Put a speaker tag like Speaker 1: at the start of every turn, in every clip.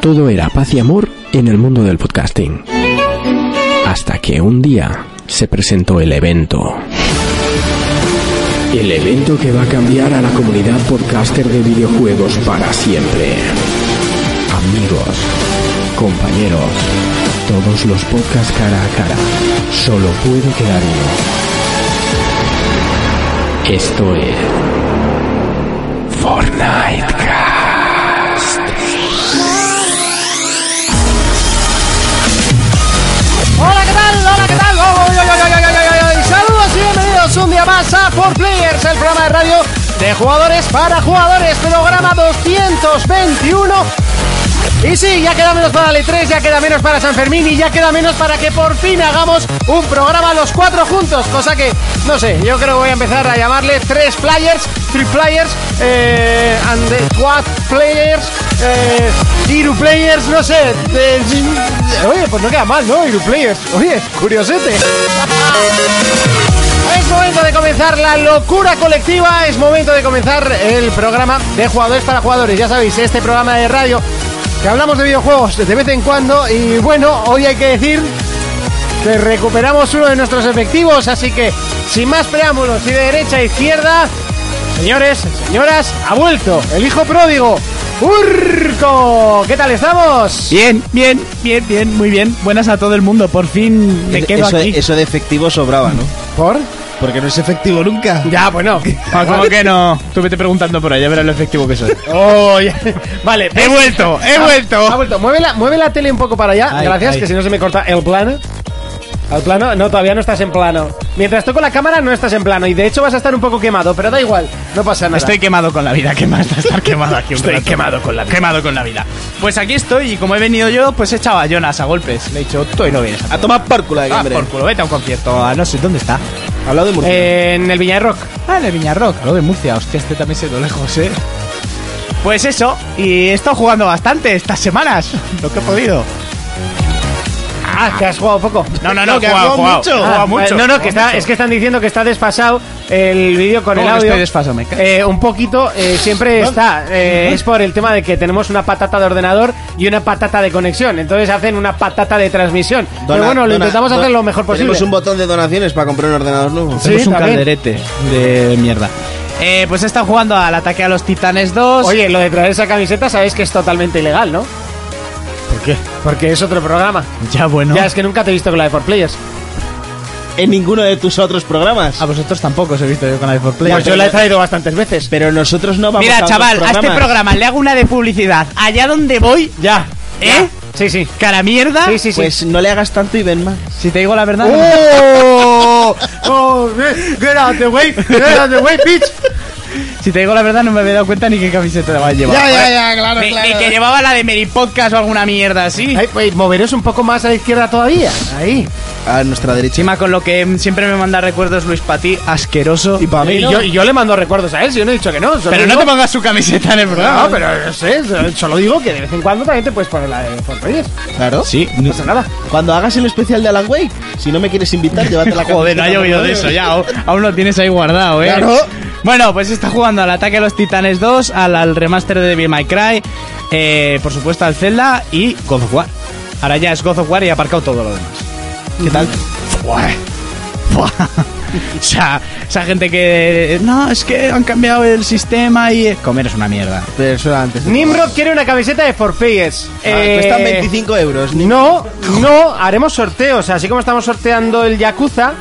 Speaker 1: todo era paz y amor en el mundo del podcasting. Hasta que un día se presentó el evento. El evento que va a cambiar a la comunidad podcaster de videojuegos para siempre. Amigos, compañeros, todos los podcasts cara a cara. Solo puede quedar uno. Esto es Fortnitecast.
Speaker 2: Hola, ¿qué tal? Hola, ¿qué tal? Oh, oh, oh, oh, oh, oh, oh, oh. Saludos y bienvenidos un día más a For Players, el programa de radio de jugadores para jugadores, programa 221. Y sí, ya queda menos para el 3 ya queda menos para San Fermín y ya queda menos para que por fin hagamos un programa los cuatro juntos, cosa que, no sé, yo creo que voy a empezar a llamarle tres players, three players, eh, and the quad players, eh, iru players, no sé, eh, oye, pues no queda mal, ¿no? Iru players, oye, curiosete. Es momento de comenzar la locura colectiva, es momento de comenzar el programa de jugadores para jugadores. Ya sabéis, este programa de radio que hablamos de videojuegos de vez en cuando y bueno, hoy hay que decir que recuperamos uno de nuestros efectivos, así que sin más preámbulos y de derecha a izquierda, señores, señoras, ha vuelto el hijo pródigo, Urco. ¿Qué tal estamos?
Speaker 3: Bien, bien, bien, bien, muy bien. Buenas a todo el mundo. Por fin me quedo
Speaker 4: eso,
Speaker 3: aquí.
Speaker 4: eso de efectivo sobraba, ¿no?
Speaker 2: ¿Por?
Speaker 4: Porque no es efectivo nunca.
Speaker 2: Ya, bueno.
Speaker 3: Ah, ¿Cómo que no? Tú vete preguntando por allá, verás lo efectivo que soy.
Speaker 2: Oh, ya- Vale,
Speaker 3: ¡He vuelto! ¡He
Speaker 2: Ha
Speaker 3: vuelto!
Speaker 2: vuelto. Mueve la, mueve la tele un poco para allá.
Speaker 4: Ahí,
Speaker 2: Gracias,
Speaker 4: ahí.
Speaker 2: que si no se me corta el plano. ¿Al plano? No, todavía no estás en plano. Mientras toco la cámara, no estás en plano. Y de hecho vas a estar un poco quemado, pero da igual. No pasa nada.
Speaker 3: ah, Estoy quemado con la vida, ¿qué más da estar quemado aquí? un
Speaker 2: Estoy
Speaker 3: rato?
Speaker 2: quemado con la vida.
Speaker 3: Quemado con la vida. Pues aquí estoy y como he venido yo, pues he echado a Jonas a golpes. Le he dicho, tú hoy no vienes.
Speaker 4: A tomar por culo aquí,
Speaker 3: Ah,
Speaker 4: hombre.
Speaker 3: por culo, vete a un concierto. A no sé, ¿dónde está?
Speaker 4: Al lado de Murcia.
Speaker 2: Eh, en el Viña de Rock.
Speaker 3: Ah, en el Viñarroc, lo de Murcia, hostia, este también se lo lejos, ¿eh? Pues eso, y he estado jugando bastante estas semanas, lo que he podido.
Speaker 2: Ah, que has jugado poco.
Speaker 3: No, no, no,
Speaker 4: que
Speaker 3: he
Speaker 4: ha
Speaker 3: jugado,
Speaker 4: jugado
Speaker 3: he jugado, he
Speaker 2: Ah,
Speaker 3: jugado
Speaker 2: eh,
Speaker 3: mucho.
Speaker 2: No, no, que está, es que están diciendo que está desfasado el vídeo con el
Speaker 3: ¿Cómo que
Speaker 2: audio.
Speaker 3: estoy desfasado? Me cago.
Speaker 2: Eh, un poquito, eh, siempre está. eh, Es por el tema de que tenemos una patata de ordenador y una patata de conexión. Entonces hacen una patata de transmisión. Pero
Speaker 4: Dona-
Speaker 2: bueno, lo
Speaker 4: dona-
Speaker 2: intentamos
Speaker 4: don-
Speaker 2: hacer lo mejor posible.
Speaker 4: Tenemos un botón de donaciones para comprar un ordenador nuevo.
Speaker 2: Sí,
Speaker 3: Tenemos un
Speaker 2: también.
Speaker 3: calderete de mierda. Eh, pues he estado jugando al ataque a los titanes 2.
Speaker 2: Oye, lo de traer esa camiseta sabéis que es totalmente ilegal, ¿no?
Speaker 3: ¿por qué?
Speaker 2: Porque es otro programa.
Speaker 3: Ya bueno.
Speaker 2: Ya es que nunca te he visto con la de 4Players.
Speaker 4: En ninguno de tus otros programas.
Speaker 3: A vosotros tampoco os he visto yo con la de 4Play.
Speaker 2: Pues yo la he traído bastantes veces.
Speaker 4: Pero nosotros no vamos a
Speaker 3: Mira,
Speaker 4: otros
Speaker 3: chaval, a este
Speaker 4: programas.
Speaker 3: programa le hago una de publicidad. Allá donde voy,
Speaker 2: Ya.
Speaker 3: ¿eh?
Speaker 2: Sí, sí.
Speaker 3: Cara mierda.
Speaker 2: Sí, sí, sí.
Speaker 4: Pues no le hagas tanto y ven más.
Speaker 3: Si te digo la verdad.
Speaker 2: ¡Oh! ¡Oh! ¡Get out the way! ¡Get out the way, bitch!
Speaker 3: Si te digo la verdad, no me había dado cuenta ni qué camiseta te a llevar.
Speaker 4: ya, claro,
Speaker 3: Ni, ni que llevaba la de Mary Podcast o alguna mierda así.
Speaker 2: Ay, pues, moveros un poco más a la izquierda todavía. Ahí.
Speaker 4: A nuestra derecha.
Speaker 3: Encima con lo que mm, siempre me manda recuerdos Luis Patí, asqueroso.
Speaker 4: Y para mí,
Speaker 2: Y
Speaker 4: ¿no?
Speaker 2: yo, y yo le mando recuerdos a él, si yo no he dicho que no. solo
Speaker 3: Pero no
Speaker 2: digo-
Speaker 3: te pongas su camiseta en el programa.
Speaker 2: No, pero no sé, solo- solo digo que de vez en cuando también te puedes poner la de 4Players.
Speaker 4: Claro.
Speaker 3: Sí.
Speaker 2: No pasa nada.
Speaker 4: Cuando hagas el especial de Alan Wake, si no me quieres invitar, llévate la
Speaker 3: Joder, no ha
Speaker 4: camiseta,
Speaker 3: llovido de eso ya. Aún, aún lo tienes ahí guardado, ¿eh?
Speaker 4: Claro.
Speaker 3: Bueno, pues está jugando al Ataque a los Titanes 2, al, al remaster de Devil May Cry, eh, por supuesto al Zelda y God of War. Ahora ya es God of War y he aparcado todo lo demás.
Speaker 4: ¿Qué tal?
Speaker 3: Buah. o sea, esa gente que... No, es que han cambiado el sistema y... eh, Comer es una mierda.
Speaker 4: Pero eso era antes. de-
Speaker 2: Nimrod eh, quiere una camiseta de 4Players.
Speaker 4: Ah, Pues, Cuestan 25 euros. ni-
Speaker 2: No, no, haremos sorteos. Así como estamos sorteando el Yakuza,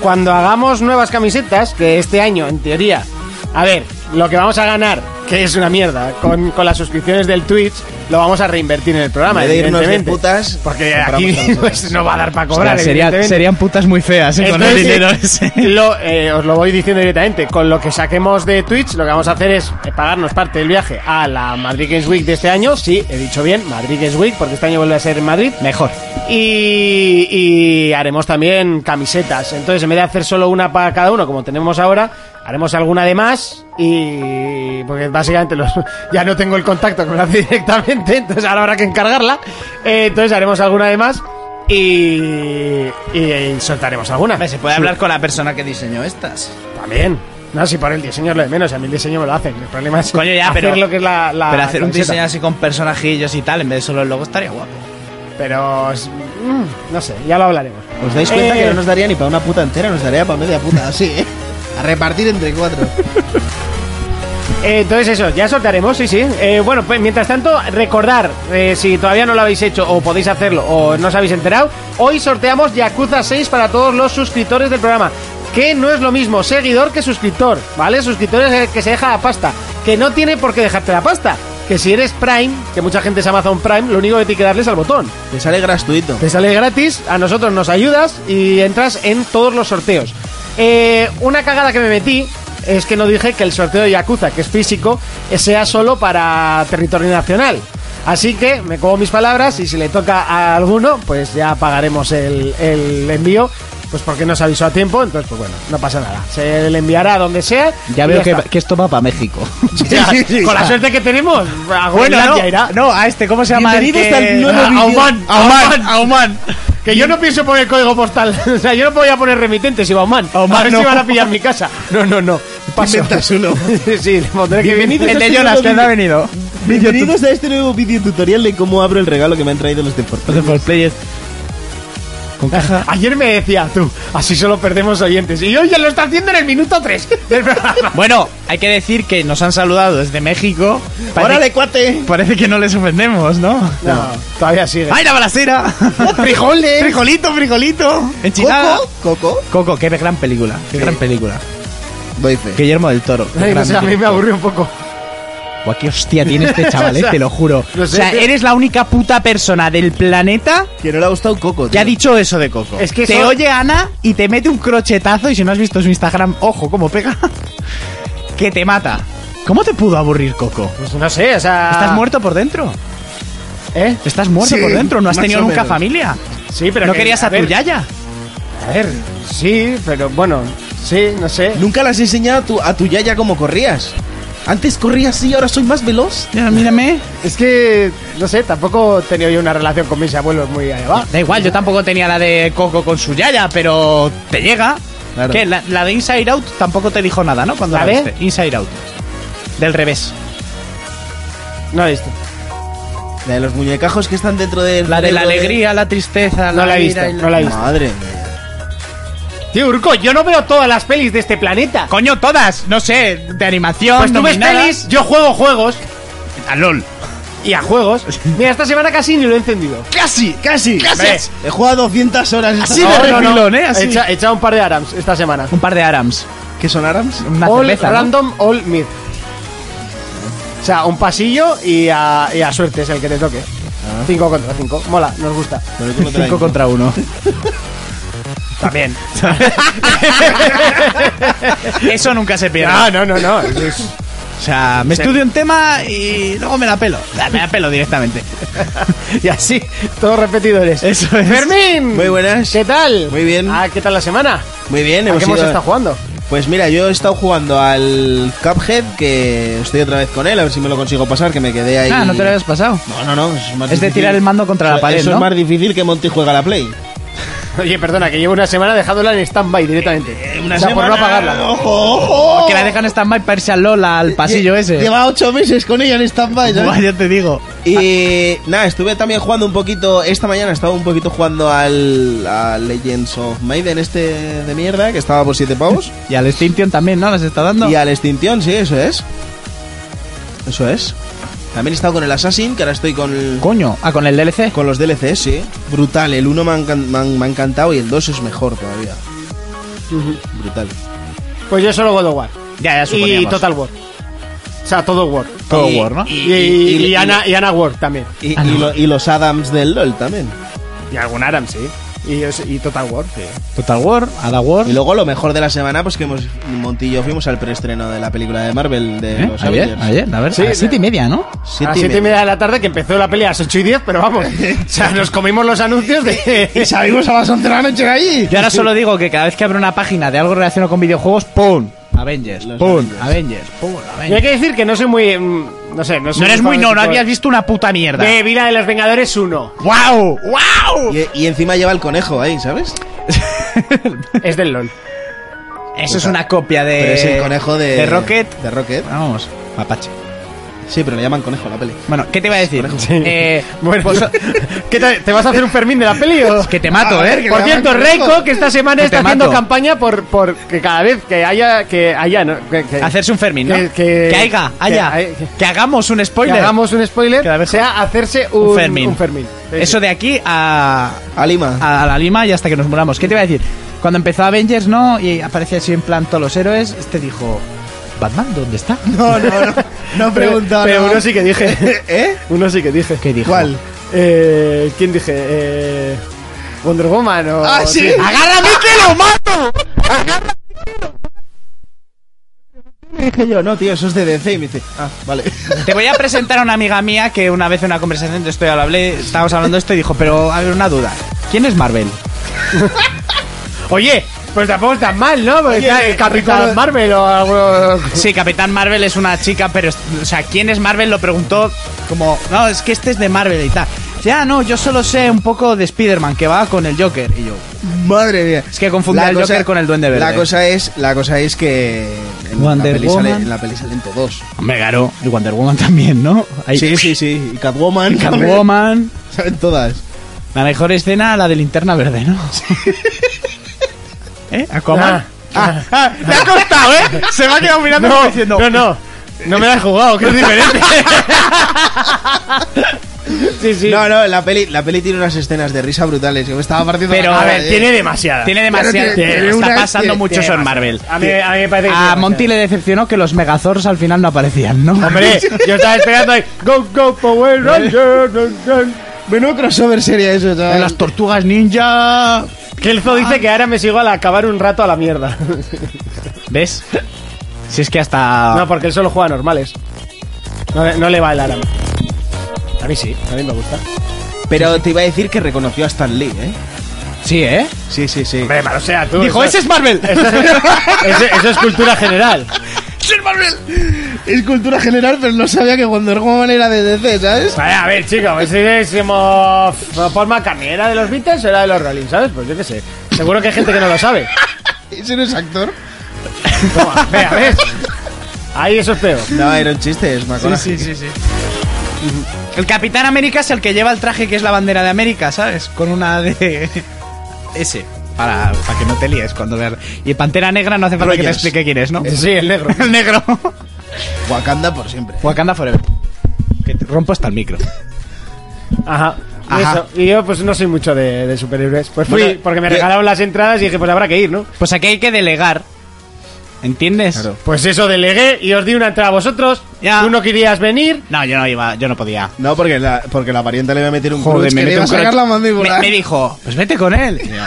Speaker 2: cuando hagamos nuevas camisetas, que este año, en teoría, a ver, lo que vamos a ganar, que es una mierda, con, con las suscripciones del Twitch, lo vamos a reinvertir en el programa,
Speaker 4: En vez de irnos de
Speaker 2: evidentemente.
Speaker 4: putas,
Speaker 2: porque
Speaker 4: compramos
Speaker 2: aquí
Speaker 4: camisetas.
Speaker 2: pues, no va a dar para cobrar.
Speaker 3: Ostras, sería-
Speaker 2: evidentemente.
Speaker 3: serían putas muy feas eh, con el
Speaker 2: Entonces,
Speaker 3: dinero ese.
Speaker 2: lo, eh, os lo voy diciendo directamente. Con lo que saquemos de Twitch, lo que vamos a hacer es eh, pagarnos parte del viaje a la Madrid Games Week de este año. Sí, he dicho bien, Madrid Games Week, porque este año vuelve a ser en Madrid.
Speaker 3: Mejor.
Speaker 2: Y, y haremos también camisetas. Entonces, en vez de hacer solo una para cada uno, como tenemos ahora, haremos alguna de más. Y. Porque básicamente los, ya no tengo el contacto que me lo hace directamente, entonces ahora habrá que encargarla. Eh, entonces, haremos alguna de más. Y, y soltaremos alguna.
Speaker 3: Se puede hablar con la persona que diseñó estas.
Speaker 2: También. No, si por el diseño es lo de menos, a mí el diseño me lo hacen. El problema es
Speaker 3: Coño, ya,
Speaker 2: hacer
Speaker 3: pero-
Speaker 2: lo que es la, la
Speaker 3: Pero hacer un
Speaker 2: camiseta.
Speaker 3: diseño así con personajillos y tal, en vez de solo el logo, estaría guapo.
Speaker 2: Pero es- mm, no sé, ya lo hablaremos.
Speaker 4: ¿Os dais cuenta
Speaker 2: Eh,
Speaker 4: que no nos daría ni para una puta entera? Nos daría para media puta, así, ¿eh? A repartir entre cuatro.
Speaker 2: Eh, entonces eso, ya soltaremos, sí, sí. Eh, bueno, pues mientras tanto, recordar, eh, si todavía no lo habéis hecho o podéis hacerlo o no os habéis enterado, hoy sorteamos Yakuza 6 para todos los suscriptores del programa. Que no es lo mismo seguidor que suscriptor, ¿vale? Suscriptor es el que se deja la pasta, que no tiene por qué dejarte la pasta. Que si eres Prime, que mucha gente es Amazon Prime, lo único que tiene que darle es al botón.
Speaker 4: Te sale gratuito.
Speaker 2: Te sale gratis, a nosotros nos ayudas y entras en todos los sorteos. Eh, una cagada que me metí es que no dije que el sorteo de Yakuza, que es físico, eh, sea solo para territorio nacional. Así que me como mis palabras y si le toca a alguno, pues ya pagaremos el, el envío. Pues porque no se avisó a tiempo, entonces pues bueno, no pasa nada. Se le enviará a donde sea. y está.
Speaker 4: esto va para México.
Speaker 2: Ya, con la suerte que tenemos, a Groenlandia irá.
Speaker 3: no, a este, ¿cómo se llama? el
Speaker 4: Bienvenidos
Speaker 3: que-
Speaker 4: al nuevo
Speaker 3: a-
Speaker 4: vídeo.
Speaker 2: Auman,
Speaker 3: Auman, Auman.
Speaker 2: Que yo no pienso poner código postal. O sea, yo no voy a poner remitente si va a Oman.
Speaker 3: Oman
Speaker 2: a ver
Speaker 3: no.
Speaker 2: si van a pillar mi casa. No, no, no. Paso.
Speaker 4: Inventas uno.
Speaker 2: sí, le pondré que venir.
Speaker 4: Bienvenidos
Speaker 3: El de
Speaker 4: este
Speaker 3: Jonas,
Speaker 4: nuevo
Speaker 3: que no ha
Speaker 4: vídeo.
Speaker 3: venido.
Speaker 4: Bienvenidos a este nuevo video tutorial de cómo abro el regalo que me han traído los deportes.
Speaker 3: Los de For Players. Con caja.
Speaker 2: Ayer me decía tú, así solo perdemos oyentes. Y hoy ya lo está haciendo en el minuto 3 del programa.
Speaker 3: Bueno, hay que decir que nos han saludado desde México. Parece,
Speaker 4: ¡Órale, cuate!
Speaker 3: parece que no les ofendemos, ¿no?
Speaker 2: No, todavía sigue.
Speaker 3: ¡Ay, la balacera!
Speaker 2: ¡Frijoles!
Speaker 3: ¡Frijolito, frijolito! ¡Enchilada!
Speaker 4: ¿Coco? ¿Coco?
Speaker 3: Coco, qué gran película. Qué gran película.
Speaker 4: Doy fe.
Speaker 3: Guillermo del Toro. qué
Speaker 2: Ay, no
Speaker 3: gran
Speaker 2: sé, a mí me
Speaker 3: director.
Speaker 2: aburrió un poco.
Speaker 3: Buah, qué hostia tiene este chaval, eh,
Speaker 2: O sea,
Speaker 3: te lo juro.
Speaker 2: no sé,
Speaker 3: o sea,
Speaker 2: que-
Speaker 3: eres la única puta persona del planeta
Speaker 4: Que no le ha gustado Coco,
Speaker 3: que
Speaker 4: tío.
Speaker 3: ha dicho eso de Coco.
Speaker 2: Es que
Speaker 3: te
Speaker 2: eso-
Speaker 3: oye Ana y te mete un crochetazo y si no has visto su Instagram, ojo cómo pega, que te mata. ¿Cómo te pudo aburrir Coco?
Speaker 2: Pues no sé, o sea.
Speaker 3: ¿Estás muerto por dentro?
Speaker 2: ¿Eh?
Speaker 3: ¿Estás muerto
Speaker 4: Sí,
Speaker 3: por dentro? ¿No has
Speaker 4: más
Speaker 3: tenido
Speaker 4: o
Speaker 3: nunca
Speaker 4: menos.
Speaker 3: familia?
Speaker 2: Sí, pero.
Speaker 3: ¿No
Speaker 2: que-
Speaker 3: querías a, tu
Speaker 2: ver,
Speaker 3: yaya?
Speaker 2: A ver, sí, pero bueno. Sí, no sé.
Speaker 4: Nunca le has enseñado a tu, a tu yaya cómo corrías. Antes corría así, ahora soy más veloz.
Speaker 3: Ya, mírame.
Speaker 2: Es que. No sé, tampoco he tenido yo una relación con mis abuelos muy allá abajo.
Speaker 3: Ah. Da igual, yo tampoco tenía la de Coco con su yaya, pero te llega.
Speaker 4: Claro.
Speaker 3: ¿Qué? La, la de Inside Out tampoco te dijo nada, ¿no? Cuando
Speaker 2: ¿La
Speaker 3: la,
Speaker 2: de?
Speaker 3: viste. Inside Out. Del revés.
Speaker 2: No he visto.
Speaker 4: La de los muñecajos que están dentro del...
Speaker 3: La de la
Speaker 4: cerebro
Speaker 3: alegría, la tristeza,
Speaker 2: No la he visto,
Speaker 3: ira y la-
Speaker 2: no la he visto.
Speaker 4: Madre mía.
Speaker 2: Tío, Urco, yo no veo todas las pelis de este planeta.
Speaker 3: Coño, todas, no sé, de animación,
Speaker 2: Pues tú ves
Speaker 3: dominadas.
Speaker 2: pelis, yo juego juegos
Speaker 3: A LOL.
Speaker 2: y a juegos. Mira, esta semana casi ni lo he encendido.
Speaker 4: ¡Casi! ¡Casi!
Speaker 2: ¡Casi!
Speaker 4: He jugado 200 horas.
Speaker 3: Así de re- refilón, ¿eh? Así.
Speaker 2: He echa- he echado un par de Arams esta semana.
Speaker 3: Un par de Arams.
Speaker 4: ¿Qué son Arams?
Speaker 3: Una
Speaker 2: all
Speaker 3: cerveza, ¿no?
Speaker 2: random, all mid. O sea, un pasillo y a, y a suerte es el que te toque.
Speaker 3: Ah.
Speaker 2: 5 contra 5. Mola, nos gusta.
Speaker 3: Cinco contra uno.
Speaker 2: También.
Speaker 3: Eso nunca se pierde.
Speaker 2: No, no, no, no. Es-
Speaker 3: O sea, me estudio un tema y luego me la pelo. Ah, Me la pelo directamente.
Speaker 2: Y así, todos repetidores.
Speaker 3: Eso es.
Speaker 2: Fermín.
Speaker 4: Muy buenas.
Speaker 2: ¿Qué tal?
Speaker 4: Muy bien.
Speaker 2: Ah, ¿qué tal la semana?
Speaker 4: Muy bien,
Speaker 2: ¿A
Speaker 4: hemos
Speaker 2: qué hemos
Speaker 4: ido-
Speaker 2: estado jugando?
Speaker 4: Pues mira, yo he estado jugando al Cuphead, que estoy otra vez con él, a ver si me lo consigo pasar, que me quedé ahí...
Speaker 3: Ah, no te lo habías pasado.
Speaker 4: No, no, no. Es, más
Speaker 3: Es de
Speaker 4: difícil.
Speaker 3: tirar el mando contra la
Speaker 4: Eso-
Speaker 3: pared,
Speaker 4: Eso
Speaker 3: ¿no?
Speaker 4: es más difícil que Monty juega a la Play.
Speaker 2: Oye, perdona, que llevo una semana dejándola en stand-by
Speaker 3: Eh,
Speaker 2: directamente. o sea, por no apagarla.
Speaker 4: ¡Ojo, ojo!
Speaker 3: Que la dejan stand-by para irse al LOL al pasillo
Speaker 4: Lle-
Speaker 3: ese.
Speaker 4: Lleva ocho meses con ella en stand-by, ¿sabes?
Speaker 3: Buah, ya te digo.
Speaker 4: Y nada, estuve también jugando un poquito. Esta mañana estaba un poquito jugando al a Legends of Maiden, este de mierda, que estaba por 7 pavos.
Speaker 3: Y al Extinction también, ¿no? Las está dando.
Speaker 4: Y al Extinction, sí, eso es. Eso es. También he estado con el Assassin, que ahora estoy con, el-
Speaker 3: Coño. Ah, con el DLC.
Speaker 4: con los DLCs, sí. Brutal, el 1 me, ha encan- me ha- me ha encantado y el 2 es mejor todavía. Brutal.
Speaker 2: Pues yo solo God of War.
Speaker 3: Ya, ya
Speaker 2: y
Speaker 3: suponíamos.
Speaker 2: Total War. O sea, todo War.
Speaker 3: Todo
Speaker 4: Y-
Speaker 3: War, ¿no?
Speaker 2: Y,
Speaker 4: y-
Speaker 2: y
Speaker 4: y-
Speaker 2: Ana, y Ana War también.
Speaker 4: Y, y lo- y los Adams del LOL también.
Speaker 2: Y algún Aram, sí. Y, y Total War, sí.
Speaker 3: Total War, Ada War.
Speaker 4: Y luego lo mejor de la semana, pues que hemos, Montillo fuimos al preestreno de la película de Marvel de
Speaker 3: ¿Eh?
Speaker 4: los
Speaker 3: Ayer,
Speaker 4: Avengers.
Speaker 3: ayer, a ver,
Speaker 2: Sí,
Speaker 3: a las siete y media, ¿no?
Speaker 2: a
Speaker 4: Ah, Siete
Speaker 2: las
Speaker 4: y
Speaker 2: 7 y
Speaker 4: media.
Speaker 2: media de la tarde que empezó la pelea a las 8 y 10, pero vamos. o sea, nos comimos los anuncios de.
Speaker 4: salimos a las 11 de la noche allí.
Speaker 3: Yo ahora solo digo que cada vez que abro una página de algo relacionado con videojuegos, ¡pum! Avengers,
Speaker 4: Los
Speaker 3: ¡pum!
Speaker 4: Avengers.
Speaker 3: Avengers, ¡pum!
Speaker 2: Yo hay
Speaker 3: Avengers.
Speaker 2: que decir que no soy muy. mm, No sé, no soy
Speaker 3: No eres muy no, no
Speaker 2: fanático
Speaker 3: habías visto una puta mierda.
Speaker 2: De Vila de los Vengadores 1.
Speaker 3: ¡Wow! ¡Wow!
Speaker 4: Y, y encima lleva el conejo ahí, ¿sabes?
Speaker 2: Es del LOL.
Speaker 3: Eso es una copia de.
Speaker 4: Pero es el conejo Eh, de.
Speaker 3: De Rocket.
Speaker 4: De Rocket.
Speaker 3: Vamos, Apache.
Speaker 4: Sí, pero le llaman conejo a la peli.
Speaker 3: Bueno, ¿qué te iba a decir?
Speaker 4: Conejo.
Speaker 3: Eh,
Speaker 2: Bueno,
Speaker 3: pues-
Speaker 2: ¿qué tal? te, vas a hacer un Fermín de la peli o...?
Speaker 3: que te mato,
Speaker 4: A ver,
Speaker 3: ¿eh?
Speaker 4: que
Speaker 2: Por
Speaker 4: le
Speaker 2: cierto,
Speaker 4: llaman
Speaker 2: Reiko,
Speaker 4: conejo.
Speaker 2: que esta semana
Speaker 3: Que
Speaker 2: está
Speaker 3: te mato.
Speaker 2: haciendo campaña por, por que cada vez que haya... Que haya, ¿no? Que- que-
Speaker 3: Hacerse un Fermín, ¿no?
Speaker 2: Que- que-
Speaker 3: haya,
Speaker 2: que
Speaker 3: haya.
Speaker 2: hay-
Speaker 3: Que, hagamos un
Speaker 2: que
Speaker 3: spoiler.
Speaker 2: hagamos un spoiler,
Speaker 3: Cada vez-
Speaker 2: sea hacerse un,
Speaker 3: un, Fermín.
Speaker 2: un Fermín. Sí,
Speaker 3: Eso
Speaker 2: sí.
Speaker 3: de aquí a,
Speaker 4: A Lima.
Speaker 3: a la Lima y hasta que nos muramos. ¿Qué te iba a decir? Cuando empezó Avengers, ¿no? Y aparecía así en plan todos los héroes, este dijo... Batman, ¿dónde está?
Speaker 4: No, no, no. No
Speaker 2: Pero-
Speaker 4: preguntaba.
Speaker 2: Pero uno sí que dije.
Speaker 4: ¿Eh?
Speaker 2: Uno sí que dije.
Speaker 3: ¿Qué dijo?
Speaker 4: ¿Cuál?
Speaker 2: Eh, ¿Quién dije? Eh, Wonder Woman o...
Speaker 4: Ah, sí.
Speaker 3: ¡Agárrame que lo mato!
Speaker 4: Dije yo, no, tío, eso es de DC. Y me dice, ah, vale.
Speaker 3: Te voy a presentar a una amiga mía que una vez en una conversación de esto ya lo hablé, estábamos hablando de esto y dijo, pero a ver, una duda. ¿Quién es Marvel?
Speaker 2: Oye, pues tampoco es tan mal, ¿no? Porque
Speaker 4: Oye,
Speaker 2: está el
Speaker 4: eh,
Speaker 2: Capitán
Speaker 4: recuerdo-
Speaker 2: Marvel o algo...
Speaker 3: Sí, Capitán Marvel es una chica, pero, es- o sea, ¿quién es Marvel? Lo preguntó como, no, es que este es de Marvel y tal. Ya, no, yo solo sé un poco de Spider-Man que va con el Joker. Y yo,
Speaker 4: Madre mía.
Speaker 3: Es que confundí al Joker con el Duende Verde.
Speaker 4: La cosa es, la cosa es que en la,
Speaker 3: Wonder
Speaker 4: peli sale,
Speaker 3: Woman.
Speaker 4: en la peli salen todos.
Speaker 3: hombre, claro, y Wonder Woman también, ¿no? Ahí,
Speaker 4: Sí, sí, sí. Y Catwoman.
Speaker 3: Catwoman.
Speaker 4: Salen todas.
Speaker 3: La mejor escena, la de linterna verde, ¿no? ¿Eh? Aquaman.
Speaker 2: Ah, ah,
Speaker 3: Me ha costado, ¿eh? Se me ha quedado mirando como diciendo.
Speaker 2: No, no. No me la has jugado, que es diferente. sí, sí.
Speaker 4: No, no, la peli, la peli tiene unas escenas de risa brutales. Yo me estaba partiendo
Speaker 3: Pero,
Speaker 4: la
Speaker 2: a
Speaker 4: cara
Speaker 2: ver, eh,
Speaker 4: de-
Speaker 2: tiene demasiada.
Speaker 3: Tiene demasiado.
Speaker 4: Pero tiene- tiene
Speaker 3: está
Speaker 4: una-
Speaker 3: pasando
Speaker 4: tiene-
Speaker 3: mucho
Speaker 4: tiene
Speaker 3: eso en
Speaker 4: demasiado.
Speaker 3: Marvel.
Speaker 2: A mí, a mí me parece que
Speaker 3: A
Speaker 2: tiene
Speaker 3: Monty le decepcionó que los Megazords al final no aparecían, ¿no?
Speaker 2: demasiada. Hombre, yo estaba esperando ahí. Go, go, Power Ranger. dun, dun.
Speaker 4: Menudo crossover sería eso, chaval.
Speaker 3: En las tortugas ninja.
Speaker 2: Que el zoo dice que ahora me sigo al acabar un rato a la mierda.
Speaker 3: ¿Ves? Si es que hasta.
Speaker 2: No, porque él solo juega a normales. No, no le va el árabe. A mí sí, a mí me gusta.
Speaker 4: Pero te iba a decir que reconoció a Stan Lee, ¿eh?
Speaker 3: Sí, ¿eh?
Speaker 4: Sí, sí, sí.
Speaker 2: Hombre, malo sea tú.
Speaker 3: Dijo,
Speaker 2: eso,
Speaker 3: ese es Marvel.
Speaker 2: eso- eso es cultura general.
Speaker 4: Es cultura general, pero no sabía que Wonder Woman era de DC, ¿sabes?
Speaker 2: Vale, a ver, chicos, ese es como Paul McCartney, ¿era de los Beatles o era de los Rolling, ¿sabes? Pues yo qué sé. Seguro que hay gente que no lo sabe.
Speaker 4: ¿Ese no es actor?
Speaker 2: Toma, vea, ¿ves? Ahí eso es peor.
Speaker 4: No, era un chiste, es McConaughey.
Speaker 3: sí, sí. El Capitán América es el que lleva el traje que es la bandera de América, ¿sabes? Con una de. Ese. Para, para que no te líes cuando veas. Y Pantera Negra no hace falta que te
Speaker 4: Rogers.
Speaker 3: explique quién es, ¿no?
Speaker 2: Sí, el negro.
Speaker 3: el negro.
Speaker 4: Wakanda por siempre.
Speaker 3: Wakanda Forever. Que te rompo hasta el micro.
Speaker 2: Ajá. Y
Speaker 3: Ajá.
Speaker 2: eso. Y yo pues no soy mucho de, de superhéroes. Pues fui
Speaker 4: Bueno,
Speaker 2: porque me
Speaker 4: yo-
Speaker 2: regalaron las entradas y dije, pues habrá que ir, ¿no?
Speaker 3: Pues aquí hay que delegar. ¿Entiendes?
Speaker 4: Claro.
Speaker 2: Pues eso delegué y os di una entrada a vosotros.
Speaker 3: Ya.
Speaker 2: Tú no querías venir.
Speaker 3: No, yo no iba, yo no podía.
Speaker 4: No, porque la, porque la parienta le iba a meter un
Speaker 3: Joder,
Speaker 4: crunch
Speaker 3: me
Speaker 4: que le
Speaker 3: mete
Speaker 4: iba
Speaker 3: un
Speaker 4: a sacar
Speaker 3: crunch.
Speaker 4: la mandíbula.
Speaker 3: Me, me dijo, pues vete con él. Y yo,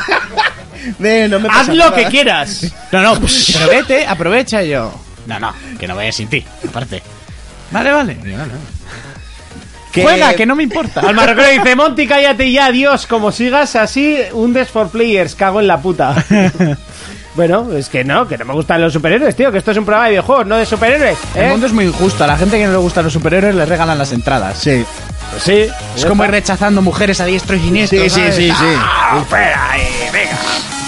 Speaker 4: Ve, no me
Speaker 2: Haz
Speaker 4: pasa
Speaker 2: lo
Speaker 4: nada.
Speaker 2: que quieras.
Speaker 3: No, no, pues, pero vete, aprovecha Y yo. No, no, que no vaya sin ti, aparte. Vale, vale. Y yo, no, no.
Speaker 4: Que-
Speaker 3: Juega, que no me importa.
Speaker 2: Al marroquero le dice, Monty, cállate ya, Dios, como sigas así, un des for players, cago en la puta. bueno, es que no, que no me gustan los superhéroes, tío, que esto es un programa de videojuegos, no de superhéroes, ¿eh?
Speaker 3: El mundo es muy injusto. A la gente que no le gustan los superhéroes les regalan las entradas.
Speaker 4: Sí.
Speaker 2: Pues sí.
Speaker 3: Es como ir rechazando mujeres a diestro y siniestro.
Speaker 4: Sí, sí,
Speaker 3: ¿sabes?
Speaker 4: sí, sí.
Speaker 2: ¡Ah, fuera, eh, venga!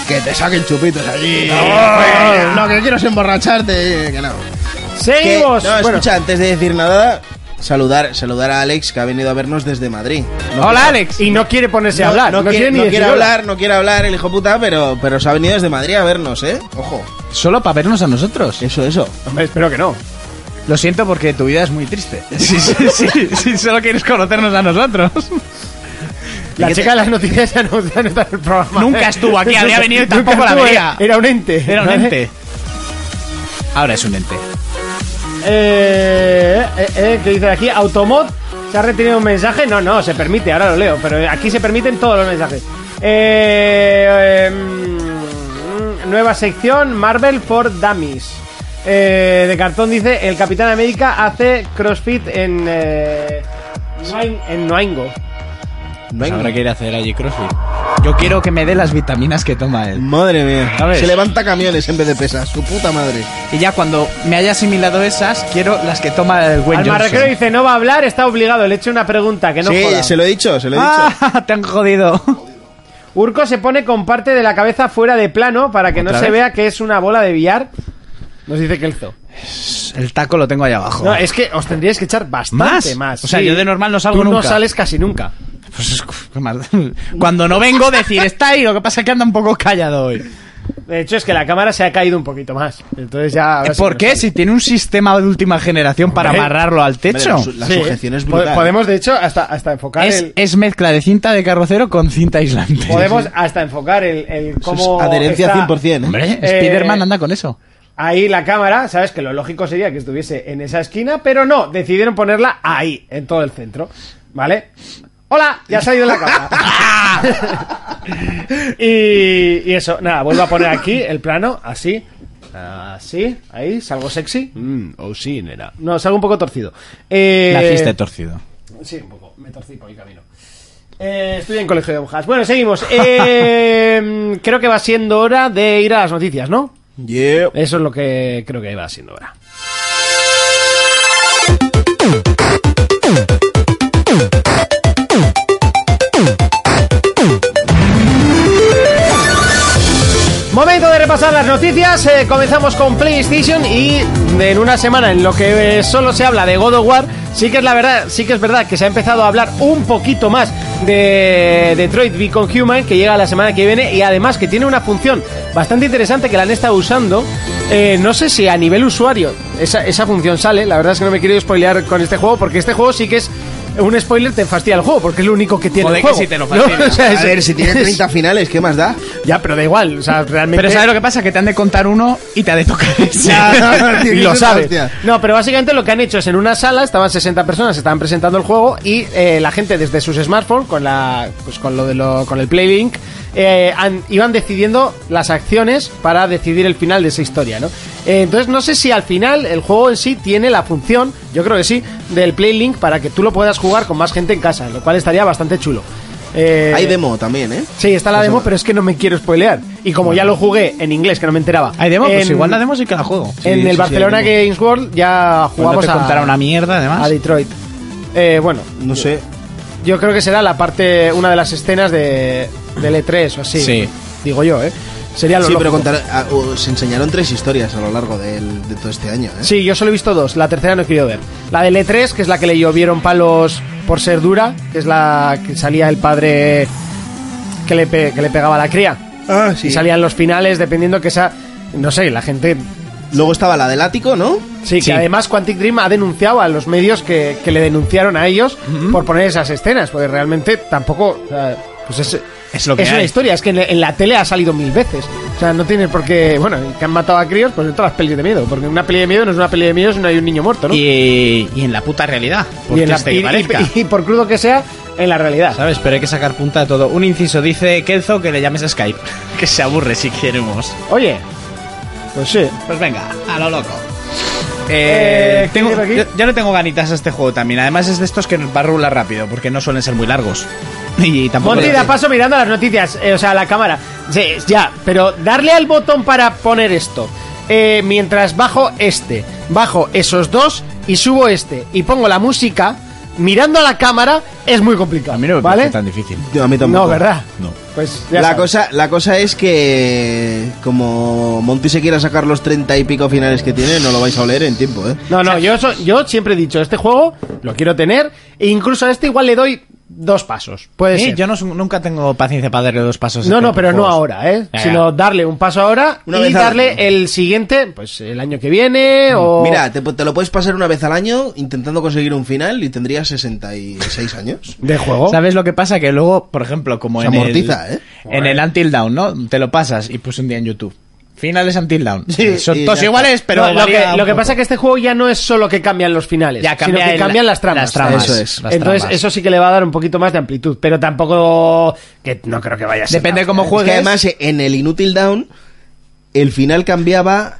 Speaker 4: Que te saquen chupitos allí.
Speaker 2: No.
Speaker 4: Lo que quiero es emborracharte. Que no. Que- no,
Speaker 2: Seguimos. Bueno,
Speaker 4: escucha, antes de decir nada, saludar, saludar a Alex que ha venido a vernos desde Madrid. No
Speaker 3: Hola,
Speaker 4: quiere-
Speaker 3: Alex.
Speaker 2: Y no quiere ponerse a
Speaker 4: No,
Speaker 2: hablar,
Speaker 4: no quiere,
Speaker 2: ni
Speaker 4: no
Speaker 2: decir
Speaker 4: quiere
Speaker 2: hola.
Speaker 4: hablar, no quiere hablar el hijo puta, pero, pero se ha venido desde Madrid a vernos, ¿eh? Ojo.
Speaker 3: Solo para vernos a nosotros.
Speaker 4: Eso, eso.
Speaker 2: Hombre, espero que no.
Speaker 3: Lo siento porque tu vida es muy triste. Sí, sí, sí. sí solo quieres conocernos a nosotros.
Speaker 2: La
Speaker 4: qué te-
Speaker 2: chica de las noticias ya no, ya no está en el programa. ¿eh?
Speaker 3: Nunca estuvo aquí, había venido y
Speaker 2: Nunca
Speaker 3: tampoco la
Speaker 2: estuvo,
Speaker 3: veía.
Speaker 2: Era un ente.
Speaker 3: Era un
Speaker 2: ¿vale?
Speaker 3: ente. Ahora es un ente.
Speaker 2: Eh, eh, eh, ¿Qué dice aquí? Automod. ¿Se ha retenido un mensaje? No, no, se permite, ahora lo leo. Pero aquí se permiten todos los mensajes. Eh, eh, mm, nueva sección, Marvel for Dummies. Eh, de cartón dice, el Capitán América hace CrossFit en... eh, Noain- en Noaingo.
Speaker 4: No hay-
Speaker 3: Habrá que ir a hacer allí CrossFit. Yo quiero que me dé las vitaminas que toma él.
Speaker 4: Madre mía.
Speaker 3: A ver.
Speaker 4: Se levanta camiones en vez de pesas. Su puta madre.
Speaker 3: Y ya cuando me haya asimilado esas, quiero las que toma el buen
Speaker 2: Al marroquero
Speaker 3: Johnson.
Speaker 2: dice, no va a hablar, está obligado. Le he hecho una pregunta, que no
Speaker 4: sí,
Speaker 2: joda.
Speaker 4: se lo he dicho, se lo he dicho.
Speaker 3: Ah, te han jodido.
Speaker 2: Urco se pone con parte de la cabeza fuera de plano para que no
Speaker 3: ¿Otra
Speaker 2: se
Speaker 3: vez?
Speaker 2: vea que es una bola de billar. Nos dice Kelzo.
Speaker 3: El taco lo tengo ahí abajo.
Speaker 2: No, es que os tendríais que echar bastante más.
Speaker 3: ¿Más? O sea, yo de normal no salgo
Speaker 2: Tú
Speaker 3: nunca.
Speaker 2: no sales casi nunca.
Speaker 3: Pues es- qué mal. Cuando no vengo, decir está ahí. Lo que pasa es que anda un poco callado hoy.
Speaker 2: De hecho, es que la cámara se ha caído un poquito más. Entonces ya... ahora sí
Speaker 3: Eh, ¿Por
Speaker 2: que
Speaker 3: qué?
Speaker 2: nos sale.
Speaker 3: Si tiene un sistema de última generación para
Speaker 2: Hombre.
Speaker 3: amarrarlo al techo.
Speaker 4: Hombre, La sujeción es
Speaker 2: Po-
Speaker 4: brutal.
Speaker 2: Podemos, de hecho, hasta, hasta enfocar
Speaker 3: Es,
Speaker 2: el...
Speaker 3: es mezcla de cinta de carrocero con cinta aislante.
Speaker 2: Podemos hasta enfocar el, el
Speaker 4: Eso es
Speaker 2: cómo...
Speaker 4: adherencia
Speaker 2: está-
Speaker 4: 100%. ¿eh?
Speaker 3: Hombre,
Speaker 2: Eh,
Speaker 3: Spiderman anda con eso.
Speaker 2: Ahí la cámara, sabes que lo lógico sería que estuviese en esa esquina, pero no, decidieron ponerla ahí, en todo el centro. ¿Vale? ¡Hola! Ya se ha ido la cámara. y, y eso, nada, vuelvo a poner aquí el plano, así. Así, ahí, salgo sexy. oh sí, nena. No, salgo un poco torcido. Eh,
Speaker 3: Naciste torcido.
Speaker 2: Sí, un poco. Me torcí por el camino. Eh, estoy en colegio de monjas. Bueno, seguimos. Eh, creo que va siendo hora de ir a las noticias, ¿no?
Speaker 4: Yeah.
Speaker 2: Eso es lo que creo que va siendo hora. Momento de repasar las noticias. Eh, comenzamos con PlayStation y en una semana en lo que eh, solo se habla de God of War, sí que es la verdad, sí que es verdad que se ha empezado a hablar un poquito más de Detroit Beacon Human que llega la semana que viene y además que tiene una función bastante interesante que la han estado usando. Eh, no sé si a nivel usuario esa, esa función sale. La verdad es que no me quiero spoilear con este juego porque este juego sí que es un spoiler te fastidia el juego porque es lo único que tiene
Speaker 3: Joder,
Speaker 2: el juego.
Speaker 3: que sí te lo
Speaker 2: ¿no?
Speaker 3: fastidia.
Speaker 2: O sea,
Speaker 4: A
Speaker 2: es-
Speaker 4: ver, si tiene
Speaker 2: es-
Speaker 4: 30 finales, ¿qué más da?
Speaker 2: ya, pero da igual. O sea, realmente.
Speaker 3: Pero ¿sabes lo que pasa? Que te han de contar uno y te ha de tocar ese.
Speaker 4: Ya,
Speaker 2: y lo sabes.
Speaker 4: Hostia.
Speaker 2: No, pero básicamente lo que han hecho es en una sala, estaban 60 personas, estaban presentando el juego y eh, la gente desde sus smartphones con la pues con lo de lo, con el Playlink eh, han- iban decidiendo las acciones para decidir el final de esa historia, ¿no? Eh, entonces no sé si al final el juego en sí tiene la función, yo creo que sí, del Playlink para que tú lo puedas jugar con más gente en casa, lo cual estaría bastante chulo. Eh,
Speaker 4: Hay demo también, ¿eh?
Speaker 2: Sí, está
Speaker 3: Pues
Speaker 2: la demo, pero es que no me quiero spoilear. Y como ya lo jugué en inglés, que no me enteraba.
Speaker 3: Hay demo, pues
Speaker 2: en-
Speaker 3: igual la demo sí que la juego.
Speaker 4: Sí,
Speaker 2: en
Speaker 4: sí,
Speaker 2: el
Speaker 4: sí,
Speaker 2: Barcelona
Speaker 4: hay demo.
Speaker 2: Games World ya
Speaker 3: Cuando
Speaker 2: jugamos
Speaker 3: te
Speaker 2: a,
Speaker 3: contará una mierda, además.
Speaker 2: a Detroit. Eh, bueno,
Speaker 4: No sé.
Speaker 2: yo creo que será la parte, una de las escenas de, del E3 o así.
Speaker 3: Sí.
Speaker 2: Digo yo, ¿eh? Sería lo
Speaker 4: Sí, pero
Speaker 2: lógico.
Speaker 4: contar, ah, os enseñaron tres historias a lo largo del- de todo este año, ¿eh?
Speaker 2: Sí, yo solo he visto dos. La tercera no he querido ver. La del E3, que es la que le llovieron palos por ser dura, que es la que salía el padre que le, pe- que le pegaba a la cría.
Speaker 4: Ah, sí.
Speaker 2: Y salían los finales, dependiendo que esa. No sé, la gente
Speaker 4: Luego estaba la del ático, ¿no?
Speaker 2: Sí, que
Speaker 3: Sí.
Speaker 2: además Quantic Dream ha denunciado a los medios que, que le denunciaron a ellos por poner esas escenas, porque realmente tampoco. o sea, pues es,
Speaker 3: Es lo que
Speaker 2: una
Speaker 3: hay.
Speaker 2: historia, es que en, en la tele ha salido mil veces. O sea, no tiene por qué. Bueno, y que han matado a críos, pues en todas las pelis de miedo. Porque una peli de miedo no es una peli de miedo si no hay un niño muerto, ¿no?
Speaker 3: Y, y en la puta realidad. Por
Speaker 2: en la-
Speaker 3: triste que
Speaker 2: y-
Speaker 3: parezca.
Speaker 2: y- y por crudo que sea, en la realidad.
Speaker 3: ¿Sabes? Pero hay que sacar punta de todo. Un inciso dice Kelzo que le llames a Skype. Que se aburre si queremos.
Speaker 2: Oye, pues sí.
Speaker 3: Pues venga, a lo loco.
Speaker 2: Eh,
Speaker 3: Eh,
Speaker 2: ¿qué
Speaker 3: tengo-
Speaker 2: lleva aquí?
Speaker 3: yo, yo le tengo ganitas a este juego también. Además es de estos que nos va a rular rápido, porque no suelen ser muy largos. Y tampoco...
Speaker 2: Monty da paso mirando las noticias, eh, o sea, la cámara. Sí, ya, pero darle al botón para poner esto. Eh, mientras bajo este, bajo esos dos y subo este y pongo la música, mirando a la cámara es muy complicado.
Speaker 3: A mí no me
Speaker 2: ¿vale?
Speaker 3: parece tan difícil.
Speaker 4: Yo, a mí tampoco.
Speaker 2: No, ¿verdad?
Speaker 3: No.
Speaker 2: Pues ya
Speaker 4: La
Speaker 2: sabes.
Speaker 4: cosa, la cosa es que como Monty se quiera sacar los 30 y pico finales que tiene, no lo vais a oler en tiempo, ¿eh?
Speaker 2: No, no, yo, so- yo siempre he dicho, este juego lo quiero tener e incluso a este igual le doy dos pasos. Puede
Speaker 3: Eh,
Speaker 2: ser.
Speaker 3: yo no su- nunca tengo paciencia para darle dos pasos. a
Speaker 2: No,
Speaker 3: este
Speaker 2: no, pero no
Speaker 3: juego.
Speaker 2: ahora, ¿eh?
Speaker 3: Ya, ya.
Speaker 2: Sino darle un paso ahora
Speaker 4: Una
Speaker 2: y
Speaker 4: vez al
Speaker 2: darle
Speaker 4: año.
Speaker 2: el siguiente, pues el año que
Speaker 3: Mm.
Speaker 2: viene o...
Speaker 4: Mira, te, te lo puedes pasar una vez al año intentando conseguir un final y tendrías 66 años.
Speaker 2: de juego.
Speaker 3: ¿Sabes lo que pasa? Que luego, por ejemplo, como
Speaker 4: Oh. Se
Speaker 3: en
Speaker 4: amortiza,
Speaker 3: el,
Speaker 4: ¿eh?
Speaker 3: En el Until Down, ¿no? Te lo pasas y puse un día en YouTube. Finales Until Down.
Speaker 4: Sí,
Speaker 3: Son
Speaker 4: y
Speaker 3: todos
Speaker 4: ya
Speaker 3: iguales, pero
Speaker 2: No, lo, que,
Speaker 3: varía un
Speaker 2: lo que
Speaker 3: poco.
Speaker 2: pasa es que este juego ya no es solo que cambian los finales,
Speaker 3: Ya cambia
Speaker 2: sino que
Speaker 3: el-
Speaker 2: cambian las tramas.
Speaker 3: las tramas,
Speaker 4: Eso es.
Speaker 3: las
Speaker 2: Entonces,
Speaker 3: tramas.
Speaker 2: eso sí que le va a dar un poquito más de amplitud, pero tampoco. que no creo que vaya a ser.
Speaker 3: Depende
Speaker 2: nada.
Speaker 3: cómo
Speaker 4: Es
Speaker 3: juegues.
Speaker 4: que además eh, en el Inútil Down el final cambiaba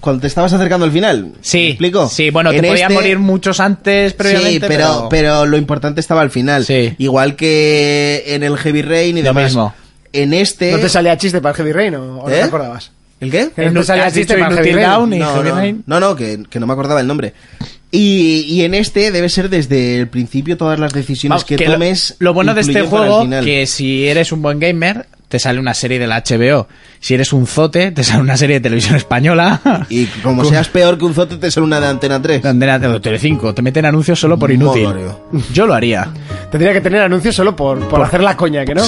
Speaker 4: cuando te estabas acercando al final.
Speaker 3: Sí,
Speaker 4: ¿Me explico?
Speaker 3: Sí, bueno,
Speaker 4: En
Speaker 3: te podían
Speaker 4: este-
Speaker 3: morir muchos antes previamente,
Speaker 4: Sí, pero, pero... lo importante estaba al final.
Speaker 3: Sí.
Speaker 4: Igual que en el Heavy Rain y
Speaker 3: Lo
Speaker 4: demás.
Speaker 3: mismo.
Speaker 4: En este...
Speaker 2: ¿No te salía chiste para el Heavy Rain o, o no
Speaker 4: ¿Eh?
Speaker 2: te acordabas?
Speaker 4: ¿El qué?
Speaker 2: Que no
Speaker 3: Inu-
Speaker 2: te salgas
Speaker 3: has dicho
Speaker 2: sistema,
Speaker 3: Inútil
Speaker 2: Heavy Rain.
Speaker 3: Down y
Speaker 4: No,
Speaker 3: Heavy
Speaker 4: no,
Speaker 3: Rain.
Speaker 4: no, no, que, que no me acordaba el nombre. Y, y en este debe ser desde el principio todas las decisiones
Speaker 3: Vamos,
Speaker 4: que,
Speaker 3: que lo-
Speaker 4: tomes.
Speaker 3: Lo, bueno de este
Speaker 4: influyen para el
Speaker 3: juego,
Speaker 4: final.
Speaker 3: que si eres un buen gamer, te sale una serie de la HBO. Si eres un zote, te sale una serie de televisión española.
Speaker 4: Y como seas peor que un zote, te sale una de antena 3.
Speaker 3: De Antena de Telecinco. Te meten anuncios solo por inútil.
Speaker 4: Madre.
Speaker 3: Yo lo haría.
Speaker 2: Tendría que tener anuncios solo por, por hacer la coña, que no.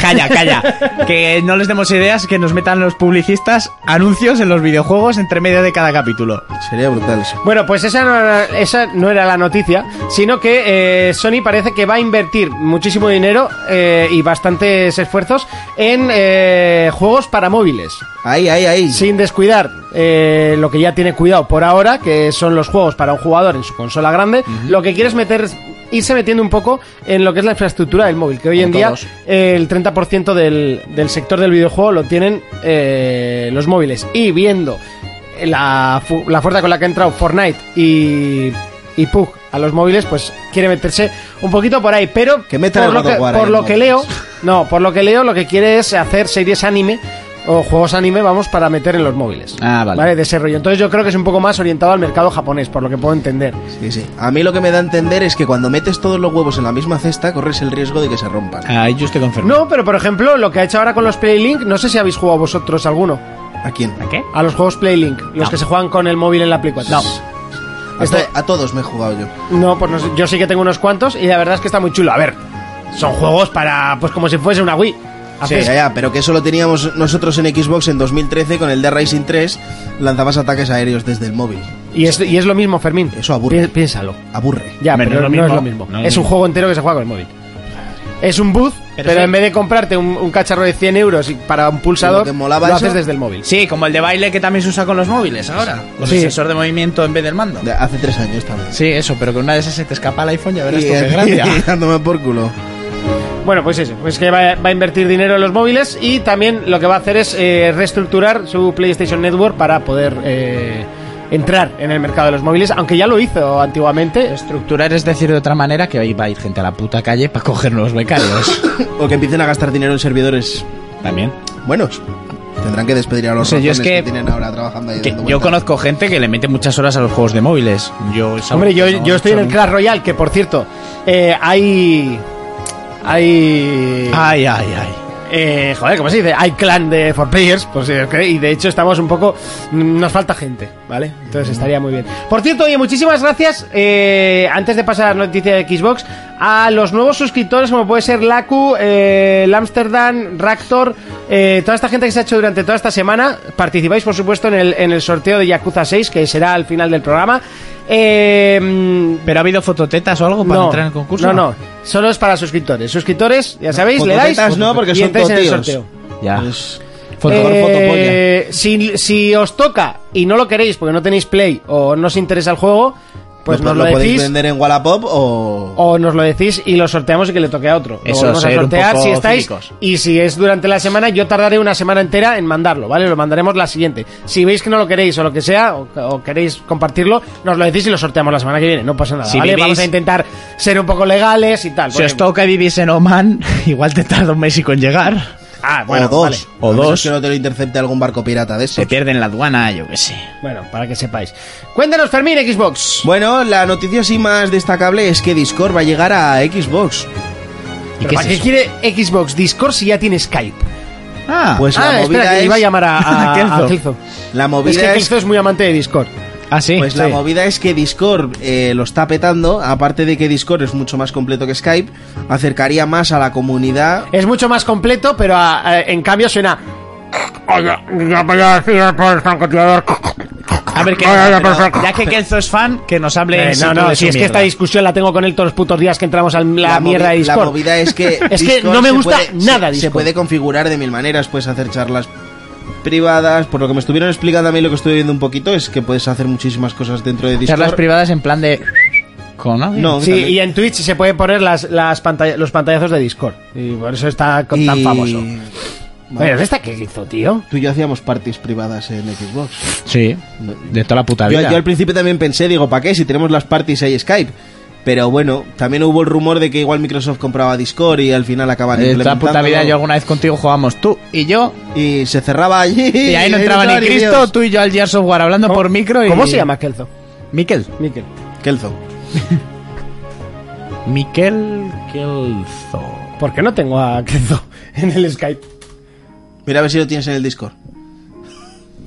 Speaker 3: Calla, calla. Que no les demos ideas, que nos metan los publicistas anuncios en los videojuegos entre medio de cada capítulo.
Speaker 4: Sería brutal eso.
Speaker 2: Bueno, pues esa no, era- esa no era la noticia, sino que eh, Sony parece que va a invertir muchísimo dinero eh, y bastantes esfuerzos en eh, juegos para móviles.
Speaker 4: Ahí, ahí, ahí.
Speaker 2: Sin descuidar eh, lo que ya tiene cuidado por ahora, que son los juegos para un jugador en su consola grande, lo que quiere es meter, irse metiendo un poco en lo que es la infraestructura del móvil, que hoy en
Speaker 4: Como
Speaker 2: día
Speaker 4: todos.
Speaker 2: eh, el 30% del, del sector del videojuego lo tienen eh, los móviles. Y viendo la, fu- la fuerza con la que ha entrado Fortnite y, y PUG a los móviles, pues quiere meterse un poquito por ahí, pero
Speaker 4: Que meta
Speaker 2: por
Speaker 4: el
Speaker 2: lo
Speaker 4: God
Speaker 2: que,
Speaker 4: of War
Speaker 2: por
Speaker 4: ahí,
Speaker 2: lo que
Speaker 4: entonces.
Speaker 2: leo, no, por lo que leo, lo que quiere es hacer series anime o juegos anime, vamos, para meter en los móviles.
Speaker 3: Ah, vale.
Speaker 2: De ese rollo. Entonces yo creo que es un poco más orientado al mercado japonés, por lo que puedo entender.
Speaker 4: Sí, sí. A mí lo que me da a entender es que cuando metes todos los huevos en la misma cesta, corres el riesgo de que se rompan.
Speaker 3: Ahí yo estoy confirmado.
Speaker 2: No, pero por ejemplo, lo que ha hecho ahora con los Playlink, no sé si habéis jugado vosotros alguno.
Speaker 4: ¿A quién?
Speaker 3: ¿A qué?
Speaker 2: A los juegos Playlink, los que se juegan con el móvil en la Play 4.
Speaker 4: A, to- a todos me he jugado yo.
Speaker 2: No, pues no sé, yo sí que tengo unos cuantos y la verdad es que está muy chulo. A ver, son juegos para, pues como si fuese una Wii.
Speaker 4: Sí,
Speaker 2: Haces-
Speaker 4: ya, ya, pero que eso lo teníamos nosotros en Xbox en 2013 con el de Racing 3, lanzabas ataques aéreos desde el móvil.
Speaker 2: y, es, y es lo mismo, Fermín.
Speaker 4: Eso aburre.
Speaker 2: Pi- Piénsalo.
Speaker 4: Aburre.
Speaker 2: Ya,
Speaker 3: Hombre,
Speaker 2: pero no,
Speaker 3: no es lo
Speaker 2: es lo
Speaker 3: mismo.
Speaker 2: mismo.
Speaker 3: No es lo
Speaker 2: es un
Speaker 3: mismo.
Speaker 2: juego entero que se juega con el móvil. Es un booth, pero,
Speaker 3: sí.
Speaker 2: en vez de comprarte un, un cacharro de 100 euros y para un pulsador,
Speaker 4: Lo que molaba
Speaker 2: lo
Speaker 4: eso-
Speaker 2: haces desde el móvil.
Speaker 3: Sí, como el de baile que también se usa con los móviles ahora. Con
Speaker 2: Sí.
Speaker 3: el sensor de movimiento en vez del mando.
Speaker 4: De- hace tres años también.
Speaker 3: Sí, eso, pero con una de esas se te escapa el iPhone, ya verás
Speaker 4: Y-
Speaker 3: tú qué gracia.
Speaker 4: y dándome por culo.
Speaker 2: Bueno, pues eso, pues que va, va a invertir dinero en los móviles y también lo que va a hacer es eh, reestructurar su PlayStation Network para poder eh, entrar en el mercado de los móviles, aunque ya lo hizo antiguamente.
Speaker 3: Estructurar es decir de otra manera que ahí va a ir gente a la puta calle para coger los becarios.
Speaker 4: O que empiecen a gastar dinero en servidores
Speaker 3: También.
Speaker 4: buenos. Tendrán que despedir a los
Speaker 3: O sea, yo es
Speaker 4: rojones
Speaker 3: que-
Speaker 4: que, tienen ahora trabajando ahí.
Speaker 3: Que
Speaker 4: dando
Speaker 3: yo
Speaker 4: vueltas.
Speaker 3: conozco gente que le mete muchas horas a los juegos de móviles. Yo, es algo
Speaker 2: Hombre, yo,
Speaker 3: que no
Speaker 2: yo
Speaker 3: he
Speaker 2: estoy en
Speaker 3: hecho
Speaker 2: el
Speaker 3: nunca.
Speaker 2: Clash Royale, que por cierto, eh, hay... Hay...
Speaker 3: Ay, ay, ay.
Speaker 2: Eh, joder, ¿cómo se dice? Hay clan de For Players, pues si os queréis, y de hecho estamos un poco... mm, Nos falta gente, ¿vale? Entonces estaría muy bien. Por cierto, oye, muchísimas gracias, eh, antes de pasar a la noticia de Xbox, a los nuevos suscriptores como puede ser Laku, eh, el Amsterdam, Raptor, eh, toda esta gente que se ha hecho durante toda esta semana, participáis por supuesto en el, en el sorteo de Yakuza 6, que será al final del programa. Eh, mm,
Speaker 3: ¿Pero ha habido fototetas o algo para entrar en el concurso?
Speaker 2: No, no, solo es para suscriptores. Suscriptores, ya sabéis, le dais
Speaker 4: Fototetas no, porque
Speaker 2: y
Speaker 4: son
Speaker 2: entráis en el
Speaker 4: totíos.
Speaker 2: sorteo.
Speaker 3: Ya.
Speaker 4: Pues,
Speaker 2: Eh, si, si os toca y no lo queréis porque no tenéis play o no os interesa el juego, pues
Speaker 4: lo,
Speaker 2: nos
Speaker 4: lo
Speaker 2: lo,
Speaker 4: podéis
Speaker 2: decís.
Speaker 4: vender en Wallapop o...
Speaker 2: O nos lo decís y lo sorteamos y que le toque a otro.
Speaker 3: Eso,
Speaker 2: lo volvemos a
Speaker 3: ser un
Speaker 2: sortear
Speaker 3: poco
Speaker 2: si estáis.
Speaker 3: cínicos.
Speaker 2: Y si es durante la semana, yo tardaré una semana entera en mandarlo, ¿vale? Lo mandaremos la siguiente. Si veis que no lo queréis o lo que sea, o, o queréis compartirlo, nos lo decís y lo sorteamos la semana que viene. No pasa nada,
Speaker 3: Si
Speaker 2: ¿vale?
Speaker 3: vivís-
Speaker 2: Vamos a intentar ser un poco legales y tal.
Speaker 3: Si os
Speaker 2: porque-
Speaker 3: toca y vivís en Oman, igual te tarda un mes y con llegar.
Speaker 2: Ah, bueno,
Speaker 4: o dos.
Speaker 2: vale.
Speaker 4: A
Speaker 3: O
Speaker 4: menos
Speaker 3: dos.
Speaker 4: que no te lo intercepte algún barco pirata de
Speaker 3: Se
Speaker 4: esos.
Speaker 3: pierde en la aduana, yo qué sé.
Speaker 2: Bueno, para que sepáis. Cuéntanos, Fermín, Xbox.
Speaker 4: Bueno, la noticia así más destacable es que Discord va a llegar a
Speaker 3: ¿Y
Speaker 4: Xbox.
Speaker 2: ¿Pero
Speaker 3: qué es
Speaker 2: ¿Para qué
Speaker 3: eso?
Speaker 2: quiere Xbox Discord si ya tiene Skype?
Speaker 3: Ah,
Speaker 4: Pues la
Speaker 2: ah,
Speaker 4: movida
Speaker 2: espera, que
Speaker 4: es...
Speaker 2: iba a llamar a, a,
Speaker 3: a Kelzo.
Speaker 2: a Kelzo.
Speaker 4: La
Speaker 2: Es que
Speaker 4: movida es...
Speaker 2: Kelzo es muy amante de Discord.
Speaker 3: ah, sí.
Speaker 4: Pues la
Speaker 3: Sí.
Speaker 4: movida es que Discord eh, lo está petando, aparte de que Discord es mucho más completo que Skype, acercaría más a la comunidad.
Speaker 2: Es mucho más completo, pero a- a- en cambio suena...
Speaker 3: A ver, que, ya que Kelzo es fan, que nos hable.
Speaker 2: Eh,
Speaker 3: en
Speaker 2: no,
Speaker 3: sitio
Speaker 2: no,
Speaker 3: de
Speaker 2: si
Speaker 3: su
Speaker 2: es que esta
Speaker 3: mierda.
Speaker 2: discusión la tengo con él todos los putos días que entramos a la,
Speaker 4: movi-
Speaker 2: mierda de Discord.
Speaker 4: La movida es que.
Speaker 2: Es que
Speaker 4: Discord
Speaker 2: no me
Speaker 4: se
Speaker 2: gusta
Speaker 4: puede-
Speaker 2: nada
Speaker 4: se, se
Speaker 2: Discord.
Speaker 4: puede configurar de mil maneras, puedes hacer charlas privadas. Por lo que me estuvieron explicando a mí, lo que estuve viendo un poquito es que puedes hacer muchísimas cosas dentro de Discord.
Speaker 3: Charlas privadas en plan de. ¿Con alguien?
Speaker 4: No,
Speaker 2: Sí,
Speaker 4: también.
Speaker 2: y en Twitch se pueden poner las, las pantalla- los pantallazos de Discord. Y por eso está con- tan
Speaker 4: Y-
Speaker 2: famoso.
Speaker 4: Vale,
Speaker 2: Pero ¿esta qué hizo, tío?
Speaker 4: Tú y yo hacíamos parties privadas en Xbox.
Speaker 3: Sí. De toda la puta
Speaker 4: Yo,
Speaker 3: vida.
Speaker 4: yo al principio también pensé, digo, ¿para qué? Si tenemos las parties y hay Skype. Pero bueno, también hubo el rumor de que igual Microsoft compraba Discord y al final acaban
Speaker 3: Esta Eh, puta vida
Speaker 4: implementándolo.
Speaker 3: yo alguna vez contigo jugamos tú y yo.
Speaker 4: Y se cerraba allí.
Speaker 3: Y ahí no entraba ni Cristo,
Speaker 4: Dios.
Speaker 3: tú y yo al Gears of War hablando por micro y...
Speaker 2: ¿Cómo se llama Kelzo?
Speaker 3: Miquel.
Speaker 2: Miquel.
Speaker 4: Kelzo.
Speaker 3: Miquel Kelzo.
Speaker 2: ¿Por qué no tengo a Kelzo en el Skype?
Speaker 4: Mira a ver si lo tienes en el Discord.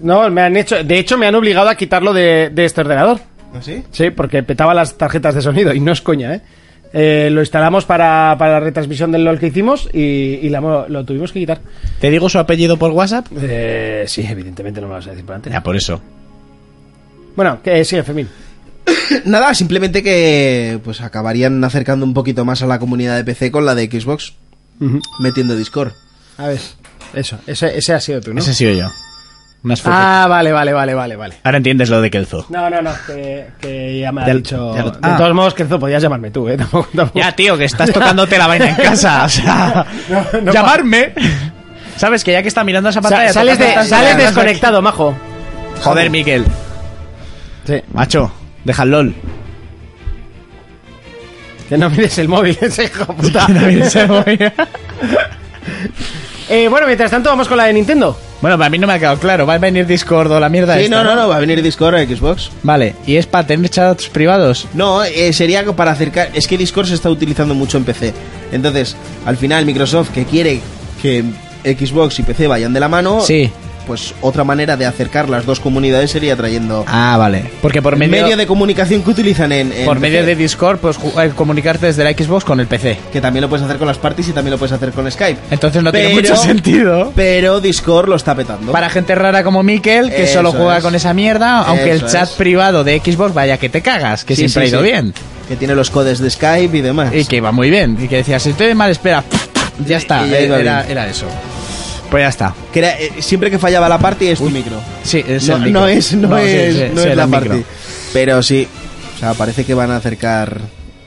Speaker 2: No, me han hecho. De hecho, me han obligado a quitarlo de, de este ordenador.
Speaker 4: ¿Así?
Speaker 2: Sí, porque petaba las tarjetas de sonido y no es coña, ¿eh? Eh, lo instalamos para, para la retransmisión del LOL que hicimos y, y la mo- lo tuvimos que quitar.
Speaker 3: ¿Te digo su apellido por WhatsApp?
Speaker 2: Eh, sí, evidentemente no me lo vas a decir por antes.
Speaker 3: Ya, por eso.
Speaker 2: Ah, Bueno, que sigue, Femín.
Speaker 4: Nada, simplemente que pues acabarían acercando un poquito más a la comunidad de PC con la de Xbox, metiendo Discord.
Speaker 2: A ver, eso, ese, ese ha sido tú, ¿no?
Speaker 3: Ese sí o yo. Unas fotos.
Speaker 2: ah, vale, vale, vale, vale, vale.
Speaker 3: Ahora entiendes lo de Kelzo.
Speaker 2: No, no, no, que, que ya me ha
Speaker 3: Ya lo-
Speaker 2: dicho.
Speaker 3: ya lo-
Speaker 2: de
Speaker 3: ah.
Speaker 2: todos modos, Kenzo, podías llamarme tú, ¿eh? Tampoco, tampoco-
Speaker 3: Ya, tío, que estás tocándote la vaina en casa. O sea,
Speaker 2: No, no
Speaker 3: llamarme. Sabes que ya que está mirando esa
Speaker 2: Sa-
Speaker 3: pantalla.
Speaker 2: sales,
Speaker 3: tocando
Speaker 2: de,
Speaker 3: tanto,
Speaker 2: sales
Speaker 3: ya, no sé-
Speaker 2: desconectado, majo.
Speaker 3: Joder, Miquel.
Speaker 2: Sí.
Speaker 3: Macho, deja el LOL.
Speaker 2: Que no mires el móvil, ese hijo de puta.
Speaker 3: También se voy.
Speaker 2: Eh, bueno, mientras tanto, vamos con la de Nintendo.
Speaker 3: bueno, para mí no me ha quedado claro. ¿Va a venir Discord o la mierda
Speaker 4: Sí,
Speaker 3: esta,
Speaker 4: no, no, no, va a venir Discord a Xbox.
Speaker 3: Vale, ¿y es para tener chats privados?
Speaker 4: No, eh, sería para acercar. Es que Discord se está utilizando mucho en PC. Entonces, al final, Microsoft, que quiere que Xbox y PC vayan de la mano,
Speaker 3: Sí.
Speaker 4: pues otra manera de acercar las dos comunidades sería trayendo
Speaker 3: Ah, vale. Porque por
Speaker 4: el
Speaker 3: medio,
Speaker 4: medio, de comunicación que utilizan en. en
Speaker 3: por medio
Speaker 4: PC,
Speaker 3: de Discord, pues ju- eh, comunicarte desde la Xbox con el PC.
Speaker 4: Que también lo puedes hacer con las parties y también lo puedes hacer con Skype.
Speaker 3: Entonces no tiene
Speaker 4: Pero-
Speaker 3: mucho sentido.
Speaker 4: Pero Discord lo está petando.
Speaker 3: Para gente rara como Miquel, que solo
Speaker 4: Eso
Speaker 3: juega
Speaker 4: es.
Speaker 3: con esa mierda, aunque
Speaker 4: Eso
Speaker 3: el chat
Speaker 4: es.
Speaker 3: privado de Xbox vaya que te cagas, que
Speaker 4: Sí,
Speaker 3: siempre
Speaker 4: sí,
Speaker 3: ha ido
Speaker 4: sí.
Speaker 3: bien.
Speaker 4: Que tiene los codes de Skype y demás.
Speaker 3: Y que iba muy bien. Y que decías, si estoy de mal, espera. Ya está. Eh,
Speaker 4: Y ya iba
Speaker 3: era,
Speaker 4: bien.
Speaker 3: era eso. Pues ya está.
Speaker 4: Que era, eh, siempre que fallaba la party es tu micro.
Speaker 3: Sí, es
Speaker 4: no,
Speaker 3: el micro.
Speaker 4: no es, no,
Speaker 3: No, sí,
Speaker 4: es,
Speaker 3: sí,
Speaker 4: no
Speaker 3: sí,
Speaker 4: es
Speaker 3: era
Speaker 4: la
Speaker 3: el micro.
Speaker 4: party. Pero sí, o sea, parece que van a acercar.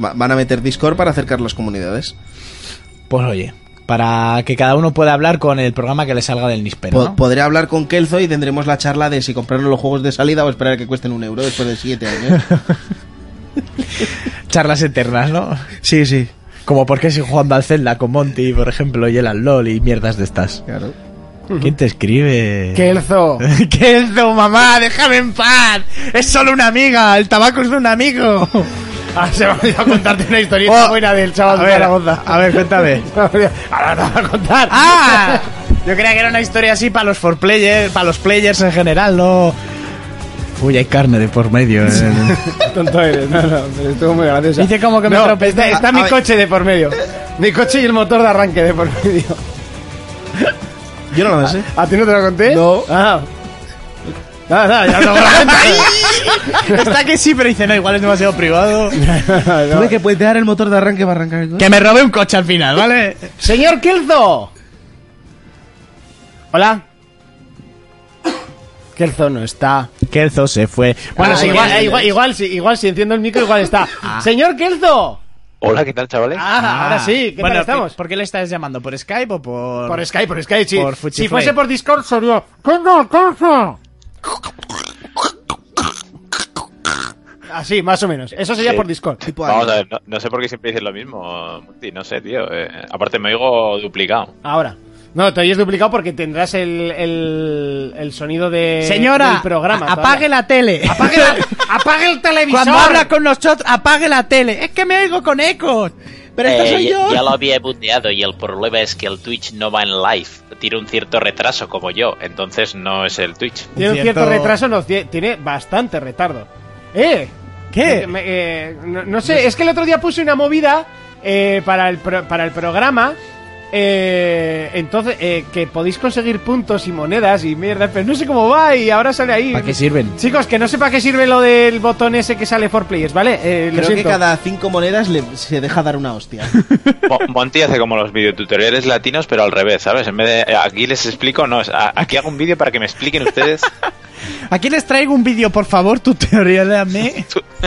Speaker 4: va- Van a meter Discord para acercar las comunidades.
Speaker 3: Pues oye, para que cada uno pueda hablar con el programa que le salga del
Speaker 4: Po-
Speaker 3: Nispero. ¿no?
Speaker 4: Podré hablar con Kelzo y tendremos la charla de si comprar los juegos de salida o esperar a que cuesten un euro después de siete años.
Speaker 3: Charlas eternas, ¿no?
Speaker 4: sí, sí.
Speaker 3: Como por qué si jugando al Zelda con Monty, por ejemplo, y el al LOL y mierdas de estas.
Speaker 4: Claro.
Speaker 3: ¿Quién te escribe?
Speaker 2: Kelzo.
Speaker 3: Kelzo, mamá, déjame en paz. Es solo una amiga, el tabaco es de un amigo.
Speaker 2: Ah, se me ha olvidado contarte una historieta
Speaker 3: Oh,
Speaker 2: buena del
Speaker 3: A
Speaker 2: chaval de
Speaker 3: ver,
Speaker 2: Zaragoza.
Speaker 3: a ver, cuéntame.
Speaker 2: Se me ha olvidado. Ahora te voy a contar.
Speaker 3: ¡Ah! Yo creía que era una historia así para los for players, para los players en general, no. Uy, hay carne de por medio. eh.
Speaker 2: Tonto eres, no, no, pero estuvo muy graciosa.
Speaker 3: Dice como que me
Speaker 2: No,
Speaker 3: tropecé.
Speaker 2: Está, está
Speaker 3: A-
Speaker 2: mi
Speaker 3: a ver.
Speaker 2: coche de por medio. Mi coche y el motor de arranque de por medio.
Speaker 4: Yo no lo
Speaker 3: Ah.
Speaker 4: sé.
Speaker 2: ¿A ti no te lo conté?
Speaker 4: No.
Speaker 2: Ah. Nada, nada, ya no me lo
Speaker 3: Está que sí, pero dice, no, igual es demasiado privado.
Speaker 2: cuento. No.
Speaker 4: Tuve que puetear el motor de arranque para arrancar el coche.
Speaker 3: Que me robé un coche al final, ¿vale?
Speaker 2: Señor Kelzo. Hola. Kelzo no está.
Speaker 3: Kelzo se fue. Bueno,
Speaker 2: Ah,
Speaker 3: sí,
Speaker 2: igual,
Speaker 3: que-
Speaker 2: eh, igual, igual, si, igual si enciendo el micro, igual está.
Speaker 3: Ah.
Speaker 2: Señor Kelzo.
Speaker 5: Hola, ¿qué tal, chavales?
Speaker 2: Ah, ahora sí, ¿qué
Speaker 3: Bueno,
Speaker 2: tal estamos?
Speaker 3: ¿Por qué le estás llamando? ¿Por Skype o por.?
Speaker 2: Por Skype, por Skype, sí.
Speaker 3: Por Fuchifly.
Speaker 2: si fuese por Discord, sería. ¡Coño, coño! Así, más o menos. Eso sería
Speaker 5: Sí.
Speaker 2: por Discord.
Speaker 4: Tipo
Speaker 3: pues
Speaker 5: Vamos
Speaker 4: ahí.
Speaker 5: a ver, no, no sé por qué siempre dices lo mismo, Muti, no sé, tío. eh, aparte, me oigo duplicado.
Speaker 2: Ahora. No, te oyes duplicado porque tendrás el, el, el sonido de,
Speaker 3: Señora,
Speaker 2: del programa.
Speaker 3: a-
Speaker 2: todavía.
Speaker 3: apague la tele.
Speaker 2: Apague, la- apague el televisor.
Speaker 3: Cuando habla con nosotros, apague la tele. Es que me oigo con eco. Pero esta
Speaker 6: Eh,
Speaker 3: soy
Speaker 6: ya-
Speaker 3: yo.
Speaker 6: Ya lo había buteado y el problema es que el Twitch no va en live. Tiene un cierto retraso como yo, entonces no es el Twitch.
Speaker 2: Tiene un cierto,
Speaker 3: Cierto-
Speaker 2: retraso, no, tie- tiene bastante retardo. ¡Eh! Me-
Speaker 3: ¿Qué?
Speaker 2: me- eh, no, no sé, es que el otro día puse una movida eh, para, el pro- para el programa. eh, entonces, eh, que podéis conseguir puntos y monedas y mierda, pero no sé cómo va y ahora sale ahí.
Speaker 3: ¿Para qué sirven?
Speaker 2: Chicos, que no sé para qué sirve lo del botón ese que sale for players, ¿vale? Eh, lo
Speaker 4: Creo que
Speaker 2: siento.
Speaker 4: cada cinco monedas le- se deja dar una hostia.
Speaker 5: Mo- Monty hace como los videotutoriales latinos, pero al revés, ¿sabes? En vez de eh, aquí les explico, no, es, a- aquí hago un vídeo para que me expliquen ustedes.
Speaker 3: Aquí les traigo un vídeo, por favor, tutorial a mí.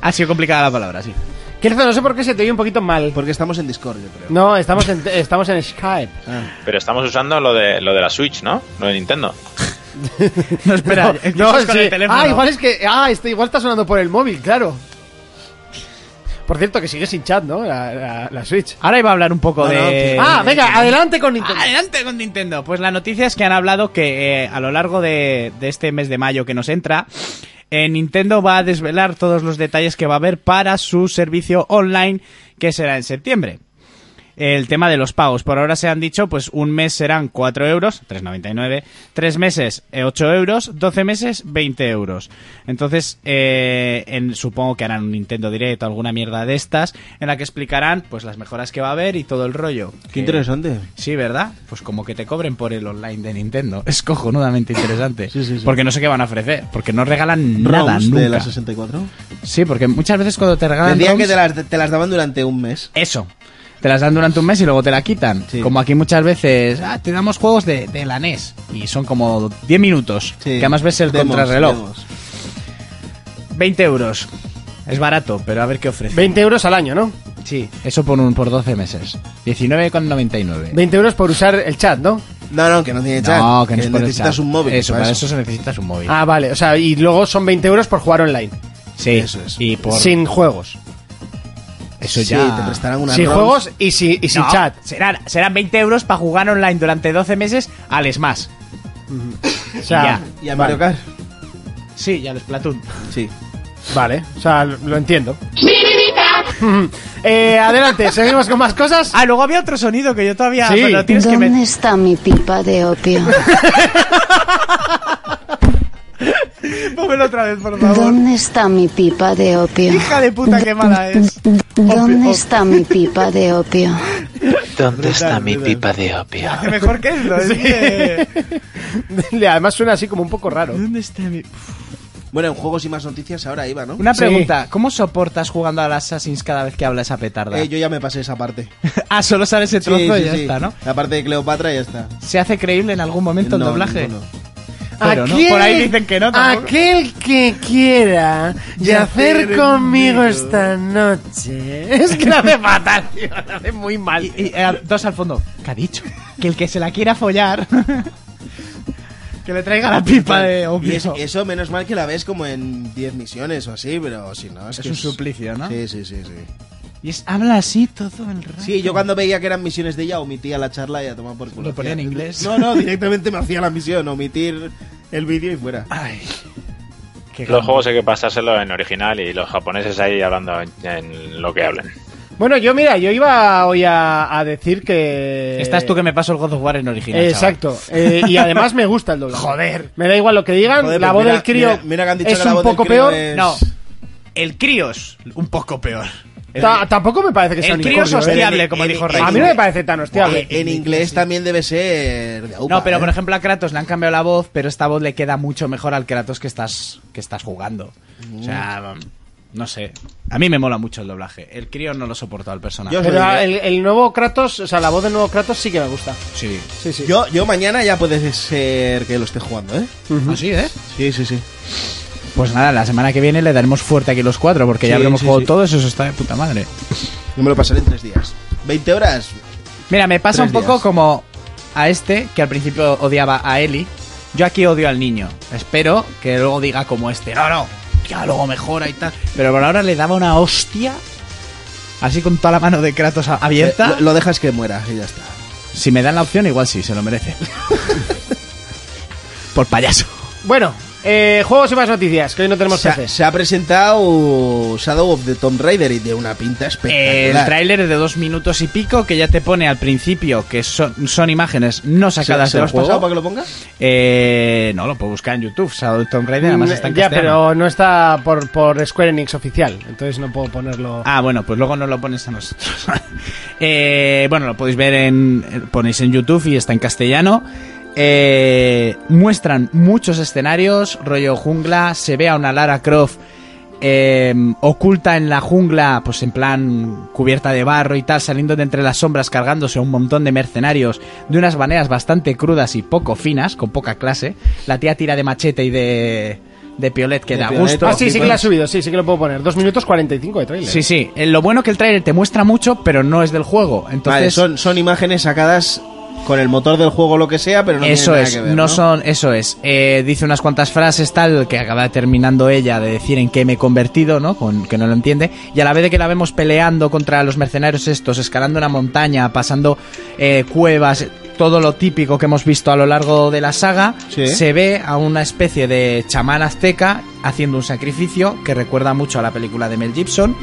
Speaker 3: ha sido complicada la palabra, sí.
Speaker 2: Kelzo, no sé por qué se te oye un poquito mal.
Speaker 3: Pues
Speaker 4: Porque estamos en Discord, yo creo.
Speaker 2: No, estamos en, estamos en Skype.
Speaker 4: Ah.
Speaker 5: Pero estamos usando lo de, lo de la Switch, ¿no? Lo de Nintendo.
Speaker 3: No, espera, es que
Speaker 2: No,
Speaker 3: es con
Speaker 2: sí.
Speaker 3: el teléfono.
Speaker 2: este, Ah, igual es que. Ah, esto igual está sonando por el móvil, claro. Por cierto, que sigue sin chat, ¿no? La, la- la Switch.
Speaker 3: Ahora iba a hablar un poco
Speaker 4: No, no,
Speaker 3: de...
Speaker 4: que-
Speaker 2: Ah, venga, adelante con Nintendo.
Speaker 3: Adelante con Nintendo. Pues la noticia es que han hablado que eh, a lo largo de, de este mes de mayo que nos entra, eh, Nintendo va a desvelar todos los detalles que va a haber para su servicio online que será en septiembre. El tema de los pagos. Por ahora se han dicho, pues un mes serán 4 euros, 3,99, tres meses eh, 8 euros, 12 meses 20 euros. Entonces, eh, en- supongo que harán un Nintendo Directo, alguna mierda de estas, en la que explicarán pues las mejoras que va a haber y todo el rollo.
Speaker 4: Qué
Speaker 3: Que-
Speaker 4: interesante.
Speaker 3: Sí, ¿verdad? Pues como que te cobren por el online de Nintendo. Es cojonudamente interesante.
Speaker 4: Sí, sí, sí.
Speaker 3: Porque no sé qué van a ofrecer. Porque no regalan nada
Speaker 4: ROMs
Speaker 3: nunca.
Speaker 4: de la 64.
Speaker 3: Sí, porque muchas veces cuando te regalan.
Speaker 4: Decían que
Speaker 3: ROMs,
Speaker 4: te las, te las daban durante un mes.
Speaker 3: Eso. Te las dan durante un mes y luego te la quitan.
Speaker 4: Sí.
Speaker 3: Como aquí muchas veces. Ah, te damos juegos de, de la NES. Y son como 10 minutos.
Speaker 4: Sí.
Speaker 3: Que además ves el
Speaker 4: Demos,
Speaker 3: contrarreloj.
Speaker 4: demos.
Speaker 3: 20 euros. Es barato, pero a ver qué ofrece.
Speaker 2: 20 euros al año, ¿no?
Speaker 3: Sí, eso por, un, por 12 meses. 19,99.
Speaker 2: 20 euros por usar el chat, ¿no?
Speaker 4: No, no, que no tiene chat.
Speaker 3: No, que no es por el
Speaker 4: necesitas
Speaker 3: chat.
Speaker 4: un móvil.
Speaker 3: Eso, para
Speaker 4: para
Speaker 3: eso se necesitas un móvil.
Speaker 2: Ah, vale. O sea, y luego son 20 euros por jugar online.
Speaker 3: sí,
Speaker 4: eso es.
Speaker 3: y por
Speaker 2: Sin juegos.
Speaker 3: Eso
Speaker 4: Sí,
Speaker 3: ya.
Speaker 4: te prestarán una
Speaker 2: sin
Speaker 4: ROMs.
Speaker 2: juegos y, si- y sin
Speaker 3: No,
Speaker 2: chat.
Speaker 3: Serán, serán 20 euros para jugar online durante 12 meses al Smash.
Speaker 2: O sea,
Speaker 3: Ya.
Speaker 4: Y a Mario Kart.
Speaker 3: Sí, y al Splatoon.
Speaker 4: Sí.
Speaker 2: vale. O sea, lo lo entiendo. eh, adelante, seguimos con más cosas.
Speaker 3: Ah, luego había otro sonido que yo todavía.
Speaker 2: Sí.
Speaker 3: me lo tienes que
Speaker 7: ¿Dónde
Speaker 3: meter.
Speaker 7: está mi pipa de opio?
Speaker 3: Pónmelo otra vez, por favor.
Speaker 7: ¿Dónde está mi pipa de opio?
Speaker 3: Hija de puta, qué mala es.
Speaker 7: ¿Dónde está mi pipa de opio?
Speaker 6: ¿Dónde está mi pipa de opio?
Speaker 3: Qué Mejor que esto. es que-
Speaker 2: Además suena así como un poco raro.
Speaker 3: ¿Dónde está mi.?
Speaker 4: Bueno, en juegos y más noticias ahora iba, ¿no?
Speaker 3: Una
Speaker 2: Sí.
Speaker 3: pregunta. ¿Cómo soportas jugando al Assassin's cada vez que habla esa petarda?
Speaker 4: Eh, yo ya me pasé esa parte.
Speaker 3: Ah, solo sale ese trozo
Speaker 4: Sí,
Speaker 3: y
Speaker 4: sí,
Speaker 3: ya
Speaker 4: sí.
Speaker 3: está, ¿no?
Speaker 4: La parte de Cleopatra y ya está.
Speaker 3: ¿Se hace creíble en algún momento
Speaker 4: No,
Speaker 3: el doblaje?
Speaker 4: ninguno.
Speaker 3: Pero no, por ahí dicen que no, tampoco.
Speaker 2: Aquel que quiera yacer conmigo esta noche. Es que lo hace fatal, tío, lo hace muy mal.
Speaker 3: Y, y, eh, dos al fondo. ¿Qué ha dicho? Que el que se la quiera follar. que le traiga la pipa de
Speaker 4: Y
Speaker 3: opio.
Speaker 4: es- eso, menos mal que la ves como en 10 misiones o así, pero si no, es,
Speaker 3: Es
Speaker 4: que
Speaker 3: un suplicio, ¿no?
Speaker 4: Sí, sí, sí, sí.
Speaker 3: Y es- habla así todo el rato.
Speaker 4: Sí, yo cuando veía que eran misiones de ella, omitía la charla y a tomar por culo.
Speaker 3: Lo ponía en inglés.
Speaker 4: No, no, directamente me hacía la misión, omitir el vídeo y fuera.
Speaker 3: Ay. Qué
Speaker 5: Los
Speaker 3: gran-
Speaker 5: juegos hay que pasárselo en original y los japoneses ahí hablando en, en lo que hablan.
Speaker 2: Bueno, yo mira, yo iba hoy a, a decir
Speaker 4: Eh,
Speaker 2: que...
Speaker 3: Estás tú que me paso el God of War en original. chaval.
Speaker 2: Exacto. Eh, y además me gusta el doblaje. Joder. Me da igual lo que digan,
Speaker 4: Joder,
Speaker 2: la
Speaker 4: pues
Speaker 2: voz
Speaker 4: mira-
Speaker 2: del crío
Speaker 4: mira- mira que han dicho
Speaker 2: es
Speaker 4: que la
Speaker 2: un
Speaker 4: voz del
Speaker 2: poco
Speaker 4: crío
Speaker 2: peor.
Speaker 4: es-
Speaker 3: No. El Críos, un poco peor.
Speaker 2: Ta- tampoco me parece que sea
Speaker 3: El
Speaker 2: un
Speaker 3: crío
Speaker 2: incordio,
Speaker 3: es
Speaker 2: ¿eh?
Speaker 3: hostiable, como dijo Rey.
Speaker 2: A mí no me parece tan hostiable.
Speaker 4: En inglés también debe ser de aupa,
Speaker 3: No, pero por
Speaker 4: ¿eh?
Speaker 3: ejemplo a Kratos le han cambiado la voz, pero esta voz le queda mucho mejor al Kratos que estás, que estás jugando. O
Speaker 4: Mm.
Speaker 3: sea, no sé. A mí me mola mucho el doblaje. El crío no lo soporto al personaje.
Speaker 4: Yo soy
Speaker 2: Pero
Speaker 4: de-
Speaker 2: el, el nuevo Kratos, o sea, la voz del nuevo Kratos sí que me gusta.
Speaker 3: Sí.
Speaker 2: Sí, sí.
Speaker 4: Yo, yo mañana ya puede ser que lo esté jugando, ¿eh?
Speaker 3: Así, ¿eh?
Speaker 4: Sí, sí, sí.
Speaker 3: Pues nada, la semana que viene le daremos fuerte aquí los cuatro, porque ya
Speaker 4: Sí,
Speaker 3: habremos
Speaker 4: sí,
Speaker 3: jugado
Speaker 4: sí.
Speaker 3: todo eso, eso está de puta madre.
Speaker 4: Yo me lo pasaré en tres días. ¿20 horas?
Speaker 3: Mira, me pasa
Speaker 4: Tres
Speaker 3: un poco
Speaker 4: días.
Speaker 3: como a este, que al principio odiaba a Eli. Yo aquí odio al niño. Espero que luego diga como este. No, no, ya luego mejora y tal. Pero por ahora le daba una hostia. Así con toda la mano de Kratos a- abierta.
Speaker 4: Eh, lo, lo dejas que muera y ya está.
Speaker 3: Si me dan la opción, igual sí, se lo merece. por payaso.
Speaker 2: Bueno, eh, juegos y más noticias, que hoy no tenemos
Speaker 4: Se ha,
Speaker 2: jefes.
Speaker 4: se ha presentado Shadow of the Tomb Raider y de una pinta
Speaker 3: El
Speaker 4: espectacular.
Speaker 3: tráiler es de dos minutos y pico que ya te pone al principio que son, son imágenes no
Speaker 4: ¿Se-
Speaker 3: sacadas
Speaker 4: ¿Se
Speaker 3: del
Speaker 4: lo has
Speaker 3: juego.
Speaker 4: pasado para que lo pongas?
Speaker 3: Eh, no, lo puedo buscar en YouTube. Shadow of Tomb Raider,
Speaker 4: Mm,
Speaker 3: además está en
Speaker 2: Mm, ya,
Speaker 3: castellano.
Speaker 2: pero no está por, por Square Enix oficial, entonces no puedo ponerlo.
Speaker 3: Ah, bueno, pues luego no lo pones a nosotros. Eh, bueno, lo podéis ver en. eh, Ponéis en YouTube y está en castellano. Eh, muestran muchos escenarios, rollo jungla. Se ve a una Lara Croft eh, oculta en la jungla, pues en plan cubierta de barro y tal, saliendo de entre las sombras, cargándose a un montón de mercenarios de unas maneras bastante crudas y poco finas, con poca clase. La tía tira de machete y de. De Piolet que
Speaker 4: De
Speaker 3: da
Speaker 4: Piolet,
Speaker 3: gusto.
Speaker 2: Ah, sí, sí que lo
Speaker 4: pones-
Speaker 2: ha subido, sí, sí que lo puedo poner. Dos minutos 45 de trailer.
Speaker 3: Sí, sí. Eh, Lo bueno que el tráiler te muestra mucho, pero no es del juego. Entonces,
Speaker 4: Vale, son, son imágenes sacadas con el motor del juego o lo que sea, pero no tiene
Speaker 3: Eso
Speaker 4: nada
Speaker 3: es,
Speaker 4: que ver,
Speaker 3: no son, eso es. Eh, dice unas cuantas frases tal que acaba terminando ella de decir en qué me he convertido, ¿no? Con que no lo entiende. Y a la vez de que la vemos peleando contra los mercenarios estos, escalando una montaña, pasando eh, cuevas, todo lo típico que hemos visto a lo largo de la saga,
Speaker 4: Sí.
Speaker 3: se ve a una especie de chamán azteca haciendo un sacrificio que recuerda mucho a la película de Mel Gibson.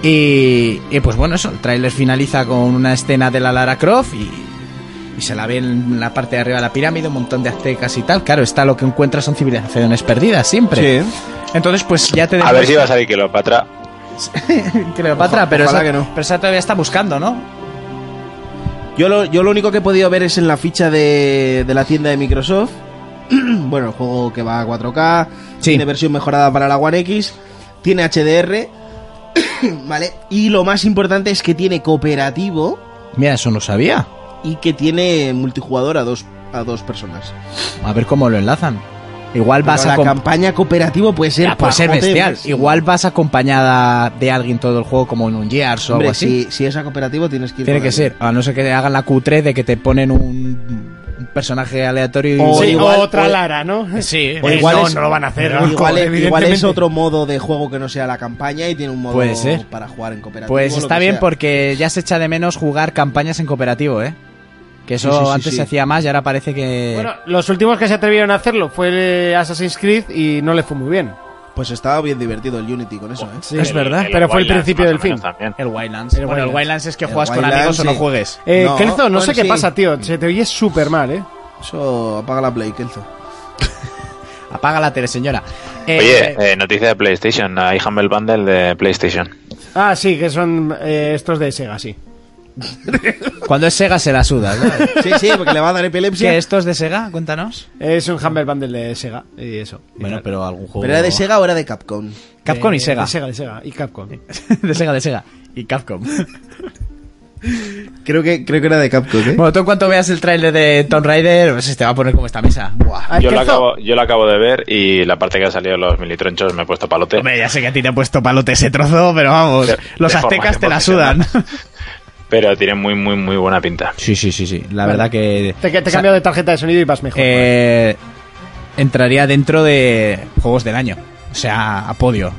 Speaker 3: Y, y pues bueno, eso, el tráiler finaliza con una escena de la Lara Croft y, y se la ve en la parte de arriba de la pirámide, un montón de aztecas y tal. Claro, está lo que encuentras son civilizaciones perdidas siempre.
Speaker 4: Sí.
Speaker 3: Entonces, pues ya te
Speaker 5: A ver si va
Speaker 3: demuestra-
Speaker 5: a salir Cleopatra.
Speaker 3: Cleopatra,
Speaker 4: Oja-
Speaker 3: pero,
Speaker 4: ojalá
Speaker 3: esa,
Speaker 4: que no.
Speaker 3: pero esa todavía está buscando, ¿no?
Speaker 4: Yo lo, yo lo único que he podido ver es en la ficha de, de la tienda de Microsoft. bueno, el juego que va a 4K,
Speaker 3: Sí.
Speaker 4: tiene versión mejorada para la One X, tiene HDR, ¿vale? Y lo más importante es que tiene cooperativo
Speaker 3: Mira, eso no sabía.
Speaker 4: y que tiene multijugador a dos, a dos personas.
Speaker 3: A ver cómo lo enlazan. Igual vas a
Speaker 4: Pero la
Speaker 3: comp-
Speaker 4: campaña cooperativo puede ser,
Speaker 3: Ya, puede ser
Speaker 4: pajote,
Speaker 3: bestial.
Speaker 4: pues.
Speaker 3: Igual vas acompañada de alguien todo el juego, como en un Gears o
Speaker 4: Hombre,
Speaker 3: algo así.
Speaker 4: si, si es a cooperativo tienes que ir
Speaker 3: Tiene
Speaker 4: con
Speaker 3: que
Speaker 4: alguien.
Speaker 3: ser. A no ser que hagan la cutre de que te ponen un, un personaje aleatorio y.
Speaker 4: O
Speaker 2: Sí,
Speaker 4: igual-
Speaker 2: otra
Speaker 4: o-
Speaker 2: Lara, ¿no?
Speaker 3: Sí,
Speaker 2: Eh,
Speaker 4: Pues igual
Speaker 2: no,
Speaker 4: es-
Speaker 2: no lo van a hacer.
Speaker 4: Igual,
Speaker 2: Raúl,
Speaker 4: es- igual es
Speaker 2: evidentemente.
Speaker 4: otro modo de juego que no sea la campaña y tiene un modo
Speaker 3: Puede ser.
Speaker 4: para jugar en cooperativo.
Speaker 3: Pues
Speaker 4: lo
Speaker 3: está
Speaker 4: que
Speaker 3: bien
Speaker 4: sea.
Speaker 3: porque ya se echa de menos jugar campañas en cooperativo, ¿eh? Que eso
Speaker 4: Sí, sí, sí,
Speaker 3: antes
Speaker 4: sí.
Speaker 3: se hacía más y ahora parece que...
Speaker 2: Bueno, los últimos que se atrevieron a hacerlo fue eh, Assassin's Creed y no le fue muy bien.
Speaker 4: Pues estaba bien divertido el Unity con eso, ¿eh.
Speaker 3: es verdad.
Speaker 2: Pero fue el
Speaker 6: Wildlands,
Speaker 2: principio
Speaker 6: más
Speaker 2: del
Speaker 6: o menos
Speaker 2: fin.
Speaker 6: también.
Speaker 3: El Wildlands.
Speaker 2: El
Speaker 3: bueno, el
Speaker 2: Wildlands.
Speaker 3: Wildlands es que
Speaker 4: El
Speaker 3: juegas con
Speaker 4: Wildlands,
Speaker 3: amigos o no
Speaker 4: sí.
Speaker 3: juegues.
Speaker 2: Eh,
Speaker 4: No,
Speaker 2: Kelzo, no sé
Speaker 4: bueno,
Speaker 2: qué
Speaker 4: sí.
Speaker 2: pasa, tío. Se te oye súper mal, ¿eh?
Speaker 4: Eso apaga la play, Kelzo.
Speaker 3: Apaga la tele, señora. Eh,
Speaker 5: Oye, eh, noticia de PlayStation. Hay Humble Bundle de PlayStation.
Speaker 2: Ah, sí, que son eh, estos de Sega, sí.
Speaker 3: Eh, Cuando es Sega se la suda, ¿no?
Speaker 4: Sí, sí, porque le va a dar
Speaker 3: ¿Qué
Speaker 4: epilepsia.
Speaker 3: esto es de Sega? Cuéntanos.
Speaker 2: Es un Humble Bundle de Sega y eso. Y
Speaker 3: Bueno,
Speaker 2: tal.
Speaker 3: pero algún juego...
Speaker 4: ¿Pero era de Sega o era de Capcom?
Speaker 3: Capcom
Speaker 2: Eh,
Speaker 3: y Sega. Eh,
Speaker 2: De Sega, de Sega. Y Capcom.
Speaker 3: de Sega, de Sega. Y Capcom.
Speaker 4: Creo que, creo que era de Capcom, ¿eh?
Speaker 3: Bueno, tú en cuanto veas el tráiler de Tomb Raider, pues, se te va a poner como esta mesa. Buah.
Speaker 2: Ay,
Speaker 5: Yo lo,
Speaker 2: Kelzo,
Speaker 5: acabo, yo lo acabo de ver y la parte que ha salido los militronchos me he puesto palote.
Speaker 3: Hombre, ya sé que a ti te ha puesto palote ese trozo, pero vamos,
Speaker 5: De-
Speaker 3: los
Speaker 5: de
Speaker 3: aztecas
Speaker 5: formación
Speaker 3: te la sudan.
Speaker 5: Pero tiene muy, muy, muy buena pinta.
Speaker 3: Sí, sí, sí, sí. La verdad que...
Speaker 2: Te, te he cambiado de tarjeta de sonido y vas mejor.
Speaker 3: Eh, entraría dentro de juegos del año. O sea, a podio.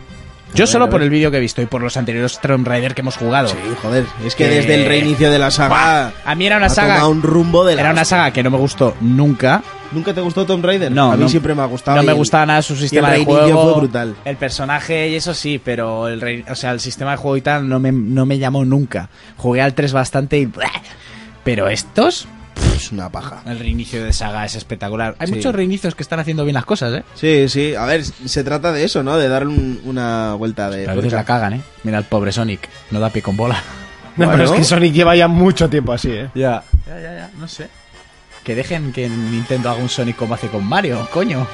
Speaker 3: Yo solo por el vídeo que he visto y por los anteriores Tomb Raider que hemos jugado.
Speaker 4: Sí, joder. Es que
Speaker 3: Eh,
Speaker 4: desde el reinicio de la saga.
Speaker 3: A mí era una
Speaker 4: ha
Speaker 3: saga.
Speaker 4: tomado un rumbo de la
Speaker 3: Era una
Speaker 4: hostia.
Speaker 3: saga que no me gustó nunca.
Speaker 4: ¿Nunca te gustó Tomb Raider?
Speaker 3: No,
Speaker 4: A mí
Speaker 3: no-
Speaker 4: siempre me ha gustado.
Speaker 3: No
Speaker 4: y
Speaker 3: me
Speaker 4: el-
Speaker 3: gustaba nada su sistema
Speaker 4: y
Speaker 3: de
Speaker 4: el reinicio
Speaker 3: juego.
Speaker 4: fue brutal.
Speaker 3: El personaje y eso sí, pero el, re- o sea, el sistema de juego y tal no me, no me llamó nunca. Jugué al 3 bastante y. Pero estos,
Speaker 4: Pff, Es una paja.
Speaker 3: el reinicio de saga es espectacular. Hay
Speaker 4: Sí.
Speaker 3: muchos reinicios que están haciendo bien las cosas, ¿eh?
Speaker 4: Sí, sí. A ver, se trata de eso, ¿no? De darle un- una vuelta de.
Speaker 3: A veces
Speaker 4: tuerca.
Speaker 3: la cagan, ¿eh? Mira el pobre Sonic, no da pie con bola.
Speaker 2: No, pero es
Speaker 4: bueno.
Speaker 2: que Sonic lleva ya mucho tiempo así, ¿eh?
Speaker 3: Ya. Ya, ya, ya, no sé. Que dejen que Nintendo haga un Sonic como hace con Mario, coño.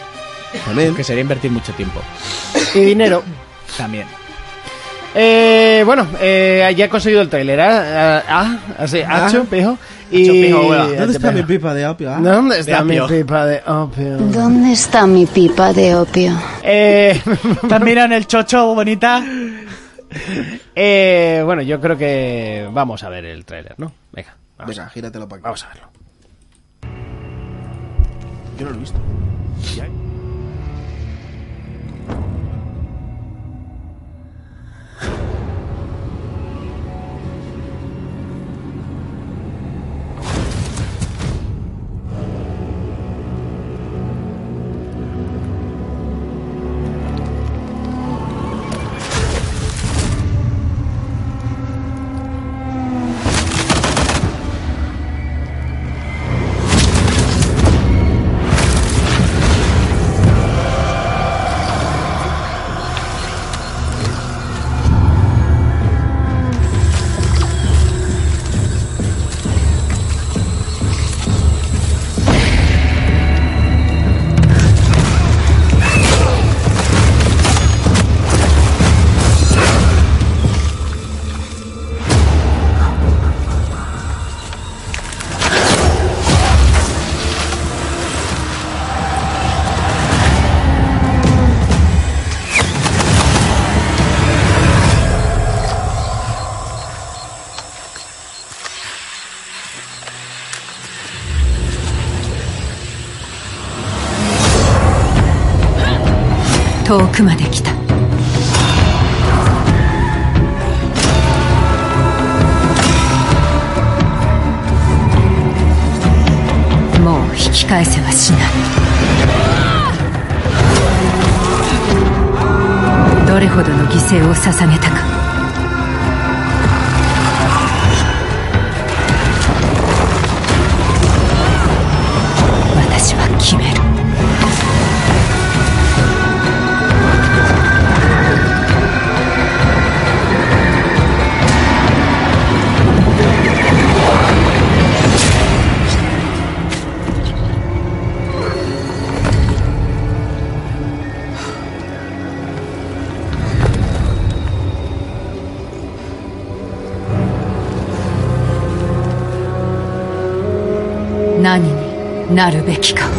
Speaker 4: También.
Speaker 3: Que sería invertir mucho tiempo.
Speaker 2: Y dinero.
Speaker 3: También.
Speaker 2: Eh, bueno, eh, ya he conseguido el trailer. ¿Ah? Ah, ah, así, hacho, pijo.
Speaker 3: eh, Hacho,
Speaker 2: Y...
Speaker 3: pijo, hueva.
Speaker 4: ¿Dónde está mi pipa de opio? ah?
Speaker 2: ¿Dónde está mi
Speaker 3: apio.
Speaker 2: pipa de opio?
Speaker 7: ¿Dónde está mi pipa de opio?
Speaker 3: Ah,
Speaker 2: Eh,
Speaker 3: También en el chocho, bonita.
Speaker 2: eh, bueno, yo creo que vamos a ver el tráiler, ¿no? Venga, vamos,
Speaker 4: Venga, gíratelo para acá.
Speaker 2: vamos a verlo.
Speaker 4: Yo no lo he visto.
Speaker 8: 遠くまで来たもう引き返せはしないどれほどの犠牲を捧げたか私は決める何になるべきか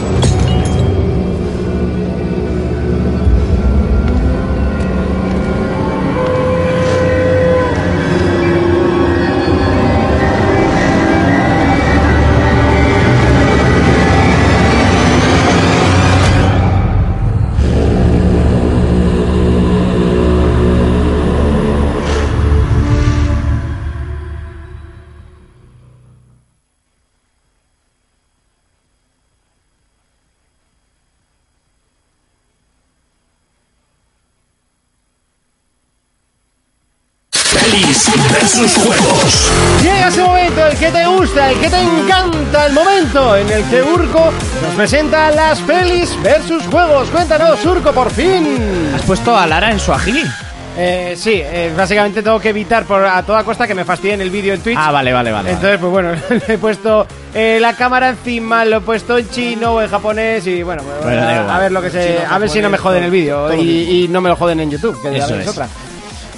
Speaker 2: Llega ese momento, el que te gusta, el que te encanta, el momento en el que Urco nos presenta las pelis versus juegos. Cuéntanos, Urco, por fin.
Speaker 3: ¿Has puesto a Lara en su ajili?
Speaker 2: Eh, sí, eh, básicamente tengo que evitar por, a toda costa que me fastidien el vídeo en Twitch.
Speaker 3: Ah, vale, vale, vale.
Speaker 2: Entonces, pues bueno, le he puesto eh, la cámara encima, lo he puesto en chino o en japonés y bueno, pues,
Speaker 3: Bueno, da igual.
Speaker 2: a, a ver lo que se, a ver si no me joden el vídeo y, y no me lo joden en YouTube, que ya
Speaker 3: Eso
Speaker 2: ves
Speaker 3: es.
Speaker 2: otra.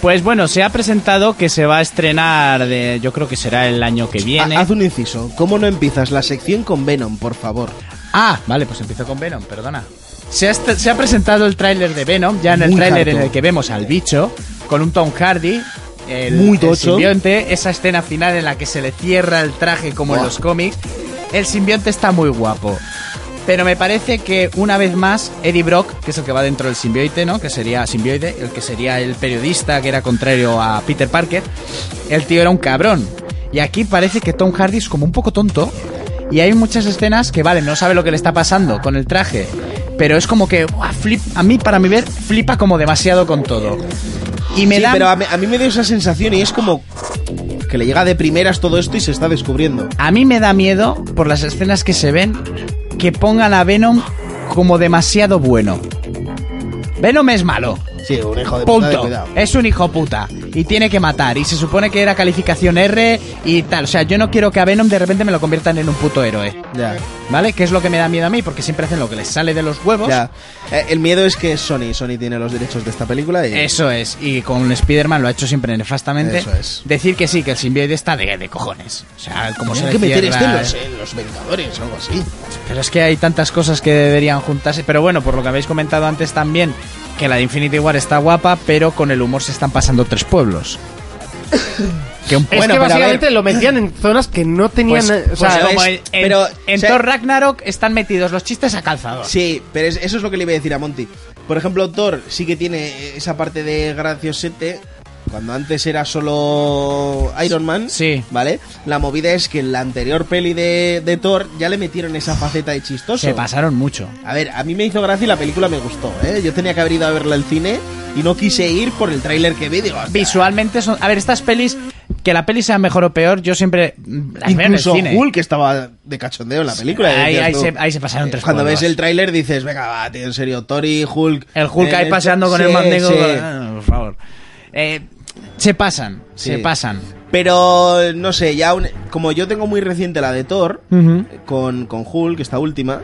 Speaker 3: Pues bueno, se ha presentado que se va a estrenar, de, yo creo que será el año que viene.
Speaker 4: Ha- Haz un inciso. ¿Cómo no empiezas la sección con Venom, por favor?
Speaker 3: Ah, vale, pues empiezo con Venom, perdona. Se ha, est- se ha presentado el tráiler de Venom, ya en el
Speaker 4: Muy
Speaker 3: tráiler en
Speaker 4: harto.
Speaker 3: el que vemos al bicho, con un Tom Hardy, el,
Speaker 4: Muy
Speaker 3: el
Speaker 4: tocho.
Speaker 3: simbionte, esa escena final en la que se le cierra el traje como en los cómics. El simbionte está muy guapo. Pero me parece que una vez más Eddie Brock, que es el que va dentro del simbioide, ¿no? Que sería simbioide, el que sería el periodista que era contrario a Peter Parker, el tío era un cabrón. Y aquí parece que Tom Hardy es como un poco tonto. Y hay muchas escenas que, vale, no sabe lo que le está pasando con el traje. Pero es como que, buah, flip, a mí, para mi ver, flipa como demasiado con todo. Y me
Speaker 4: Sí,
Speaker 3: da...
Speaker 4: pero a mí, a mí me dio esa sensación y es como que le llega de primeras todo esto y se está descubriendo.
Speaker 3: A mí me da miedo, por las escenas que se ven, que pongan a Venom como demasiado bueno. Venom es malo.
Speaker 4: Sí, un hijo de puta de
Speaker 3: Punto.
Speaker 4: cuidado.
Speaker 3: Es un hijo puta. Y tiene que matar. Y se supone que era calificación R y tal. O sea, yo no quiero que a Venom de repente me lo conviertan en un puto héroe.
Speaker 4: Ya,
Speaker 3: ¿Vale? Que es lo que me da miedo a mí, porque siempre hacen lo que les sale de los huevos.
Speaker 4: ya. Eh, el miedo es que Sony, Sony tiene los derechos de esta película y...
Speaker 3: Eso es, y con Spider-Man lo ha hecho siempre nefastamente.
Speaker 4: Eso es.
Speaker 3: Decir que sí, que el simbionte está de, de cojones. O sea, como se le
Speaker 4: Hay que meter
Speaker 3: cierra-
Speaker 4: esto en los, en los Vengadores o algo así.
Speaker 3: Pero es que hay tantas cosas que deberían juntarse. Pero bueno, por lo que habéis comentado antes también, que la de Infinity War está guapa, pero con el humor se están pasando tres pueblos. que un
Speaker 2: Es
Speaker 3: bueno,
Speaker 2: que
Speaker 3: pero a ver,
Speaker 2: básicamente lo metían en zonas que no tenían...
Speaker 3: pues-
Speaker 2: eh, o sea,
Speaker 3: pues
Speaker 4: ¿ves?
Speaker 3: como en, en-
Speaker 4: Pero,
Speaker 3: en
Speaker 4: o sea-
Speaker 3: Thor Ragnarok están metidos los chistes a calzador.
Speaker 4: Sí, pero es- eso es lo que le iba a decir a Monty. Por ejemplo, Thor sí que tiene esa parte de graciosete. Cuando antes era solo Iron Man,
Speaker 3: Sí.
Speaker 4: ¿vale? La movida es que en la anterior peli de, de Thor ya le metieron esa faceta de chistoso.
Speaker 3: Se pasaron mucho.
Speaker 4: A ver, a mí me hizo gracia y la película me gustó, ¿eh? Yo tenía que haber ido a verla al cine y no quise ir por el tráiler que vi. Digo, hostia,
Speaker 3: Visualmente son... A ver, estas pelis, que la peli sea mejor o peor, yo siempre... mm, Las veo en el
Speaker 4: incluso
Speaker 3: cine.
Speaker 4: Hulk estaba de cachondeo en la película. y
Speaker 3: ahí-
Speaker 4: decías
Speaker 3: ahí
Speaker 4: tú,
Speaker 3: se- ahí se pasaron
Speaker 4: eh,
Speaker 3: tres
Speaker 4: Cuando
Speaker 3: pueblos.
Speaker 4: ves el tráiler dices, venga, va, tío, en serio, Tori, Hulk...
Speaker 3: El Hulk
Speaker 4: eh,
Speaker 3: ahí
Speaker 4: esto-
Speaker 3: paseando con el
Speaker 4: sí,
Speaker 3: mandego.
Speaker 4: sí.
Speaker 3: Ah, Por favor. Eh, se pasan, se
Speaker 4: Sí.
Speaker 3: pasan.
Speaker 4: Pero no sé, ya un- como yo tengo muy reciente la de Thor con, con Hulk, esta última,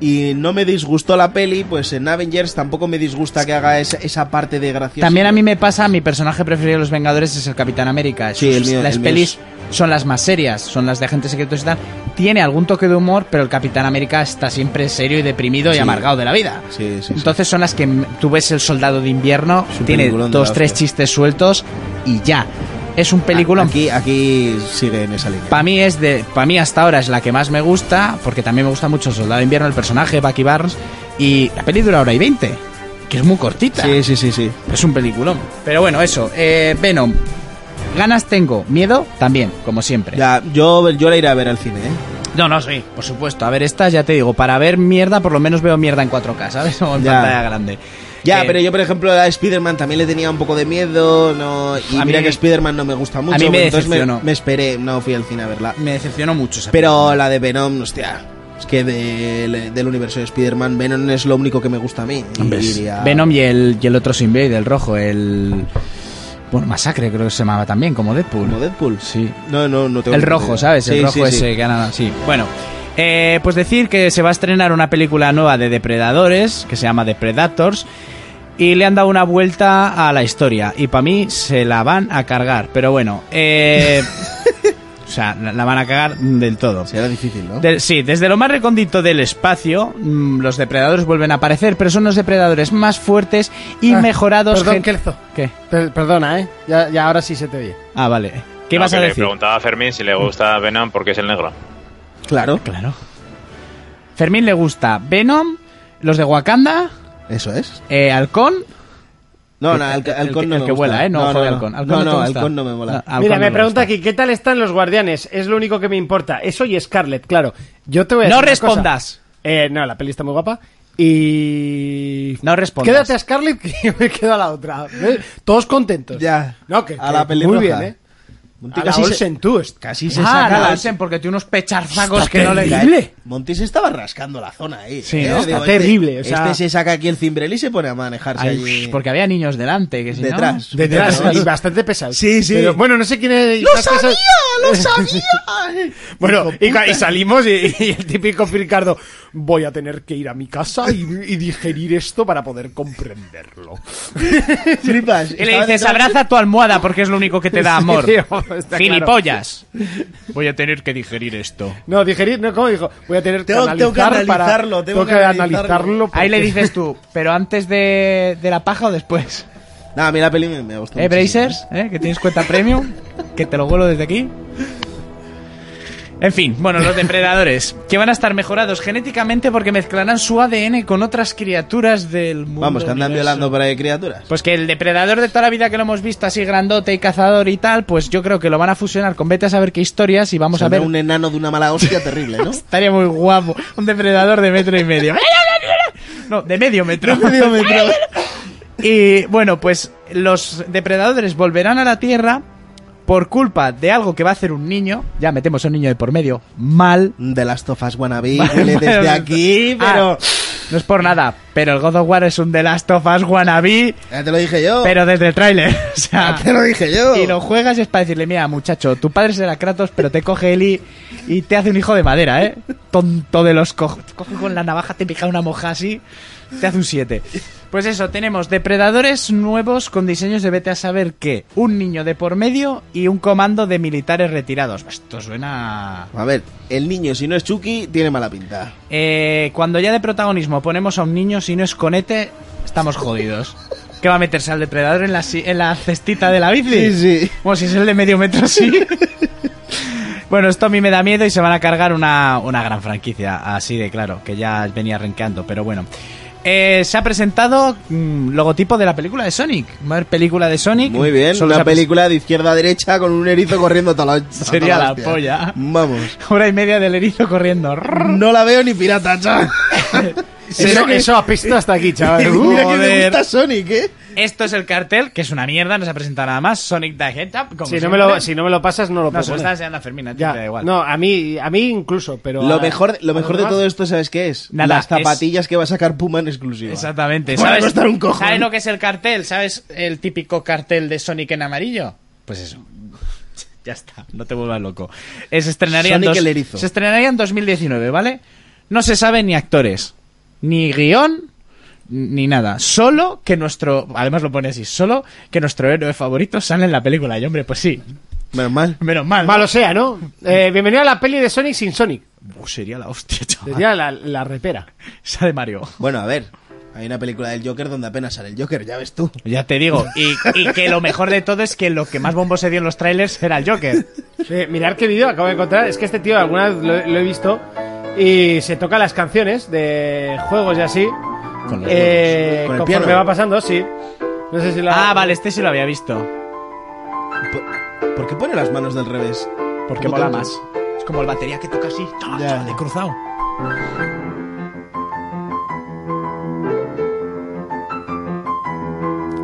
Speaker 4: y no me disgustó la peli, pues en Avengers tampoco me disgusta que haga esa, esa parte de gracioso.
Speaker 3: También a mí me pasa, mi personaje preferido de los Vengadores es el Capitán América.
Speaker 4: Sí, el mío-
Speaker 3: las
Speaker 4: el mío
Speaker 3: pelis son las más serias, son las de agentes secretos y tal. Tiene algún toque de humor, pero el Capitán América está siempre serio y deprimido y
Speaker 4: Sí.
Speaker 3: amargado de la vida.
Speaker 4: Sí, sí, sí.
Speaker 3: Entonces son las que m- tú ves el Soldado de Invierno,
Speaker 4: Es un
Speaker 3: tiene
Speaker 4: peliculón de
Speaker 3: dos,
Speaker 4: la
Speaker 3: tres
Speaker 4: hostia.
Speaker 3: chistes sueltos y ya. Es un película
Speaker 4: Aquí, aquí sigue en esa línea.
Speaker 3: Para mí es de, para mí hasta ahora es la que más me gusta, porque también me gusta mucho el Soldado de Invierno, el personaje Bucky Barnes y la peli dura hora y veinte. que es muy cortita.
Speaker 4: Sí, sí, sí, sí.
Speaker 3: Es un peliculón. Pero bueno, eso. eh, Venom. Ganas tengo. Miedo también, como siempre.
Speaker 4: Ya, yo, yo la iré a ver al cine, ¿eh?
Speaker 3: No, no, sí, por supuesto. A ver, estas ya te digo, para ver mierda, por lo menos veo mierda en 4K, ¿sabes? O en
Speaker 4: Ya.
Speaker 3: pantalla grande.
Speaker 4: Ya,
Speaker 3: Eh,
Speaker 4: pero yo, por ejemplo, a Spider-Man también le tenía un poco de miedo, no... Y
Speaker 3: A
Speaker 4: mira
Speaker 3: mí-
Speaker 4: que Spider-Man no me gusta mucho,
Speaker 3: mí me
Speaker 4: entonces me,
Speaker 3: decepcionó.
Speaker 4: me esperé, no fui al cine a verla.
Speaker 3: Me decepcionó mucho esa
Speaker 4: Pero la de Venom, hostia, es que del, del universo de Spider-Man, Venom es lo único que me gusta a mí. y diría-
Speaker 3: Venom y el, y el otro sin del rojo, el. Bueno, Masacre creo que se llamaba también, como Deadpool.
Speaker 4: Como Deadpool.
Speaker 3: Sí.
Speaker 4: No, no, no tengo
Speaker 3: El
Speaker 4: ni
Speaker 3: rojo,
Speaker 4: idea.
Speaker 3: ¿sabes? El
Speaker 4: Sí,
Speaker 3: rojo
Speaker 4: sí, sí.
Speaker 3: ese que nada, sí. Bueno, eh, pues decir que se va a estrenar una película nueva de depredadores que se llama Depredators y le han dado una vuelta a la historia y para mí se la van a cargar, pero bueno, eh, o sea, la la van a cagar del todo.
Speaker 4: Será difícil, ¿no?
Speaker 3: De- sí, desde lo más recóndito del espacio, mm, los depredadores vuelven a aparecer, pero son los depredadores más fuertes y
Speaker 2: Ah,
Speaker 3: mejorados.
Speaker 2: perdón,
Speaker 3: gen-
Speaker 2: Kelzo.
Speaker 3: ¿Qué?
Speaker 2: Per- perdona, ¿eh? Ya, ya ahora sí se te oye.
Speaker 3: Ah, vale. ¿Qué
Speaker 5: No,
Speaker 3: vas
Speaker 5: que
Speaker 3: a
Speaker 5: le
Speaker 3: decir? Mm.
Speaker 5: preguntaba a Fermín si le gusta Venom porque es el negro.
Speaker 4: Claro,
Speaker 3: Claro. Fermín le gusta Venom, los de Wakanda,
Speaker 4: eso es.
Speaker 3: eh, Halcón.
Speaker 4: No,
Speaker 3: el-
Speaker 4: no,
Speaker 3: el-
Speaker 4: Halcón
Speaker 3: el-
Speaker 4: Halcón no
Speaker 3: el
Speaker 4: me
Speaker 3: que
Speaker 4: gusta.
Speaker 3: vuela, ¿eh? No, joder, Halcón. Halcón
Speaker 4: No,
Speaker 3: no te
Speaker 4: no,
Speaker 3: gusta.
Speaker 4: Halcón no me
Speaker 3: No,
Speaker 4: mola.
Speaker 3: Halcón
Speaker 2: Mira,
Speaker 3: no
Speaker 2: me
Speaker 3: me
Speaker 2: pregunta
Speaker 3: gusta.
Speaker 2: aquí, ¿qué tal están los guardianes? Es lo único que me importa. Eso y Scarlett, claro. Yo te voy a
Speaker 3: No
Speaker 2: decir una
Speaker 3: respondas.
Speaker 2: cosa. Eh, no, la peli está muy guapa. Y...
Speaker 3: No respondas.
Speaker 2: Quédate a Scarlett que yo me quedo a la otra. ¿Ves? Todos contentos.
Speaker 4: Ya.
Speaker 2: No, que,
Speaker 4: A
Speaker 2: que
Speaker 4: la pelirroja.
Speaker 2: Muy bien, ¿eh?
Speaker 4: Monty
Speaker 2: A la
Speaker 4: casi se-
Speaker 2: Olsen, tú.
Speaker 4: Casi se
Speaker 3: Ah,
Speaker 4: saca
Speaker 3: la
Speaker 4: la-
Speaker 3: Olsen, porque tiene unos pecharzagos
Speaker 2: Está
Speaker 3: que no le
Speaker 2: terrible. Increíble.
Speaker 4: Monty se estaba rascando la zona ahí. ¿eh?
Speaker 3: Sí, ¿no?
Speaker 2: Está terrible, o sea-
Speaker 4: Este se saca aquí el cimbrel y se pone a manejarse
Speaker 3: Ay,
Speaker 4: allí
Speaker 3: porque había niños delante, que si no-
Speaker 4: detrás.
Speaker 2: Detrás,
Speaker 4: Detrás.
Speaker 2: y bastante pesado.
Speaker 4: Sí, sí.
Speaker 2: Pero, bueno, no sé quién es. ¡Lo sabía! ¡Lo
Speaker 4: sabía!
Speaker 2: Bueno, y, ca- y salimos y, y el típico Ricardo, voy a tener que ir a mi casa y, y digerir esto para poder comprenderlo.
Speaker 4: Flipas.
Speaker 3: Y le dices, abraza tu almohada porque es lo único que te da amor.
Speaker 2: Sí, tío, está claro.
Speaker 3: Gilipollas. Voy a tener que digerir esto.
Speaker 2: No, digerir, no, ¿cómo dijo? Voy a tener
Speaker 4: Tengo-
Speaker 2: que
Speaker 4: tengo que
Speaker 2: analizar para-
Speaker 4: analizarlo, tengo que analizarlo.
Speaker 3: Ahí le
Speaker 2: porque-
Speaker 3: dices tú, pero antes de, de la paja o después.
Speaker 4: No, a mí la peli me, me gustó.
Speaker 3: ¿Eh,
Speaker 4: muchísimo.
Speaker 3: Brazers? ¿Eh? Que tienes cuenta premium. Que te lo vuelo desde aquí. En fin, bueno, los depredadores. Que van a estar mejorados genéticamente porque mezclarán su ADN con otras criaturas del mundo.
Speaker 4: Vamos, que andan
Speaker 3: universo.
Speaker 4: violando por ahí criaturas.
Speaker 3: Pues que el depredador de toda la vida que lo hemos visto así grandote y cazador y tal, pues yo creo que lo van a fusionar con vete a saber qué historias y vamos a
Speaker 4: Saldrá
Speaker 3: ver.
Speaker 4: un enano de una mala hostia terrible, ¿no?
Speaker 3: Estaría muy guapo. Un depredador de metro y medio. No, de medio metro.
Speaker 4: Medio metro.
Speaker 3: Y bueno, pues los depredadores volverán a la Tierra por culpa de algo que va a hacer un niño. Ya metemos a un niño de por medio. Mal.
Speaker 4: De las tofas wannabe, huele desde aquí,
Speaker 3: Ah,
Speaker 4: pero...
Speaker 3: no es por nada, pero el God of War es un The Last of Us wannabe,
Speaker 4: Ya te lo dije yo.
Speaker 3: pero desde el tráiler. O sea,
Speaker 4: Ya te lo dije yo.
Speaker 3: y lo juegas y es para decirle, mira, muchacho, tu padre será Kratos, pero te coge Eli y te hace un hijo de madera, ¿eh? Tonto de los cojos. Coge con la navaja, te pica una moja así, te hace un 7. Pues eso, tenemos depredadores nuevos con diseños de vete a saber qué. Un niño de por medio y un comando de militares retirados. Esto suena...
Speaker 4: A ver, el niño, si no es Chucky, tiene mala pinta.
Speaker 3: Eh, cuando ya de protagonismo ponemos a un niño, si no es conete, estamos jodidos. ¿Qué va a meterse al depredador en la, si- en la cestita de la bici?
Speaker 4: Sí, sí.
Speaker 3: Bueno, si es el de medio metro, sí. bueno, esto a mí me da miedo y se van a cargar una, una gran franquicia, así de claro, que ya venía renqueando, pero bueno. Eh, se ha presentado mm, logotipo de la película de Sonic. Va a haber película de Sonic.
Speaker 4: Muy bien,
Speaker 3: Solo se ha
Speaker 4: una
Speaker 3: pres-
Speaker 4: película de izquierda a derecha con un erizo corriendo toda la...
Speaker 3: Sería
Speaker 4: toda
Speaker 3: la
Speaker 4: hostia.
Speaker 3: polla.
Speaker 4: Vamos.
Speaker 3: Hora y media del erizo corriendo.
Speaker 4: No la veo ni pirata, chaval.
Speaker 2: Eso, eso apesta hasta aquí, chaval.
Speaker 4: Y Mira que me
Speaker 3: Joder.
Speaker 4: gusta Sonic, ¿eh?
Speaker 3: Esto es el cartel, que es una mierda, no se ha presentado nada más. Sonic the Hedgehog. como
Speaker 2: si, no
Speaker 3: siempre.
Speaker 2: me lo, si no me lo pasas, no lo
Speaker 3: No,
Speaker 2: puedo
Speaker 3: se lo
Speaker 2: poner.
Speaker 3: está enseñando a Fermín, a ti
Speaker 2: Ya,
Speaker 3: te da igual.
Speaker 2: No, a mí, a mí incluso, pero...
Speaker 4: Lo
Speaker 2: a-
Speaker 4: mejor, lo
Speaker 2: a los
Speaker 4: mejor de
Speaker 2: demás-
Speaker 4: todo esto, ¿sabes qué es?
Speaker 3: Nada,
Speaker 4: Las zapatillas que va a sacar Puma en exclusiva. pues
Speaker 3: Exactamente.
Speaker 4: Van a
Speaker 3: ¿Sabes,
Speaker 4: costar un cojón.
Speaker 3: ¿Sabes lo que es el cartel? ¿Sabes el típico cartel de Sonic en amarillo? Pues eso. ya está, no te vuelvas loco. Eh, se, estrenaría en
Speaker 4: Sonic
Speaker 3: dos-
Speaker 4: el erizo.
Speaker 3: se estrenaría en 2019, ¿vale? No se saben ni actores, ni guión, ni nada. Solo que nuestro... Además lo pone así. Solo que nuestro héroe favorito sale en la película. Y hombre, pues sí.
Speaker 4: Menos mal.
Speaker 3: Menos mal. ¿no?
Speaker 2: Malo sea, ¿no? Eh, bienvenido a la peli de Sonic sin Sonic.
Speaker 3: Uh, sería la hostia, chaval.
Speaker 2: Sería la, la repera.
Speaker 3: Esa de Mario.
Speaker 4: Bueno, a ver. Hay una película del Joker donde apenas sale el Joker, ya ves tú.
Speaker 3: Ya te digo. Y, y que lo mejor de todo es que lo que más bombo se dio en los trailers era el Joker.
Speaker 2: Eh, mirad qué vídeo acabo de encontrar. Es que este tío alguna vez lo, lo he visto y se toca las canciones de juegos y así.
Speaker 4: Con los
Speaker 2: Eh,
Speaker 4: Con el
Speaker 2: conforme
Speaker 4: piano.
Speaker 2: va pasando, sí. No sé si la.
Speaker 3: Ah, vale, este sí lo había visto.
Speaker 4: ¿Por, por qué pone las manos del revés?
Speaker 3: Porque mola más. Es como el batería que toca así, ta,
Speaker 4: Ya,
Speaker 3: ta, de
Speaker 4: ya.
Speaker 3: cruzado.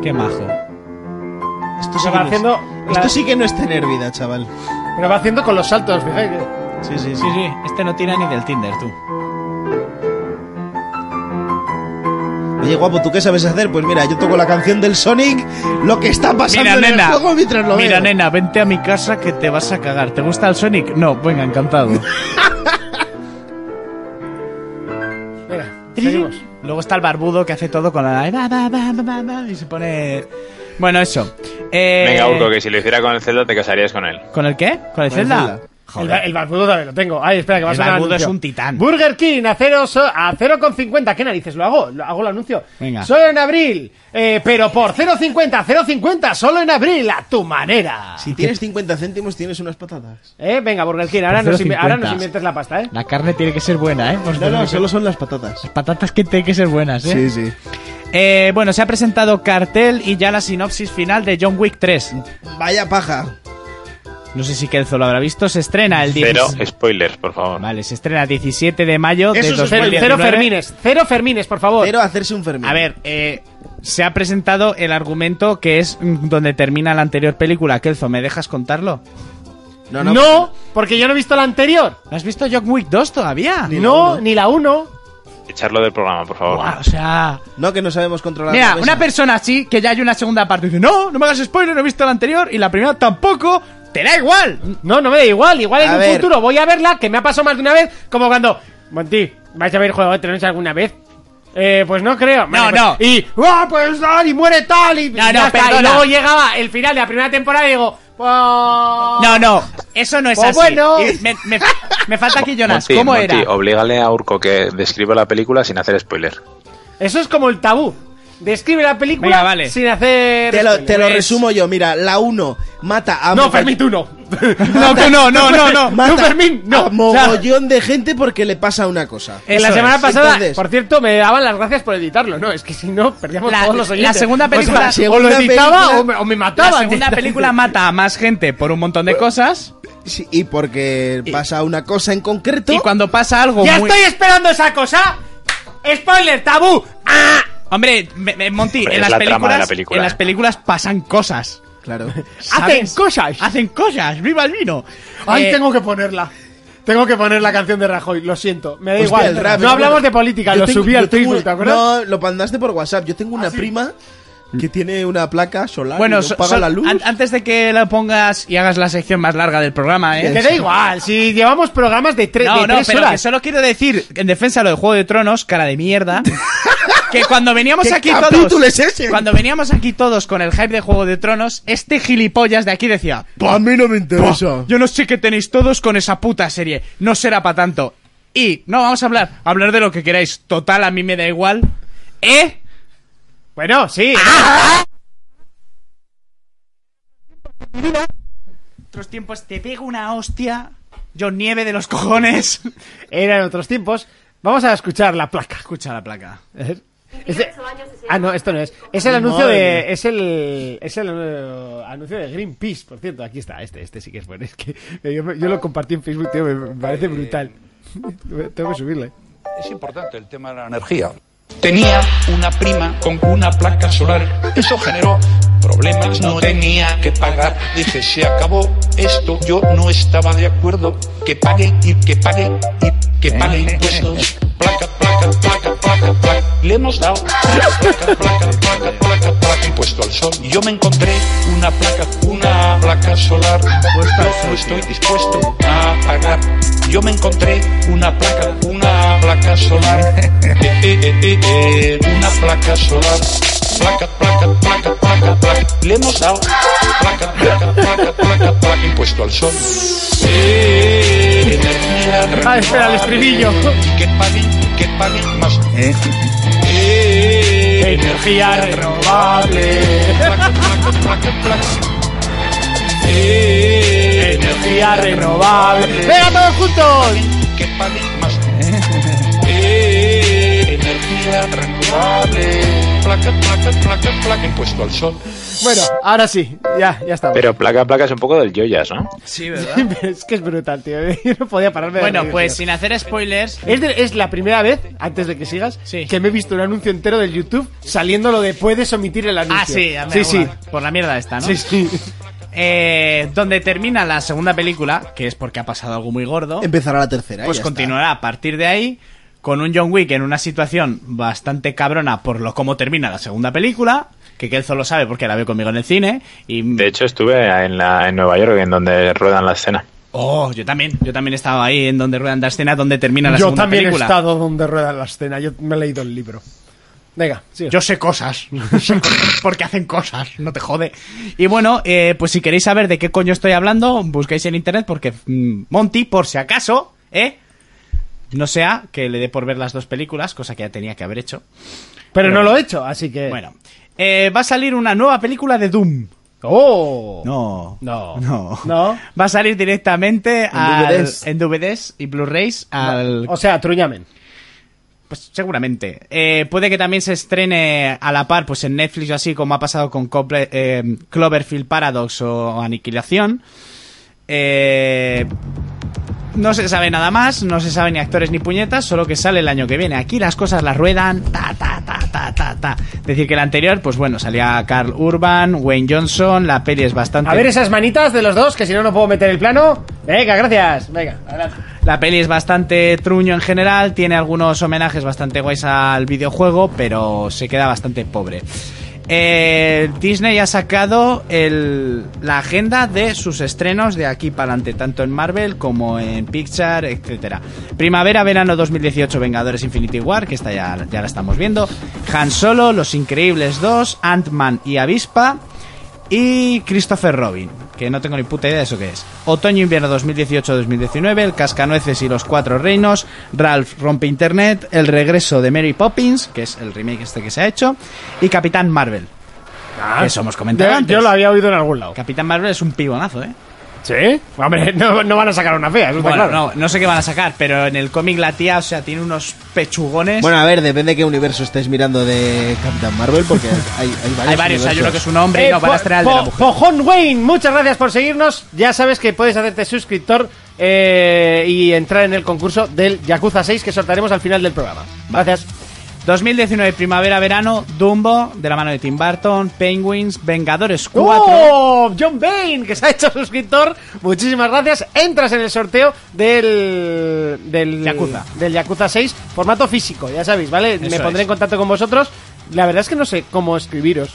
Speaker 3: Qué majo.
Speaker 4: Esto
Speaker 2: Se va
Speaker 4: que no es-
Speaker 2: haciendo la-
Speaker 4: Esto sí que no es tener vida, chaval.
Speaker 2: Pero va haciendo con los saltos, fijáis. que-
Speaker 4: Sí, sí, sí.
Speaker 3: Sí, sí, este no tira ni del Tinder, tú.
Speaker 4: Oye, guapo, ¿tú qué sabes hacer? Pues mira, yo toco la canción del Sonic, lo que está pasando
Speaker 3: Mira,
Speaker 4: en
Speaker 3: nena.
Speaker 4: el juego mientras lo
Speaker 3: Mira,
Speaker 4: veo.
Speaker 3: nena, vente a mi casa que te vas a cagar. ¿Te gusta el Sonic? No, venga, encantado.
Speaker 2: Venga, seguimos.
Speaker 3: Luego está el barbudo que hace todo con la... ba, ba, ba, ba, ba, ba, Y se pone... Bueno, eso. Eh,
Speaker 5: Venga, Urco, que si lo hiciera con el Zelda te casarías con él.
Speaker 3: ¿Con el qué? ¿Con el Zelda?
Speaker 2: El, ba- el barbudo también lo tengo. Ay, espera, que va a
Speaker 3: El
Speaker 2: sonar
Speaker 3: barbudo
Speaker 2: anuncio.
Speaker 3: es un titán.
Speaker 2: Burger King a 0,50. so- A 0,50. ¿Qué narices? ¿Lo hago? ¿Lo hago el anuncio?
Speaker 3: Venga.
Speaker 2: Solo en abril. eh, pero por 0,50, 0,50. Solo en abril. A tu manera.
Speaker 4: Si tienes 50 céntimos, tienes unas patatas.
Speaker 2: Eh, venga, Burger King. Ahora
Speaker 3: Por
Speaker 2: nos, invi-
Speaker 3: 0,50.
Speaker 2: ahora nos inviertes la pasta, ¿eh?
Speaker 3: La carne tiene que ser buena, ¿eh? Por
Speaker 4: No, no,
Speaker 3: favor.
Speaker 4: solo son las patatas.
Speaker 3: Patatas que tienen que ser buenas, ¿eh?
Speaker 4: sí.
Speaker 3: Eh, bueno, se ha presentado cartel y ya la sinopsis final de John Wick 3.
Speaker 4: Vaya paja.
Speaker 3: No sé si Kelzo lo habrá visto. Se estrena el 10.
Speaker 5: Pero spoilers, por favor.
Speaker 3: Vale, se estrena el 17 de mayo de
Speaker 2: Eso es cero,
Speaker 3: 2019.
Speaker 2: cero Fermines. Cero Fermines, por favor.
Speaker 4: Pero hacerse un Fermín.
Speaker 3: A ver, eh, se ha presentado el argumento que es mm, donde termina la anterior película. Kelzo, ¿me dejas contarlo?
Speaker 4: No, pues
Speaker 2: no,
Speaker 4: no.
Speaker 2: porque yo no he visto la anterior.
Speaker 3: ¿No has visto John Wick 2 todavía?
Speaker 4: Ni la
Speaker 2: no,
Speaker 4: uno.
Speaker 2: ni la 1.
Speaker 5: Echarlo del programa, por favor.
Speaker 3: Buah, Ah, o sea...
Speaker 4: No, que no sabemos controlar. la
Speaker 3: Mira,
Speaker 4: cabeza.
Speaker 3: una persona así, que ya hay una segunda parte, dice, no, no me hagas spoiler, no he visto la anterior y la primera tampoco, te da igual.
Speaker 2: No, no me da igual. Igual en
Speaker 4: A
Speaker 2: un
Speaker 4: ver.
Speaker 2: futuro voy a verla, que me ha pasado más de una vez, como cuando. Monty, ¿vais a ver Juego de Tronos alguna vez? Eh, pues no creo.
Speaker 3: No,
Speaker 2: pues-
Speaker 3: no.
Speaker 2: Y. ¡Ah, pues tal! Y muere tal. Y,
Speaker 3: No,
Speaker 2: y
Speaker 3: no,
Speaker 2: ya está. Y
Speaker 3: perdona.
Speaker 2: luego llegaba el final de la primera temporada y digo. Pues... No,
Speaker 3: No, no, eso no es
Speaker 2: Pues
Speaker 3: así.
Speaker 2: bueno.
Speaker 3: Y Me, me- me falta aquí Jonas,
Speaker 5: Monty,
Speaker 3: ¿cómo
Speaker 5: Monty, oh.
Speaker 3: era?
Speaker 5: oblígale a Urco que describa la película sin hacer spoiler.
Speaker 2: Eso es como el tabú. Describe la película
Speaker 3: Venga, vale.
Speaker 2: sin hacer.
Speaker 4: Te lo, te lo
Speaker 2: Pues-
Speaker 4: resumo yo. Mira, la 1 mata a.
Speaker 2: No,
Speaker 4: mogoll-
Speaker 2: Fermín, tú no.
Speaker 3: No, tú no, no, no, no.
Speaker 4: Mata
Speaker 2: Tú, Fermín, no.
Speaker 4: a mogollón de gente porque le pasa una cosa.
Speaker 2: En la
Speaker 3: Eso
Speaker 2: semana
Speaker 3: es.
Speaker 2: pasada,
Speaker 4: Entonces-
Speaker 2: por cierto, me daban las gracias por editarlo, ¿no? Es que si no, perdíamos
Speaker 3: La-
Speaker 2: todos los
Speaker 3: la
Speaker 2: oyentes.
Speaker 3: segunda
Speaker 2: O sea,
Speaker 3: película-
Speaker 2: O, lo
Speaker 4: segunda
Speaker 2: editaba
Speaker 4: película-
Speaker 2: o, me, o me
Speaker 3: La
Speaker 2: mataban.
Speaker 3: segunda película mata a más gente por un montón de cosas
Speaker 4: Sí, y porque pasa una cosa en concreto.
Speaker 3: y cuando pasa algo
Speaker 2: ¡Ya
Speaker 3: muy...
Speaker 2: estoy esperando esa cosa! ¡Spoiler, tabú! ¡Ah!
Speaker 3: Hombre, me- me- Monty,
Speaker 5: Hombre,
Speaker 3: en
Speaker 5: es
Speaker 3: las
Speaker 5: la trama
Speaker 3: películas,
Speaker 5: de la película.
Speaker 3: en las películas pasan cosas.
Speaker 4: Claro.
Speaker 3: ¿sabes?
Speaker 2: Hacen cosas.
Speaker 3: Hacen cosas, viva el vino.
Speaker 2: ¡Ay,
Speaker 3: Eh,
Speaker 2: tengo que ponerla! Tengo que poner la canción de Rajoy, lo siento. Me da
Speaker 4: Hostia,
Speaker 2: igual.
Speaker 4: el rap,
Speaker 2: no
Speaker 4: es
Speaker 2: hablamos
Speaker 4: bueno.
Speaker 2: de política,
Speaker 4: Yo
Speaker 2: lo
Speaker 4: tengo-
Speaker 2: subí al
Speaker 4: yo tengo
Speaker 2: Facebook,
Speaker 4: un-
Speaker 2: ¿te acuerdas? Ah, Mm.
Speaker 4: No, lo mandaste por WhatsApp. Yo tengo una prima que tiene una placa solar
Speaker 3: Bueno,
Speaker 4: y no
Speaker 3: so-
Speaker 4: paga
Speaker 3: so-
Speaker 4: la luz.
Speaker 3: an- antes de que la pongas y hagas la sección más larga del programa,
Speaker 2: Que
Speaker 3: ¿eh?
Speaker 2: te da igual, si llevamos programas de, tre-
Speaker 3: No,
Speaker 2: de
Speaker 3: no,
Speaker 2: tres
Speaker 3: pero que
Speaker 2: horas.
Speaker 3: solo quiero decir, en defensa de lo de Juego de Tronos, cara de mierda, que cuando veníamos
Speaker 4: ¿Qué
Speaker 3: aquí
Speaker 4: capítulo
Speaker 3: todos,
Speaker 4: es ese?
Speaker 3: cuando veníamos aquí todos con el hype de Juego de Tronos, este gilipollas de aquí decía,
Speaker 4: Pues a mí no me interesa.
Speaker 3: yo no sé qué tenéis todos con esa puta serie, no será para tanto. Y no vamos a hablar, hablar de lo que queráis, total a mí me da igual, ¿eh?
Speaker 2: Bueno, sí.
Speaker 3: Otros tiempos te pego una hostia, John Nieve de los cojones.
Speaker 2: Eran otros tiempos. Vamos a escuchar la placa.
Speaker 3: Escucha la placa.
Speaker 2: Es de- Ah, no, esto no es. Es el anuncio
Speaker 4: Madre
Speaker 2: de.
Speaker 4: mía.
Speaker 2: Es el. Es el eh, anuncio de Greenpeace, por cierto. Aquí está, este, este sí que es bueno. Es que eh, yo, yo lo compartí en Facebook, tío, me, me parece brutal. Tengo que subirle.
Speaker 9: Es importante el tema de la energía. Tenía una prima con una placa solar. Eso generó problemas, no tenía que pagar. Dije, se acabó esto. Yo no estaba de acuerdo. Que pague y que pague y que pague impuestos. Placa, placa, placa, placa, placa. Le hemos dado placa, placa, placa, placa, placa. Impuesto al sol. Y yo me encontré una placa, una placa solar. Yo no estoy dispuesto a pagar. Yo me encontré una placa, una placa solar. Eh, eh, eh, eh, eh, una placa solar. Placa, placa, placa, placa, placa. Le hemos dado placa, placa, placa, placa, placa. Impuesto al sol. Eh, energía
Speaker 2: Ah, espera, el estribillo.
Speaker 9: renovable. Que paguen, que paguen más. Eh,
Speaker 2: Energía renovable.
Speaker 9: placa, placa, placa, placa. Eh,
Speaker 2: Energía renovable. ¡Venga, todos juntos!
Speaker 9: que paguen más. Eh, energía renovable. sale. Placa, placa, placa, placa, impuesto al sol.
Speaker 2: Bueno, ahora sí, ya, ya estamos.
Speaker 5: Pero placa placa es un poco del Joyas, ¿no?
Speaker 3: Sí, ¿verdad?
Speaker 2: es que es brutal, tío. Yo no podía pararme de
Speaker 3: Bueno,
Speaker 2: reír,
Speaker 3: pues
Speaker 2: tío.
Speaker 3: sin hacer spoilers.
Speaker 2: Es, de- es la primera vez, antes de que sigas,
Speaker 3: Sí.
Speaker 2: que me he visto un anuncio entero del YouTube saliendo lo de puedes omitir el anuncio.
Speaker 3: Ah, sí, ya me
Speaker 2: sí,
Speaker 3: hago
Speaker 2: sí.
Speaker 3: una- Por la mierda esta, ¿no?
Speaker 2: Sí, sí.
Speaker 3: Eh, donde termina la segunda película, que es porque ha pasado algo muy gordo.
Speaker 4: Empezará la tercera.
Speaker 3: pues
Speaker 4: y ya está.
Speaker 3: continuará a partir de ahí con un John Wick en una situación bastante cabrona por lo cómo termina la segunda película, que Kelzo lo sabe porque la veo conmigo en el cine y
Speaker 5: De hecho, estuve en, la, en Nueva York, en donde ruedan la escena.
Speaker 3: oh, yo también, yo también estaba ahí en donde ruedan la escena donde termina la
Speaker 2: Yo
Speaker 3: segunda
Speaker 2: también
Speaker 3: película.
Speaker 2: he estado donde rueda la escena, yo me he leído el libro. Venga, sí.
Speaker 3: Yo sé cosas, porque hacen cosas, no te jode. Y bueno, eh, pues si queréis saber de qué coño estoy hablando, busquéis en internet porque mm, Monty, por si acaso, ¿eh? No sea que le dé por ver las dos películas, cosa que ya tenía que haber hecho.
Speaker 2: Pero no lo he hecho, así que...
Speaker 3: Bueno, eh, va a salir una nueva película de Doom.
Speaker 2: ¡Oh!
Speaker 3: No.
Speaker 2: No.
Speaker 3: No.
Speaker 2: No.
Speaker 3: Va a salir directamente al-
Speaker 4: DVDs.
Speaker 3: en DVDs y Blu-rays al...
Speaker 2: O sea, truñamen.
Speaker 3: Pues seguramente. Eh, puede que también se estrene a la par pues en Netflix o así como ha pasado con Cople- eh, Cloverfield Paradox o Aniquilación. Eh, no se sabe nada más, no se sabe ni actores ni puñetas, solo que sale el año que viene. Aquí las cosas las ruedan, ta, ta, ta, ta, ta, ta. Decir que el anterior, pues bueno, salía Carl Urban, Wayne Johnson, la peli es bastante...
Speaker 2: A ver esas manitas de los dos, que si no, no puedo meter el plano. Venga, gracias. Venga, adelante.
Speaker 3: La peli es bastante truño en general, tiene algunos homenajes bastante guays al videojuego, pero se queda bastante pobre. Eh, Disney ha sacado el- la agenda de sus estrenos de aquí para adelante, tanto en Marvel como en Pixar, etc. Primavera, verano 2018, Vengadores Infinity War, que esta ya, ya la estamos viendo. Han Solo, Los Increíbles 2, Ant-Man y Avispa y Christopher Robin, que no tengo ni puta idea de eso que es. Otoño invierno 2018-2019, El cascanueces y los cuatro reinos, Ralph rompe internet, El regreso de Mary Poppins, que es el remake este que se ha hecho, y Capitán Marvel. que eso hemos comentado
Speaker 2: Yo,
Speaker 3: antes.
Speaker 2: Ah, yo lo había oído en algún lado.
Speaker 3: Capitán Marvel es un pibonazo, ¿eh?
Speaker 2: ¿Sí? Hombre, no, no van a sacar una fea, eso está
Speaker 3: Bueno,
Speaker 2: claro.
Speaker 3: no, no sé qué van a sacar, pero en el cómic la tía, o sea, tiene unos pechugones.
Speaker 4: Bueno, a ver, depende de qué universo estés mirando de Capitán Marvel, porque hay, hay varios.
Speaker 3: hay varios, o sea, yo
Speaker 4: universos.
Speaker 3: creo que es un hombre y
Speaker 2: Eh,
Speaker 3: no van a
Speaker 2: po-
Speaker 3: estrenar el de la
Speaker 2: po-
Speaker 3: mujer.
Speaker 2: Pojón Wayne, muchas gracias por seguirnos. Ya sabes que puedes hacerte suscriptor eh, y entrar en el concurso del Yakuza 6 que sortaremos al final del programa. Gracias.
Speaker 3: 2019, primavera-verano, Dumbo, de la mano de Tim Burton, Penguins, Vengadores 4.
Speaker 2: ¡Oh! John Bain, que se ha hecho suscriptor. Muchísimas gracias. Entras en el sorteo del. del.
Speaker 3: Yakuza.
Speaker 2: del Yakuza 6, formato físico, ya sabéis, ¿vale? Me
Speaker 3: Eso
Speaker 2: pondré
Speaker 3: es.
Speaker 2: en contacto con vosotros. La verdad es que no sé cómo escribiros.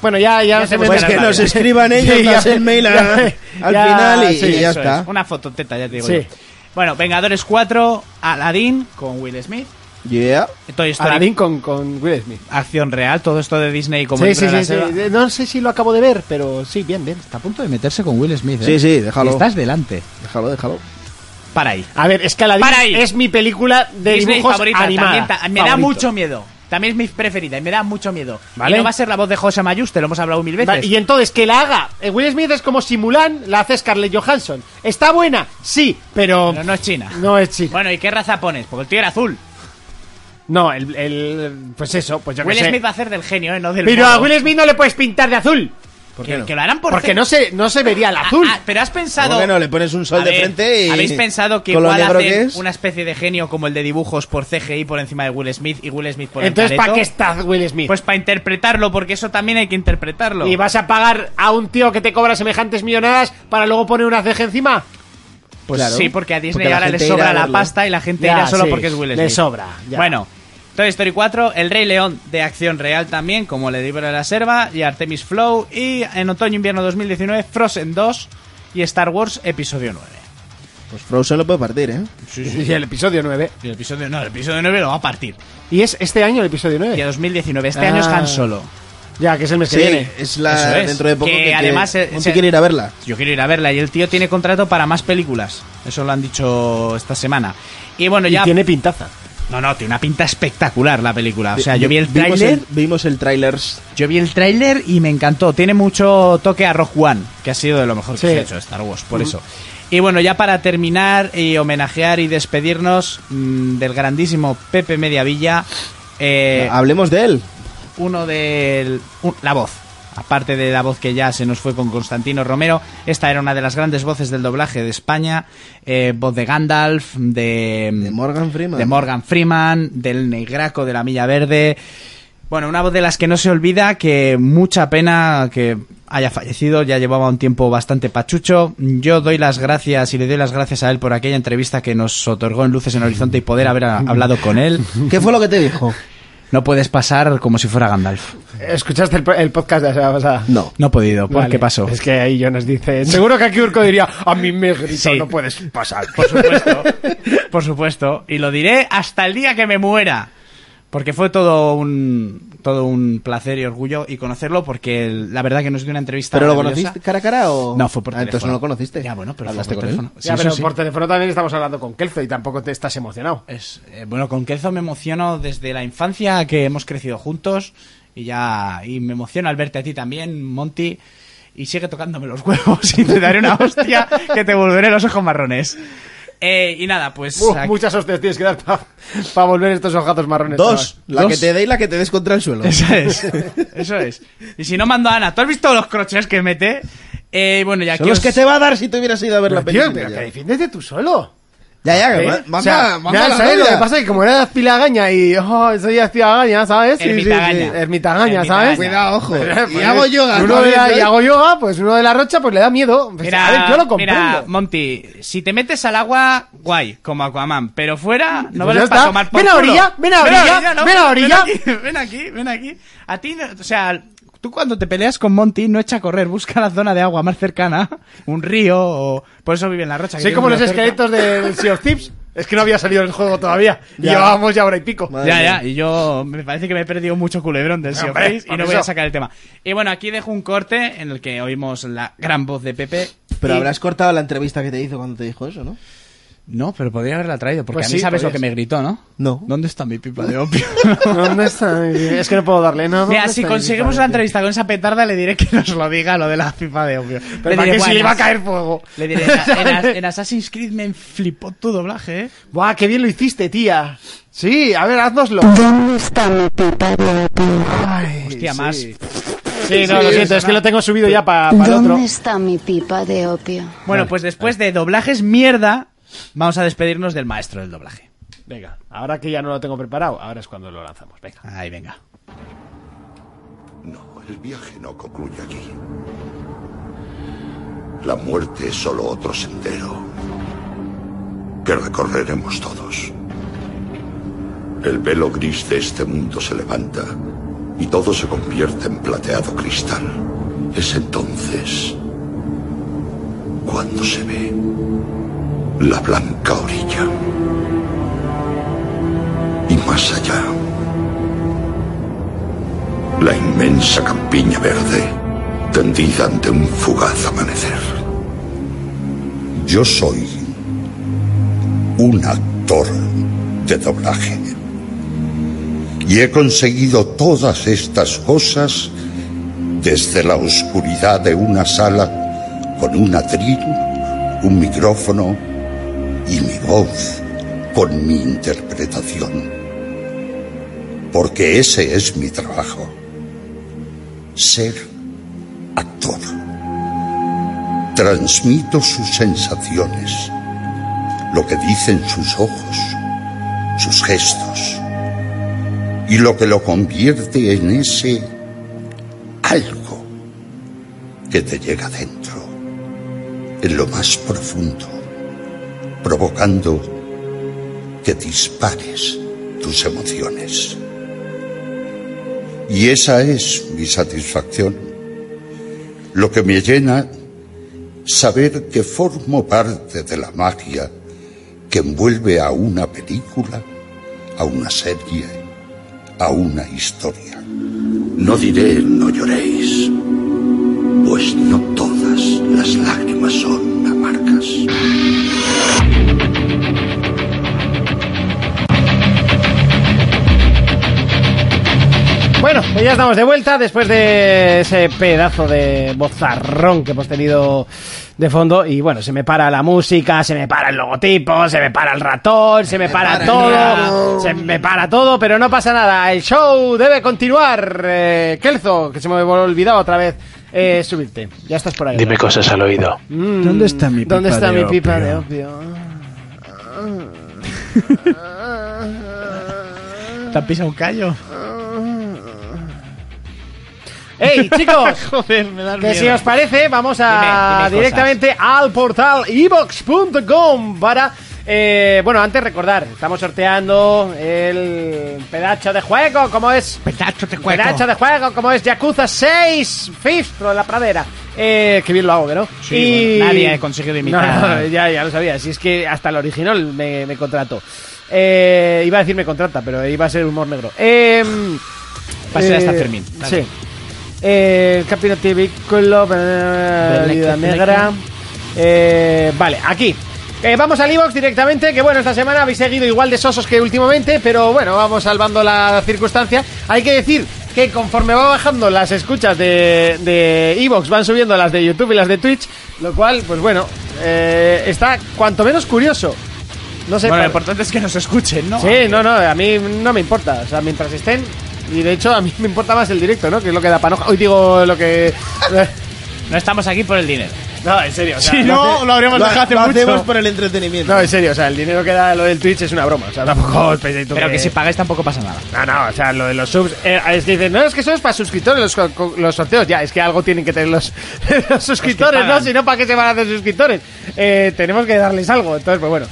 Speaker 2: Bueno, ya, ya,
Speaker 3: Ya
Speaker 2: se
Speaker 3: se
Speaker 2: me
Speaker 4: Pues que nos escriban ellos,
Speaker 2: Sí, ya.
Speaker 4: das el mail a-
Speaker 2: Ya,
Speaker 4: al
Speaker 2: ya,
Speaker 4: final y,
Speaker 2: sí,
Speaker 4: y ya
Speaker 3: Eso
Speaker 4: está.
Speaker 3: es, una fototeta, ya te digo
Speaker 2: Sí.
Speaker 3: yo. Bueno, Vengadores 4, Aladdin con Will Smith,
Speaker 4: Yeah.
Speaker 3: Toy Story,
Speaker 2: Aladdin con, con Will Smith.
Speaker 3: acción real, todo esto de Disney como
Speaker 2: Sí,
Speaker 3: el
Speaker 2: sí,
Speaker 3: libro de
Speaker 2: sí,
Speaker 3: la selva.
Speaker 2: sí. No sé si lo acabo de ver, pero sí, bien, bien.
Speaker 3: Está a punto de meterse con Will Smith, ¿eh?
Speaker 4: Sí, sí, déjalo.
Speaker 3: Y Estás delante.
Speaker 4: Déjalo, déjalo.
Speaker 3: Para ahí.
Speaker 2: A ver, es que Aladdin
Speaker 3: Para ahí.
Speaker 2: es mi película de
Speaker 3: Disney
Speaker 2: dibujos
Speaker 3: favorita,
Speaker 2: animada.
Speaker 3: también ta- me da
Speaker 2: Favorito.
Speaker 3: mucho miedo. También es mi preferida y me da mucho miedo.
Speaker 2: Vale.
Speaker 3: Y no va a ser la voz de José Mayús, te lo hemos hablado mil veces.
Speaker 2: Vale, y entonces que la haga eh, Will Smith es como si Mulan la hace Scarlett Johansson. ¿Está buena? Sí, pero
Speaker 3: Pero no es China.
Speaker 2: no es chica.
Speaker 3: Bueno, ¿y qué raza pones? Porque el tío era azul.
Speaker 2: No, el, el- pues eso, pues yo qué
Speaker 3: Will
Speaker 2: sé.
Speaker 3: Smith va a hacer del genio, ¿eh? No del
Speaker 2: Pero a
Speaker 3: mono.
Speaker 2: Will Smith no le puedes pintar de azul,
Speaker 3: que, que lo harán por
Speaker 2: porque
Speaker 3: ce-
Speaker 2: no se no se vería el
Speaker 3: Ah,
Speaker 2: azul.
Speaker 3: ah, pero has pensado.
Speaker 4: ¿Cómo que no? Le pones un sol
Speaker 3: A
Speaker 4: de
Speaker 3: ver,
Speaker 4: frente y.
Speaker 3: ¿Habéis pensado que
Speaker 4: con lo
Speaker 3: igual
Speaker 4: negro
Speaker 3: hacen
Speaker 4: que es?
Speaker 3: una especie de genio como el de dibujos por CGI por encima de Will Smith y Will Smith por el
Speaker 2: entonces ¿para
Speaker 3: careto?
Speaker 2: qué está Will Smith?
Speaker 3: Pues para interpretarlo, porque eso también hay que interpretarlo.
Speaker 2: y vas a pagar a un tío que te cobra semejantes millonadas para luego poner una ceja encima.
Speaker 3: Pues
Speaker 4: Claro.
Speaker 3: sí, porque a Disney
Speaker 4: Porque la
Speaker 3: ahora le
Speaker 4: gente irá
Speaker 3: sobra
Speaker 4: a
Speaker 3: la
Speaker 4: verlo.
Speaker 3: pasta y la gente
Speaker 2: Ya,
Speaker 3: irá solo
Speaker 2: sí,
Speaker 3: porque es Will
Speaker 2: le
Speaker 3: Smith.
Speaker 2: sobra, ya.
Speaker 3: Bueno, Toy Story 4, El Rey León de acción real también, como Le Libro de la Selva y Artemis Flow. Y en otoño-invierno 2019, Frozen 2 y Star Wars Episodio 9.
Speaker 4: Pues Frozen lo puede partir, ¿eh?
Speaker 2: Y el episodio 9.
Speaker 3: Y el episodio, no, el episodio 9 lo va a partir.
Speaker 2: Y es este año el episodio
Speaker 3: Y a
Speaker 2: 9.
Speaker 3: 2019, este año es
Speaker 2: Ah.
Speaker 3: Han Solo.
Speaker 2: Ya, que es el mes
Speaker 4: Sí,
Speaker 2: que viene.
Speaker 4: es
Speaker 3: Eso
Speaker 4: la
Speaker 3: es.
Speaker 4: dentro de poco
Speaker 3: Que
Speaker 4: que,
Speaker 3: además, eh,
Speaker 4: Monty
Speaker 3: se-
Speaker 4: quiere ir a verla.
Speaker 3: Yo quiero ir a verla y el tío tiene contrato para más películas. Eso lo han dicho esta semana. Y bueno,
Speaker 2: Y
Speaker 3: ya...
Speaker 2: tiene pintaza.
Speaker 3: No, no, tiene una pinta espectacular la película. O sea, yo vi el
Speaker 4: Vimos
Speaker 3: tráiler...
Speaker 4: Vimos el tráiler.
Speaker 3: Yo vi el tráiler y me encantó. Tiene mucho toque a Rogue One, que ha sido de lo mejor
Speaker 2: Sí.
Speaker 3: que se ha hecho Star Wars, por eso. Y bueno, ya para terminar y homenajear y despedirnos mm, del grandísimo Pepe Mediavilla, eh,
Speaker 4: Hablemos de él.
Speaker 3: uno de la voz. Aparte de la voz que ya se nos fue con Constantino Romero, esta era una de las grandes voces del doblaje de España, eh, voz de Gandalf, de, mm,
Speaker 4: De Morgan Freeman.
Speaker 3: de Morgan Freeman, del Negraco de la Milla Verde. Bueno, una voz de las que no se olvida, que mucha pena que haya fallecido, ya llevaba un tiempo bastante pachucho. Yo doy las gracias y le doy las gracias a él por aquella entrevista que nos otorgó en Luces en Horizonte y poder haber a- hablado con él.
Speaker 4: ¿Qué fue lo que te dijo?
Speaker 3: No puedes pasar como si fuera Gandalf.
Speaker 2: ¿Escuchaste el, po- el podcast de la semana pasada?
Speaker 4: No.
Speaker 3: No he podido, ¿por
Speaker 2: Vale,
Speaker 3: qué pasó?
Speaker 2: Es que ahí yo nos dice. Seguro que aquí Urco diría: A mí me gritó,
Speaker 3: Sí.
Speaker 2: no puedes pasar.
Speaker 3: Por supuesto, por supuesto. Y lo diré hasta el día que me muera. Porque fue todo un, todo un placer y orgullo y conocerlo porque el- la verdad que nos dio una entrevista
Speaker 4: ¿Pero lo
Speaker 3: maravillosa.
Speaker 4: conociste cara a cara o...?
Speaker 3: No, fue por
Speaker 4: Ah, Entonces
Speaker 3: teléfono.
Speaker 4: no lo conociste.
Speaker 3: Ya, bueno, pero
Speaker 4: ¿Hablaste
Speaker 3: fue por
Speaker 4: con él?
Speaker 3: teléfono. Sí,
Speaker 2: ya,
Speaker 3: eso
Speaker 2: pero
Speaker 3: sí.
Speaker 2: por teléfono también estamos hablando con Kelzo y tampoco te estás emocionado.
Speaker 3: Es, eh, bueno, con Kelzo me emociono desde la infancia que hemos crecido juntos y ya y me emociona al verte a ti también, Monty. Y sigue tocándome los huevos y te daré una hostia que te volveré los ojos marrones. Eh, y nada, pues
Speaker 2: Uf,
Speaker 3: aquí-
Speaker 2: muchas hostias tienes que dar para volver estos ojazos marrones.
Speaker 4: Dos.
Speaker 2: chaval.
Speaker 4: La
Speaker 3: Dos.
Speaker 4: que te dé y la que te des contra el suelo.
Speaker 3: Eso es, eso es. Y si no mando a Ana, ¿tú has visto los crochets que mete? Eh, bueno, y aquí
Speaker 4: Son los
Speaker 3: os-
Speaker 4: que te va a dar si te hubieras ido a ver la
Speaker 2: Pero, tío,
Speaker 4: película.
Speaker 2: pero que
Speaker 4: ya.
Speaker 2: defiéndete tú solo.
Speaker 4: Ya, ya, que
Speaker 2: ¿Eh?
Speaker 4: ma- manda-
Speaker 2: O sea,
Speaker 4: manda
Speaker 2: nada,
Speaker 4: la
Speaker 2: ¿sabes? Lo
Speaker 4: novia.
Speaker 2: que pasa es que como era espilagaña y oh, soy espilagaña, ¿sabes? Sí,
Speaker 3: Ermitagaña.
Speaker 2: sí, sí, ermitagaña, ¿sabes?
Speaker 4: Cuidado, ojo. Y
Speaker 2: Pues,
Speaker 4: hago yoga.
Speaker 2: uno
Speaker 4: ¿no?
Speaker 2: de la-
Speaker 4: Bien,
Speaker 2: y
Speaker 4: ¿no?
Speaker 2: hago yoga, pues uno de la rocha pues le da miedo. Pues,
Speaker 3: Mira,
Speaker 2: a ver, yo lo comprendo.
Speaker 3: mira, Monty, si te metes al agua, guay, como Aquaman, pero fuera no
Speaker 2: Pues ya
Speaker 3: vales para
Speaker 2: está.
Speaker 3: tomar por
Speaker 2: Ven a
Speaker 3: culo.
Speaker 2: orilla, ven a orilla,
Speaker 3: ¿no?
Speaker 2: ven a orilla.
Speaker 3: aquí, Ven aquí, ven aquí. A ti, no- o sea, tú cuando te peleas con Monty no echa a correr, busca la zona de agua más cercana, un río o... Por eso vive en la rocha. que
Speaker 2: Soy
Speaker 3: tiene
Speaker 2: como
Speaker 3: una
Speaker 2: los
Speaker 3: cerca.
Speaker 2: esqueletos del Sea of Thieves. Es que no había salido el juego todavía. Y
Speaker 4: Ya.
Speaker 2: Llevábamos ya hora y pico.
Speaker 4: Madre
Speaker 3: Ya,
Speaker 4: mía.
Speaker 3: ya, y yo me parece que me he perdido mucho culebrón del Sea of
Speaker 2: Hombre,
Speaker 3: Thieves y
Speaker 2: por
Speaker 3: no voy
Speaker 2: eso.
Speaker 3: a sacar el tema. Y bueno, aquí dejo un corte en el que oímos la gran voz de Pepe.
Speaker 4: Pero
Speaker 3: y-
Speaker 4: habrás cortado la entrevista que te hizo cuando te dijo eso, ¿no?
Speaker 3: No, pero podría haberla traído, porque
Speaker 2: Pues
Speaker 3: a
Speaker 2: sí,
Speaker 3: mí sabes lo
Speaker 2: podrías.
Speaker 3: que me gritó, ¿no?
Speaker 4: No.
Speaker 3: ¿Dónde está mi pipa de opio?
Speaker 2: ¿Dónde está? Es que no puedo darle nada.
Speaker 3: Mira, si conseguimos una entrevista con esa petarda, le diré que nos lo diga lo de la pipa de opio.
Speaker 2: Pero para que
Speaker 3: diré,
Speaker 2: si
Speaker 3: "Buah,
Speaker 2: le
Speaker 3: en
Speaker 2: iba a
Speaker 3: As-
Speaker 2: caer fuego.
Speaker 3: Le diré, en, As- en Assassin's Creed me flipó tu doblaje, ¿eh?
Speaker 2: Buah, qué bien lo hiciste, tía. Sí, a ver, haznoslo.
Speaker 7: ¿Dónde está mi pipa de opio?
Speaker 3: Hostia, más.
Speaker 2: Sí, no, lo siento, es que lo tengo subido ya para el otro.
Speaker 7: ¿Dónde está mi pipa de opio?
Speaker 3: Bueno, pues después de doblajes mierda, vamos a despedirnos del maestro del doblaje.
Speaker 2: Venga, ahora que ya no lo tengo preparado, ahora es cuando lo lanzamos. Venga.
Speaker 3: Ahí, venga.
Speaker 10: No, el viaje no concluye aquí. La muerte es solo otro sendero que recorreremos todos. El velo gris de este mundo se levanta y todo se convierte en plateado cristal. Es entonces cuando se ve la blanca orilla. Y más allá la inmensa campiña verde, tendida ante un fugaz amanecer. Yo soy un actor de doblaje y he conseguido todas estas cosas desde la oscuridad de una sala con un atril, un micrófono y mi voz con mi interpretación. Porque ese es mi trabajo ser actor. Transmito sus sensaciones, lo que dicen sus ojos, sus gestos, y lo que lo convierte en ese algo que te llega dentro, en lo más profundo, provocando que dispares tus emociones. Y esa es mi satisfacción. Lo que me llena, saber que formo parte de la magia que envuelve a una película, a una serie, a una historia. No diré no lloréis, pues no todas las lágrimas son amargas.
Speaker 2: Bueno, pues ya estamos de vuelta después de ese pedazo de bozarrón que hemos tenido de fondo y bueno, se me para la música, se me para el logotipo, se me para el ratón, se me para,
Speaker 4: para el
Speaker 2: todo,
Speaker 4: ratón.
Speaker 2: se me para todo, pero no pasa nada, el show debe continuar. Eh, Kelzo, que se me había olvidado otra vez eh, subirte, ya estás por ahí.
Speaker 6: Dime
Speaker 2: ¿verdad?
Speaker 6: cosas al oído.
Speaker 2: Mm,
Speaker 1: ¿Dónde está mi pipa
Speaker 2: ¿Dónde está
Speaker 1: de
Speaker 2: mi pipa
Speaker 1: opio?
Speaker 2: de opio?
Speaker 3: ¿Te han pisado un callo?
Speaker 2: ¡Ey, chicos!
Speaker 3: Joder, me da
Speaker 2: Que si os parece, vamos a
Speaker 3: Dime, dime
Speaker 2: directamente al portal ebox.com para. eh, bueno, antes recordar, estamos sorteando el pedacho de juego, como es.
Speaker 3: Pedacho de juego.
Speaker 2: Pedacho de juego, como es Yakuza 6 Fistro en la pradera. Eh, que bien lo hago, ¿no?
Speaker 3: Sí, bueno, nadie ha conseguido imitar.
Speaker 2: No, no, ya, ya lo sabía, si es que hasta el original me, me contrató. Eh, iba a decir me contrata, pero iba a ser humor negro. Eh.
Speaker 3: Va a ser hasta Fermín.
Speaker 2: Sí.
Speaker 3: Dale.
Speaker 2: Eh, el campeonato de vehículo, eh, vida negra. Eh, vale, aquí. Eh, vamos al Evox directamente, que bueno, esta semana habéis seguido igual de sosos que últimamente, pero bueno, vamos salvando la circunstancia. Hay que decir que conforme va bajando las escuchas de, de Evox, van subiendo las de YouTube y las de Twitch, lo cual, pues bueno, eh, está cuanto menos curioso. No sé
Speaker 3: Bueno, lo
Speaker 2: por-
Speaker 3: importante es que nos escuchen, ¿no?
Speaker 2: Sí, no, no, a mí no me importa. O sea, mientras estén. Y de hecho, a mí me importa más el directo, ¿no? Que es lo que da panoja. Hoy digo lo que.
Speaker 3: No estamos aquí por el dinero.
Speaker 2: No, en serio. o sea,
Speaker 3: Si
Speaker 2: lo
Speaker 3: no,
Speaker 2: hace-
Speaker 3: lo habríamos
Speaker 4: Lo,
Speaker 3: dejado hace
Speaker 4: lo
Speaker 3: mucho.
Speaker 4: hacemos por el entretenimiento.
Speaker 2: No, en serio, o sea, el dinero que da lo del Twitch es una broma. O sea, tampoco os penséis tú
Speaker 3: Pero que si pagáis tampoco pasa nada.
Speaker 2: No, no, o sea, lo de los subs. eh, es que dicen, no, es que eso es para suscriptores, los, co- co- los sorteos. Ya, es que algo tienen que tener los, los suscriptores, ¿no?
Speaker 3: pagan.
Speaker 2: Si no, ¿para qué se van a hacer suscriptores? Eh, tenemos que darles algo, entonces, pues bueno.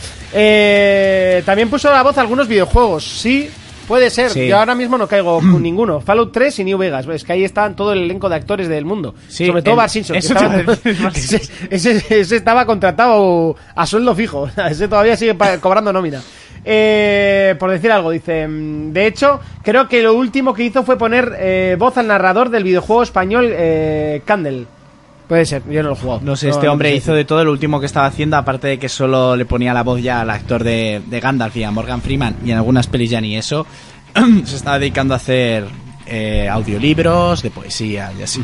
Speaker 2: Eh, también puso la voz algunos videojuegos, sí. Puede ser,
Speaker 3: Sí.
Speaker 2: yo ahora mismo no caigo con ninguno. Fallout 3 y New Vegas. Es que ahí están todo el elenco de actores del mundo.
Speaker 3: Sí,
Speaker 2: Sobre todo
Speaker 3: el-
Speaker 2: Bart Simpson. que
Speaker 3: eso te
Speaker 2: estaba-
Speaker 3: iba a decir, Bart
Speaker 2: ese- ese, ese estaba contratado a sueldo fijo. Ese todavía sigue pa- cobrando nómina. Eh, por decir algo, dice. mm, De hecho, creo que lo último que hizo fue poner eh, voz al narrador del videojuego español eh, Candle. Puede ser, yo no lo he jugado.
Speaker 3: No sé, este hombre
Speaker 2: sé
Speaker 3: hizo de todo lo último que estaba haciendo, aparte de que solo le ponía la voz ya al actor de, de Gandalf y a Morgan Freeman, y en algunas pelis ya ni eso. Se estaba dedicando a hacer eh, audiolibros de poesía y así.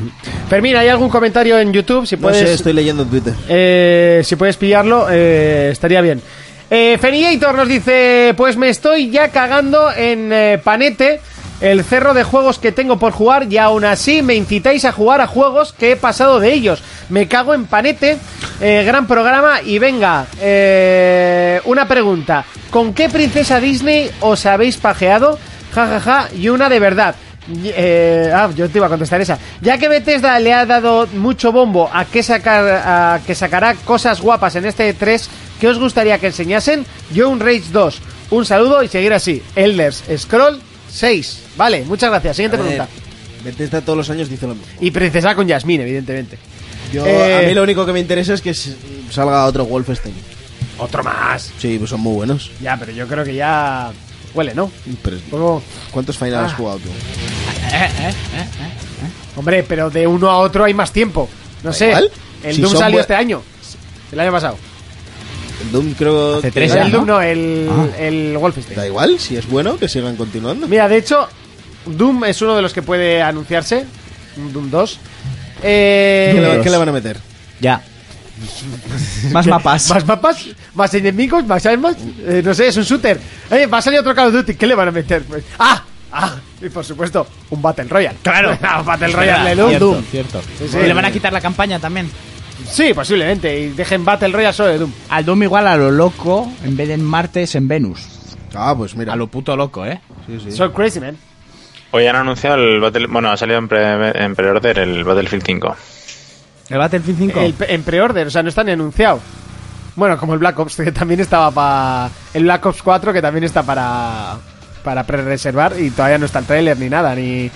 Speaker 2: Fermín, ¿hay algún comentario en YouTube? Si
Speaker 4: No
Speaker 2: puedes,
Speaker 4: sé, estoy leyendo Twitter.
Speaker 2: eh, si puedes pillarlo, eh, estaría bien. Eh, Feniator nos dice: Pues me estoy ya cagando en eh, Panete, el cerro de juegos que tengo por jugar, y aún así me incitáis a jugar a juegos que he pasado de ellos. Me cago en Panete, eh, gran programa, y venga, eh, una pregunta: ¿Con qué princesa Disney os habéis pajeado? Ja, ja, ja, y una de verdad. Y- eh, ah, yo te iba a contestar esa. Ya que Bethesda le ha dado mucho bombo a que, sacar, a que sacará cosas guapas en este 3, ¿qué os gustaría que enseñasen? Yo un Rage 2. Un saludo y seguir así. Elders Scroll 6. Vale, muchas gracias. Siguiente pregunta.
Speaker 4: Eh, Bethesda todos los años dice lo mismo.
Speaker 2: Y Princesa con Yasmín, evidentemente.
Speaker 4: Yo,
Speaker 2: Eh,
Speaker 4: a mí lo único que me interesa es que s- salga otro Wolfenstein.
Speaker 2: Otro más.
Speaker 4: Sí, pues son muy buenos.
Speaker 2: Ya, pero yo creo que ya huele, ¿no?
Speaker 4: Pero es-
Speaker 2: Como-
Speaker 4: ¿Cuántos Final
Speaker 2: Ah.
Speaker 4: has jugado tú?
Speaker 2: Hombre, pero de uno a otro hay más tiempo. No sé.
Speaker 4: igual.
Speaker 2: El
Speaker 4: Si
Speaker 2: Doom
Speaker 4: son
Speaker 2: salió
Speaker 4: bue-
Speaker 2: este año. El año pasado.
Speaker 4: El Doom creo
Speaker 3: Hace
Speaker 4: que-
Speaker 3: tres ya,
Speaker 2: el
Speaker 3: ¿no?
Speaker 2: Doom no, el, el Wolfenstein.
Speaker 4: Da igual, si es bueno, que sigan continuando.
Speaker 2: Mira, de hecho, Doom es uno de los que puede anunciarse. un Doom 2. Eh,
Speaker 4: ¿Qué, le, qué le van a meter?
Speaker 3: Ya. Más mapas.
Speaker 2: Más mapas, más enemigos, más armas. Eh, no sé, es un shooter. Eh, va a salir otro Call of Duty. ¿Qué le van a meter? Pues, ¡Ah! ¡Ah! Y por supuesto, un Battle Royale. Claro, Battle Royale de Doom. Doom. Sí, sí.
Speaker 3: Y le van a quitar la campaña también.
Speaker 2: Sí, posiblemente. Y dejen Battle Royale solo de Doom.
Speaker 3: Al Doom igual a lo loco, en vez de en Marte es en Venus.
Speaker 4: Ah, pues mira.
Speaker 3: A lo puto loco, ¿eh?
Speaker 4: Sí, sí.
Speaker 2: So crazy, man.
Speaker 5: Hoy han anunciado el Battle... Bueno, ha salido en pre- en pre-order el Battlefield 5.
Speaker 3: El Battlefield 5.
Speaker 2: El pe- en pre-order, o sea, no está ni anunciado. Bueno, como el Black Ops, que también estaba para. El Black Ops 4, que también está para. Para pre-reservar y todavía no está el trailer ni nada, ni.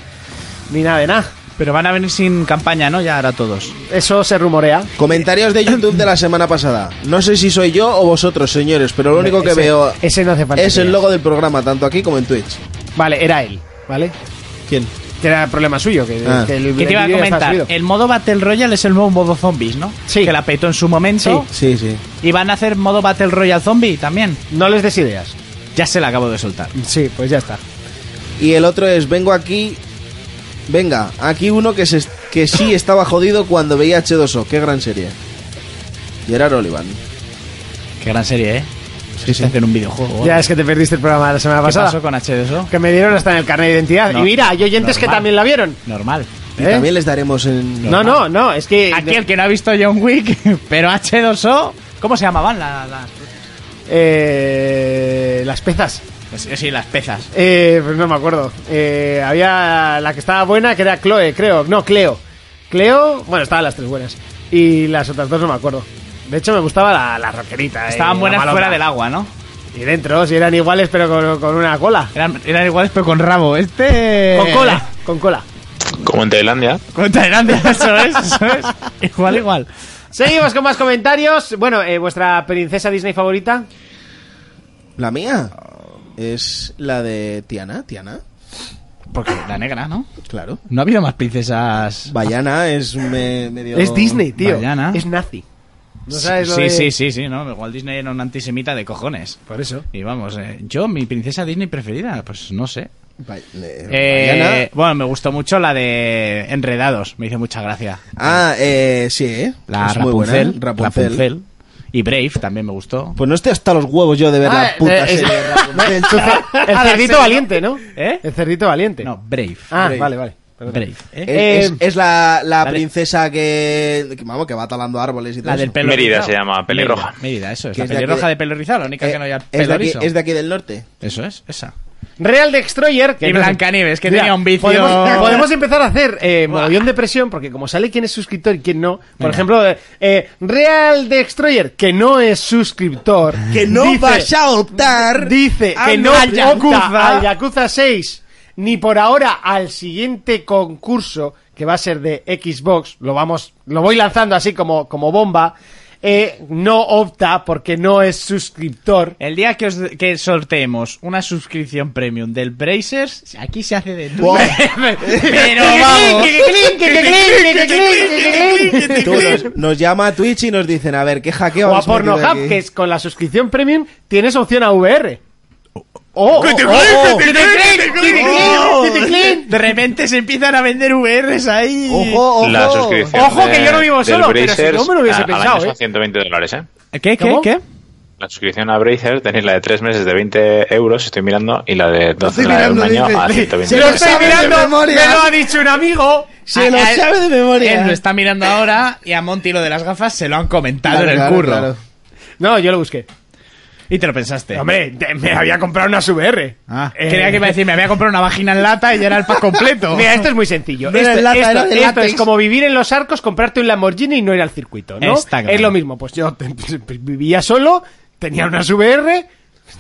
Speaker 2: Ni nada de nada.
Speaker 3: Pero van a venir sin campaña, ¿no? Ya ahora todos.
Speaker 2: Eso se rumorea.
Speaker 4: Comentarios de YouTube de la semana pasada. No sé si soy yo o vosotros, señores, pero lo único que
Speaker 2: Ese-
Speaker 4: veo
Speaker 2: Ese no hace falta.
Speaker 4: es
Speaker 2: que
Speaker 4: el
Speaker 2: veas.
Speaker 4: logo del programa, tanto aquí como en Twitch.
Speaker 2: Vale, era él, ¿vale?
Speaker 4: ¿Quién?
Speaker 2: Que era problema suyo, que,
Speaker 4: Ah.
Speaker 2: que el,
Speaker 3: Que
Speaker 2: el
Speaker 3: te iba a
Speaker 2: vídeo ya está
Speaker 3: comentar,
Speaker 2: subido.
Speaker 3: el modo Battle Royale es el nuevo modo zombies, ¿no?
Speaker 2: Sí.
Speaker 3: Que la petó en su momento.
Speaker 4: Sí, sí.
Speaker 3: Y van a hacer modo Battle Royale zombie también.
Speaker 2: No les des ideas.
Speaker 3: Ya se la acabo de soltar.
Speaker 2: Sí, pues ya está.
Speaker 4: Y el otro es, vengo aquí... Venga, aquí uno que, se, que sí estaba jodido cuando veía H2O. Qué gran serie. Gerard Olivan.
Speaker 3: Qué gran serie, ¿eh? Sí, hacer un videojuego.
Speaker 2: Ya es que te perdiste el programa de la semana
Speaker 3: ¿Qué
Speaker 2: pasada.
Speaker 3: pasó con H2O?
Speaker 2: Que me dieron hasta en el carnet de identidad.
Speaker 3: No,
Speaker 2: y mira, hay oyentes que
Speaker 3: normal.
Speaker 2: también la vieron.
Speaker 3: Normal.
Speaker 4: Y
Speaker 2: ¿Eh?
Speaker 4: también les daremos en...
Speaker 2: No, no, no, es que.
Speaker 3: Aquí el que no ha visto John Wick, pero H2O... ¿Cómo se llamaban la- las...
Speaker 2: Eh, las pezas.
Speaker 3: Pues, Sí, sí, las pezas.
Speaker 2: Eh, pues no me acuerdo. Eh, había la que estaba buena, que era Chloe, creo. No, Cleo. Cleo, bueno, estaban las tres buenas. Y las otras dos no me acuerdo. De hecho, me gustaba la, la rockerita. eh,
Speaker 3: Estaban
Speaker 2: la
Speaker 3: buenas
Speaker 2: malota.
Speaker 3: fuera del agua, ¿no?
Speaker 2: Y dentro, si eran iguales, pero con, con una cola.
Speaker 3: Eran, eran iguales, pero con rabo. Este...
Speaker 2: Con cola, con cola.
Speaker 5: Como en Tailandia.
Speaker 3: Con Tailandia, eso es, eso es. Igual, igual.
Speaker 2: Seguimos con más comentarios. Bueno, eh, vuestra princesa Disney favorita.
Speaker 4: La mía es la de Tiana, Tiana.
Speaker 3: Porque la negra, ¿no?
Speaker 4: Claro.
Speaker 3: No ha habido más princesas...
Speaker 4: Bayana es un me- medio...
Speaker 2: Es Disney, tío.
Speaker 3: Vallana.
Speaker 2: Es nazi. No sabes lo
Speaker 3: sí,
Speaker 2: de-
Speaker 3: sí, sí, sí, no. Walt Disney era un antisemita de cojones.
Speaker 2: Por eso.
Speaker 3: Y vamos, eh, yo, mi princesa Disney preferida, pues no sé.
Speaker 4: Ba- eh, Bayana.
Speaker 3: Eh, bueno, me gustó mucho la de Enredados, me hizo mucha gracia.
Speaker 4: Ah, eh, sí, ¿eh?
Speaker 3: La
Speaker 4: Es muy buena, ¿eh?
Speaker 3: Rapunzel,
Speaker 4: Rapunzel.
Speaker 3: Rapunzel. Y Brave también me gustó.
Speaker 4: Pues no estoy hasta los huevos yo de ver
Speaker 2: Ah,
Speaker 4: la puta
Speaker 2: eh, es-
Speaker 4: serie de Rapunzel.
Speaker 2: El cerdito valiente, ¿no?
Speaker 3: ¿Eh?
Speaker 2: El cerdito valiente.
Speaker 4: Pues,
Speaker 3: No, Brave.
Speaker 2: Ah,
Speaker 4: Brave.
Speaker 2: vale, vale.
Speaker 3: Brave. ¿eh?
Speaker 2: Eh,
Speaker 4: Es, es- es la,
Speaker 3: la
Speaker 4: la
Speaker 3: de-
Speaker 4: princesa que, que, Vamos, que va talando árboles y todo
Speaker 3: La del
Speaker 4: eso.
Speaker 3: pelo
Speaker 5: Mérida
Speaker 3: rizado.
Speaker 5: se llama, pelirroja.
Speaker 3: Mérida, Mérida, eso es.
Speaker 4: Que
Speaker 3: La
Speaker 4: es de
Speaker 3: pelirroja
Speaker 4: aquí-
Speaker 3: de pelo rizado, la única que no
Speaker 4: Eh,
Speaker 3: haya
Speaker 4: es, de
Speaker 3: pelo
Speaker 4: aquí,
Speaker 3: liso.
Speaker 4: es de aquí del norte.
Speaker 3: Eso es, esa.
Speaker 2: Real Destroyer. Que
Speaker 3: Y
Speaker 2: no sé-
Speaker 3: Blancanieves, que
Speaker 2: Mira,
Speaker 3: tenía un vicio-
Speaker 2: Podemos, podemos empezar a hacer eh, mogollón de presión, porque como sale quién es suscriptor y quién no. Por ejemplo, eh, eh, Real Destroyer, que no es suscriptor.
Speaker 4: Que no
Speaker 2: dice-
Speaker 4: vas a optar
Speaker 2: Dice
Speaker 4: a
Speaker 2: que no Ah,
Speaker 4: una
Speaker 2: opta
Speaker 4: Yakuza.
Speaker 2: al Yakuza 6, ni por ahora al siguiente concurso, que va a ser de Xbox, lo vamos, lo voy lanzando así como, como bomba, eh, no opta porque no es suscriptor.
Speaker 3: El día que, os, que sorteemos una suscripción premium del Brazers, aquí se hace de
Speaker 4: Buah.
Speaker 3: Pero vamos.
Speaker 4: Tú nos, nos llama a Twitch y nos dicen, a ver, ¿qué hackeo
Speaker 2: O a
Speaker 4: habéis metido
Speaker 2: Pornhub,
Speaker 4: aquí?
Speaker 2: que es con la suscripción premium, tienes opción a VR. ¡Oh!
Speaker 3: ¡Que te
Speaker 2: oh,
Speaker 3: clic,
Speaker 2: oh,
Speaker 3: que te
Speaker 2: que te clic,
Speaker 3: clic,
Speaker 2: que
Speaker 3: que te
Speaker 2: te
Speaker 3: clic!
Speaker 4: Oh.
Speaker 2: clic, que te clic!
Speaker 3: De repente se empiezan a vender VRs ahí.
Speaker 4: Ojo, ojo.
Speaker 5: La suscripción
Speaker 2: Ojo, que
Speaker 5: de-
Speaker 2: yo no vivo
Speaker 5: del
Speaker 2: solo, pero si
Speaker 5: Brazers
Speaker 2: no me lo hubiese
Speaker 5: a- al año
Speaker 2: pensado, ¿eh?
Speaker 5: son 120 dólares, ¿eh?
Speaker 3: ¿Qué, qué,
Speaker 2: ¿Cómo?
Speaker 3: qué?
Speaker 5: La suscripción a Brazers tenéis la de 3 meses de 20 euros, estoy mirando, y la de 12
Speaker 4: estoy
Speaker 5: la de un
Speaker 4: mirando,
Speaker 5: año
Speaker 4: dice.
Speaker 5: a
Speaker 4: Se
Speaker 2: Lo
Speaker 5: 120 euros.
Speaker 2: estoy
Speaker 4: sabe de
Speaker 2: mirando, me
Speaker 4: memoria.
Speaker 2: lo ha dicho un amigo.
Speaker 4: Se lo
Speaker 3: Ah, él-
Speaker 4: sabe de
Speaker 3: Él lo
Speaker 4: memoria.
Speaker 3: está mirando ahora y a Monty lo de las gafas se lo han comentado
Speaker 4: Claro,
Speaker 3: en el
Speaker 4: claro,
Speaker 3: curro.
Speaker 4: claro.
Speaker 2: No, yo lo busqué.
Speaker 3: Y te lo pensaste.
Speaker 2: Hombre, te- me había comprado una VR.
Speaker 3: Ah,
Speaker 2: Eh,
Speaker 3: creía que iba a decir, me había comprado una vagina en lata y ya era el pack completo.
Speaker 2: Mira, esto es muy sencillo.
Speaker 4: No era
Speaker 2: esto
Speaker 4: de lata,
Speaker 2: esto-
Speaker 4: era de
Speaker 2: esto
Speaker 4: látex.
Speaker 2: es como vivir en los arcos, comprarte un Lamborghini y no ir al circuito, ¿no?
Speaker 3: Está claro.
Speaker 2: Es lo mismo. Pues yo te- vivía solo, tenía unas VR,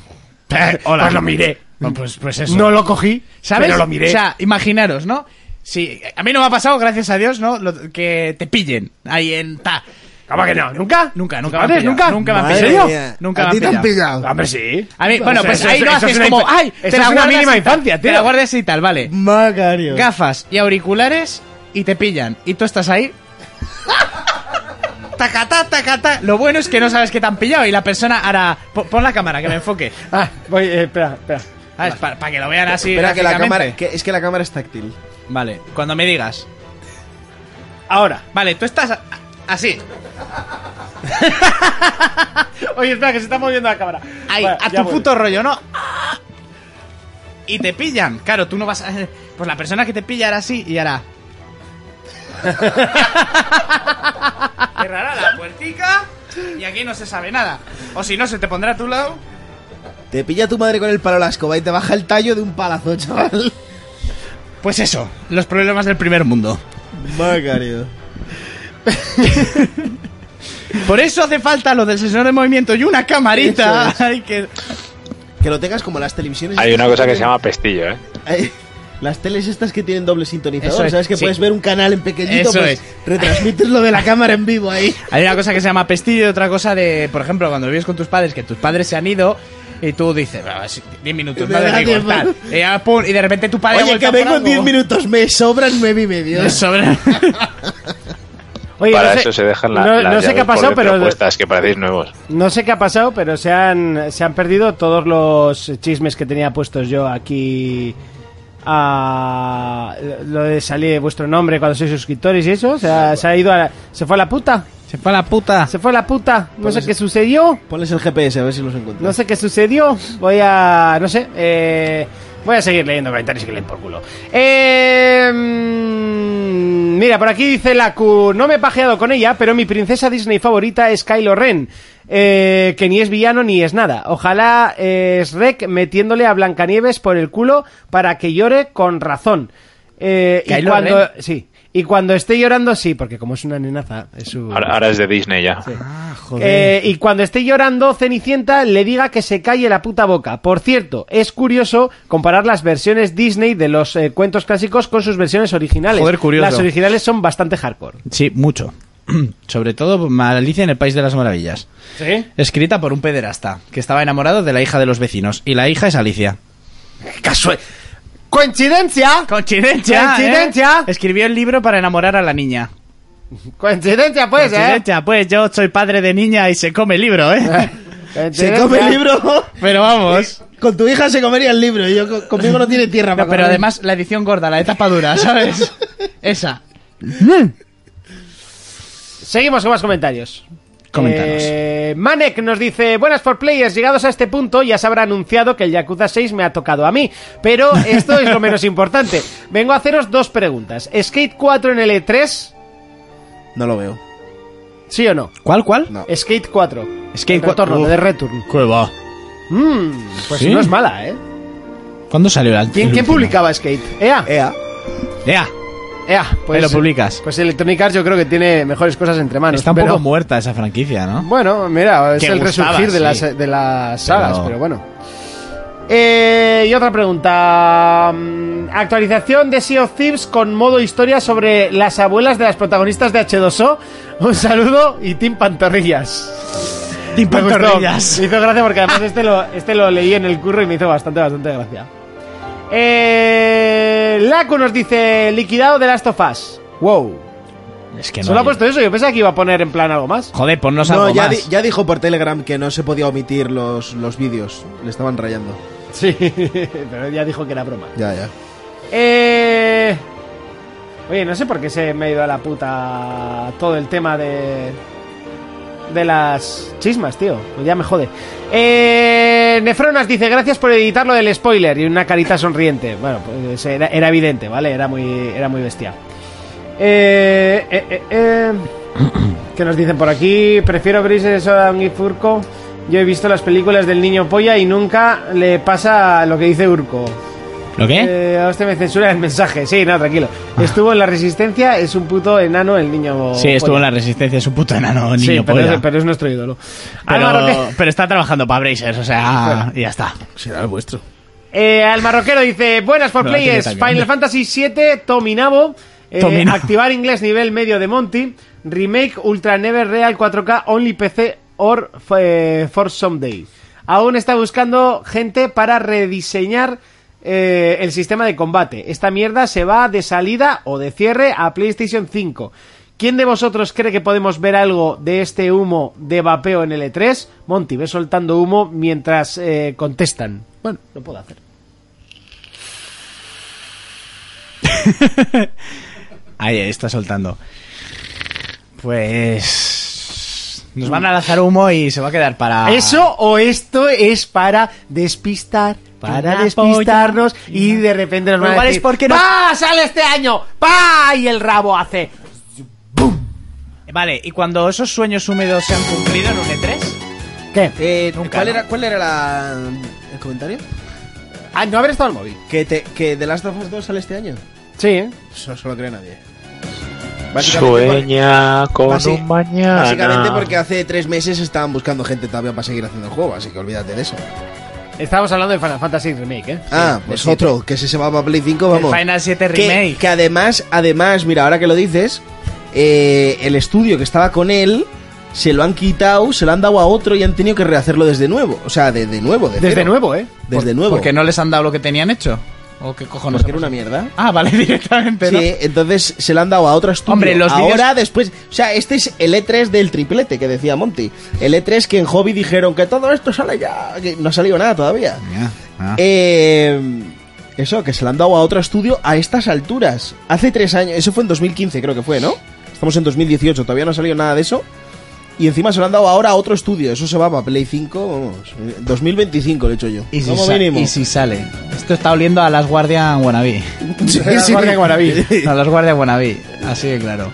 Speaker 3: Eh, hola.
Speaker 2: pues lo miré.
Speaker 3: Bueno, Pues, pues eso.
Speaker 2: No lo cogí,
Speaker 3: ¿Sabes?
Speaker 2: pero lo miré.
Speaker 3: O sea, imaginaros, ¿no? Si, a mí no me ha pasado, gracias a Dios, ¿no? Lo- que te pillen ahí en ta.
Speaker 2: ¿Cómo que no? ¿Nunca?
Speaker 3: Nunca, nunca. me han
Speaker 2: ¿Padres,
Speaker 3: pillado,
Speaker 2: ¿Nunca?
Speaker 3: Nunca me han
Speaker 4: Madre
Speaker 3: pillado.
Speaker 4: mía.
Speaker 3: Nunca
Speaker 4: A
Speaker 3: me
Speaker 4: ti te han pillado.
Speaker 2: Hombre, sí.
Speaker 3: A mí, bueno,
Speaker 2: O sea,
Speaker 3: pues
Speaker 2: eso
Speaker 3: ahí
Speaker 2: es-
Speaker 3: lo
Speaker 2: eso es
Speaker 3: haces
Speaker 2: una
Speaker 3: como,
Speaker 2: infa-
Speaker 3: ay,
Speaker 2: eso
Speaker 3: te
Speaker 2: es
Speaker 3: la
Speaker 2: una
Speaker 3: guardas
Speaker 2: mínima
Speaker 3: y tal,
Speaker 2: infancia,
Speaker 3: Te
Speaker 2: tío.
Speaker 3: la guardas y tal, vale.
Speaker 4: Macario.
Speaker 3: Gafas y auriculares y te pillan. Y tú estás ahí. Tacatá, tacatá. Lo bueno es que no sabes que te han pillado y la persona hará. po- Pon la cámara, que me enfoque. Ah,
Speaker 2: Ah, voy, eh, espera, espera.
Speaker 3: Para que lo vean así.
Speaker 4: Espera, que la cámara...
Speaker 3: gráficamente.
Speaker 4: que- es que la cámara es táctil.
Speaker 3: Vale, cuando me digas.
Speaker 2: Ahora.
Speaker 3: Vale, tú estás a- así.
Speaker 2: Oye, espera, que se está moviendo la cámara.
Speaker 3: Ahí,
Speaker 2: Vale,
Speaker 3: a
Speaker 2: ya
Speaker 3: tu
Speaker 2: voy.
Speaker 3: puto rollo, ¿no? Y te pillan. Claro, tú no vas a... Pues la persona que te pilla hará así y hará... Cerrará la puertica y aquí no se sabe nada. O si no, se te pondrá a tu lado.
Speaker 4: Te pilla tu madre con el palo a la escoba y te baja el tallo de un palazo, chaval.
Speaker 3: Pues eso, los problemas del primer mundo.
Speaker 4: Macario.
Speaker 3: Por eso hace falta lo del sensor de movimiento y una camarita. Ay, que...
Speaker 4: Que lo tengas como las televisiones...
Speaker 5: Hay una cosa que se llama pestillo, ¿eh?
Speaker 4: Ay, Las teles estas que tienen doble sintonizador,
Speaker 3: Eso es,
Speaker 4: ¿sabes? Que
Speaker 3: sí.
Speaker 4: puedes ver un canal en pequeñito,
Speaker 3: Eso
Speaker 4: pues
Speaker 3: es.
Speaker 4: retransmites lo de la cámara en vivo ahí.
Speaker 3: Hay una cosa que se llama pestillo y otra cosa de, por ejemplo, cuando vives con tus padres, que tus padres se han ido y tú dices, 10 minutos,
Speaker 4: Me
Speaker 3: no
Speaker 4: da
Speaker 3: de rigor,
Speaker 4: tiempo".
Speaker 3: tal. Y, ya, pum, y de repente tu padre... ha
Speaker 4: Oye,
Speaker 3: vuelto
Speaker 4: que
Speaker 3: a
Speaker 4: vengo
Speaker 3: por
Speaker 4: en 10
Speaker 3: algo.
Speaker 4: minutos, me sobran 9 y medio.
Speaker 3: Sobre-
Speaker 2: Oye,
Speaker 5: Para
Speaker 2: no sé-
Speaker 5: eso se dejan la-
Speaker 2: no,
Speaker 5: las
Speaker 2: no sé qué
Speaker 5: llaves
Speaker 2: ha pasado,
Speaker 5: por
Speaker 2: pero
Speaker 5: propuestas, que parecéis nuevos.
Speaker 2: no sé qué ha pasado, pero se han se han perdido todos los chismes que tenía puestos yo aquí a lo de salir vuestro nombre cuando sois suscriptores y eso, o sea, se ha ido a la- se fue a la puta.
Speaker 3: Se fue a la puta.
Speaker 2: Se fue la puta. No sé
Speaker 4: Pones-
Speaker 2: qué sucedió.
Speaker 4: Ponles el GPS a ver si los encuentro.
Speaker 2: No sé qué sucedió. Voy a. No sé. eh, voy a seguir leyendo comentarios y que leen por culo. Eh, mm, mira, por aquí dice la Q. No me he pajeado con ella, pero mi princesa Disney favorita es Kylo Ren. eh, que ni es villano ni es nada. Ojalá es Shrek metiéndole a Blancanieves por el culo para que llore con razón. Eh, y
Speaker 3: ¿Kylo
Speaker 2: cuando.
Speaker 3: Ren?
Speaker 2: Sí. Y cuando esté llorando, sí, porque como es una nenaza, es su.
Speaker 5: Ahora, ahora es de Disney ya.
Speaker 2: Eh, y cuando esté llorando Cenicienta, le diga que se calle la puta boca. Por cierto, es curioso comparar las versiones Disney de los eh, cuentos clásicos con sus versiones originales.
Speaker 3: Joder, curioso.
Speaker 2: Las originales son bastante hardcore.
Speaker 3: Sí, mucho. Sobre todo Alicia en el País de las Maravillas.
Speaker 2: ¿Sí?
Speaker 3: Escrita por un pederasta que estaba enamorado de la hija de los vecinos. Y la hija es Alicia.
Speaker 2: ¡Coincidencia!
Speaker 3: ¡Coincidencia!
Speaker 2: Coincidencia.
Speaker 3: ¿eh? Escribió el libro para enamorar a la niña.
Speaker 2: ¡Coincidencia, pues, eh!
Speaker 3: Coincidencia, pues yo soy padre de niña y se come el libro, ¿eh?
Speaker 4: ¿Se
Speaker 2: Coincidencia.
Speaker 4: come el libro?
Speaker 3: Pero vamos.
Speaker 4: Con tu hija se comería el libro. y Yo co- conmigo no tiene tierra. para
Speaker 3: No, pero
Speaker 4: comer.
Speaker 3: además la edición gorda, la de tapa dura, ¿sabes? Esa.
Speaker 2: Seguimos con más comentarios.
Speaker 3: Coméntanos.
Speaker 2: Eh, Manek nos dice, buenas for players, llegados a este punto ya se habrá anunciado que el Yakuza 6 me ha tocado a mí, pero esto es lo menos importante. Vengo a haceros dos preguntas. ¿Skate 4 en el E E3?
Speaker 4: No lo veo.
Speaker 2: ¿Sí o no?
Speaker 3: ¿Cuál, cuál?
Speaker 4: No.
Speaker 2: Skate 4.
Speaker 3: Skate 4.
Speaker 2: Retorno, de Return.
Speaker 3: Cueva.
Speaker 2: Mm, pues
Speaker 3: Sí.
Speaker 2: no es mala, ¿eh?
Speaker 3: ¿Cuándo salió
Speaker 2: ¿Quién,
Speaker 3: el el
Speaker 2: quién
Speaker 3: último?
Speaker 2: publicaba Skate? ¿EA?
Speaker 4: Ea.
Speaker 3: Ea,
Speaker 2: EA. Pues,
Speaker 3: Ahí Eh, lo publicas.
Speaker 2: Pues Electronic Arts yo creo que tiene mejores cosas entre manos.
Speaker 3: está un
Speaker 2: pero-
Speaker 3: poco muerta esa franquicia, ¿no?
Speaker 2: Bueno, mira, es
Speaker 3: Que
Speaker 2: el
Speaker 3: gustaba,
Speaker 2: resurgir de,
Speaker 3: sí.
Speaker 2: las, de las sagas,
Speaker 3: Pero-
Speaker 2: pero, bueno. Eh, y otra pregunta. Mm, Actualización de Sea of Thieves con modo historia sobre las abuelas de las protagonistas de H2O. Un saludo y Team Pantorrillas.
Speaker 3: Tim
Speaker 2: Me gustó.
Speaker 3: Pantorrillas.
Speaker 2: Me hizo gracia porque además este lo, este lo leí en el curro y me hizo bastante, bastante gracia. Eh, Laku nos dice: liquidado de Last of Us. Wow.
Speaker 3: Es que no.
Speaker 2: Solo ha
Speaker 3: hay-
Speaker 2: puesto eso, yo pensaba que iba a poner en plan algo más.
Speaker 3: Joder, ponnos
Speaker 4: No,
Speaker 3: algo
Speaker 4: ya,
Speaker 3: más.
Speaker 4: di- ya dijo por Telegram que no se podía omitir los, los vídeos. Le estaban rayando.
Speaker 2: Sí, pero ya dijo que era broma.
Speaker 4: Ya, ya.
Speaker 2: Eh... Oye, no sé por qué se me ha ido a la puta todo el tema de... De las chismas, tío. Ya me jode. Eh, Nefronas dice, gracias por editar lo del spoiler. Y una carita sonriente. Bueno, pues era, era evidente, ¿vale? Era muy, era muy bestia. Eh, eh, eh, eh. ¿Qué nos dicen por aquí? Prefiero Brises a un Urco. Yo he visto las películas del niño polla y nunca le pasa lo que dice Urco.
Speaker 3: ¿Lo qué?
Speaker 2: Eh, a usted me censura el mensaje. Sí, no, tranquilo. Estuvo en la resistencia, es un puto enano el niño.
Speaker 3: sí, estuvo
Speaker 2: polla.
Speaker 3: en la resistencia, es un puto enano, niño
Speaker 2: Sí, pero
Speaker 3: polla.
Speaker 2: es, pero Ah, es nuestro ídolo.
Speaker 3: Pero-
Speaker 2: Al marroquero,
Speaker 3: pero está trabajando para Brazers, o sea, y ya está.
Speaker 4: Será el vuestro.
Speaker 2: eh, al marroquero dice: Buenas por
Speaker 3: No, la tiene
Speaker 2: players,
Speaker 3: también.
Speaker 2: Final Fantasy VII, Tominabo. eh,
Speaker 3: Tominabo.
Speaker 2: Activar inglés nivel medio de Monty. Remake Ultra Never Real 4K Only PC or eh, for Someday. Aún está buscando gente para rediseñar eh, el sistema de combate. Esta mierda se va de salida o de cierre a PlayStation 5. ¿Quién de vosotros cree que podemos ver algo de este humo de vapeo en el E3? Monty, ve soltando humo mientras eh, contestan. Bueno, lo puedo hacer.
Speaker 3: Ahí, ahí está soltando. Pues. Nos van a lanzar humo y se va a quedar para.
Speaker 2: ¿Eso o esto es para despistar? Para
Speaker 3: Una
Speaker 2: despistarnos
Speaker 3: polla.
Speaker 2: y de repente nos van a
Speaker 3: Igual es
Speaker 2: decir,
Speaker 3: porque no-
Speaker 2: ¡Pa! ¡Sale este año! ¡Pa! Y el rabo hace...
Speaker 3: Vale, y cuando esos sueños húmedos se han cumplido en un E E3,
Speaker 2: ¿Qué?
Speaker 4: Eh, ¿cuál, era, ¿Cuál era la- el comentario?
Speaker 2: Ah, no haber estado al móvil.
Speaker 4: ¿Que, te, ¿Que The Last of Us 2 sale este año?
Speaker 2: Sí, ¿eh?
Speaker 4: Eso no se lo cree nadie.
Speaker 5: Sueña con
Speaker 4: Basi-
Speaker 5: un mañana.
Speaker 4: Básicamente porque hace tres meses estaban buscando gente todavía para seguir haciendo el juego, así que olvídate de eso.
Speaker 2: Estábamos hablando de Final Fantasy Remake, ¿eh?
Speaker 4: Ah,
Speaker 2: Sí,
Speaker 4: pues
Speaker 2: de
Speaker 4: otro, que si se va para Play 5,
Speaker 3: el
Speaker 4: vamos.
Speaker 3: Final 7
Speaker 4: Que,
Speaker 3: Remake.
Speaker 4: que además, además, mira, ahora que lo dices, eh, el estudio que estaba con él se lo han quitado, se lo han dado a otro y han tenido que rehacerlo desde nuevo. O sea, desde nuevo. de
Speaker 2: siete. Desde
Speaker 4: cero.
Speaker 2: nuevo, ¿eh?
Speaker 4: Desde nuevo.
Speaker 3: Porque no les han dado lo que tenían hecho. ¿O Oh, qué cojones?
Speaker 4: Porque era una mierda.
Speaker 3: Ah, vale, directamente, ¿no?
Speaker 4: Sí, entonces se lo han dado a otro estudio.
Speaker 3: Hombre, los vídeos-
Speaker 4: Ahora, después... O sea, este es el E3 del triplete que decía Monty. El E3 que en Hobby dijeron que todo esto sale ya... Que no ha salido nada todavía.
Speaker 3: Ya, ah.
Speaker 4: Eh, eso, que se lo han dado a otro estudio a estas alturas. Hace tres años... Eso fue en 2015, creo que fue, ¿no? Estamos en 2018, todavía no ha salido nada de eso. Y encima se lo han dado ahora a otro estudio. Eso se va para Play 5, vamos. eh, 2025 le he hecho yo.
Speaker 3: ¿Y si,
Speaker 4: Como
Speaker 3: sa-
Speaker 4: mínimo.
Speaker 3: y si sale. Esto está oliendo a las Guardian Wannabe.
Speaker 4: Sí,
Speaker 3: A las
Speaker 4: sí.
Speaker 3: Guardian Wannabe. A las Guardian Wannabe. Así de claro.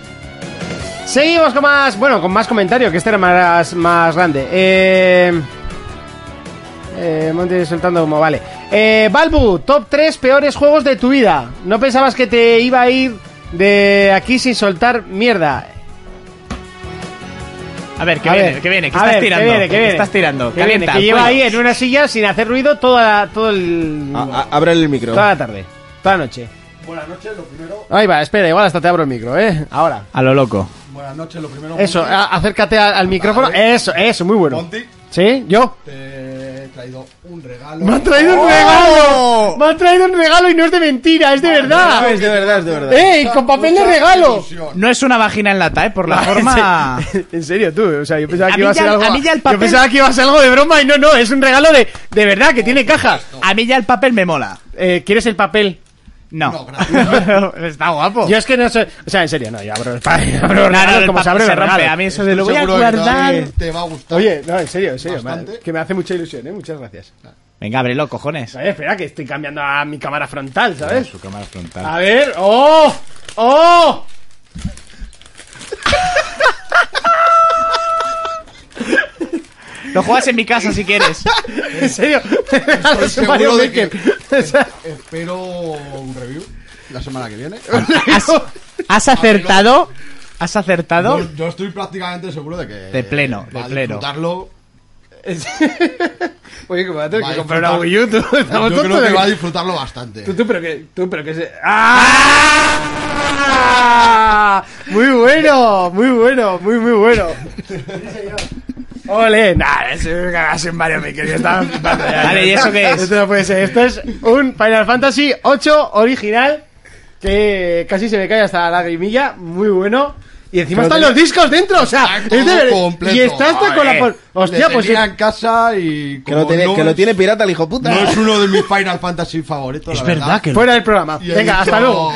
Speaker 2: Seguimos con más, bueno, con más comentario, que este era más, más grande. Eh, eh, Monte soltando como vale. Eh, Balbu, top 3 peores juegos de tu vida. No pensabas que te iba a ir de aquí sin soltar mierda.
Speaker 3: A ver, que
Speaker 2: A
Speaker 3: viene,
Speaker 2: ver,
Speaker 3: que viene, que
Speaker 2: a
Speaker 3: estás
Speaker 2: ver,
Speaker 3: tirando.
Speaker 2: viene,
Speaker 3: que
Speaker 2: viene.
Speaker 3: estás tirando.
Speaker 2: Que viene,
Speaker 3: Calienta.
Speaker 2: que lleva ahí
Speaker 3: fuego.
Speaker 2: en una silla sin hacer ruido toda, todo el,
Speaker 4: A- a- ábrele el micro.
Speaker 2: toda la tarde, toda la noche.
Speaker 11: Buenas noches, lo primero.
Speaker 2: Ahí va, espera, igual hasta te abro el micro, ¿eh? Ahora.
Speaker 3: A lo loco.
Speaker 11: Buenas noches, lo primero.
Speaker 2: Eso,
Speaker 11: Monty,
Speaker 2: a- acércate a- al micrófono. Eso, eso, muy bueno.
Speaker 11: Monty,
Speaker 2: ¿Sí? ¿Yo?
Speaker 11: te he traído un regalo.
Speaker 2: ¡Me ha traído un
Speaker 3: ¡Oh!
Speaker 2: regalo! ¡Me ha traído un regalo y no es de mentira, es de verdad!
Speaker 4: Es de verdad, es de verdad.
Speaker 2: ¡Ey, con papel de
Speaker 11: Mucha
Speaker 2: regalo!
Speaker 11: ilusión.
Speaker 3: No es una vagina en lata, ¿eh? Por la forma...
Speaker 2: En serio, tú, o sea, yo pensaba
Speaker 3: A
Speaker 2: que
Speaker 3: mí
Speaker 2: iba a
Speaker 3: ya-
Speaker 2: ser algo.
Speaker 3: a mí ya el papel-
Speaker 2: Yo pensaba que iba a ser algo de broma y no, no, es un regalo de, de verdad que tiene caja.
Speaker 3: A mí ya el papel me mola.
Speaker 2: Eh, ¿Quieres el papel?
Speaker 3: No.
Speaker 11: No, gracias.
Speaker 3: Está guapo.
Speaker 2: Yo es que no sé. O sea, en serio, no, yo abro el papel.
Speaker 3: No,
Speaker 2: Abro
Speaker 3: no,
Speaker 2: regalos
Speaker 3: Oh. el
Speaker 2: como se
Speaker 3: papel
Speaker 2: abre
Speaker 3: se
Speaker 2: el
Speaker 3: rompe.
Speaker 2: regalo.
Speaker 3: A mí eso de lo
Speaker 11: Estoy
Speaker 3: voy a
Speaker 11: seguro de que
Speaker 3: guardar...
Speaker 11: Te, te va a gustar.
Speaker 2: Oye, no, en serio, en serio,
Speaker 11: Bastante.
Speaker 2: madre, que me hace mucha ilusión, eh, muchas gracias.
Speaker 3: Venga, ábrelo, cojones.
Speaker 2: Oye, espera, que estoy cambiando a mi cámara frontal, ¿sabes?
Speaker 3: Su cámara frontal.
Speaker 2: A ver, ¡oh! ¡Oh!
Speaker 3: Lo juegas en mi casa si quieres.
Speaker 2: En serio,
Speaker 11: Estoy
Speaker 2: Es un Mario
Speaker 11: seguro de que,
Speaker 2: Maker. O sea,
Speaker 11: espero un review la semana que viene.
Speaker 4: Ah,
Speaker 3: ¿Has, has acertado? ¿Has acertado?
Speaker 11: Yo, yo estoy prácticamente seguro de que.
Speaker 3: De pleno, de
Speaker 11: va a
Speaker 3: pleno.
Speaker 11: disfrutarlo.
Speaker 2: Oye, que me voy a tener
Speaker 11: Va
Speaker 2: que
Speaker 11: a
Speaker 2: comprar
Speaker 11: disfrutar.
Speaker 2: una Wii U, tú. Estamos
Speaker 11: Yo creo
Speaker 2: tontos
Speaker 11: que
Speaker 4: ¿eh?
Speaker 2: de-
Speaker 11: va a disfrutarlo bastante.
Speaker 2: Tú, tú, pero que. Tú, pero que. se- ¡Ah! Muy bueno, muy bueno, muy, muy bueno. Ole, nada, es es un Mario Maker, yo estaba flipando ya.
Speaker 3: Vale, ¿y eso qué es?
Speaker 2: Esto no puede ser, esto es un Final Fantasy 8 original que casi se me cae hasta la lagrimilla, muy bueno. Y encima
Speaker 11: Pero
Speaker 2: están
Speaker 11: tenía-
Speaker 2: los discos dentro, o sea,
Speaker 11: Está todo
Speaker 2: es de ver-
Speaker 11: completo.
Speaker 2: Y está hasta con la... por- Hostia,
Speaker 11: Le
Speaker 2: pues...
Speaker 3: eh.
Speaker 11: tenía en casa y.
Speaker 4: Que lo,
Speaker 11: como
Speaker 4: tiene,
Speaker 11: no
Speaker 4: que lo
Speaker 11: es-
Speaker 4: tiene pirata el hijo puta.
Speaker 11: No es uno de mis Final Fantasy favoritos.
Speaker 3: Es
Speaker 11: la
Speaker 3: verdad que...
Speaker 2: Fuera del programa.
Speaker 11: Y he
Speaker 2: Venga, hasta
Speaker 11: dicho-
Speaker 2: luego.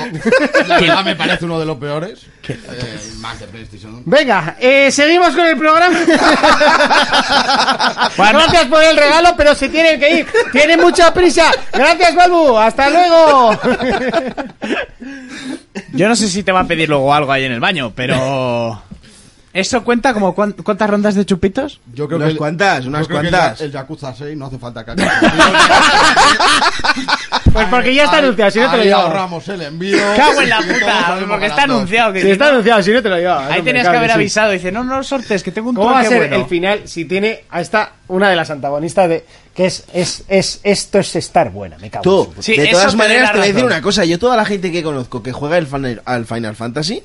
Speaker 11: La verdad me parece uno de los peores. Eh, más de PlayStation.
Speaker 2: Venga, eh, seguimos con el programa.
Speaker 3: Bueno.
Speaker 2: Gracias por el regalo, pero se tienen que ir. Tienen mucha prisa. Gracias, Balbu. Hasta luego.
Speaker 3: Yo no sé si te va a pedir luego algo ahí en el baño, pero... ¿Eso cuenta como cuán- cuántas rondas de chupitos?
Speaker 11: Yo creo
Speaker 4: Unas
Speaker 11: que el-
Speaker 4: cuantas,
Speaker 11: yo
Speaker 4: unas
Speaker 11: creo que el-
Speaker 4: cuantas.
Speaker 11: El, Yakuza 6 no hace falta que haga.
Speaker 2: Pues porque ya está
Speaker 11: Ahí-
Speaker 2: anunciado, si no te lo
Speaker 11: ahí
Speaker 2: llevo.
Speaker 11: ahorramos el envío.
Speaker 3: ¡Cago en la
Speaker 11: Y todos
Speaker 3: puta!
Speaker 11: salimos
Speaker 3: Porque está
Speaker 11: ganando.
Speaker 3: anunciado que...
Speaker 2: Si está anunciado, si no te lo llevo.
Speaker 3: Ahí tenías que haber avisado. Dice, no, no lo sortes, que tengo un
Speaker 2: ¿Cómo va a
Speaker 3: toque
Speaker 2: ser
Speaker 3: bueno.
Speaker 2: el final si tiene a esta una de las antagonistas de que es es es esto es estar buena, me cago. en
Speaker 4: Tú,
Speaker 2: su puta-
Speaker 3: Sí,
Speaker 4: de
Speaker 3: eso
Speaker 4: todas
Speaker 3: te
Speaker 4: maneras
Speaker 3: da
Speaker 4: te voy a decir
Speaker 3: razón.
Speaker 4: una cosa. Yo toda la gente que conozco que juega el Final- al Final Fantasy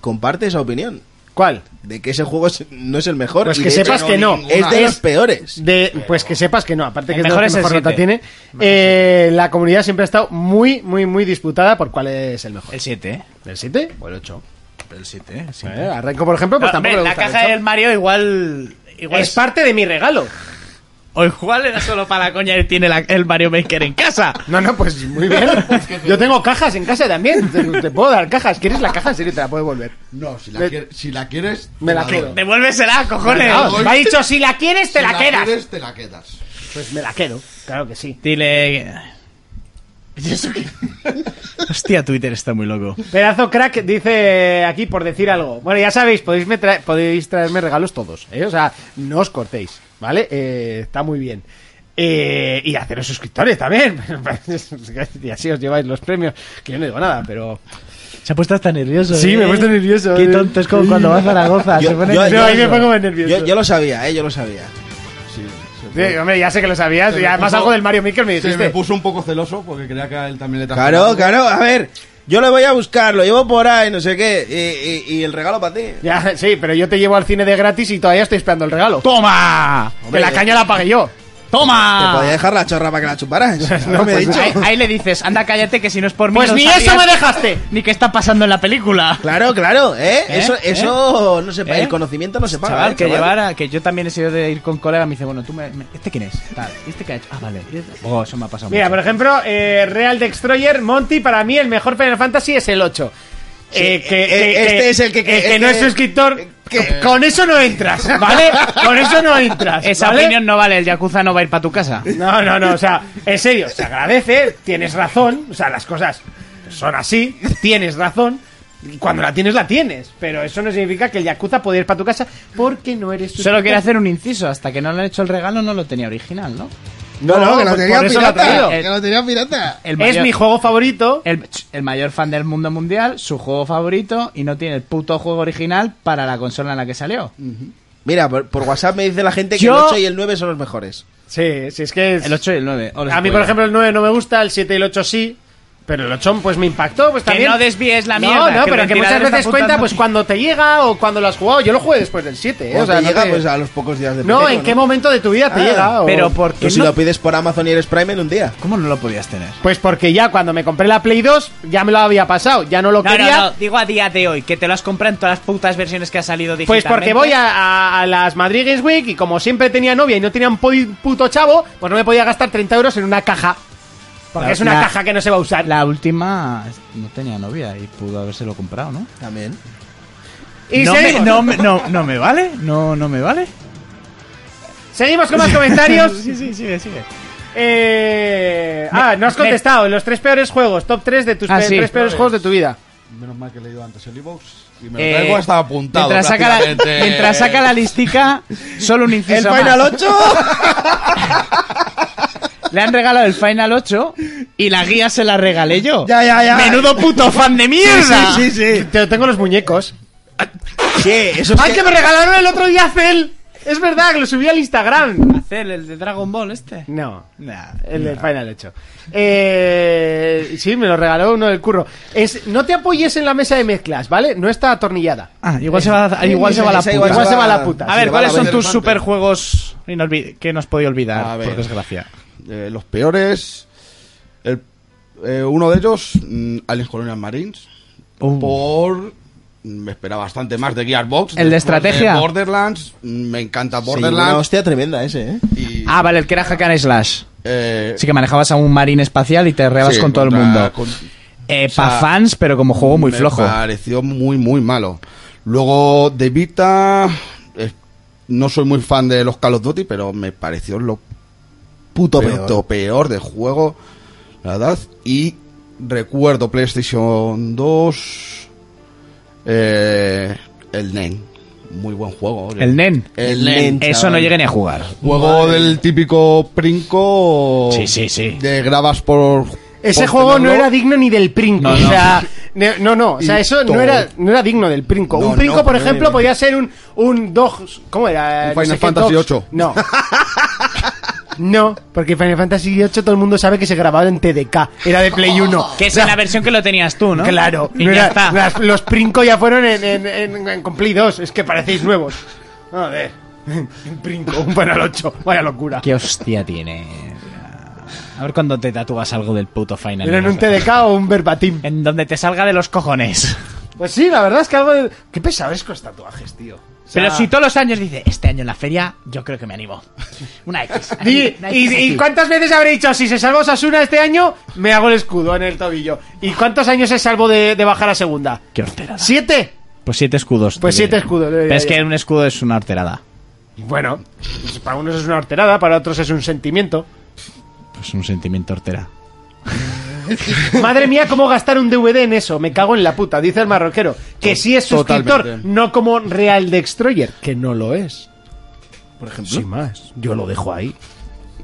Speaker 4: comparte esa opinión.
Speaker 2: ¿Cuál?
Speaker 4: De que ese juego es- no es el mejor.
Speaker 2: Pues
Speaker 4: y
Speaker 2: que
Speaker 4: de
Speaker 2: sepas que no.
Speaker 4: Es de los peores.
Speaker 2: De, pues que sepas que no, aparte
Speaker 3: El
Speaker 2: que es de
Speaker 3: mejor
Speaker 2: los
Speaker 3: es
Speaker 2: que
Speaker 3: el
Speaker 2: mejor nota tiene.
Speaker 3: siete.
Speaker 2: Eh, la comunidad siempre ha estado muy, muy, muy disputada por cuál es el mejor.
Speaker 3: El 7, ¿eh?
Speaker 2: ¿El 7?
Speaker 4: Bueno, ocho.
Speaker 3: El 7, ¿eh?
Speaker 2: Eh, a Renko, por ejemplo, pues
Speaker 3: No,
Speaker 2: tampoco
Speaker 3: hombre,
Speaker 2: le
Speaker 3: Ah, la
Speaker 2: gusta
Speaker 3: caja
Speaker 2: mucho.
Speaker 3: del Mario igual... igual
Speaker 2: Es parte de mi regalo.
Speaker 3: O igual era solo para la coña y tiene la- el Mario Maker en casa.
Speaker 2: No, no, pues muy bien. Yo tengo cajas en casa también. Te, te puedo dar cajas. ¿Quieres la caja? En serio, te la puedo devolver.
Speaker 11: No, si la,
Speaker 2: Me-
Speaker 11: quieres- si la quieres.
Speaker 2: me
Speaker 11: te
Speaker 2: la
Speaker 11: doy.
Speaker 2: quedo.
Speaker 3: Devuélvesela, cojones.
Speaker 2: Ah,
Speaker 11: doy.
Speaker 2: me ha dicho, si la quieres, te
Speaker 11: Si
Speaker 2: la, quedas.
Speaker 11: quieres, te la quedas.
Speaker 2: Pues me la quedo. Claro que sí.
Speaker 3: Dile. Hostia, Twitter está muy loco.
Speaker 2: Pedazo crack dice aquí por decir algo. Bueno, ya sabéis, podéis, me tra- podéis traerme regalos todos. ¿eh? O sea, no os cortéis, ¿vale? Eh, está muy bien. Eh, y haceros suscriptores también. y así os lleváis los premios. Que yo no digo nada, pero.
Speaker 3: Se ha puesto hasta nervioso.
Speaker 2: Sí,
Speaker 3: ¿eh?
Speaker 2: me he puesto nervioso.
Speaker 3: Qué tonto es como cuando vas a la goza. Ah, se pone
Speaker 2: yo-
Speaker 3: nervioso.
Speaker 2: ahí me pongo más nervioso.
Speaker 4: Yo, yo lo sabía, eh, yo lo sabía.
Speaker 11: Sí, se
Speaker 2: Sí,
Speaker 11: fue.
Speaker 2: hombre, ya sé que lo sabías.
Speaker 11: Se
Speaker 2: Y
Speaker 11: me
Speaker 2: además
Speaker 11: puso-
Speaker 2: algo del Mario Maker me
Speaker 11: Se me
Speaker 2: dijiste.
Speaker 11: puso un poco celoso porque creía que a él también le trajo.
Speaker 4: Claro, claro, a ver. Yo lo voy a buscar, lo llevo por ahí, no sé qué. Y, y- y el regalo para ti.
Speaker 2: Ya, sí, pero yo te llevo al cine de gratis y todavía estoy esperando el regalo.
Speaker 3: ¡Toma!
Speaker 2: que la caña la pagué yo.
Speaker 4: Te podía
Speaker 3: ¡Toma!
Speaker 4: dejar la chorra para que la chuparas. No, me he dicho.
Speaker 3: Ahí, ahí le dices, anda cállate que si no es por mí.
Speaker 2: Pues
Speaker 3: no
Speaker 2: ni
Speaker 3: sabrías
Speaker 2: eso me dejaste.
Speaker 3: Ni qué está pasando en la película.
Speaker 4: Claro, claro, ¿eh? Eso,
Speaker 3: ¿Eh?
Speaker 4: eso no se pa-
Speaker 3: ¿Eh?
Speaker 4: El conocimiento no se paga.
Speaker 3: Chaval,
Speaker 4: ¿eh,
Speaker 3: que
Speaker 4: chaval?
Speaker 3: llevara, que yo también he sido de ir con colega, me dice, bueno, tú me, me- ¿este quién es? Tal, ¿y este qué ha hecho? Ah, vale. Oh, eso me ha pasado
Speaker 2: Mira,
Speaker 3: mucho.
Speaker 2: por ejemplo, eh, Real Destroyer, Monty, para mí el mejor Final Fantasy es el 8. eh, que,
Speaker 4: eh,
Speaker 2: que-
Speaker 4: este
Speaker 2: que-
Speaker 4: es el que-
Speaker 2: el que
Speaker 4: eh,
Speaker 2: no es
Speaker 4: que-
Speaker 2: suscriptor. Con eso no entras, ¿vale? Con eso no entras.
Speaker 3: Esa
Speaker 2: ¿vale?
Speaker 3: opinión no vale, el Yakuza no va a ir para tu casa.
Speaker 2: No, no, no, o sea, en serio, se agradece, tienes razón, o sea, las cosas son así, tienes razón, y cuando la tienes, la tienes, pero eso no significa que el Yakuza pueda ir para tu casa porque no eres suscriptor.
Speaker 3: Solo quiero hacer un inciso, hasta que no le han hecho el regalo no lo tenía original, ¿no?
Speaker 11: No, no, que lo
Speaker 3: por-
Speaker 11: tenía
Speaker 3: por eso lo ha
Speaker 11: pirata.
Speaker 3: traído.
Speaker 11: Que lo tenía pirata.
Speaker 3: El
Speaker 2: Es
Speaker 3: mayor-
Speaker 2: mi juego favorito,
Speaker 3: El, el mayor fan del mundo mundial, su juego favorito y no tiene el puto juego original para la consola en la que salió.
Speaker 4: Mira, por, por WhatsApp me dice la gente que
Speaker 2: Yo-
Speaker 4: el 8 y el 9 son los mejores. ¿eh?
Speaker 2: sí, sí, es que es-
Speaker 3: El 8 y el 9. o les
Speaker 2: a mí,
Speaker 3: spoiler.
Speaker 2: por ejemplo, el 9 no me gusta, el 7 y el 8 sí, pero el 8 pues me impactó, pues
Speaker 3: Que
Speaker 2: también...
Speaker 3: no desvíes la
Speaker 2: No,
Speaker 3: mierda.
Speaker 2: no, pero
Speaker 3: el
Speaker 2: que muchas
Speaker 3: ventilador está
Speaker 2: veces cuenta
Speaker 3: apuntando-
Speaker 2: pues cuando te llega o cuando lo has jugado, yo lo jugué después del 7, ¿eh?
Speaker 4: O
Speaker 2: o sea, no
Speaker 4: llega
Speaker 2: te-
Speaker 4: pues a los pocos días de
Speaker 2: No,
Speaker 4: pequeño,
Speaker 2: ¿en qué momento de tu vida te
Speaker 4: Ah,
Speaker 2: llega? o-
Speaker 3: Pero porque
Speaker 4: Tú si lo pides por Amazon y eres Prime en un día.
Speaker 3: ¿Cómo no lo podías tener?
Speaker 2: Pues porque ya cuando me compré la Play 2 ya me lo había pasado, ya no lo
Speaker 3: No,
Speaker 2: quería.
Speaker 3: no, no, digo a día de hoy, que te lo has comprado en todas las putas versiones que ha salido
Speaker 2: Pues
Speaker 3: digitalmente.
Speaker 2: porque voy a, a- a las Madrid Games Week y como siempre tenía novia y no tenía un poi- puto chavo, pues no me podía gastar 30 euros en una caja. Porque
Speaker 3: La-
Speaker 2: es una
Speaker 3: la-
Speaker 2: caja que no se va a usar.
Speaker 3: La última no tenía novia y pudo habérselo comprado, ¿no?
Speaker 4: También.
Speaker 3: Eh,
Speaker 2: y
Speaker 3: no, me,
Speaker 2: seguimos,
Speaker 3: no, me- no, no me vale, no, no me vale.
Speaker 2: seguimos con más comentarios.
Speaker 3: sí, sí, sigue, sigue.
Speaker 2: Eh, ah, no has
Speaker 3: Me-
Speaker 2: contestado. Los tres peores juegos, top 3 de tus
Speaker 3: Ah,
Speaker 2: pe-
Speaker 3: sí.
Speaker 2: tres peores juegos de tu vida.
Speaker 11: Menos mal que he leído antes el e-box. Y me lo
Speaker 3: Eh,
Speaker 11: traigo hasta apuntado.
Speaker 3: Mientras saca, la,
Speaker 11: prácticamente.
Speaker 3: mientras saca la listica, solo un
Speaker 4: ¿El
Speaker 3: inciso más.
Speaker 4: Final 8?
Speaker 3: Le han regalado el Final 8 y la guía se la regalé yo.
Speaker 4: Ya, ya, ya.
Speaker 3: ¡Menudo puto fan de mierda!
Speaker 4: Sí, sí, sí.
Speaker 2: Te- Tengo los muñecos.
Speaker 4: ¿Qué? Eso es
Speaker 2: ¡Ay,
Speaker 4: que-
Speaker 2: que me regalaron el otro día Cell! Es verdad, que lo subí al Instagram.
Speaker 3: Hacer el de Dragon Ball este.
Speaker 2: No.
Speaker 3: Nah,
Speaker 2: El del Final 8. Eh, sí, me lo regaló uno del curro. Es, no te apoyes en la mesa de mezclas, ¿vale? No está atornillada.
Speaker 3: Ah, igual se va, igual se
Speaker 4: Esa-
Speaker 3: va la
Speaker 4: esa
Speaker 3: puta.
Speaker 4: igual
Speaker 2: Igual se va la puta.
Speaker 3: A ver,
Speaker 4: se va
Speaker 3: ¿cuáles
Speaker 4: la
Speaker 3: son
Speaker 4: vez
Speaker 3: tus
Speaker 4: elefante.
Speaker 3: superjuegos inolvi- que nos podía olvidar,
Speaker 11: A ver.
Speaker 3: por desgracia?
Speaker 11: Eh, los peores. El- eh, uno de ellos, mm, Aliens Colonial Marines.
Speaker 3: Uh.
Speaker 11: Por. Me esperaba bastante más de Gearbox.
Speaker 3: ¿El de
Speaker 11: después
Speaker 3: estrategia?
Speaker 11: Borderlands. mm, Me encanta
Speaker 4: Se llevó una
Speaker 11: Borderlands.
Speaker 4: hostia tremenda ese, ¿eh?
Speaker 11: y,
Speaker 3: Ah, vale, el que era Hack and Slash.
Speaker 11: eh,
Speaker 3: Sí que manejabas a un marine espacial y te reabas
Speaker 11: sí,
Speaker 3: con todo el
Speaker 11: contra-
Speaker 3: mundo.
Speaker 11: con-
Speaker 3: Eh,
Speaker 11: sea,
Speaker 3: pa' fans, pero como juego muy
Speaker 11: me
Speaker 3: flojo.
Speaker 11: pareció muy, muy malo. Luego, de Vita. eh, no soy muy fan de los Call of Duty, pero me pareció lo
Speaker 4: Puto
Speaker 11: peor.
Speaker 4: peor.
Speaker 11: peor de juego, la verdad. Y recuerdo PlayStation 2, eh, el NEN. Muy buen juego.
Speaker 3: El NEN.
Speaker 11: El
Speaker 4: NEN,
Speaker 11: NEN.
Speaker 3: Eso no
Speaker 4: chaval.
Speaker 3: llegué ni a jugar.
Speaker 11: Juego del típico princo.
Speaker 3: Sí, sí, sí.
Speaker 11: De grabas por.
Speaker 2: Ese
Speaker 11: por
Speaker 2: juego no
Speaker 11: tenerlo.
Speaker 2: era digno ni del Princo.
Speaker 3: No, no.
Speaker 2: O sea, ne- no, no. O sea,
Speaker 11: Y
Speaker 2: eso no
Speaker 11: todo.
Speaker 2: era, no era digno del Princo.
Speaker 11: No,
Speaker 2: un Princo,
Speaker 11: no,
Speaker 2: por
Speaker 11: no,
Speaker 2: ejemplo,
Speaker 11: no.
Speaker 2: podía ser un, un Dogs. ¿Cómo
Speaker 11: Un
Speaker 2: era? No
Speaker 11: Final
Speaker 2: sé qué
Speaker 11: Fantasy
Speaker 2: Dogs.
Speaker 11: 8.
Speaker 2: No. No, porque Final Fantasy VIII todo el mundo sabe que se grababa en TDK. Era de Play 1.
Speaker 3: Que es en la versión que lo tenías tú, ¿no?
Speaker 2: Claro,
Speaker 3: Y
Speaker 2: no
Speaker 3: ya
Speaker 2: era-
Speaker 3: está.
Speaker 2: las- los Princo ya fueron en, en, en- en con Play 2, es que parecéis nuevos. A ver, un Princo, un Final 8, vaya locura.
Speaker 3: ¿Qué hostia tiene? A ver cuando te tatúas algo del puto Final.
Speaker 2: ¿Era en un
Speaker 3: Fantasy.
Speaker 2: TDK o un verbatim?
Speaker 3: En donde te salga de los cojones.
Speaker 2: Pues sí, la verdad es que algo de... Qué pesado es con los tatuajes, tío. O sea,
Speaker 3: Pero si todos los años dice, este año en la feria, yo creo que me animo. Una X. aquí,
Speaker 2: Di-
Speaker 3: una
Speaker 2: y,
Speaker 3: X
Speaker 2: y
Speaker 3: aquí.
Speaker 2: cuántas veces habré dicho, si se salva Osasuna este año, me hago el escudo en el tobillo? ¿Y cuántos años se salvo de, de bajar a segunda?
Speaker 3: Qué horterada.
Speaker 2: ¿Siete?
Speaker 3: Pues siete escudos.
Speaker 2: Pues
Speaker 3: te diré.
Speaker 2: siete escudos,
Speaker 3: Pero
Speaker 2: ya,
Speaker 3: es
Speaker 2: ya.
Speaker 3: que un escudo es una horterada.
Speaker 2: Bueno, pues para unos es una horterada, para otros es un sentimiento.
Speaker 3: Pues un sentimiento hortera.
Speaker 2: Madre mía, cómo gastar un DVD en eso. Me cago en la puta, dice el marroquero. Que sí es suscriptor,
Speaker 11: Totalmente.
Speaker 2: no como Real Destroyer, que no lo es. Por ejemplo. Sin más, yo lo dejo ahí.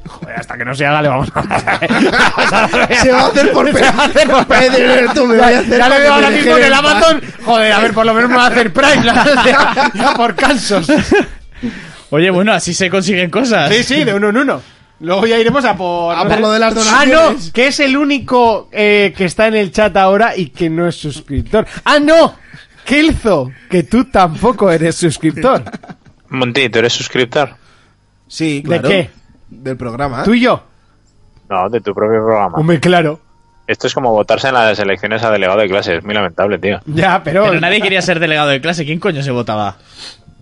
Speaker 2: Joder, hasta que no se haga le vamos a...
Speaker 4: Se va a hacer por
Speaker 2: Se va a hacer por
Speaker 4: Pedro, tú me voy a
Speaker 2: Ya le
Speaker 4: hacer para
Speaker 2: veo
Speaker 4: que
Speaker 2: ahora
Speaker 4: me
Speaker 2: mismo
Speaker 4: dejen
Speaker 2: en el
Speaker 4: en paz.
Speaker 2: Amazon. Joder, a ver, por lo menos me va a hacer Prime. Ya, ya por cansos.
Speaker 3: Oye, bueno, así se consiguen cosas.
Speaker 2: Sí, sí, de uno en uno. Luego ya iremos a por...
Speaker 11: A por lo de las
Speaker 2: Ah,
Speaker 11: donaciones.
Speaker 2: no, que es el único eh, que está en el chat ahora y que no es suscriptor. ¡Ah, no! Kelzo, que tú tampoco eres suscriptor.
Speaker 5: Monti, ¿tú eres suscriptor?
Speaker 2: ¿De
Speaker 4: Sí, claro.
Speaker 2: qué?
Speaker 4: Del programa. ¿eh?
Speaker 2: Tú y yo.
Speaker 5: No, de tu propio programa.
Speaker 2: Hombre, claro.
Speaker 5: Esto es como votarse en las elecciones a delegado de clase. Es muy lamentable, tío.
Speaker 2: Ya, pero...
Speaker 3: Pero nadie quería ser delegado de clase. ¿Quién coño se votaba?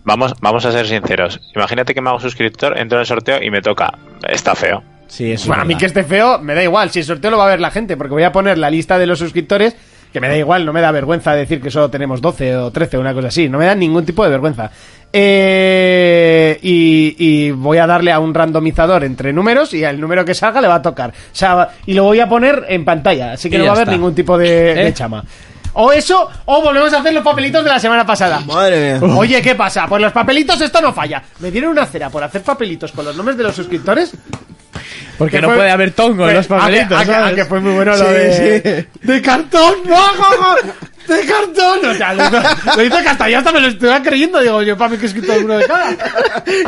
Speaker 5: Vamos, vamos a ser sinceros. Imagínate que me hago suscriptor, entro en el sorteo y me toca. Está feo.
Speaker 3: Sí, eso es
Speaker 2: Bueno, a mí
Speaker 3: verdad.
Speaker 2: que esté feo, me da igual. Si el sorteo lo va a ver la gente, porque voy a poner la lista de los suscriptores que me da igual, no me da vergüenza decir que solo tenemos 12 o 13 o una cosa así, no me da ningún tipo de vergüenza. Eh, y, y voy a darle a un randomizador entre números y al número que salga le va a tocar. O sea, y lo voy a poner en pantalla, así que
Speaker 3: Y
Speaker 2: no
Speaker 3: ya
Speaker 2: va a haber
Speaker 3: está.
Speaker 2: ningún tipo de,
Speaker 3: ¿Eh?
Speaker 2: de chama. O eso, o volvemos a hacer los papelitos de la semana pasada.
Speaker 4: Madre mía.
Speaker 2: Oye, ¿qué pasa? Pues los papelitos esto no falla. Me dieron una cera por hacer papelitos con los nombres de los suscriptores.
Speaker 3: Porque
Speaker 2: Que
Speaker 3: no
Speaker 2: fue-
Speaker 3: puede haber tongo en
Speaker 2: Fue-
Speaker 3: los papelitos,
Speaker 2: ah, que- ah,
Speaker 3: ¿sabes?
Speaker 2: que- ah, que fue muy bueno lo de- ¡De cartón! ¡No, no, no! ¡De cartón! O sea, lo hizo- lo hizo que hasta yo hasta me lo estuve creyendo. Digo, yo, papi, que he escrito alguno de cada.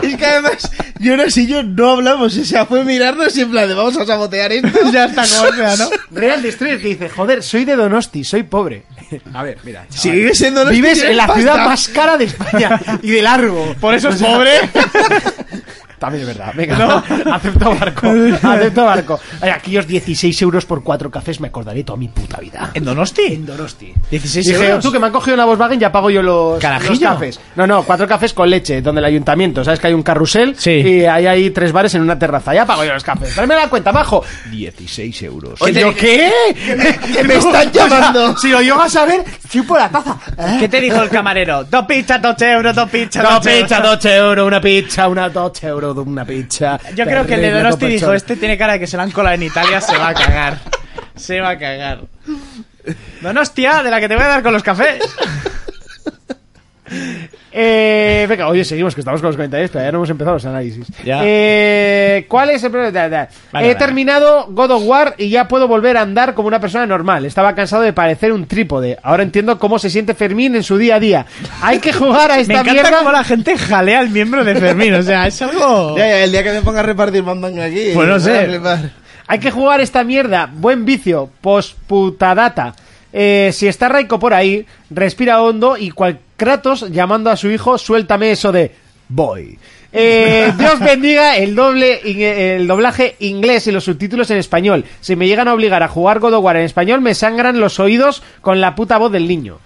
Speaker 4: Es que además, Jonas y yo no hablamos. O sea, fue mirarnos y en plan de vamos a sabotear esto.
Speaker 2: ya está como sea, ¿no? Real Destroyer que dice, joder, soy de Donosti, soy pobre. A ver, mira.
Speaker 4: Si vives en Donosti,
Speaker 2: Vives
Speaker 4: tienes
Speaker 2: en la
Speaker 4: pasta.
Speaker 2: ciudad más cara de España y de largo.
Speaker 3: Por eso es pobre.
Speaker 2: También es verdad, venga. Acepto barco. Acepto barco. Ay, aquellos 16 euros por cuatro cafés me acordaré toda mi puta vida.
Speaker 3: ¿En Donosti?
Speaker 2: En Donosti.
Speaker 3: 16
Speaker 2: Dije,
Speaker 3: euros.
Speaker 2: tú que me han cogido una Volkswagen, ya pago yo los,
Speaker 3: Carajillo.
Speaker 2: los cafés. No, no, cuatro cafés con leche, donde el ayuntamiento, ¿sabes? Que hay un carrusel
Speaker 3: Sí.
Speaker 2: y ahí hay tres bares en una terraza. Ya pago yo los cafés. Tráeme la cuenta, bajo. 16 euros. Oye, ¿yo qué? Que
Speaker 4: me están llamando.
Speaker 2: si lo llego a saber, fui por la taza. ¿Eh?
Speaker 3: ¿Qué te dijo el camarero? Dos pizzas, dos euros, dos pizzas,
Speaker 2: Una
Speaker 3: euros.
Speaker 2: pizza, 12 euros, una pizza, una 12 euros de una pizza.
Speaker 3: Yo creo que el de
Speaker 2: Terrible,
Speaker 3: Donosti
Speaker 2: topachón.
Speaker 3: dijo, este tiene cara de que se la han colado en Italia, se va a cagar. Se va a cagar. Donostia, de la que te voy a dar con los cafés.
Speaker 2: Eh, venga, oye, seguimos, que estamos con los comentarios, pero ya no hemos empezado los análisis.
Speaker 3: Ya.
Speaker 2: Eh, ¿Cuál es el problema? Da, da.
Speaker 3: Vale,
Speaker 2: He
Speaker 3: vale.
Speaker 2: terminado God of War y ya puedo volver a andar como una persona normal. Estaba cansado de parecer un trípode. Ahora entiendo cómo se siente Fermín en su día a día. Hay que jugar a
Speaker 3: Me
Speaker 2: esta
Speaker 3: encanta
Speaker 2: mierda.
Speaker 3: cómo la gente jalea al miembro de Fermín, o sea, es algo...
Speaker 4: Ya, ya, el día que me ponga a repartir mandanga aquí. eh,
Speaker 3: Pues no
Speaker 4: me
Speaker 3: sé.
Speaker 4: voy a flipar.
Speaker 2: Hay que jugar esta mierda. Buen vicio. Posputadata. Eh, si está Raiko por ahí, respira hondo y cual Kratos llamando a su hijo, suéltame eso de voy. Eh, Dios bendiga el doble in- el doblaje inglés y los subtítulos en español. Si me llegan a obligar a jugar God of War en español, me sangran los oídos con la puta voz del niño.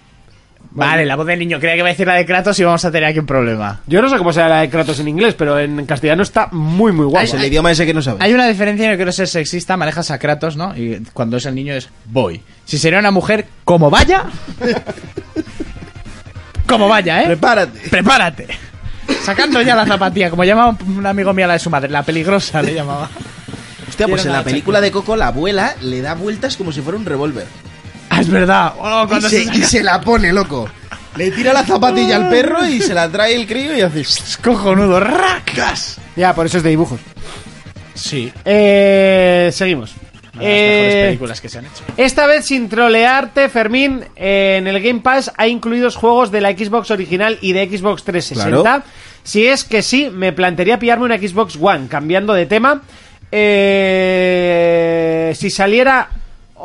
Speaker 3: Vale, la voz del niño, creía que iba a decir la de Kratos y vamos a tener aquí un problema.
Speaker 2: Yo no sé cómo será la de Kratos en inglés, pero en castellano está muy, muy guay.
Speaker 4: Es el idioma ese que no sabes.
Speaker 3: Hay una diferencia, no quiero ser sexista, manejas a Kratos, ¿no? Y cuando es el niño es voy. Si sería una mujer, como vaya... Como vaya, ¿eh?
Speaker 4: Prepárate.
Speaker 3: prepárate. Sacando ya la zapatilla, como llamaba un amigo mío a la de su madre, la peligrosa le llamaba.
Speaker 4: Hostia,
Speaker 3: Quiero
Speaker 4: pues en
Speaker 3: una
Speaker 4: la película de Coco, la abuela le da vueltas como si fuera un revólver.
Speaker 3: Ah, es verdad. Oh,
Speaker 4: Y
Speaker 3: cuando
Speaker 4: se,
Speaker 3: se
Speaker 4: y se la pone, loco. Le tira la zapatilla al perro y se la trae el crío y hace.
Speaker 3: Es cojonudo, racas.
Speaker 2: Ya, por eso es de dibujos.
Speaker 3: Sí.
Speaker 2: Eh, seguimos.
Speaker 3: Una de las mejores
Speaker 2: Eh,
Speaker 3: películas que se han hecho.
Speaker 2: Esta vez sin trolearte, Fermín, eh, en el Game Pass hay incluidos juegos de la Xbox original y de Xbox 360.
Speaker 4: Claro.
Speaker 2: Si es que sí, me plantearía pillarme una Xbox One, cambiando de tema. Eh, si saliera...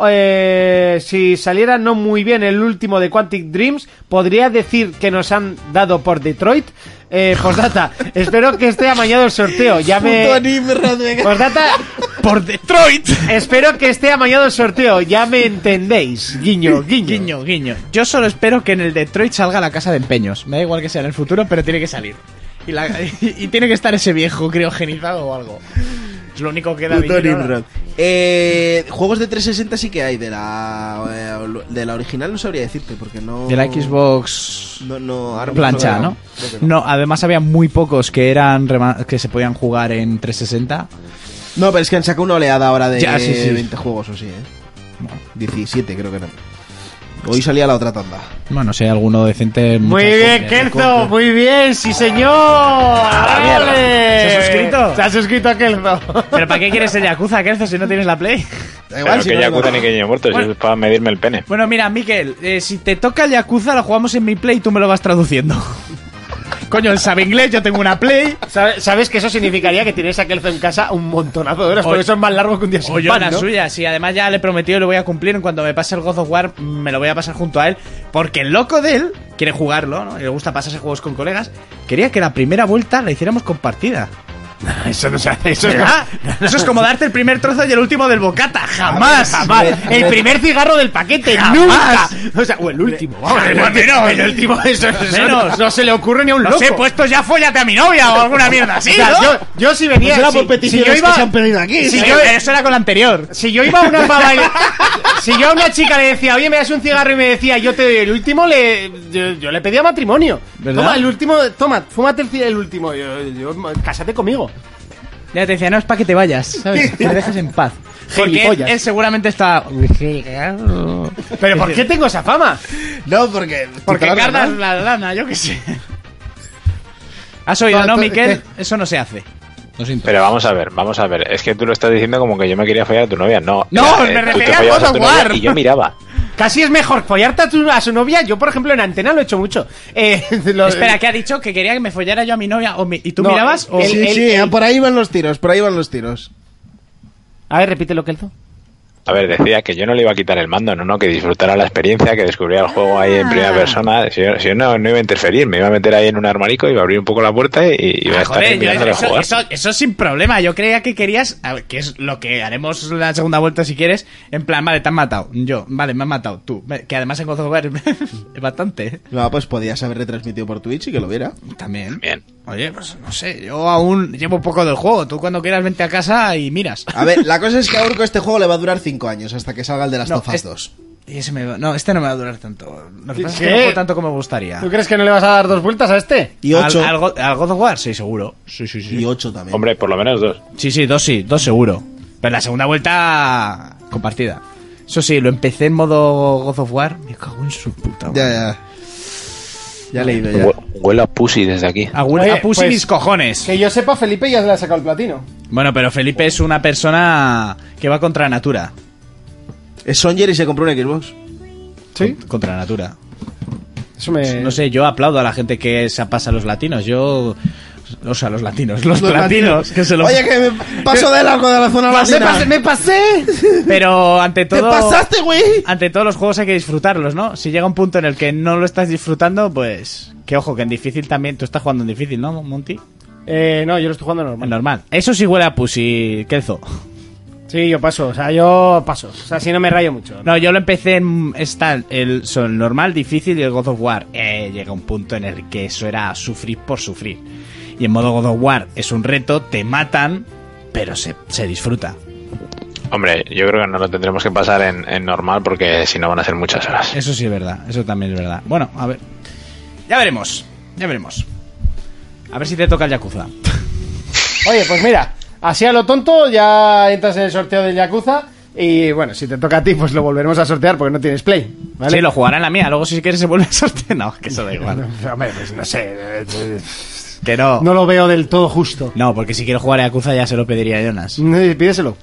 Speaker 2: eh, si saliera no muy bien el último de Quantic Dreams, podría decir que nos han dado por Detroit. Eh, postdata, espero que esté amañado el sorteo. Ya
Speaker 4: Puto
Speaker 2: me.
Speaker 4: anime, Radvega.
Speaker 2: Postdata,
Speaker 3: Por Detroit.
Speaker 2: Espero que esté amañado el sorteo, ya me entendéis. Guiño, guiño.
Speaker 3: Guiño, guiño. Yo solo espero que en el Detroit salga la casa de empeños. Me da igual que sea en el futuro, pero tiene que salir. Y, la- y- y tiene que estar ese viejo criogenizado o algo. Es lo único que da
Speaker 4: Puto
Speaker 3: dinero.
Speaker 4: Nimrod. Eh, juegos de 360 sí que hay. De la, eh, de la original no sabría decirte porque no.
Speaker 3: De la Xbox
Speaker 4: No, no, ahora mismo
Speaker 3: plancha, ¿no?
Speaker 4: Creo que
Speaker 3: No, además había muy pocos que eran rema- que se podían jugar en 360.
Speaker 4: No, pero es que han sacado una oleada ahora de
Speaker 3: Ya, sí, sí.
Speaker 4: 20 juegos o sí, ¿eh? 17 creo que eran. Hoy salía la otra tanda.
Speaker 3: Bueno, si hay alguno decente.
Speaker 2: Muy
Speaker 3: muchas
Speaker 2: bien,
Speaker 3: copias. Ah,
Speaker 2: Kelzo, muy bien, sí señor.
Speaker 3: mierda.
Speaker 2: ¡Ole!
Speaker 3: ¿Se ha suscrito?
Speaker 2: Se ha suscrito Kelzo.
Speaker 3: Pero ¿para qué quieres el Yakuza, Kelzo, si no tienes la Play?
Speaker 4: Da
Speaker 5: Pero
Speaker 4: si
Speaker 5: que
Speaker 4: no,
Speaker 5: ya
Speaker 4: no.
Speaker 5: acuda ni que niño muerto, si
Speaker 3: Bueno.
Speaker 5: es para medirme el pene.
Speaker 3: Bueno, mira, Miquel, eh, si te toca el Yakuza, lo jugamos en mi Play y tú me lo vas traduciendo. Coño, él sabe inglés, yo tengo una Play.
Speaker 2: ¿Sabe- ¿Sabes que eso significaría que tienes a Kelzo en casa un montonazo de horas?
Speaker 3: O-
Speaker 2: Porque eso es más largo que un día sin
Speaker 3: O yo
Speaker 2: pan,
Speaker 3: la
Speaker 2: ¿no?
Speaker 3: suya, sí, además ya le he prometido y lo voy a cumplir. En cuanto me pase el God of War, me lo voy a pasar junto a él. Porque el loco de él quiere jugarlo, ¿no? Y le gusta pasarse juegos con colegas. Quería que la primera vuelta la hiciéramos compartida. Eso no se hace, eso es, eso es como darte el primer trozo y el último del bocata. Jamás,
Speaker 2: A ver, jamás.
Speaker 3: El primer cigarro del paquete,
Speaker 2: Jamás.
Speaker 3: nunca. O sea, o el último.
Speaker 2: vamos, el último, el último, eso- eso no- no se le ocurre ni a un
Speaker 3: no
Speaker 2: loco.
Speaker 3: Sé, pues esto ya follate a mi novia o alguna mierda así.
Speaker 2: O sea,
Speaker 3: ¿no?
Speaker 2: yo, yo si venía.
Speaker 3: Pues era
Speaker 2: si-
Speaker 3: por peticiones
Speaker 2: si yo iba-
Speaker 3: que se han pedido aquí,
Speaker 2: Si
Speaker 3: ¿sabes?
Speaker 2: yo,
Speaker 3: Pero eso era con la anterior.
Speaker 2: Si yo iba a una pava y- Si yo a una chica le decía, oye, me das un cigarro y me decía, yo te doy el último, le, yo, yo le pedía matrimonio.
Speaker 3: ¿Verdad?
Speaker 2: Toma, el último, toma, fúmate el, ci- el último. Yo, yo- cásate conmigo.
Speaker 3: Ya te decía, no es para que te vayas, ¿sabes? Que me dejes en paz. Porque él,
Speaker 2: Gilipollas.
Speaker 3: él seguramente está.
Speaker 2: Pero ¿por qué tengo esa fama?
Speaker 3: No, porque. Porque
Speaker 2: Quitar la
Speaker 3: cargas
Speaker 2: lana.
Speaker 3: la lana, yo qué sé. Has oído,
Speaker 2: No,
Speaker 3: ¿no,
Speaker 2: to-
Speaker 3: Miquel? Eso no se hace.
Speaker 5: Pero vamos a ver, vamos a ver. Es que tú lo estás diciendo como que yo me quería follar a tu novia. No,
Speaker 2: No,
Speaker 5: Era, eh,
Speaker 2: me
Speaker 5: tú te
Speaker 2: refería a
Speaker 5: follabas
Speaker 2: God
Speaker 5: tu
Speaker 2: of
Speaker 5: novia
Speaker 2: War.
Speaker 5: Y yo miraba.
Speaker 2: Casi es mejor follarte a, tu- a su novia. Yo, por ejemplo, en antena lo he hecho mucho. Eh, lo-
Speaker 3: Espera, ¿qué ha dicho? ¿Que quería que me follara yo a mi novia? o mi- ¿Y tú
Speaker 2: No,
Speaker 3: mirabas? O...
Speaker 2: el-
Speaker 4: Sí, sí, ah, por ahí van los tiros, por ahí van los tiros.
Speaker 2: A ver, repítelo, Kelzo.
Speaker 5: A ver, decía que yo no le iba a quitar el mando, no, no, que disfrutara la experiencia, que descubriera el juego ahí en
Speaker 3: Ah.
Speaker 5: primera persona. Si yo, si yo no, no iba a interferir, me iba a meter ahí en un armarico, iba a abrir un poco la puerta y iba a
Speaker 3: Ah,
Speaker 5: estar
Speaker 3: joder,
Speaker 5: ahí
Speaker 3: yo-
Speaker 5: mirándole
Speaker 3: eso,
Speaker 5: jugar.
Speaker 3: eso, eso sin problema. Yo creía que querías, a ver, que es lo que haremos la segunda vuelta si quieres. En plan, vale, te han matado. Yo, vale, me han matado. Tú, que además en God of War es bastante. ¿eh?
Speaker 4: No, pues podías haber retransmitido por Twitch y que lo viera.
Speaker 3: También.
Speaker 5: Bien.
Speaker 3: Oye, pues no sé, yo aún llevo poco del juego. Tú cuando quieras vente a casa y miras.
Speaker 4: A ver, la cosa es que a Urco este juego le va a durar 5 años hasta que salga el de las
Speaker 3: No,
Speaker 4: Tofas
Speaker 3: es-
Speaker 4: 2.
Speaker 3: Y ese me va- No, este no me va a durar tanto. Lo que
Speaker 2: ¿Qué?
Speaker 3: pasa es que no juego tanto como me gustaría.
Speaker 2: ¿Tú crees que no le vas a dar dos vueltas a este?
Speaker 4: Y 8.
Speaker 3: Al, al Go- al God of War, sí, seguro. Sí, sí, sí.
Speaker 4: Y 8 también.
Speaker 5: Hombre, por lo menos dos.
Speaker 3: Sí, sí, dos sí, dos seguro. Pero la segunda vuelta compartida. Eso sí, lo empecé en modo God of War. Me cago en su puta madre.
Speaker 4: Ya, ya. Ya he leído ya.
Speaker 5: Hue- Huelo a pussy desde aquí.
Speaker 3: A, Gu-
Speaker 2: Oye,
Speaker 3: a Pussy
Speaker 2: pues-
Speaker 3: mis cojones.
Speaker 2: Que yo sepa, Felipe ya se le ha sacado el platino.
Speaker 3: Bueno, pero Felipe es una persona que va contra natura.
Speaker 4: Es Songer y se compró un Xbox.
Speaker 2: Sí.
Speaker 3: Contra natura.
Speaker 2: Eso
Speaker 4: Eh.
Speaker 2: me.
Speaker 3: No sé, yo aplaudo a la gente que se pasa a los latinos. Yo. O sea, los latinos. Los, platinos. Que se lo...
Speaker 4: Oye, que me paso de largo de la zona
Speaker 2: Pasé,
Speaker 4: latina.
Speaker 2: pasé, me pasé.
Speaker 3: Pero ante todo.
Speaker 4: ¡Te pasaste, güey!
Speaker 3: ante todos los juegos hay que disfrutarlos, ¿no? Si llega un punto en el que no lo estás disfrutando, pues. Que ojo, que en difícil también. Tú estás jugando en difícil, ¿no, Monty?
Speaker 2: Eh, no, yo lo estoy jugando normal.
Speaker 3: En normal. Eso sí huele a pussy, Kelzo.
Speaker 2: Sí, yo paso, o sea, yo paso. O sea, si no me rayo mucho.
Speaker 3: No, yo lo empecé en. Está el, son normal, difícil y el God of War. Eh, llega un punto en el que eso era sufrir por sufrir. Y en modo God of War es un reto, te matan, pero se, se disfruta.
Speaker 5: Hombre, yo creo que no lo tendremos que pasar en, en normal porque si no van a ser muchas horas.
Speaker 3: Eso sí es verdad, eso también es verdad. Bueno, a ver. Ya veremos, ya veremos. A ver si te toca el Yakuza.
Speaker 2: Oye, pues mira, así a lo tonto ya entras en el sorteo del Yakuza. Y bueno, si te toca a ti, pues lo volveremos a sortear porque no tienes play. ¿vale?
Speaker 3: Sí, lo jugará en la mía, luego si quieres se vuelve a sortear. No, que eso da igual.
Speaker 2: Hombre, pues no sé. eh, eh,
Speaker 3: Que no.
Speaker 2: No lo veo del todo justo.
Speaker 3: No, porque si quiero jugar a Yakuza ya se lo pediría a Jonas.
Speaker 2: Eh, Pídeselo.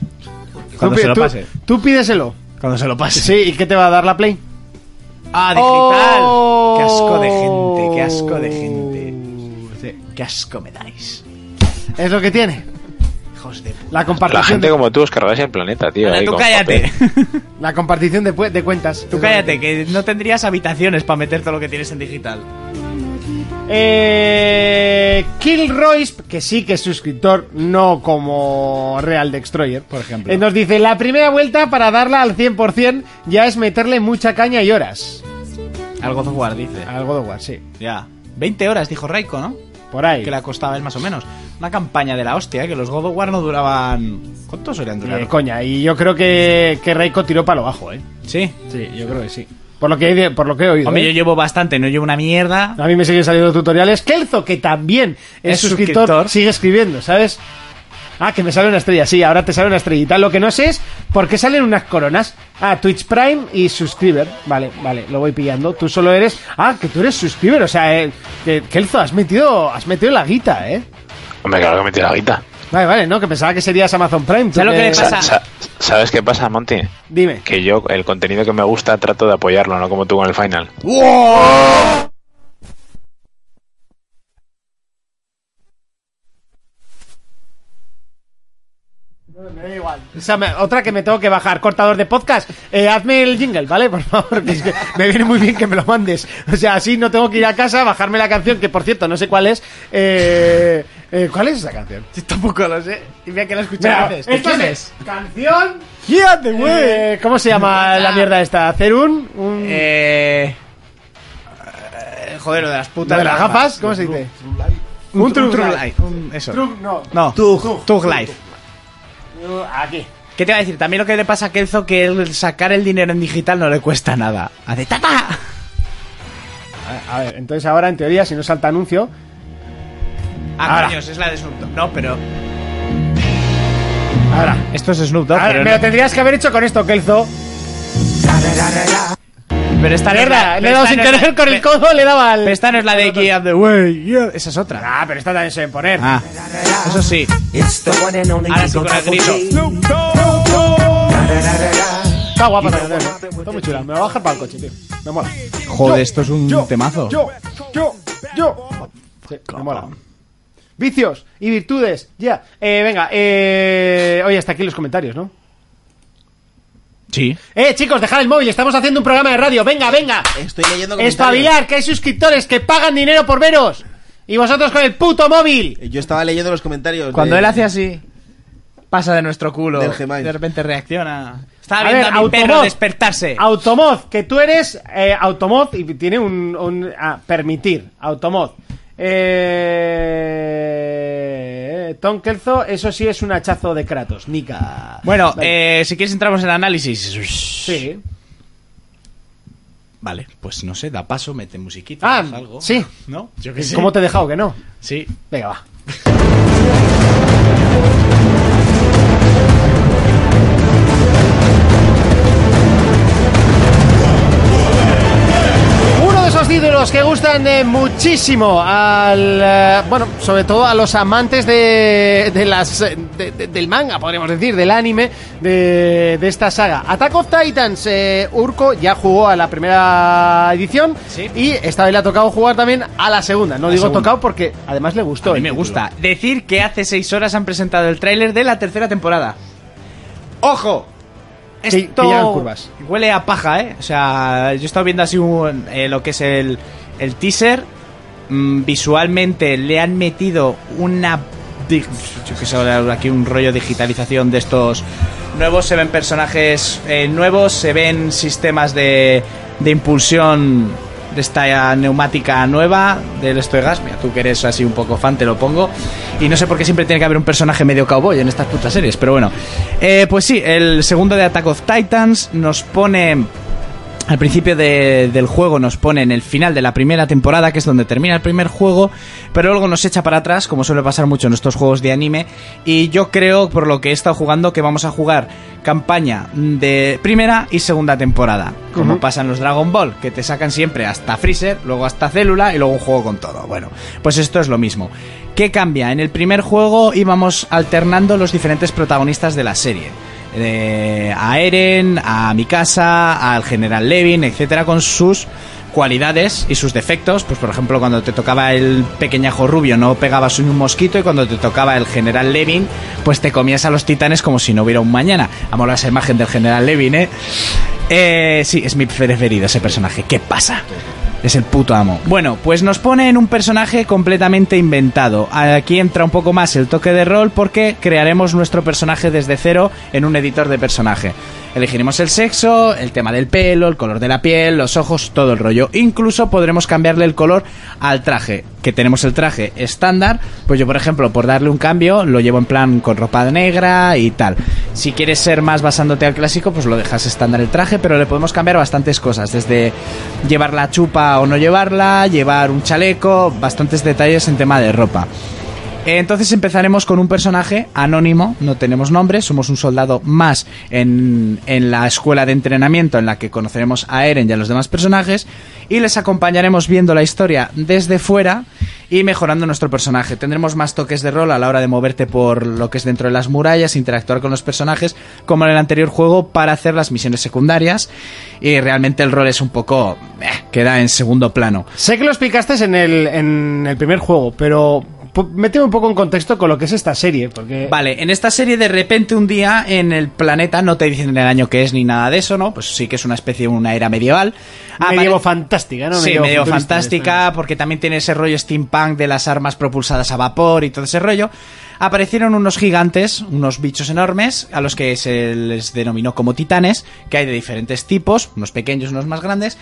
Speaker 3: Cuando
Speaker 2: Tú
Speaker 3: se
Speaker 2: pi-
Speaker 3: lo
Speaker 2: tú-
Speaker 3: pase.
Speaker 2: Tú pídeselo.
Speaker 3: Cuando se lo pase.
Speaker 2: Sí, ¿y qué te va a dar la play?
Speaker 3: Ah, digital.
Speaker 2: ¡Oh!
Speaker 3: Qué asco de gente, qué asco de gente. Qué asco me dais.
Speaker 2: Es lo que tiene.
Speaker 3: Hijos de puta.
Speaker 2: La compartición.
Speaker 5: La gente
Speaker 2: de,
Speaker 5: como tú os cargáis el planeta, tío. ahí
Speaker 3: tú
Speaker 5: con
Speaker 3: cállate.
Speaker 5: papel.
Speaker 2: la compartición de, pu- de cuentas.
Speaker 3: Tú cállate, que no tendrías habitaciones para meter todo lo que tienes en digital.
Speaker 2: Eh, Kill Royce, que sí que es suscriptor, no como Real Destroyer, por
Speaker 3: ejemplo.
Speaker 2: nos dice, la primera vuelta para darla al 100% ya es meterle mucha caña y horas.
Speaker 3: Algo jugar, dice.
Speaker 2: Al God of War, sí.
Speaker 3: Ya. 20 horas, dijo Raiko, ¿no?
Speaker 2: Por ahí. Eh,
Speaker 3: Que la costaba él más o menos. Una campaña de la hostia, ¿eh? que los God of War no duraban. ¿Cuántos solían durar?
Speaker 2: Eh, coña, y yo creo que, que Reiko tiró para lo bajo, ¿eh?
Speaker 3: Sí.
Speaker 2: Sí, yo creo que sí. Por lo que, he de- por lo que he oído.
Speaker 3: Hombre,
Speaker 2: ¿eh?
Speaker 3: yo llevo bastante, no llevo una mierda.
Speaker 2: A mí me siguen saliendo tutoriales. Kelzo, que también es,
Speaker 3: Es
Speaker 2: suscriptor,
Speaker 3: suscriptor.
Speaker 2: sigue escribiendo, ¿sabes? Ah, que me sale una estrella. Sí, ahora te sale una estrellita. Lo que no sé es por qué salen unas coronas. Ah, Twitch Prime y Subscriber. Vale, vale, lo voy pillando. Tú solo eres... Ah, que tú eres Subscriber. O sea, eh, que- Kelzo, has metido, has metido la guita, ¿eh?
Speaker 5: Hombre, claro que me tira la guita.
Speaker 2: Vale, vale, no, que pensaba que serías Amazon Prime. tú
Speaker 3: ¿Sabes lo que le
Speaker 5: Sa-
Speaker 3: pasa?
Speaker 5: sa- ¿Sabes qué pasa, Monty?
Speaker 2: Dime.
Speaker 5: Que yo, el contenido que me gusta, trato de apoyarlo, no como tú con el final.
Speaker 2: O sea, me- otra que me tengo que bajar, cortador de podcast. Eh, hazme el jingle, ¿vale? Por favor, que es que me viene muy bien que me lo mandes. O sea, así no tengo que ir a casa, bajarme la canción, que por cierto, no sé cuál es. eh, Eh, ¿Cuál es esa canción?
Speaker 3: Yo tampoco lo sé. Y mira que la escuché
Speaker 2: Mira,
Speaker 3: veces.
Speaker 2: esto
Speaker 3: ¿Quién
Speaker 2: es
Speaker 3: es?
Speaker 2: Canción. Eh, ¿Cómo se llama la mierda esta? ¿Cerun? Un...
Speaker 3: Eh. eh, Joder, lo de las putas.
Speaker 2: ¿Lo de las gafas? ¿Cómo se dice?
Speaker 3: Un,
Speaker 2: Un
Speaker 3: true,
Speaker 2: true life.
Speaker 3: life. Un- eso.
Speaker 2: True- no.
Speaker 3: No. Tug. Tug life.
Speaker 2: Uh, Aquí.
Speaker 3: ¿Qué te iba a decir? También lo que le pasa a Kelzo que el sacar el dinero en digital no le cuesta nada. Hace tapa.
Speaker 2: A, a ver, entonces ahora en teoría, si no salta anuncio.
Speaker 3: Ah,
Speaker 2: Ahora.
Speaker 3: coño, es la de Snoop Dogg. No, pero.
Speaker 2: Ahora.
Speaker 3: Esto es Snoop Dogg,
Speaker 2: A ver,
Speaker 3: Ah, pero,
Speaker 2: me
Speaker 3: no-
Speaker 2: lo tendrías que haber hecho con esto, Kelzo.
Speaker 3: pero esta no es
Speaker 2: Mierda,
Speaker 3: la-
Speaker 2: le he
Speaker 3: pero
Speaker 2: dado
Speaker 3: esta
Speaker 2: sin
Speaker 3: no es la-
Speaker 2: querer con el
Speaker 3: pe-
Speaker 2: codo, le daba al.
Speaker 3: Pero esta no es la de Key Up the Way. yeah, Esa es otra.
Speaker 2: Ah, pero esta también se debe poner.
Speaker 3: Ah, eso sí. Ahora sí con el grito.
Speaker 2: Está guapa también. Está muy chula. Me va a bajar para el coche, tío. Me mola.
Speaker 3: Joder, esto es un
Speaker 2: yo,
Speaker 3: temazo.
Speaker 2: Yo, yo, yo. Sí, me mola. Vicios y virtudes. Ya. Eh, venga, eh. Oye, hasta aquí los comentarios, ¿no?
Speaker 3: Sí.
Speaker 2: Eh, chicos, dejad el móvil, estamos haciendo un programa de radio. Venga, venga.
Speaker 4: Estoy leyendo comentarios.
Speaker 2: Espabilar, que hay suscriptores que pagan dinero por veros. Y vosotros con el puto móvil.
Speaker 4: Yo estaba leyendo los comentarios.
Speaker 3: Cuando
Speaker 4: de-
Speaker 3: él hace así, pasa de nuestro culo.
Speaker 4: Eh, Del Gmail.
Speaker 3: de repente reacciona. Estaba
Speaker 2: A
Speaker 3: viendo
Speaker 2: ver,
Speaker 3: a mi perro
Speaker 2: Automoz.
Speaker 3: despertarse.
Speaker 2: Automoz, que tú eres eh, Automoz y tiene un, un- ah, permitir. Automoz. Eh, Tom Kelzo, eso sí es un hachazo de Kratos. Nika.
Speaker 3: Bueno,
Speaker 2: Vale.
Speaker 3: eh, si quieres entramos en análisis.
Speaker 2: Sí.
Speaker 3: Vale, pues no sé, da paso, mete musiquita,
Speaker 2: Ah,
Speaker 3: haz algo.
Speaker 2: sí.
Speaker 3: ¿No? Yo qué sé.
Speaker 2: ¿Cómo te he dejado que no?
Speaker 3: Sí.
Speaker 2: Venga, va. Uno de esos títulos que gustan eh, muchísimo al eh, bueno, sobre todo a los amantes de, de las eh, de- de- del manga, podríamos decir, del anime de, de esta saga. Attack of Titans, eh, Urko ya jugó a la primera edición
Speaker 3: Sí.
Speaker 2: y esta vez le ha tocado jugar también a la segunda. No
Speaker 3: La
Speaker 2: digo
Speaker 3: segunda.
Speaker 2: tocado porque además le gustó.
Speaker 3: A mí
Speaker 2: el
Speaker 3: me
Speaker 2: título.
Speaker 3: gusta. Decir que hace seis horas han presentado el tráiler de la tercera temporada. ¡Ojo!
Speaker 2: Sí, pillan curvas.
Speaker 3: huele a paja, ¿eh? O sea, yo he estado viendo así un- eh, lo que es el, el teaser. Mm, visualmente le han metido una... di- Yo que sé, ahora aquí un rollo de digitalización de estos nuevos. Se ven personajes eh, nuevos, se ven sistemas de, de impulsión de esta neumática nueva del esto de gas. Mira, tú que eres así un poco fan, te lo pongo. Y no sé por qué siempre tiene que haber un personaje medio cowboy en estas putas series, pero bueno. Eh, pues sí, el segundo de Attack of Titans nos pone... Al principio de- del juego nos pone en el final de la primera temporada, que es donde termina el primer juego, pero luego nos echa para atrás, como suele pasar mucho en estos juegos de anime. Y yo creo, por lo que he estado jugando, que vamos a jugar campaña de primera y segunda temporada. Como pasa en los Dragon Ball, que te sacan siempre hasta Freezer, luego hasta Célula y luego un juego con todo. Bueno, pues esto es lo mismo. ¿Qué cambia? En el primer juego íbamos alternando los diferentes protagonistas de la serie eh, a Eren, a Mikasa, al general Levin, etcétera, con sus cualidades y sus defectos. Pues por ejemplo, cuando te tocaba el pequeñajo rubio no pegabas ni un mosquito y cuando te tocaba el general Levin, pues te comías a los titanes como si no hubiera un mañana. Amo esa imagen del general Levin, ¿eh? Eh, sí, es mi preferido ese personaje. ¿Qué pasa? Es el puto amo. Bueno, pues nos pone en un personaje completamente inventado. Aquí entra un poco más el toque de rol porque crearemos nuestro personaje desde cero en un editor de personaje. Elegiremos el sexo, el tema del pelo, el color de la piel, los ojos, todo el rollo. Incluso podremos cambiarle el color al traje. Que tenemos el traje estándar, pues yo por ejemplo, por darle un cambio, lo llevo en plan con ropa negra y tal. Si quieres ser más basándote al clásico, pues lo dejas estándar el traje, pero le podemos cambiar bastantes cosas, desde llevar la chupa o no llevarla, llevar un chaleco, bastantes detalles en tema de ropa. Entonces empezaremos con un personaje anónimo, no tenemos nombre, somos un soldado más en, en la escuela de entrenamiento en la que conoceremos a Eren y a los demás personajes y les acompañaremos viendo la historia desde fuera y mejorando nuestro personaje. Tendremos más toques de rol a la hora de moverte por lo que es dentro de las murallas, interactuar con los personajes como en el anterior juego para hacer las misiones secundarias y realmente el rol es un poco... eh, queda en segundo plano.
Speaker 2: Sé que lo explicaste en el, en el primer juego, pero po- méteme un poco en contexto con lo que es esta serie, porque...
Speaker 3: Vale, en esta serie de repente un día en el planeta no te dicen el año que es ni nada de eso, ¿no? Pues sí que es una especie, una era medieval.
Speaker 2: Medievo
Speaker 3: Apare-
Speaker 2: fantástica, ¿no?
Speaker 3: Ah, Sí, medio
Speaker 2: futurista,
Speaker 3: fantástica, porque también tiene ese rollo steampunk de las armas propulsadas a vapor y todo ese rollo. Aparecieron unos gigantes, unos bichos enormes, a los que se les denominó como titanes, que hay de diferentes tipos, unos pequeños, unos más grandes,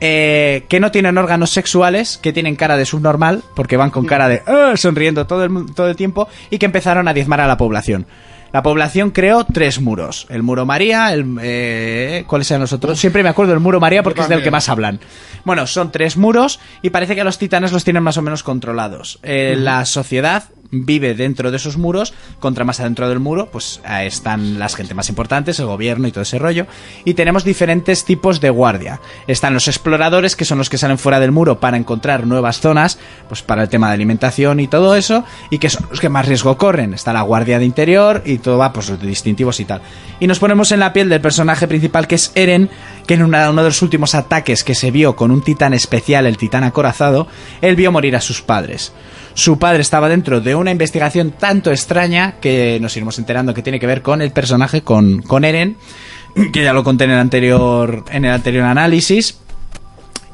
Speaker 3: eh, que no tienen órganos sexuales, que tienen cara de subnormal, porque van
Speaker 2: Mm.
Speaker 3: con cara de "Ah", sonriendo todo el, mu- todo el tiempo, y que empezaron a diezmar a la población. La población creó tres muros. El muro María, el... Eh, ¿Cuáles eran los otros? Siempre me acuerdo del muro María porque es del que
Speaker 2: también.
Speaker 3: más hablan. Bueno, son tres muros y parece que a los titanes los tienen más o menos controlados. Eh,
Speaker 2: Ujú.
Speaker 3: La sociedad vive dentro de esos muros, contra más adentro del muro, pues ah, están las gente más importantes, el gobierno y todo ese rollo. Y tenemos diferentes tipos de guardia. Están los exploradores, que son los que salen fuera del muro para encontrar nuevas zonas, pues para el tema de alimentación y todo eso, y que son los que más riesgo corren. Está la guardia de interior y todo va, pues los distintivos y tal. Y nos ponemos en la piel del personaje principal que es Eren, que en una- uno de los últimos ataques que se vio con un titán especial, el titán acorazado, él vio morir a sus padres. Su padre estaba dentro de una investigación tanto extraña que nos iremos enterando que tiene que ver con el personaje, con, con Eren, que ya lo conté en el anterior, en el anterior análisis.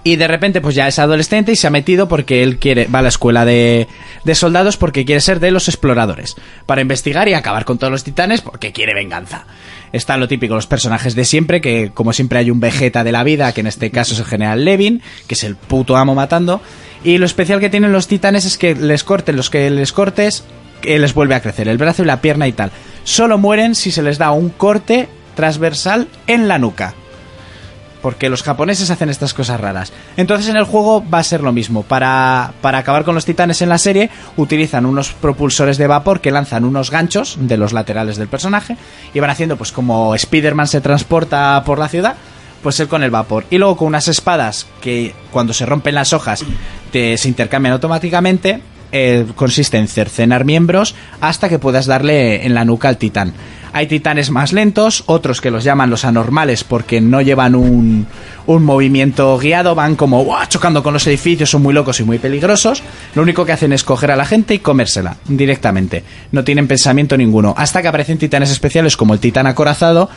Speaker 3: Y de repente, pues ya es adolescente y se ha metido porque él quiere, va a la escuela de, de soldados porque quiere ser de los exploradores. Para investigar y acabar con todos los titanes porque quiere venganza. Está lo típico, los personajes de siempre, que como siempre hay un vegeta de la vida, que en este caso es el general Levin, que es el puto amo matando. Y lo especial que tienen los titanes es que les corten los que les cortes, que les vuelve a crecer el brazo y la pierna y tal. Solo mueren si se les da un corte transversal en la nuca porque los japoneses hacen estas cosas raras. Entonces en el juego va a ser lo mismo. Para, para acabar con los titanes en la serie, utilizan unos propulsores de vapor que lanzan unos ganchos de los laterales del personaje y van haciendo pues como Spider-Man se transporta por la ciudad, pues él con el vapor. Y luego con unas espadas que cuando se rompen las hojas te, se intercambian automáticamente, eh, consiste en cercenar miembros hasta que puedas darle en la nuca al titán. Hay titanes más lentos, otros que los llaman los anormales porque no llevan un, un movimiento guiado, van como ¡guau!, chocando con los edificios, son muy locos y muy peligrosos. Lo único que hacen es coger a la gente y comérsela directamente. No tienen pensamiento ninguno. Hasta que aparecen titanes especiales como el titán acorazado,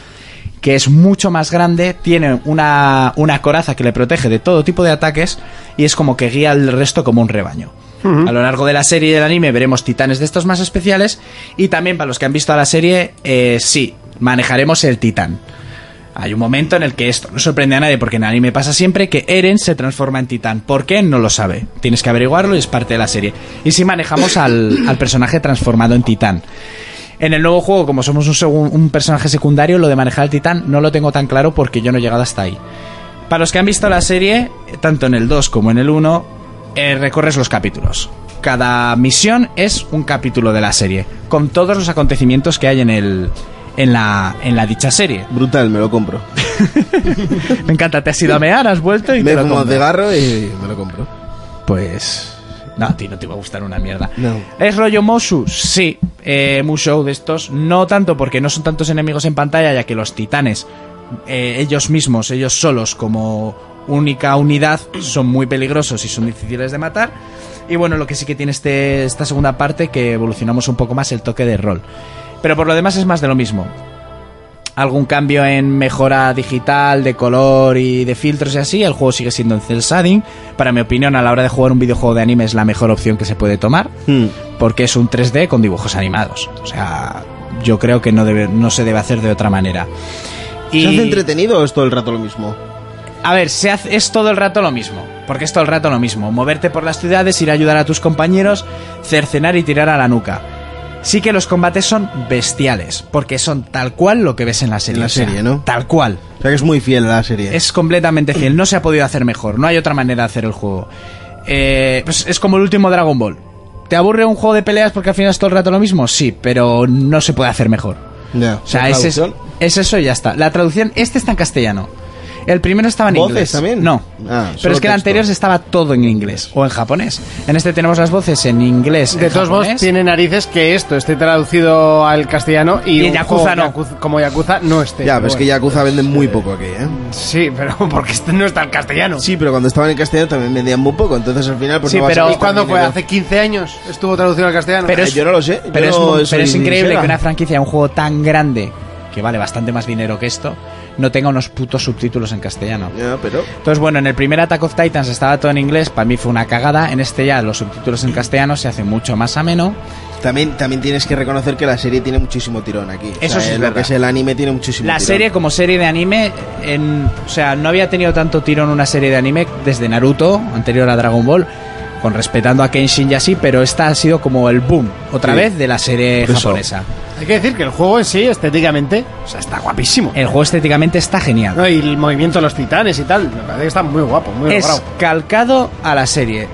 Speaker 3: que es mucho más grande, tiene una, una coraza que le protege de todo tipo de ataques y es como que guía al resto como un rebaño.
Speaker 2: Ujú.
Speaker 3: A lo largo de la serie y del anime veremos titanes de estos más especiales y también para los que han visto a la serie, eh, sí, manejaremos el titán. Hay un momento en el que esto no sorprende a nadie porque en anime pasa siempre que Eren se transforma en titán. ¿Por qué? No lo sabe. Tienes que averiguarlo y es parte de la serie. Y si manejamos al, al personaje transformado en titán. En el nuevo juego, como somos un, segun- un personaje secundario, lo de manejar al titán no lo tengo tan claro porque yo no he llegado hasta ahí. Para los que han visto la serie, tanto en el 2 como en el 1, eh, recorres los capítulos. Cada misión es un capítulo de la serie, con todos los acontecimientos que hay en, el, en, la, en la dicha serie.
Speaker 4: Brutal, me lo compro.
Speaker 3: Me encanta, te has ido a mear, has vuelto y
Speaker 4: me
Speaker 3: te lo
Speaker 4: como
Speaker 3: compro.
Speaker 4: cigarro y me lo compro.
Speaker 3: Pues. No, a ti no te va a gustar una mierda. ¿Es rollo Mosu? Sí, eh, Musou de estos. No tanto porque no son tantos enemigos en pantalla, ya que los titanes, eh, ellos mismos, ellos solos, como única unidad, son muy peligrosos y son difíciles de matar. Y bueno, lo que sí que tiene este, esta segunda parte, que evolucionamos un poco más el toque de rol. Pero por lo demás es más de lo mismo algún cambio en mejora digital, de color y de filtros y así, el juego sigue siendo en cel shading. Para mi opinión, a la hora de jugar un videojuego de anime es la mejor opción que se puede tomar, porque es un 3D con dibujos animados. O sea, yo creo que no, debe, no se debe hacer de otra manera.
Speaker 4: ¿Se hace entretenido o es todo el rato lo mismo?
Speaker 3: A ver, se hace- es todo el rato lo mismo. Porque es todo el rato lo mismo. Moverte por las ciudades, ir a ayudar a tus compañeros, cercenar y tirar a la nuca. Sí que los combates son bestiales. Porque son tal cual lo que ves en la serie.
Speaker 4: En la
Speaker 3: o sea,
Speaker 4: serie, ¿no?
Speaker 3: Tal cual.
Speaker 4: O sea que es muy fiel a la serie.
Speaker 3: Es completamente fiel. No se ha podido hacer mejor. No hay otra manera de hacer el juego. Eh, pues es como el último Dragon Ball. ¿Te aburre un juego de peleas porque al final es todo el rato lo mismo? Sí, pero no se puede hacer mejor.
Speaker 4: Ya.
Speaker 3: O sea,
Speaker 4: ¿La
Speaker 3: es, es-
Speaker 4: traducción?
Speaker 3: es eso y ya está. La traducción, este está en castellano. El primero estaba en
Speaker 4: ¿Voces
Speaker 3: inglés.
Speaker 4: también?
Speaker 3: No.
Speaker 4: Ah,
Speaker 3: pero
Speaker 4: solo
Speaker 3: es que el
Speaker 4: texto.
Speaker 3: anterior estaba todo en inglés o en japonés. En este tenemos las voces en inglés.
Speaker 2: De
Speaker 3: en
Speaker 2: todos modos,
Speaker 3: japonés.
Speaker 2: tiene narices que esto esté traducido al castellano y,
Speaker 3: Y en
Speaker 2: un
Speaker 3: Yakuza
Speaker 2: juego
Speaker 3: no.
Speaker 2: Yakuza- como Yakuza no esté.
Speaker 4: Ya, pero es que
Speaker 2: Bueno,
Speaker 4: Yakuza venden muy poco aquí, ¿eh?
Speaker 2: Sí, pero porque este no está en castellano.
Speaker 4: Sí, pero cuando estaban en castellano también vendían muy poco, entonces al final pues
Speaker 3: Sí,
Speaker 4: no vas a
Speaker 3: pero-
Speaker 4: gastar
Speaker 2: ¿Cuándo fue?
Speaker 4: dinero.
Speaker 2: ¿Hace 15 años estuvo traducido al castellano?
Speaker 3: Pero
Speaker 4: Eh,
Speaker 3: es-
Speaker 4: yo no lo sé. yo
Speaker 3: Pero, es,
Speaker 4: no
Speaker 3: pero
Speaker 4: soy
Speaker 3: es
Speaker 4: ni
Speaker 3: increíble
Speaker 4: Sega.
Speaker 3: que una franquicia, un juego tan grande, que vale bastante más dinero que esto, no tenga unos putos subtítulos en castellano.
Speaker 4: Ya, pero...
Speaker 3: Entonces, bueno, en el primer Attack of Titans estaba todo en inglés, para mí fue una cagada. En este ya los subtítulos en castellano se hacen mucho más ameno.
Speaker 4: También, también tienes que reconocer que la serie tiene muchísimo tirón aquí. O
Speaker 3: Eso
Speaker 4: sea,
Speaker 3: sí es
Speaker 4: eh, Lo
Speaker 3: verdad.
Speaker 4: que es el anime tiene muchísimo
Speaker 3: La
Speaker 4: tirón.
Speaker 3: serie como serie de anime, en, o sea, no había tenido tanto tirón una serie de anime desde Naruto, anterior a Dragon Ball, con respetando a Kenshin y así, pero esta ha sido como el boom, otra
Speaker 4: Sí.
Speaker 3: vez, de la serie
Speaker 4: Por eso.
Speaker 3: japonesa.
Speaker 2: Hay que decir que el juego en sí, estéticamente, o sea, está guapísimo.
Speaker 3: El juego estéticamente está genial.
Speaker 2: No, y el movimiento de los titanes y tal, me parece que está muy guapo, muy
Speaker 3: es
Speaker 2: logrado.
Speaker 3: calcado a la serie.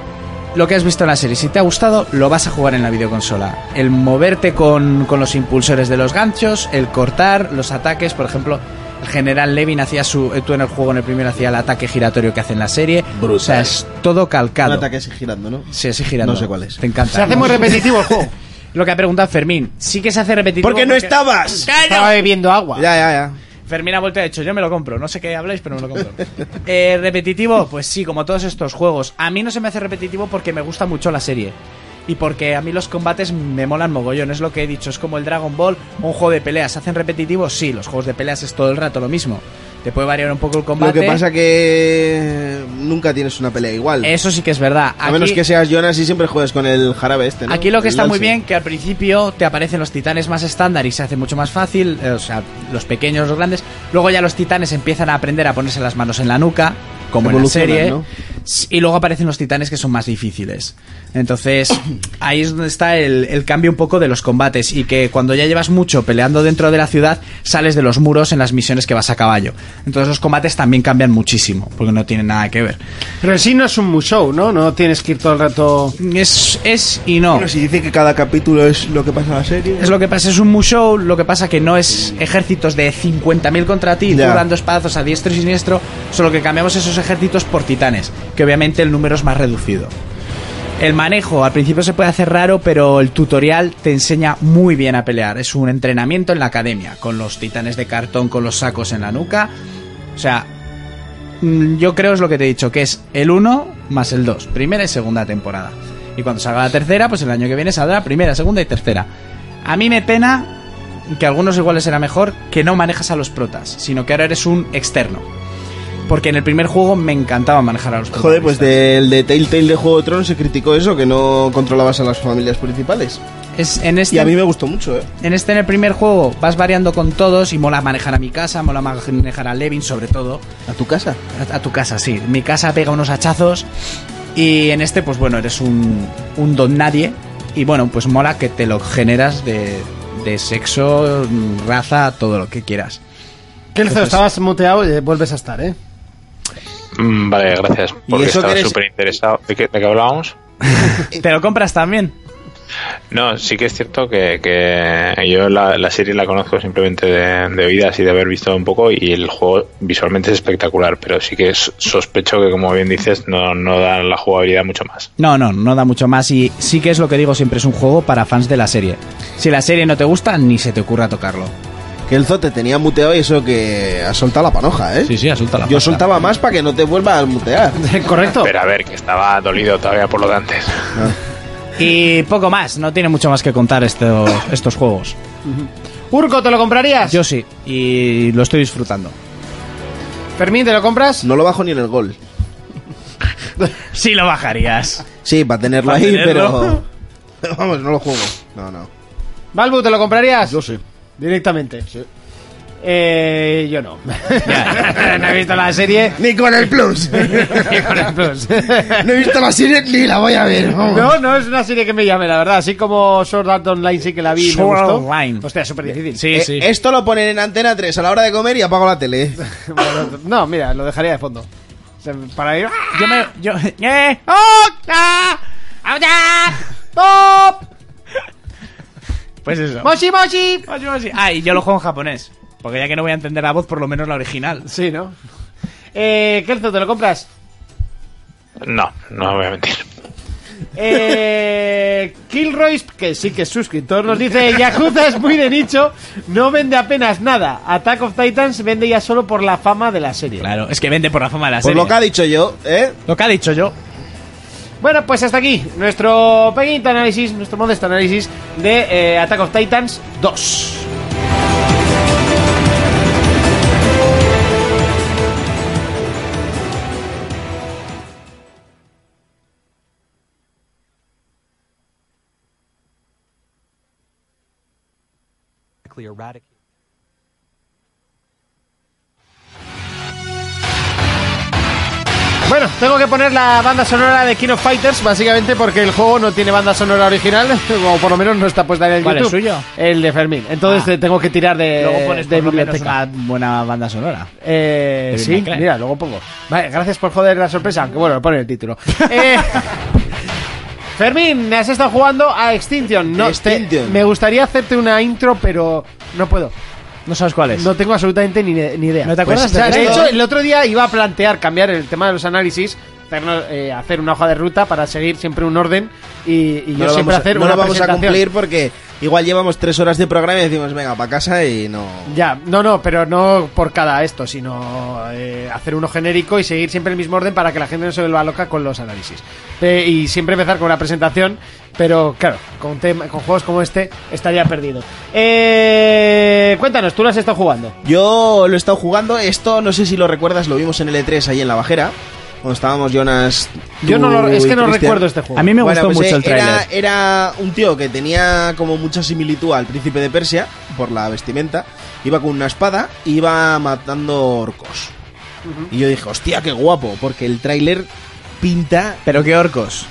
Speaker 3: Lo que has visto en la serie, si te ha gustado, lo vas a jugar en la videoconsola. El moverte con, con los impulsores de los ganchos, el cortar, los ataques, por ejemplo, el general Levin hacía su. eh, Tú en el juego en el primero hacía el ataque giratorio que hace en la serie.
Speaker 4: Brutal.
Speaker 3: O sea, es todo
Speaker 4: Un
Speaker 3: calcado.
Speaker 4: ataque así girando, ¿no?
Speaker 3: Sí, así girando.
Speaker 4: No sé cuál es.
Speaker 3: Te encanta.
Speaker 2: Se hace muy repetitivo el juego.
Speaker 3: Lo que ha preguntado Fermín. Sí que se hace repetitivo.
Speaker 4: ¡Porque no estabas!
Speaker 2: Estaba bebiendo agua.
Speaker 4: Ya, ya, ya.
Speaker 3: Fermín ha vuelto y ha dicho, yo me lo compro, no sé qué habláis, pero me lo compro. Eh, repetitivo, pues sí, como todos estos juegos. A mí no se me hace repetitivo porque me gusta mucho la serie. Y porque a mí los combates me molan mogollón, es lo que he dicho, es como el Dragon Ball, un juego de peleas. ¿Se hacen repetitivos? Sí, los juegos de peleas es todo el rato lo mismo. Te puede variar un poco el
Speaker 4: Lo
Speaker 3: combate.
Speaker 4: que pasa que nunca tienes una pelea igual.
Speaker 3: Eso sí que es verdad.
Speaker 4: A menos
Speaker 3: Aquí-
Speaker 4: que seas Jonas y siempre juegues con el jarabe este, ¿no?
Speaker 3: Aquí lo que
Speaker 4: El
Speaker 3: está muy
Speaker 4: lance.
Speaker 3: bien, que al principio te aparecen los titanes más estándar y se hace mucho más fácil, eh, o sea, los pequeños, los grandes. Luego ya los titanes empiezan a aprender a ponerse las manos en la nuca, como en la
Speaker 4: Evolucionan,
Speaker 3: serie.
Speaker 4: ¿no?
Speaker 3: S- Y luego aparecen los titanes que son más difíciles. Entonces, ahí es donde está el, el cambio un poco de los combates. Y que cuando ya llevas mucho peleando dentro de la ciudad, sales de los muros en las misiones que vas a caballo. Entonces los combates también cambian muchísimo, porque no tienen nada que ver.
Speaker 2: Pero en sí no es un musou, ¿no? No tienes que ir todo el rato...
Speaker 3: Es, es y no.
Speaker 4: Bueno, si dice que cada capítulo es lo que pasa en la serie.
Speaker 3: Es lo que pasa, es un mushow, lo que pasa que no es ejércitos de 50.000 contra ti, tú
Speaker 4: Ya.
Speaker 3: dando espadazos a diestro y siniestro, solo que cambiamos esos ejércitos por titanes, que obviamente el número es más reducido. El manejo al principio se puede hacer raro, pero el tutorial te enseña muy bien a pelear. Es un entrenamiento en la academia, con los titanes de cartón, con los sacos en la nuca. O sea, mm, yo creo es lo que te he dicho, que es el 1 más el 2, primera y segunda temporada. Y cuando salga la tercera, pues el año que viene saldrá primera, segunda y tercera. A mí me pena, que a algunos iguales será mejor, que no manejas a los protas, sino que ahora eres un externo. Porque en el primer juego me encantaba manejar a los protas.
Speaker 4: Joder, pues del de Telltale de Juego de Tronos se criticó eso, que no controlabas a las familias principales.
Speaker 3: Es, en este
Speaker 4: Y a mí me gustó mucho, ¿eh?
Speaker 3: En este, en el primer juego, vas variando con todos y mola manejar a mi casa, mola manejar a Levin, sobre todo.
Speaker 4: ¿A tu casa?
Speaker 3: A, a tu casa, sí. Mi casa pega unos hachazos. Y en este, pues bueno, eres un, un don nadie. Y bueno, pues mola que te lo generas de, de sexo, raza, todo lo que quieras.
Speaker 2: Kelzo, estabas muteado y eh, vuelves a estar, ¿eh?
Speaker 5: Mm, vale, gracias. Porque
Speaker 4: eso que
Speaker 5: estaba
Speaker 4: eres-
Speaker 5: súper interesado. ¿De qué, de qué hablábamos?
Speaker 3: ¿Te lo compras también?
Speaker 5: No, sí que es cierto que, que yo la, la serie la conozco simplemente de, de oídas y de haber visto un poco y el juego visualmente es espectacular, pero sí que s- sospecho que como bien dices no, no da la jugabilidad mucho más.
Speaker 3: No, no, no da mucho más. Y sí que es lo que digo siempre: es un juego para fans de la serie. Si la serie no te gusta, ni se te ocurra tocarlo.
Speaker 4: Que el te tenía muteado y eso que has soltado la panoja, ¿eh?
Speaker 3: sí, asulta
Speaker 4: Yo soltaba más para que no te vuelva a mutear.
Speaker 2: ¿Correcto?
Speaker 5: Pero a ver, que estaba dolido todavía por lo de antes.
Speaker 3: Y poco más, no tiene mucho más que contar esto- estos juegos.
Speaker 2: Urco, ¿te lo comprarías?
Speaker 3: Yo sí, y lo estoy disfrutando.
Speaker 2: Fermín, ¿te lo compras?
Speaker 4: No lo bajo ni en el gol.
Speaker 3: Sí lo bajarías.
Speaker 4: Sí, para tenerlo
Speaker 3: Pa'
Speaker 4: ahí,
Speaker 3: tenerlo.
Speaker 4: pero... Vamos, no lo juego. No, no.
Speaker 2: Balbu, ¿te lo comprarías?
Speaker 11: Yo sí.
Speaker 2: Directamente. Eh, yo no. no he visto la serie.
Speaker 4: Ni con el plus.
Speaker 2: ni con el plus.
Speaker 4: No he visto la serie ni la voy a ver. vamos.
Speaker 2: No, no es una serie que me llame, la verdad. Así como Sword Art Online sí que la vi y me
Speaker 3: Sword
Speaker 2: gustó.
Speaker 3: Online.
Speaker 2: Hostia, súper difícil.
Speaker 3: Sí,
Speaker 4: Eh,
Speaker 3: sí.
Speaker 4: Esto lo ponen en Antena 3 a la hora de comer y apago la tele. Pues
Speaker 2: Bueno, no, mira, lo dejaría de fondo. O sea, Para ir... ¡Ah!
Speaker 3: Yo me. Yo, ¡Eh!
Speaker 2: ¡Top!
Speaker 3: Pues eso.
Speaker 2: ¡Moshi, moshi!
Speaker 3: Ah, y yo lo juego en japonés. Porque ya que no voy a entender la voz, por lo menos la original.
Speaker 2: Sí, ¿no? Eh, Kelzo, ¿te lo compras?
Speaker 5: No, no voy a mentir.
Speaker 2: Eh, Kilroy, que sí que es suscriptor, nos dice: Yakuza es muy de nicho, no vende apenas nada. Attack of Titans vende ya solo por la fama de la serie.
Speaker 3: Claro, es que vende por la fama de la
Speaker 4: Por
Speaker 3: serie.
Speaker 4: lo que ha dicho yo, ¿eh?
Speaker 3: Lo que ha dicho yo.
Speaker 2: Bueno, pues hasta aquí nuestro pequeñito análisis, nuestro modesto análisis de eh, Attack of Titans 2. Bueno, tengo que poner la banda sonora de King of Fighters, básicamente porque el juego no tiene banda sonora original, o por lo menos no está puesta en el
Speaker 3: ¿Cuál es
Speaker 2: YouTube.
Speaker 3: suyo?
Speaker 2: El de Fermín. Entonces
Speaker 3: Ah.
Speaker 2: eh, tengo que tirar de,
Speaker 3: Luego pones
Speaker 2: de
Speaker 3: por lo menos
Speaker 2: biblioteca.
Speaker 3: una buena banda sonora.
Speaker 2: Eh,
Speaker 3: De Bill
Speaker 2: sí,
Speaker 3: McClay.
Speaker 2: mira, luego pongo. Vale, gracias por joder la sorpresa, aunque bueno, lo pone en el título. Eh, Fermín, has estado jugando a Extinction. No, te-
Speaker 4: Extinction.
Speaker 2: me gustaría hacerte una intro, pero no puedo.
Speaker 3: No sabes cuál es.
Speaker 2: No tengo absolutamente ni, ni idea.
Speaker 3: ¿No te acuerdas
Speaker 2: Pues, O sea,
Speaker 3: de
Speaker 2: de
Speaker 3: esto?
Speaker 2: hecho, el otro día iba a plantear cambiar el tema de los análisis, hacernos, eh, hacer una hoja de ruta para seguir siempre un orden y, y yo
Speaker 4: No lo
Speaker 2: siempre
Speaker 4: vamos a-
Speaker 2: hacer
Speaker 4: no
Speaker 2: una
Speaker 4: lo vamos a
Speaker 2: presentación.
Speaker 4: cumplir porque igual llevamos tres horas de programa y decimos, venga, para casa y no.
Speaker 2: Ya, no, no, pero no por cada esto, sino eh, hacer uno genérico y seguir siempre el mismo orden para que la gente no se vuelva loca con los análisis. Eh, y siempre empezar con una presentación, pero claro, con, tema- con juegos como este estaría perdido. Eh, cuéntanos, tú lo has estado jugando.
Speaker 4: Yo lo he estado jugando, esto no sé si lo recuerdas, lo vimos en L3 ahí en la bajera, cuando estábamos Jonas. tú
Speaker 2: Yo no lo, es
Speaker 4: y
Speaker 2: que no
Speaker 4: Cristian.
Speaker 2: recuerdo este juego.
Speaker 3: A mí me
Speaker 4: Bueno,
Speaker 3: gustó
Speaker 4: pues,
Speaker 3: mucho
Speaker 4: eh,
Speaker 3: el tráiler.
Speaker 4: Era, era un tío que tenía como mucha similitud al príncipe de Persia por la vestimenta. Iba con una espada y iba matando orcos. Y yo dije, hostia, qué guapo, porque el tráiler pinta
Speaker 3: Pero qué orcos.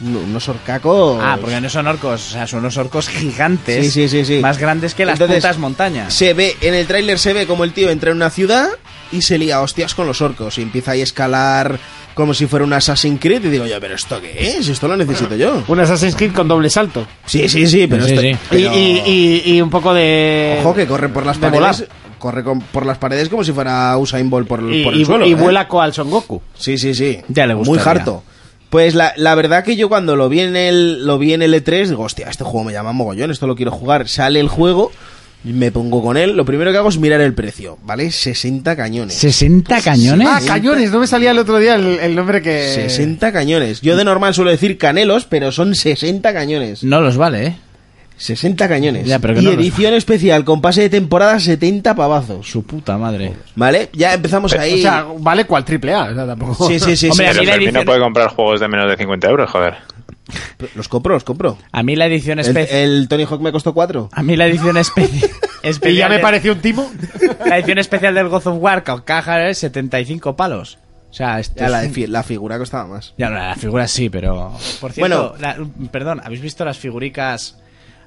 Speaker 4: no- unos orcacos.
Speaker 3: Ah, porque no son orcos, o sea, son unos orcos gigantes.
Speaker 4: Sí, sí, sí, sí.
Speaker 3: Más grandes que las
Speaker 4: Entonces,
Speaker 3: putas montañas.
Speaker 4: Se ve, en el tráiler se ve como el tío entra en una ciudad y se lía a hostias con los orcos y empieza ahí a escalar como si fuera un Assassin's Creed y digo yo, pero ¿esto qué es? Esto lo necesito yo.
Speaker 2: Un Assassin's Creed con doble salto.
Speaker 4: Sí, sí, sí, pero
Speaker 3: Sí,
Speaker 4: esto...
Speaker 3: sí.
Speaker 2: Y,
Speaker 4: pero-
Speaker 2: y- y- y un poco de...
Speaker 4: Ojo que corre por las
Speaker 2: de
Speaker 4: paredes.
Speaker 2: volar.
Speaker 4: Corre con- por las paredes como si fuera Usain Bolt por, el-
Speaker 2: Y,
Speaker 4: por el
Speaker 2: y-
Speaker 4: suelo.
Speaker 2: y
Speaker 4: ¿eh?
Speaker 2: vuela Koal Son Goku.
Speaker 4: Sí, sí, sí.
Speaker 3: Ya le
Speaker 4: Muy
Speaker 3: gustaría.
Speaker 4: harto. Pues la, la verdad que yo cuando lo vi en el lo vi en el E3 digo, hostia, este juego me llama mogollón, esto lo quiero jugar. Sale el juego, me pongo con él, lo primero que hago es mirar el precio, ¿vale? 60 cañones.
Speaker 3: 60 cañones.
Speaker 2: Ah, cañones, no me salía el otro día el, el nombre que...
Speaker 4: 60 cañones. Yo de normal suelo decir canelos, pero son 60 cañones.
Speaker 3: No los vale, eh.
Speaker 4: 60 cañones.
Speaker 3: Ya, pero que
Speaker 4: y
Speaker 3: no los-
Speaker 4: edición especial con pase de temporada 70 pavazos.
Speaker 3: Su puta madre.
Speaker 4: ¿Vale? Ya empezamos
Speaker 2: O
Speaker 4: ahí.
Speaker 2: sea, vale cual triple A. o sea, tampoco...
Speaker 4: sí, sí, sí.
Speaker 3: Hombre,
Speaker 4: sí.
Speaker 3: a mí
Speaker 5: Pero
Speaker 3: la
Speaker 5: Fermín no
Speaker 3: edición-
Speaker 5: puede comprar juegos de menos de 50 euros, joder.
Speaker 4: Los compro, los compro.
Speaker 3: A mí la edición
Speaker 4: El, eh.
Speaker 3: especial.
Speaker 4: el Tony Hawk me costó 4.
Speaker 3: A mí la edición especial.
Speaker 2: Y ya me
Speaker 3: de-
Speaker 2: pareció un timo.
Speaker 3: La edición especial del God of War con caja es 75 palos. O sea, esto
Speaker 4: Ya
Speaker 3: es
Speaker 4: la,
Speaker 3: un-
Speaker 4: de fi- la figura costaba más.
Speaker 3: Ya, la figura sí, pero. Por cierto,
Speaker 4: Bueno.
Speaker 3: la- perdón, ¿habéis visto las figuricas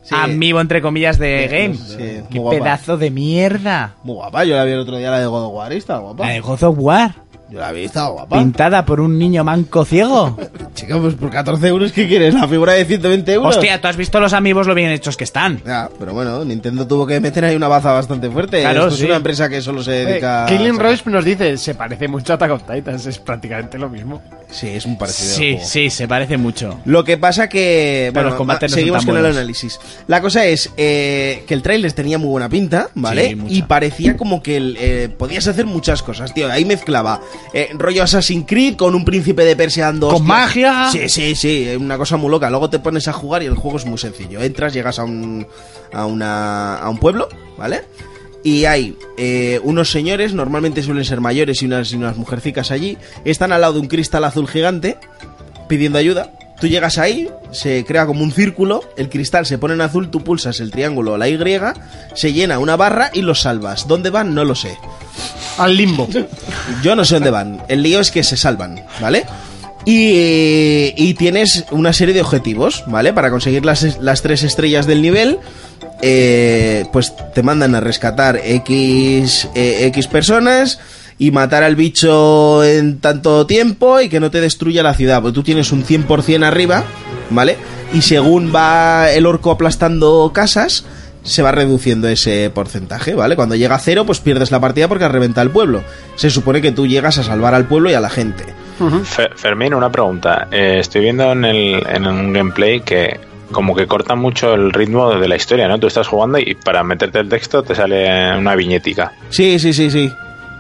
Speaker 4: Sí.
Speaker 3: amiibo, entre comillas, de Game?
Speaker 4: sí, muy
Speaker 3: ¡Qué
Speaker 4: guapa.
Speaker 3: pedazo de mierda!
Speaker 4: Muy guapa, yo la vi el otro día, la de God of War, y estaba guapa.
Speaker 3: La de God of War,
Speaker 4: Yo la vi, estaba guapa.
Speaker 3: pintada por un niño manco ciego.
Speaker 4: Chica, pues por 14 euros, ¿qué quieres? La figura de 120 euros.
Speaker 3: Hostia, ¿tú has visto los amigos lo bien hechos que están?
Speaker 4: Ya, pero bueno, Nintendo tuvo que meter ahí una baza bastante fuerte.
Speaker 3: Claro,
Speaker 4: Esto
Speaker 3: sí.
Speaker 4: es una empresa que solo se dedica.
Speaker 2: Eh, Killing Royce nos dice, se parece mucho a Attack on Titans, es prácticamente lo mismo.
Speaker 4: Sí, es un parecido. al
Speaker 3: Sí,
Speaker 4: juego.
Speaker 3: sí, se parece mucho.
Speaker 4: Lo que pasa que.
Speaker 3: Pero
Speaker 4: bueno,
Speaker 3: los combates
Speaker 4: va,
Speaker 3: no son
Speaker 4: seguimos
Speaker 3: tan
Speaker 4: con
Speaker 3: buenos.
Speaker 4: el análisis. La cosa es eh, que el trailer tenía muy buena pinta, ¿vale?
Speaker 3: Sí, mucha.
Speaker 4: y parecía como que el, eh, podías hacer muchas cosas, tío. Ahí mezclaba eh, rollo Assassin's Creed con un príncipe de Persia dando.
Speaker 3: Con magia.
Speaker 4: Sí, sí, sí. eh, Una cosa muy loca. Luego te pones a jugar y el juego es muy sencillo. Entras, llegas a un, a una, a un pueblo, ¿vale? Y hay eh, unos señores, normalmente suelen ser mayores y unas, y unas mujercicas allí. Están al lado de un cristal azul gigante pidiendo ayuda. Tú llegas ahí, se crea como un círculo, el cristal se pone en azul, tú pulsas el triángulo o la Y, se llena una barra y los salvas. ¿Dónde van? No lo sé.
Speaker 2: Al limbo.
Speaker 4: Yo no sé dónde van. El lío es que se salvan, ¿vale? Y, eh, y tienes una serie de objetivos, ¿vale? Para conseguir las, las tres estrellas del nivel, eh, pues te mandan a rescatar X, eh, X personas y matar al bicho en tanto tiempo y que no te destruya la ciudad. Porque tú tienes un 100% arriba, ¿vale? Y según va el orco aplastando casas, se va reduciendo ese porcentaje, ¿vale? Cuando llega a cero, pues pierdes la partida porque has reventado el pueblo. Se supone que tú llegas a salvar al pueblo y a la gente.
Speaker 5: Fer- Fermín, una pregunta. Eh, estoy viendo en, el, en un gameplay que como que corta mucho el ritmo de la historia, ¿no? Tú estás jugando y para meterte el texto te sale una viñetica.
Speaker 4: Sí, sí, sí, sí.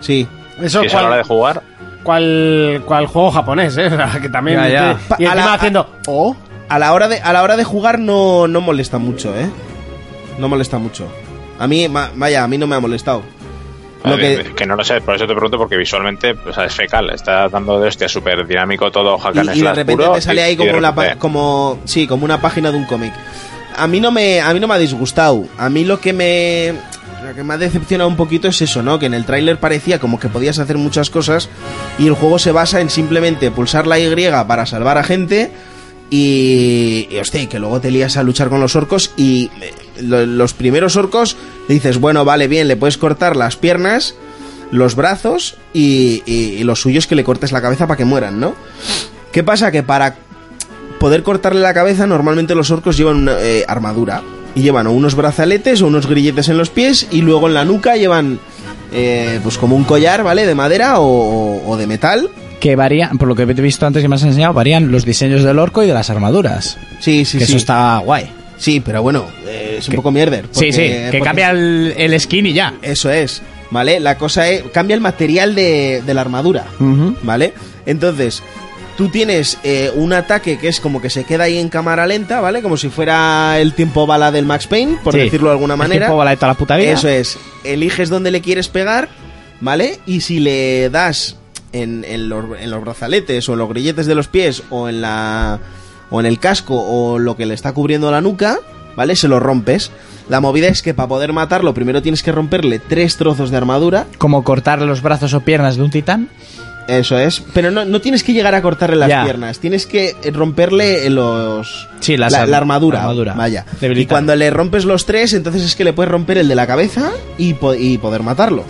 Speaker 4: Sí.
Speaker 5: y es a la hora de jugar.
Speaker 2: cual, cual juego japonés, ¿eh? O sea, que también.
Speaker 4: Ya, ya.
Speaker 2: te- Y
Speaker 4: A
Speaker 2: encima
Speaker 4: la-
Speaker 2: haciendo. Oh.
Speaker 4: A la hora de, a la hora de jugar no, no molesta mucho, ¿eh? No molesta mucho. A mí, ma- vaya, a mí no me ha molestado. Lo que-
Speaker 5: que... no lo sé, por eso te pregunto, porque visualmente pues, es fecal. Está dando de hostia súper dinámico todo, hack and
Speaker 4: y, y de
Speaker 5: slash
Speaker 4: repente
Speaker 5: puro,
Speaker 4: te sale
Speaker 5: y- y
Speaker 4: ahí
Speaker 5: de
Speaker 4: como, una, pa-
Speaker 5: repente-
Speaker 4: como sí como una página de un cómic a mí no me a mí no me ha disgustado a mí lo que me lo que me ha decepcionado un poquito es eso no que en el tráiler parecía como que podías hacer muchas cosas y el juego se basa en simplemente pulsar la Y para salvar a gente y, y, hostia, y que luego te lías a luchar con los orcos y eh, lo- los primeros orcos le dices, bueno, vale, bien, le puedes cortar las piernas, los brazos y, y- y lo suyo es que le cortes la cabeza para que mueran, ¿no? ¿Qué pasa? Que para poder cortarle la cabeza normalmente los orcos llevan una eh, armadura y llevan o unos brazaletes o unos grilletes en los pies y luego en la nuca llevan eh, pues como un collar, ¿vale? De madera o- o- o de metal
Speaker 12: Que varían, por lo que he visto antes que me has enseñado, varían los diseños del orco y de las armaduras.
Speaker 4: Sí, sí,
Speaker 12: que
Speaker 4: sí.
Speaker 12: Eso está guay.
Speaker 4: Sí, pero bueno, eh, es un poco mierder.
Speaker 12: Sí, sí, que cambia
Speaker 4: el, skin y ya. Eso es, ¿vale? La cosa es, cambia el material de, de la armadura, ¿vale? Entonces, tú tienes eh, un ataque que es como que se queda ahí en cámara lenta, ¿vale? Como si fuera el tiempo bala del Max Payne, por
Speaker 3: Sí.
Speaker 4: decirlo de alguna
Speaker 3: El
Speaker 4: manera.
Speaker 3: tiempo bala de toda la puta vida.
Speaker 4: Eso es, eliges dónde le quieres pegar, ¿vale? Y si le das en, en los, en los brazaletes o en los grilletes de los pies o en la o en el casco o lo que le está cubriendo la nuca, ¿vale? Se lo rompes. La movida es que para poder matarlo primero tienes que romperle tres trozos de armadura.
Speaker 12: Como cortar los brazos o piernas de un titán.
Speaker 4: Eso es. Pero no, no tienes que llegar a cortarle las
Speaker 12: Ya.
Speaker 4: piernas, tienes que romperle los...
Speaker 12: Sí, las
Speaker 4: la,
Speaker 12: ar-
Speaker 4: la armadura,
Speaker 12: armadura.
Speaker 4: Vaya. Y
Speaker 12: Debilitar.
Speaker 4: cuando le rompes los tres, entonces es que le puedes romper el de la cabeza y, po- y poder matarlo.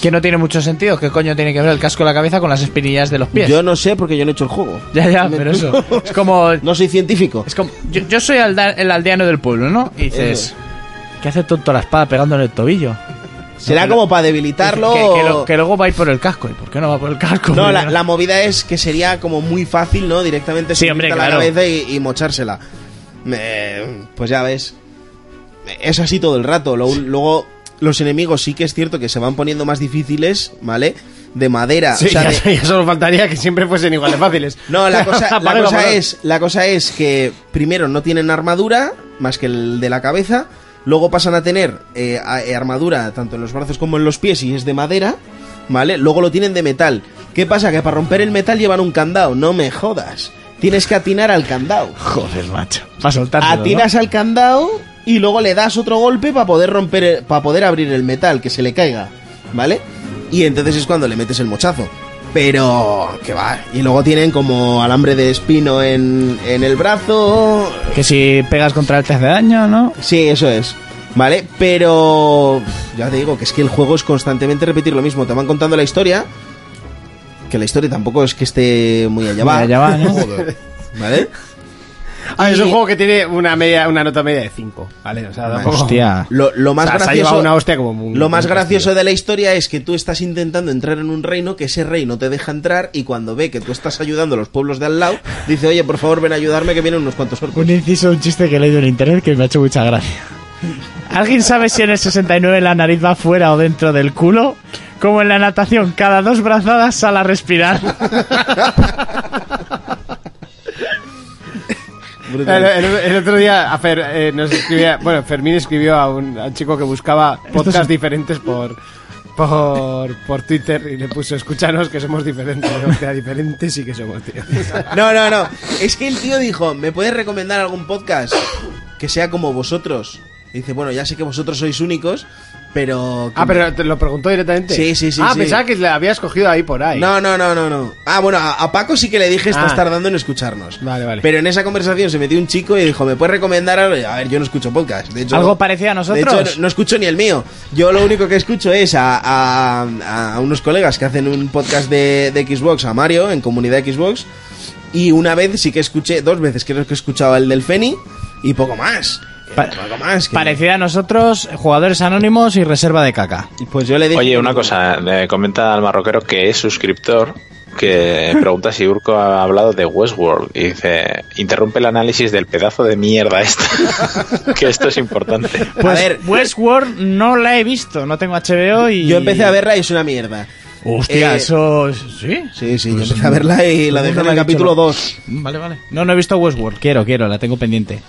Speaker 12: Que no tiene mucho sentido. ¿Qué coño tiene que ver el casco de la cabeza con las espinillas de los pies?
Speaker 4: Yo no sé porque yo no he hecho el juego.
Speaker 12: Ya, ya, pero eso. Es como.
Speaker 4: No soy científico.
Speaker 12: Es como. Yo, yo soy alda- el aldeano del pueblo, ¿no? Y dices. ¿Qué hace tonto la espada pegando en el tobillo? No,
Speaker 4: Será
Speaker 12: que
Speaker 4: como
Speaker 12: lo-
Speaker 4: para debilitarlo.
Speaker 12: Que, que lo-
Speaker 4: o-
Speaker 12: que luego va a ir por el casco. ¿Y por qué no va por el casco?
Speaker 4: No, la, la movida es que sería como muy fácil, ¿no? Directamente
Speaker 12: Sí,
Speaker 4: subirte
Speaker 12: hombre,
Speaker 4: a la
Speaker 12: claro.
Speaker 4: cabeza y, y mochársela. Eh, pues ya ves. Es así todo el rato. Lo- luego, los enemigos sí que es cierto que se van poniendo más difíciles, ¿vale? De madera.
Speaker 2: Sí,
Speaker 4: o sea,
Speaker 2: ya,
Speaker 4: de-
Speaker 2: sé, ya solo faltaría que siempre fuesen igual de fáciles.
Speaker 4: No, la cosa, la
Speaker 2: Vale,
Speaker 4: cosa
Speaker 2: vamos.
Speaker 4: es, la cosa es que primero no tienen armadura, más que el de la cabeza, luego pasan a tener eh, a- eh, armadura tanto en los brazos como en los pies y es de madera, ¿vale? Luego lo tienen de metal. ¿Qué pasa? Que para romper el metal llevan un candado, no me jodas. Tienes que atinar al candado.
Speaker 12: Joder, macho. Para soltarlo.
Speaker 4: Atinas al candado y luego le das otro golpe para poder romper, el- para poder abrir el metal, que se le caiga, ¿vale? Y entonces es cuando le metes el mochazo. Pero, que va. Y luego tienen como alambre de espino en, en el brazo.
Speaker 12: Que si pegas contra el te hace daño, ¿no?
Speaker 4: Sí, eso es. ¿Vale? Pero, ya te digo, que es que el juego es constantemente repetir lo mismo. Te van contando la historia. Que la historia tampoco es que esté muy allá va.
Speaker 12: Muy allá va, ¿no?
Speaker 4: Joder. ¿Vale?
Speaker 2: Ah, es
Speaker 4: Y-
Speaker 2: un juego que tiene una media, una nota media de 5. Vale, o sea, tampoco-
Speaker 12: Hostia.
Speaker 4: Lo, lo más
Speaker 2: Ah. O sea, se ha
Speaker 4: gracioso,
Speaker 2: llevado una hostia como muy-
Speaker 4: lo más
Speaker 2: muy
Speaker 4: gracioso de la historia es que tú estás intentando entrar en un reino que ese rey no te deja entrar y cuando ve que tú estás ayudando a los pueblos de al lado, dice, oye, por favor, ven a ayudarme que vienen unos cuantos orcos.
Speaker 12: Un inciso, un chiste que he leído en internet que me ha hecho mucha gracia. ¿Alguien sabe si en el 69 la nariz va fuera o dentro del culo? Como en la natación, cada dos brazadas sale a respirar.
Speaker 2: El, el- el otro día a Fer, eh, nos escribía, bueno, Fermín escribió a un, a un chico que buscaba podcasts diferentes por, por por Twitter y le puso escúchanos que somos diferentes, o sea, diferentes y que somos tío.
Speaker 4: No, no, no. Es que el tío dijo, ¿me puedes recomendar algún podcast que sea como vosotros? Y dice, bueno, ya sé que vosotros sois únicos, pero...
Speaker 2: Ah, pero te lo preguntó directamente.
Speaker 4: Sí, sí, sí,
Speaker 2: Ah,
Speaker 4: sí.
Speaker 2: pensaba que la habías cogido ahí por ahí.
Speaker 4: No, no, no, no, no. Ah, bueno, a, a Paco sí que le dije, estás
Speaker 2: Ah.
Speaker 4: tardando en escucharnos.
Speaker 2: Vale, vale.
Speaker 4: Pero en esa conversación se metió un chico y dijo, ¿me puedes recomendar algo? Y, A ver, yo no escucho podcast. De hecho,
Speaker 12: ¿Algo parecido a
Speaker 4: De
Speaker 12: nosotros?
Speaker 4: hecho, no, no escucho ni el mío. Yo lo único que escucho es a, a- a unos colegas que hacen un podcast de, de Xbox, a Mario, en comunidad Xbox. Y una vez sí que escuché, dos veces creo que he escuchado el del Feni y poco más.
Speaker 3: Pa- Parecida a nosotros, jugadores anónimos y reserva de caca.
Speaker 4: Pues yo le
Speaker 5: Oye, una cosa, le comenta al marroquero que es suscriptor que pregunta si Urco ha hablado de Westworld y dice, interrumpe el análisis del pedazo de mierda esta, que esto es importante.
Speaker 3: Pues Westworld no la he visto, no tengo HBO y...
Speaker 4: Yo empecé a verla y es una mierda.
Speaker 3: Hostia,
Speaker 4: Eh,
Speaker 3: eso... ¿Sí?
Speaker 4: Sí, sí, yo empecé a verla y la dejé en el capítulo 2.
Speaker 3: Vale, vale. No, no he visto Westworld, quiero, quiero, la tengo pendiente.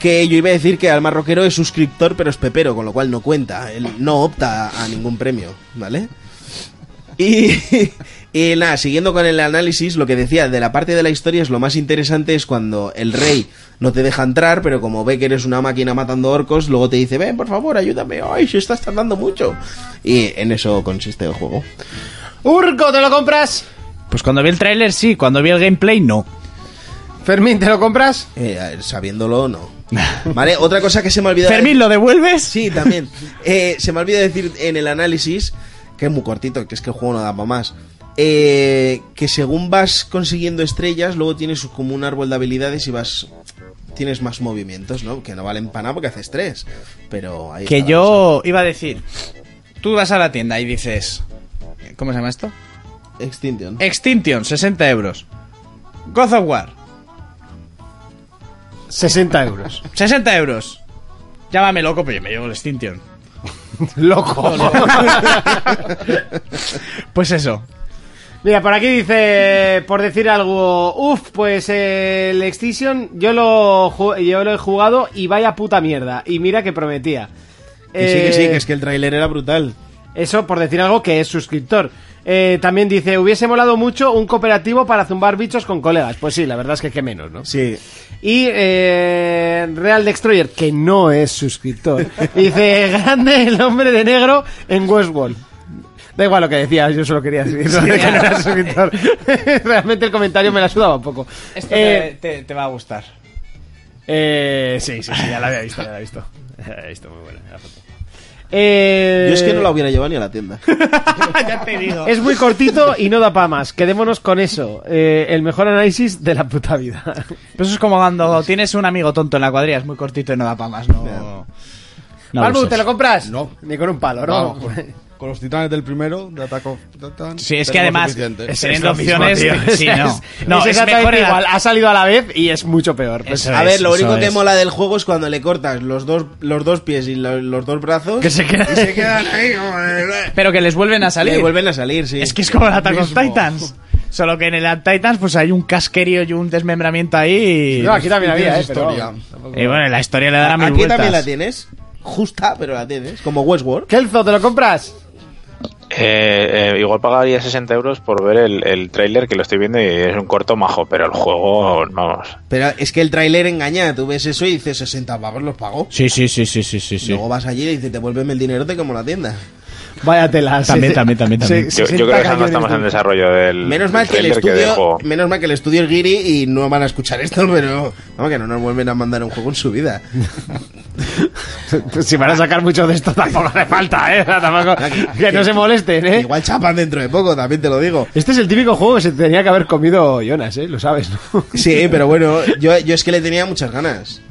Speaker 4: Que yo iba a decir que al marroquero es suscriptor, pero es pepero, con lo cual no cuenta. Él no opta a ningún premio, ¿vale? Y, y nada, siguiendo con el análisis, lo que decía de la parte de la historia es lo más interesante es cuando el rey no te deja entrar, pero como ve que eres una máquina matando orcos, luego te dice, ven, por favor, ayúdame, ay, se estás tardando mucho. Y en eso consiste el juego.
Speaker 2: Urco, ¿te lo compras?
Speaker 3: Pues cuando vi el tráiler sí, cuando vi el gameplay no.
Speaker 2: Fermín, ¿te lo compras?
Speaker 4: Eh, a ver, sabiéndolo, no. Vale, otra cosa que se me olvidó.
Speaker 3: Fermín, ¿lo devuelves?
Speaker 4: eh. Sí, también. Eh, se me olvidó decir en el análisis, que es muy cortito, que es que el juego no da para más. eh, que según vas consiguiendo estrellas, luego tienes como un árbol de habilidades y vas. Tienes más movimientos, ¿no? Que no valen para nada porque haces tres. Pero ahí
Speaker 3: Que
Speaker 4: está.
Speaker 3: yo iba a decir, tú vas a la tienda y dices, ¿cómo se llama esto?
Speaker 4: Extinction.
Speaker 3: Extinction, 60 euros. God of War,
Speaker 2: 60 euros.
Speaker 3: 60 euros. Llámame loco, pero yo me llevo el Extinction.
Speaker 2: Loco.
Speaker 3: Pues eso.
Speaker 2: Mira, por aquí dice, por decir algo, uff, pues eh, el Extinction yo lo, ju- yo lo he jugado y vaya puta mierda. Y mira que prometía.
Speaker 4: Que sí, que sí,
Speaker 2: Eh,
Speaker 4: que es que el tráiler era brutal.
Speaker 2: Eso por decir algo que es suscriptor. Eh, también dice, hubiese molado mucho un cooperativo para zumbar bichos con colegas. Pues sí, la verdad es que qué menos, ¿no?
Speaker 4: Sí.
Speaker 2: Y eh, Real Destroyer, que no es suscriptor, dice, grande el hombre de negro en Westworld. Da igual lo que decía, yo solo quería decir que no era suscriptor. Realmente el comentario me la sudaba un poco.
Speaker 3: Esto
Speaker 2: Eh,
Speaker 3: te, te- te va a gustar.
Speaker 2: eh, sí, sí, sí, ya la había visto, ya la había visto. Ya la había visto, muy buena la foto. Eh,
Speaker 4: Yo es que no la hubiera llevado ni a la tienda.
Speaker 3: Ah, ya te digo.
Speaker 2: Es muy cortito y no da para más. Quedémonos con eso. Eh, el mejor análisis de la puta vida.
Speaker 3: Pero Pues eso es como cuando tienes un amigo tonto en la cuadrilla, es muy cortito y no da para más, no... no
Speaker 2: Balbu,
Speaker 3: abuses.
Speaker 2: ¿te lo compras?
Speaker 11: No.
Speaker 2: Ni con un palo, ¿no?
Speaker 11: Vamos, con, con los titanes del primero, de Attack of Titan,
Speaker 3: Sí, es que
Speaker 11: tenemos
Speaker 3: además,
Speaker 11: suficiente.
Speaker 3: es- Teniendo opciones, sí, no. No,
Speaker 2: es,
Speaker 3: es
Speaker 2: exactamente
Speaker 3: mejor el-
Speaker 2: igual. Ha salido a la vez y es mucho peor. Pues,
Speaker 3: Eso
Speaker 4: A
Speaker 3: es,
Speaker 4: ver, lo
Speaker 3: eso
Speaker 4: único que
Speaker 3: es.
Speaker 4: mola del juego es cuando le cortas los dos, los dos pies y lo- los dos brazos.
Speaker 3: Que se queda-
Speaker 4: y se quedan ahí. como, eh,
Speaker 3: Pero que les vuelven a salir.
Speaker 4: Y vuelven a salir, sí.
Speaker 3: Es que es como el Attack on Titans. Solo que en el Attack on Titans pues hay un casquerío y un desmembramiento ahí. Y,
Speaker 2: no, aquí también había, eh,
Speaker 11: Tienes
Speaker 2: pero-
Speaker 11: historia.
Speaker 3: y bueno, la historia le dará mil
Speaker 4: Aquí
Speaker 3: vueltas.
Speaker 4: también la tienes. Justa, pero la tienes. Como Westworld.
Speaker 2: Kelzo, ¿te lo compras?
Speaker 5: Eh, eh, igual pagaría 60 euros por ver el, el tráiler que lo estoy viendo y es un corto majo, pero el juego, vamos.
Speaker 4: Pero es que el tráiler engaña. Tú ves eso y dices 60 pagos los pagó.
Speaker 3: Sí, sí, sí, sí, sí, sí. sí.
Speaker 4: Luego vas allí y dices, devuélveme el dinerote como la tienda.
Speaker 2: Vaya tela.
Speaker 3: También, también, también, también.
Speaker 5: Yo, yo creo que están gastando más en el desarrollo del,
Speaker 4: Menos
Speaker 5: del
Speaker 4: mal que el
Speaker 5: tráiler del
Speaker 4: estudio,
Speaker 5: juego.
Speaker 4: menos mal que el estudio es Giri y no van a escuchar esto, pero vamos que no nos vuelven a mandar un juego en su vida.
Speaker 2: Si van a sacar mucho de esto, tampoco hace falta, ¿eh? Tampoco- que no se molesten, ¿eh?
Speaker 4: Igual chapan dentro de poco, también te lo digo.
Speaker 2: Este es el típico juego que se tenía que haber comido Jonas, ¿eh? Lo sabes, ¿no?
Speaker 4: Sí, pero bueno, yo, yo es que le tenía muchas ganas.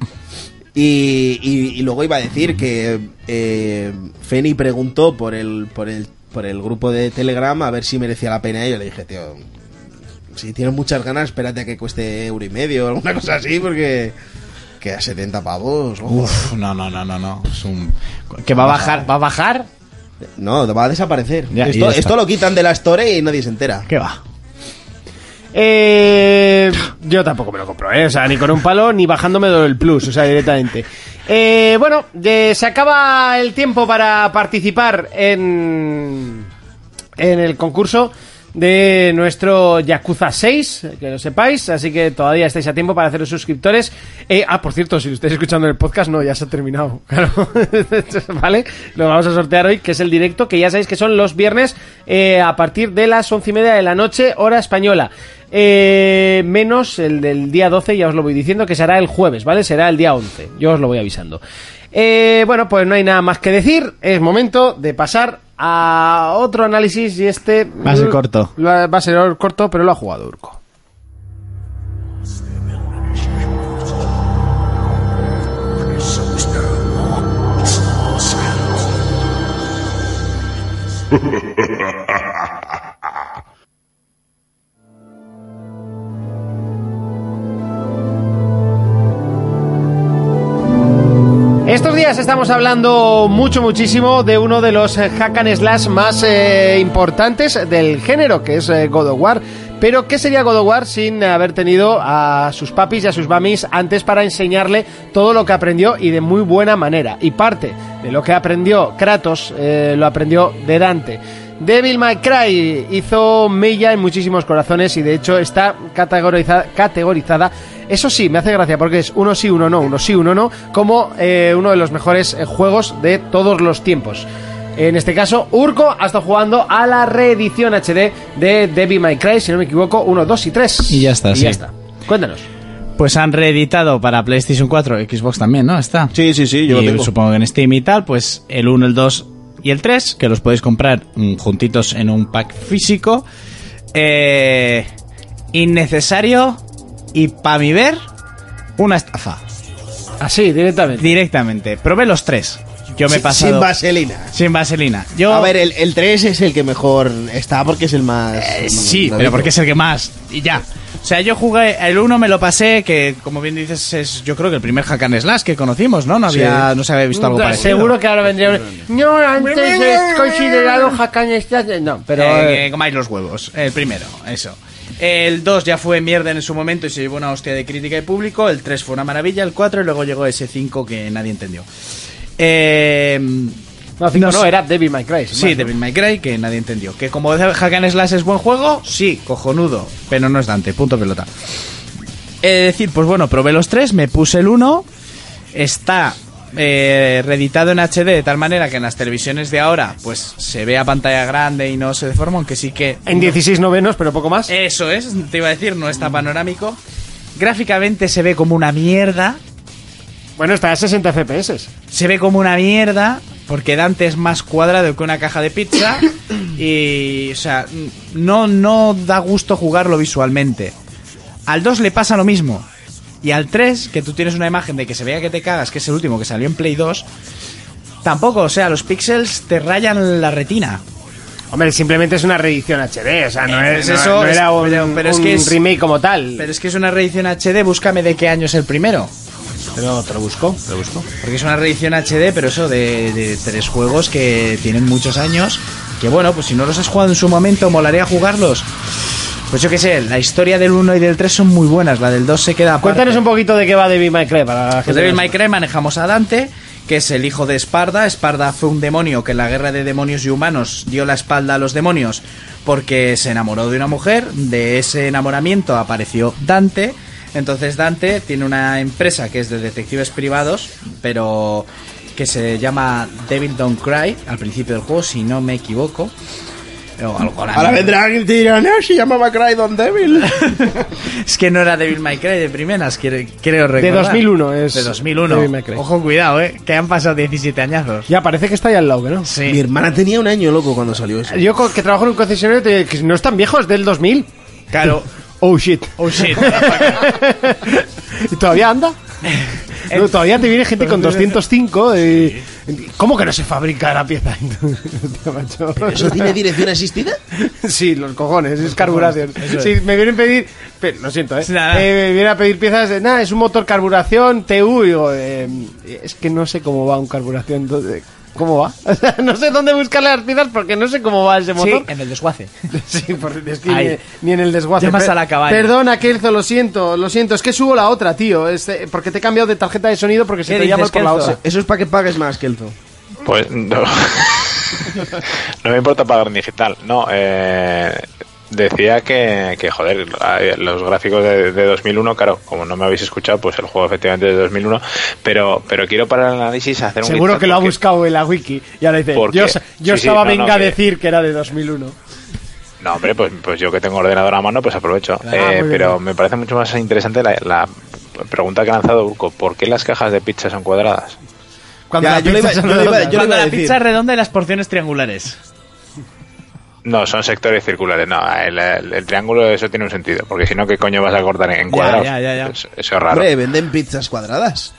Speaker 4: Y, y- y luego iba a decir que eh, Feni preguntó por el, por, el, por el grupo de Telegram a ver si merecía la pena. Y yo le dije, tío, si tienes muchas ganas, espérate a que cueste euro y medio o alguna cosa así, porque que a 70 pavos. ojo.
Speaker 3: Uf, no, no, no, no, no. Es un... Que va a bajar, va a bajar.
Speaker 4: No, va a desaparecer.
Speaker 3: Ya, y ya
Speaker 4: esto,
Speaker 3: está.
Speaker 4: esto lo quitan de la Store y nadie se entera.
Speaker 3: ¿Qué va?
Speaker 2: Eh, yo tampoco me lo compro, ¿eh? O sea, ni con un palo, ni bajándome del plus, o sea, directamente. Eh, bueno, eh, se acaba el tiempo para participar en, en el concurso de nuestro Yakuza 6, que lo sepáis, así que todavía estáis a tiempo para haceros suscriptores. Eh, ah, por cierto, si lo estáis escuchando en el podcast, no, ya se ha terminado, claro. ¿Vale? Lo vamos a sortear hoy, que es el directo, que ya sabéis que son los viernes eh, a partir de las once y media de la noche, hora española. Eh, menos el del día 12, ya os lo voy diciendo, que será el jueves, ¿vale? Será el día 11, yo os lo voy avisando. Eh, bueno, pues no hay nada más que decir, es momento de pasar a otro análisis y este...
Speaker 3: Va a ser corto.
Speaker 2: Lo ha- Va a ser corto, pero lo ha jugado Urco.
Speaker 10: So
Speaker 2: Estos días estamos hablando mucho, muchísimo de uno de los eh, hack and slash más eh, importantes del género, que es eh, God of War. Pero, ¿qué sería God of War sin haber tenido a sus papis y a sus mamis antes para enseñarle todo lo que aprendió y de muy buena manera? Y parte de lo que aprendió Kratos eh, lo aprendió de Dante. Devil May Cry hizo mella en muchísimos corazones y de hecho está categoriza- categorizada. Eso sí, me hace gracia porque es uno sí, uno no, uno sí, uno no, como eh, uno de los mejores eh, juegos de todos los tiempos. En este caso, Urco ha estado jugando a la reedición HD de Devil May Cry, si no me equivoco, 1, 2 y 3.
Speaker 3: Y ya está,
Speaker 2: y
Speaker 3: sí.
Speaker 2: ya está. Cuéntanos.
Speaker 3: Pues han reeditado para PlayStation 4, Xbox también, ¿no? Está.
Speaker 4: Sí, sí, sí, yo
Speaker 3: y
Speaker 4: lo tengo.
Speaker 3: supongo que en Steam y tal, pues el 1, el 2 y el 3, que los podéis comprar mm, juntitos en un pack físico. Eh, innecesario y para mi ver, una estafa.
Speaker 2: Así, directamente.
Speaker 3: Directamente. Probé los tres. Yo me he
Speaker 4: Sin-
Speaker 3: pasado.
Speaker 4: Sin vaselina.
Speaker 3: Sin vaselina. Yo,
Speaker 4: A ver, el, el 3 es el que mejor está porque es el más.
Speaker 3: Eh, Sí, pero porque es el que más. Y ya. O sea, yo jugué el 1, me lo pasé, que como bien dices, es yo creo que el primer hack and slash que conocimos, ¿no? No, había, no se había visto algo parecido.
Speaker 2: Seguro que ahora vendría un... No, antes es considerado hack and slash. No, pero...
Speaker 3: Eh,
Speaker 2: eh,
Speaker 3: que comáis los huevos. El primero, eso. El 2 ya fue mierda en su momento y se llevó una hostia de crítica y público. El 3 fue una maravilla. El 4 y luego llegó ese 5 que nadie entendió. Eh,
Speaker 2: No, cinco
Speaker 3: no
Speaker 2: no,
Speaker 3: sé.
Speaker 2: era Devil May Cry. sin
Speaker 3: Sí,
Speaker 2: más, ¿no?
Speaker 3: Devil May Cry, que nadie entendió. Que como Hack and Slash es buen juego, sí, cojonudo. Pero no es Dante, punto pelota. Es decir, pues bueno, probé los tres, me puse el uno. Está eh, reeditado en HD de tal manera que en las televisiones de ahora, pues se ve a pantalla grande y no se deforma, aunque sí que.
Speaker 2: En 16 novenos, pero poco más.
Speaker 3: Eso es, te iba a decir, no está panorámico. Gráficamente se ve como una mierda.
Speaker 2: Bueno, está a 60 FPS.
Speaker 3: se ve como una mierda porque Dante es más cuadrado que una caja de pizza y o sea, no no da gusto jugarlo visualmente. Al 2 le pasa lo mismo. Y al 3, que tú tienes una imagen de que se vea que te cagas, que es el último que salió en Play 2, tampoco, o sea, los píxeles te rayan la retina.
Speaker 2: Hombre, simplemente es una reedición HD, o sea, no,
Speaker 3: Eh,
Speaker 2: es,
Speaker 3: pues
Speaker 2: no-
Speaker 3: eso
Speaker 2: no
Speaker 3: es-
Speaker 2: era un,
Speaker 3: pero- pero es
Speaker 2: un
Speaker 3: que es-
Speaker 2: remake como tal.
Speaker 3: Pero es que es una reedición HD, búscame de qué año es el primero.
Speaker 2: Pero te lo busco, te lo busco.
Speaker 3: Porque es una reedición HD, pero eso de, de tres juegos que tienen muchos años. Que bueno, pues si no los has jugado en su momento, molaría jugarlos. Pues yo qué sé, la historia del 1 y del 3 son muy buenas, la del 2 se queda aparte.
Speaker 2: Cuéntanos un poquito de qué va Devil May Cry para la gente
Speaker 3: Pues
Speaker 2: que
Speaker 3: Devil
Speaker 2: no
Speaker 3: May Cry manejamos a Dante, que es el hijo de Esparda. Esparda fue un demonio que en la guerra de demonios y humanos dio la espalda a los demonios porque se enamoró de una mujer. De ese enamoramiento apareció Dante. Entonces Dante tiene una empresa que es de detectives privados, pero que se llama Devil Don't Cry al principio del juego, si no me equivoco. O algo
Speaker 4: Ahora vendrán y te dirán, "Ah, se llamaba Cry Don Devil.
Speaker 3: Es que no era Devil May Cry de primeras, cre- creo
Speaker 2: De
Speaker 3: recordar.
Speaker 2: 2001 es.
Speaker 3: De 2001.
Speaker 2: Devil May Cry.
Speaker 3: Ojo, cuidado, eh. Que han pasado 17 añazos.
Speaker 2: Ya, parece que está ahí al lado, que no.
Speaker 3: Sí.
Speaker 4: Mi hermana tenía un año loco cuando salió eso.
Speaker 2: Yo co- que trabajo en un concesionario, te- que no es tan viejo, es del 2000.
Speaker 3: Claro.
Speaker 2: Oh shit.
Speaker 3: Oh shit.
Speaker 2: ¿Y todavía anda? No, todavía te viene gente con 205 y... ¿Cómo que no se fabrica la pieza? Hostia, macho.
Speaker 3: Eh,
Speaker 4: ¿Eso tiene dirección asistida?
Speaker 2: Sí, los cojones, es carburación. Sí, me vienen a pedir. pero, lo siento, ¿eh?
Speaker 3: Sí, nada.
Speaker 2: Eh, Me vienen a pedir piezas de. Nada, es un motor carburación TU. Y digo, eh, es que no sé cómo va un carburación. ¿dónde- ¿Cómo va? O sea, no sé dónde buscar las piezas porque no sé cómo va ese motor.
Speaker 3: en el desguace.
Speaker 2: Sí, porque es que ni,
Speaker 3: Ahí.
Speaker 2: ni en el desguace.
Speaker 3: Llamas
Speaker 2: Per-
Speaker 3: a la cabaña.
Speaker 2: Perdona, Kelzo, lo siento, lo siento. Es que subo la otra, tío. es, eh, porque te he cambiado de tarjeta de sonido porque se
Speaker 3: ¿Qué
Speaker 2: te llama
Speaker 3: dices,
Speaker 2: por la
Speaker 3: Kelzo?
Speaker 2: otra.
Speaker 4: Eso es para que pagues más, Kelzo.
Speaker 5: Pues no. no me importa pagar en digital. No, eh, decía que, que, joder, los gráficos de, de 2001, claro, como no me habéis escuchado, pues el juego efectivamente es de 2001. Pero, pero quiero para el análisis hacer un.
Speaker 2: Seguro
Speaker 5: guiño
Speaker 2: que lo ha
Speaker 5: porque-
Speaker 2: buscado en la wiki. Y ahora dice,
Speaker 5: ¿Por
Speaker 2: yo,
Speaker 5: qué?
Speaker 2: sa- yo
Speaker 5: Sí, sí,
Speaker 2: estaba
Speaker 5: no, no,
Speaker 2: venga a
Speaker 5: que-
Speaker 2: decir que era de 2001.
Speaker 5: No, hombre, pues, pues yo que tengo ordenador a mano, pues aprovecho. Eh,
Speaker 2: muy
Speaker 5: pero
Speaker 2: bien.
Speaker 5: me parece mucho más interesante la, la pregunta que ha lanzado Urco: ¿por qué las cajas de pizza son cuadradas?
Speaker 2: Cuando
Speaker 4: Ya,
Speaker 2: la
Speaker 4: yo le
Speaker 2: pizza se
Speaker 4: iba- yo
Speaker 2: lo
Speaker 4: le iba-
Speaker 2: doblan.
Speaker 4: yo le
Speaker 3: Cuando
Speaker 4: iba a
Speaker 3: la
Speaker 4: decir.
Speaker 3: pizza es redonda y las porciones triangulares.
Speaker 5: No, son sectores circulares. No, el, el- el triángulo, eso tiene un sentido. Porque si no, ¿qué coño vas a cortar en cuadrados?
Speaker 3: ya, ya, ya.
Speaker 5: Eso, eso es raro.
Speaker 4: Hombre, venden pizzas cuadradas.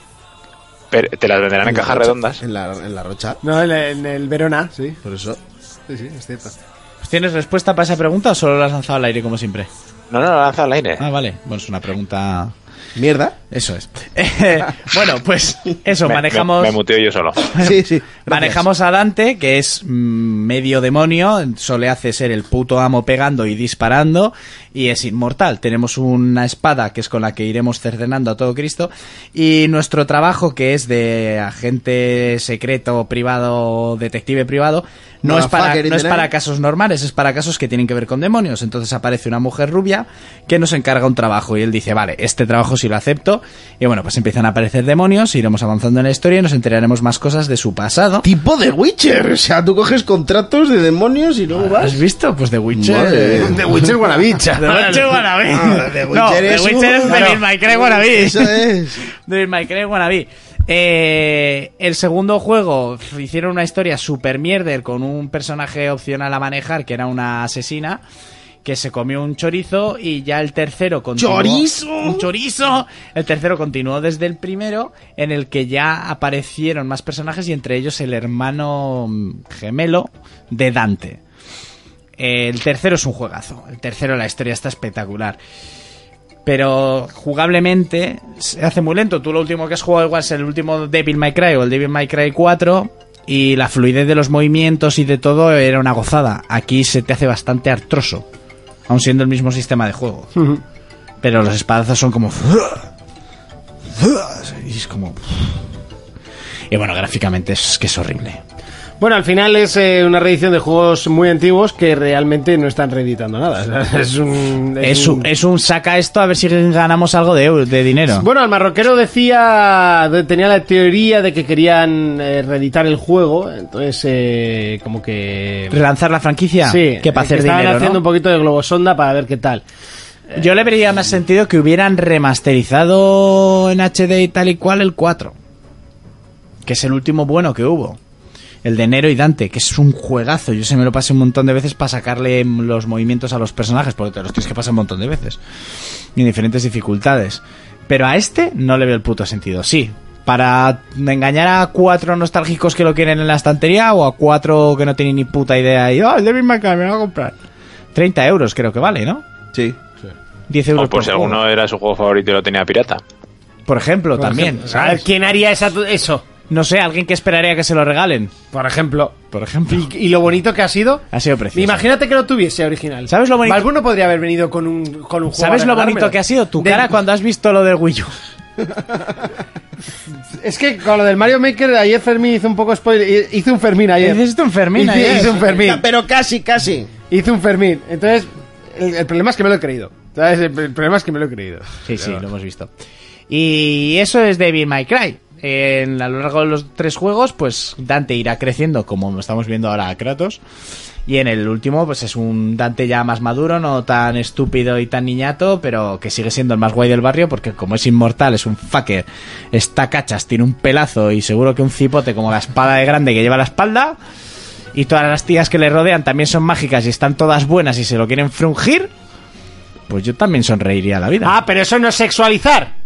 Speaker 5: Pero te las venderán en
Speaker 4: la
Speaker 5: cajas
Speaker 4: Rocha-
Speaker 5: redondas.
Speaker 4: En la, en la rocha.
Speaker 2: No, en el, en el Verona, sí.
Speaker 4: Por eso.
Speaker 2: Sí, sí, es cierto.
Speaker 3: Pues, ¿Tienes respuesta para esa pregunta o solo la has lanzado al aire como siempre?
Speaker 5: No, no, la lanzado al aire.
Speaker 3: Ah, vale. Bueno, es una pregunta.
Speaker 4: Mierda.
Speaker 3: Eso es. bueno, pues eso,
Speaker 5: Me-
Speaker 3: manejamos.
Speaker 5: Me, me muteo yo solo.
Speaker 4: Sí, sí.
Speaker 3: Manejamos a Dante, que es mm, medio demonio, eso le hace ser el puto amo pegando y disparando, y es inmortal. Tenemos una espada que es con la que iremos cercenando a todo Cristo, y nuestro trabajo, que es de agente secreto, privado, detective privado, no, es para,
Speaker 4: Motherfucker in
Speaker 3: no es
Speaker 4: the
Speaker 3: para
Speaker 4: night.
Speaker 3: casos normales, es para casos que tienen que ver con demonios. Entonces aparece una mujer rubia que nos encarga un trabajo y él dice, vale, este trabajo sí lo acepto. Y bueno, pues empiezan a aparecer demonios, iremos avanzando en la historia y nos enteraremos más cosas de su pasado.
Speaker 4: Tipo de Witcher. O sea, tú coges contratos de demonios y luego vas.
Speaker 3: ¿Has visto? Pues de Witcher.
Speaker 4: Ah, Madre.
Speaker 2: The Witcher Guanabicha.
Speaker 3: The Witcher wannabe.
Speaker 4: Ah, The
Speaker 3: No,
Speaker 4: Witcher
Speaker 3: The
Speaker 4: es
Speaker 3: Witcher
Speaker 4: un-
Speaker 3: es
Speaker 4: Claro.
Speaker 3: Devil May Cry wannabe.
Speaker 4: Eso es.
Speaker 3: Devil May Cry wannabe. Eh, el segundo juego f- hicieron una historia super mierder con un personaje opcional a manejar que era una asesina que se comió un chorizo y ya el tercero continuó
Speaker 4: ¿Chorizo?
Speaker 3: un chorizo el tercero continuó desde el primero en el que ya aparecieron más personajes y entre ellos el hermano mm, gemelo de Dante el tercero es un juegazo. El tercero, la historia está espectacular. Pero jugablemente se hace muy lento. Tú lo último que has jugado igual es el último Devil May Cry o el Devil May Cry 4. Y la fluidez de los movimientos y de todo era una gozada. Aquí se te hace bastante artroso. Aun siendo el mismo sistema de juego. Pero los espadazos son como... Y es como... Y bueno, gráficamente es que es horrible.
Speaker 2: Bueno, al final es eh, una reedición de juegos muy antiguos que realmente no están reeditando nada. O sea, Es un.
Speaker 3: Es un, es un saca esto a ver si ganamos algo de, eu- de dinero.
Speaker 2: Bueno, el marroquero decía, de- tenía la teoría de que querían eh, reeditar el juego, entonces eh, como que...
Speaker 3: relanzar la franquicia
Speaker 2: Sí, eh,
Speaker 3: que para hacer
Speaker 2: estaban
Speaker 3: dinero
Speaker 2: haciendo
Speaker 3: ¿no?
Speaker 2: un poquito de globosonda para ver qué tal.
Speaker 3: yo le vería más sentido que hubieran remasterizado en HD y tal y cual el 4 que es el último bueno que hubo el de Nero y Dante, que es un juegazo. Yo se me lo pasé un montón de veces para sacarle los movimientos a los personajes, porque te los tienes que pasar un montón de veces. Y en diferentes dificultades. Pero a este no le veo el puto sentido. Sí, para engañar a cuatro nostálgicos que lo quieren en la estantería o a cuatro que no tienen ni puta idea y, ah, el Devil May Cry, me lo voy a comprar. 30 euros creo que vale, ¿no?
Speaker 4: Sí.
Speaker 3: 10 euros
Speaker 5: O por pues si
Speaker 3: juego.
Speaker 5: alguno era su juego favorito y lo tenía pirata.
Speaker 3: Por ejemplo, también.
Speaker 2: A ver, ¿quién haría esa- eso?
Speaker 3: No sé, alguien que esperaría que se lo regalen.
Speaker 2: Por ejemplo.
Speaker 3: Por ejemplo.
Speaker 2: Y, y lo bonito que ha sido...
Speaker 3: Ha sido precioso.
Speaker 2: Imagínate que no tuviese original.
Speaker 3: ¿Sabes lo bonito?
Speaker 2: Balbu no podría haber venido con un, con un juego.
Speaker 3: ¿Sabes
Speaker 2: a
Speaker 3: lo
Speaker 2: regalármelo.
Speaker 3: bonito que ha sido? Tu
Speaker 2: De-
Speaker 3: cara cuando has visto lo del Wii U.
Speaker 2: Es que con lo del Mario Maker, ayer Fermín hizo un poco spoiler. Hizo un Fermín ayer.
Speaker 3: Dices esto en Fermín. ¿eh?
Speaker 2: Hice-
Speaker 3: ayer.
Speaker 2: hice un Fermín.
Speaker 4: Pero casi, casi.
Speaker 2: Hice un Fermín. Entonces, el, el problema es que me lo he creído. ¿Sabes? El, el problema es que me lo he creído.
Speaker 3: Sí, sí, lo hemos visto. Y eso es Devil May Cry. En, a lo largo de los tres juegos, pues Dante irá creciendo, como estamos viendo ahora a Kratos. Y en el último, pues es un Dante ya más maduro, no tan estúpido y tan niñato, pero que sigue siendo el más guay del barrio, porque como es inmortal, es un fucker, está cachas, tiene un pelazo y seguro que un cipote como la espada de grande que lleva a la espalda. Y todas las tías que le rodean también son mágicas y están todas buenas y se lo quieren frungir. Pues yo también sonreiría a la vida.
Speaker 2: Ah, pero eso no es sexualizar.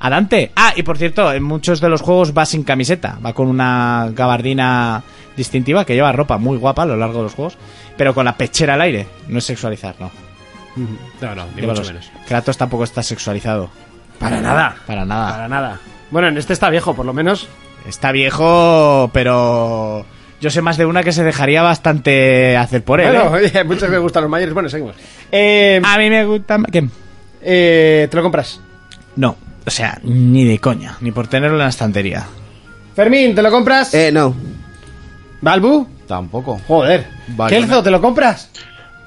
Speaker 3: A Dante. Ah, y por cierto, en muchos de los juegos va sin camiseta. Va con una gabardina distintiva que lleva ropa muy guapa a lo largo de los juegos. Pero con la pechera al aire. No es sexualizar, no.
Speaker 2: No, no, ni
Speaker 3: Digo,
Speaker 2: mucho
Speaker 3: los-
Speaker 2: menos.
Speaker 3: Kratos tampoco está sexualizado.
Speaker 2: Para nada.
Speaker 3: Para nada.
Speaker 2: Ah. Para nada. Bueno, en este está viejo, por lo menos.
Speaker 3: Está viejo, pero... Yo sé más de una que se dejaría bastante hacer por él.
Speaker 2: Bueno,
Speaker 3: ¿eh?
Speaker 2: oye, muchos me gustan los mayores. Bueno, seguimos. Eh,
Speaker 3: A mí me gusta... más- ¿Qué?
Speaker 2: eh, te lo compras.
Speaker 3: No. O sea, ni de coña. Ni por tenerlo en la estantería.
Speaker 2: Fermín, ¿te lo compras?
Speaker 4: Eh, no.
Speaker 2: ¿Balbu?
Speaker 13: Tampoco.
Speaker 2: Joder.
Speaker 13: Vale.
Speaker 2: ¿Kelzo, te lo compras?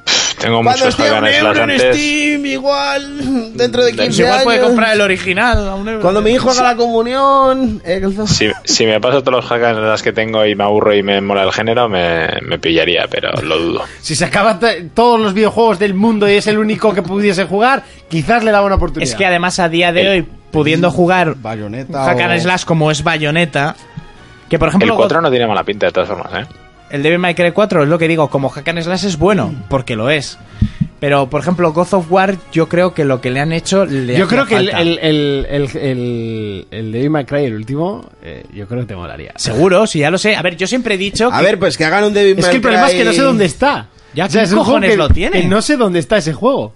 Speaker 5: Pff, Tengo
Speaker 4: Cuando
Speaker 5: muchos
Speaker 4: esté a un
Speaker 5: Hagan Slash
Speaker 4: euro en
Speaker 5: antes.
Speaker 4: Steam, igual. Dentro de 15 años.
Speaker 3: el original
Speaker 4: Cuando mi hijo haga la comunión. eh, Kelzo.
Speaker 5: Si, si me paso todos los hackers las que tengo y me aburro y me mola el género, me, me pillaría, pero lo dudo.
Speaker 2: Si se acaban t- todos los videojuegos del mundo y es el único que pudiese jugar, quizás le daba una oportunidad.
Speaker 3: Es que además a día de hoy, pudiendo jugar
Speaker 13: Bayoneta.
Speaker 3: hack and
Speaker 13: o-
Speaker 3: slash como es Bayonetta, que por ejemplo
Speaker 5: El 4 no tiene mala pinta de todas formas, ¿eh?
Speaker 3: el Devil May Cry 4 es lo que digo, como hack and slash es bueno, porque lo es. Pero, por ejemplo, God of War, yo creo que lo que le han hecho le
Speaker 2: Yo
Speaker 3: hacía
Speaker 2: creo que el,
Speaker 3: falta.
Speaker 2: el, el, el, el, el de Ima Cry, el último, eh, yo creo que te molaría.
Speaker 3: Seguro, sí, ya lo sé. A ver, yo siempre he dicho.
Speaker 4: A ver, pues que hagan un Devil
Speaker 2: Es que el problema es que no sé dónde está.
Speaker 3: Ya,
Speaker 2: es
Speaker 3: ¿qué
Speaker 2: un juego
Speaker 3: cojones
Speaker 2: que-
Speaker 3: lo tiene?
Speaker 2: que No sé dónde está ese juego.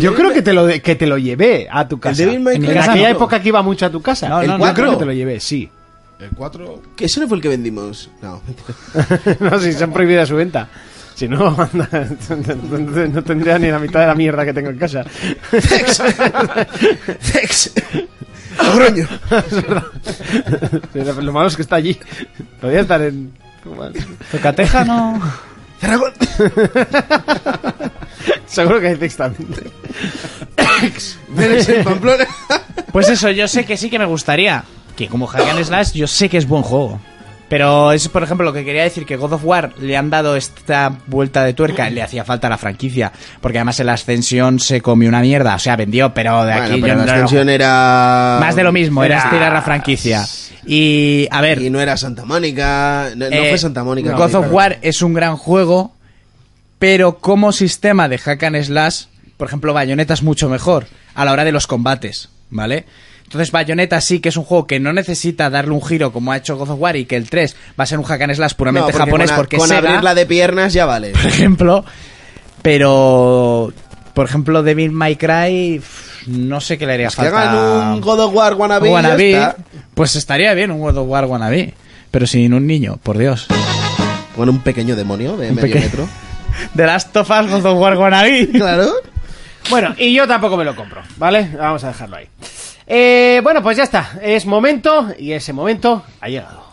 Speaker 2: yo creo que te, lo, que te lo llevé a tu casa.
Speaker 4: Devil May
Speaker 2: en
Speaker 4: Cry
Speaker 2: aquella
Speaker 4: cuatro.
Speaker 2: época que iba mucho a tu casa.
Speaker 4: No,
Speaker 2: el
Speaker 4: no, no,
Speaker 2: cuatro
Speaker 4: creo.
Speaker 2: que te lo llevé, sí.
Speaker 14: El 4.
Speaker 4: ¿Que ese no fue el que vendimos? No.
Speaker 2: no, si se han prohibido su venta. Si no, anda, entonces no tendría ni la mitad de la mierda que tengo en casa.
Speaker 4: Zex. Logroño.
Speaker 2: Es verdad. Pero Lo malo es que está allí. Podría estar en.
Speaker 3: Tocateja no.
Speaker 4: Zaragoza.
Speaker 2: Seguro que hay Zex también.
Speaker 4: Vélez en Pamplona.
Speaker 3: Pues eso, yo sé que sí que me gustaría. Que como Hack and Slash, yo sé que es buen juego. Pero es, por ejemplo, lo que quería decir, que God of War le han dado esta vuelta de tuerca, le hacía falta a la franquicia, porque además el Ascensión se comió una mierda, o sea, vendió, pero de
Speaker 4: Bueno,
Speaker 3: aquí
Speaker 4: pero
Speaker 3: yo
Speaker 4: la
Speaker 3: no-
Speaker 4: extensión era...
Speaker 3: Más de lo mismo, era estirar la franquicia. Y, a ver...
Speaker 4: Y no era Santa Mónica... No, no
Speaker 3: Eh,
Speaker 4: fue Santa Mónica.
Speaker 3: God
Speaker 4: sí,
Speaker 3: of
Speaker 4: perdón.
Speaker 3: War es un gran juego, pero como sistema de hack and slash, por ejemplo, Bayonetta es mucho mejor a la hora de los combates, ¿vale? Entonces Bayonetta sí que es un juego que no necesita darle un giro como ha hecho God of War y que el 3 va a ser un hack and slash
Speaker 4: No,
Speaker 3: puramente
Speaker 4: porque
Speaker 3: japonés
Speaker 4: con, a-
Speaker 3: porque
Speaker 4: con
Speaker 3: Sega,
Speaker 4: abrirla de piernas ya vale.
Speaker 3: por ejemplo, pero por ejemplo Devil May Cry pff, no sé qué le haría
Speaker 4: Pues Que
Speaker 3: falta.
Speaker 4: hagan un God of War wannabe, y ya
Speaker 3: Wannabe,
Speaker 4: está.
Speaker 3: pues estaría bien un God of War wannabe, pero sin un niño, por Dios.
Speaker 4: Con un pequeño demonio de
Speaker 3: Un
Speaker 4: medio
Speaker 3: peque-
Speaker 4: metro.
Speaker 3: De las tofas God of War wannabe.
Speaker 4: Claro.
Speaker 2: Bueno, y yo tampoco me lo compro, ¿vale? Vamos a dejarlo ahí. Eh, bueno, pues ya está. Es momento y ese momento ha llegado.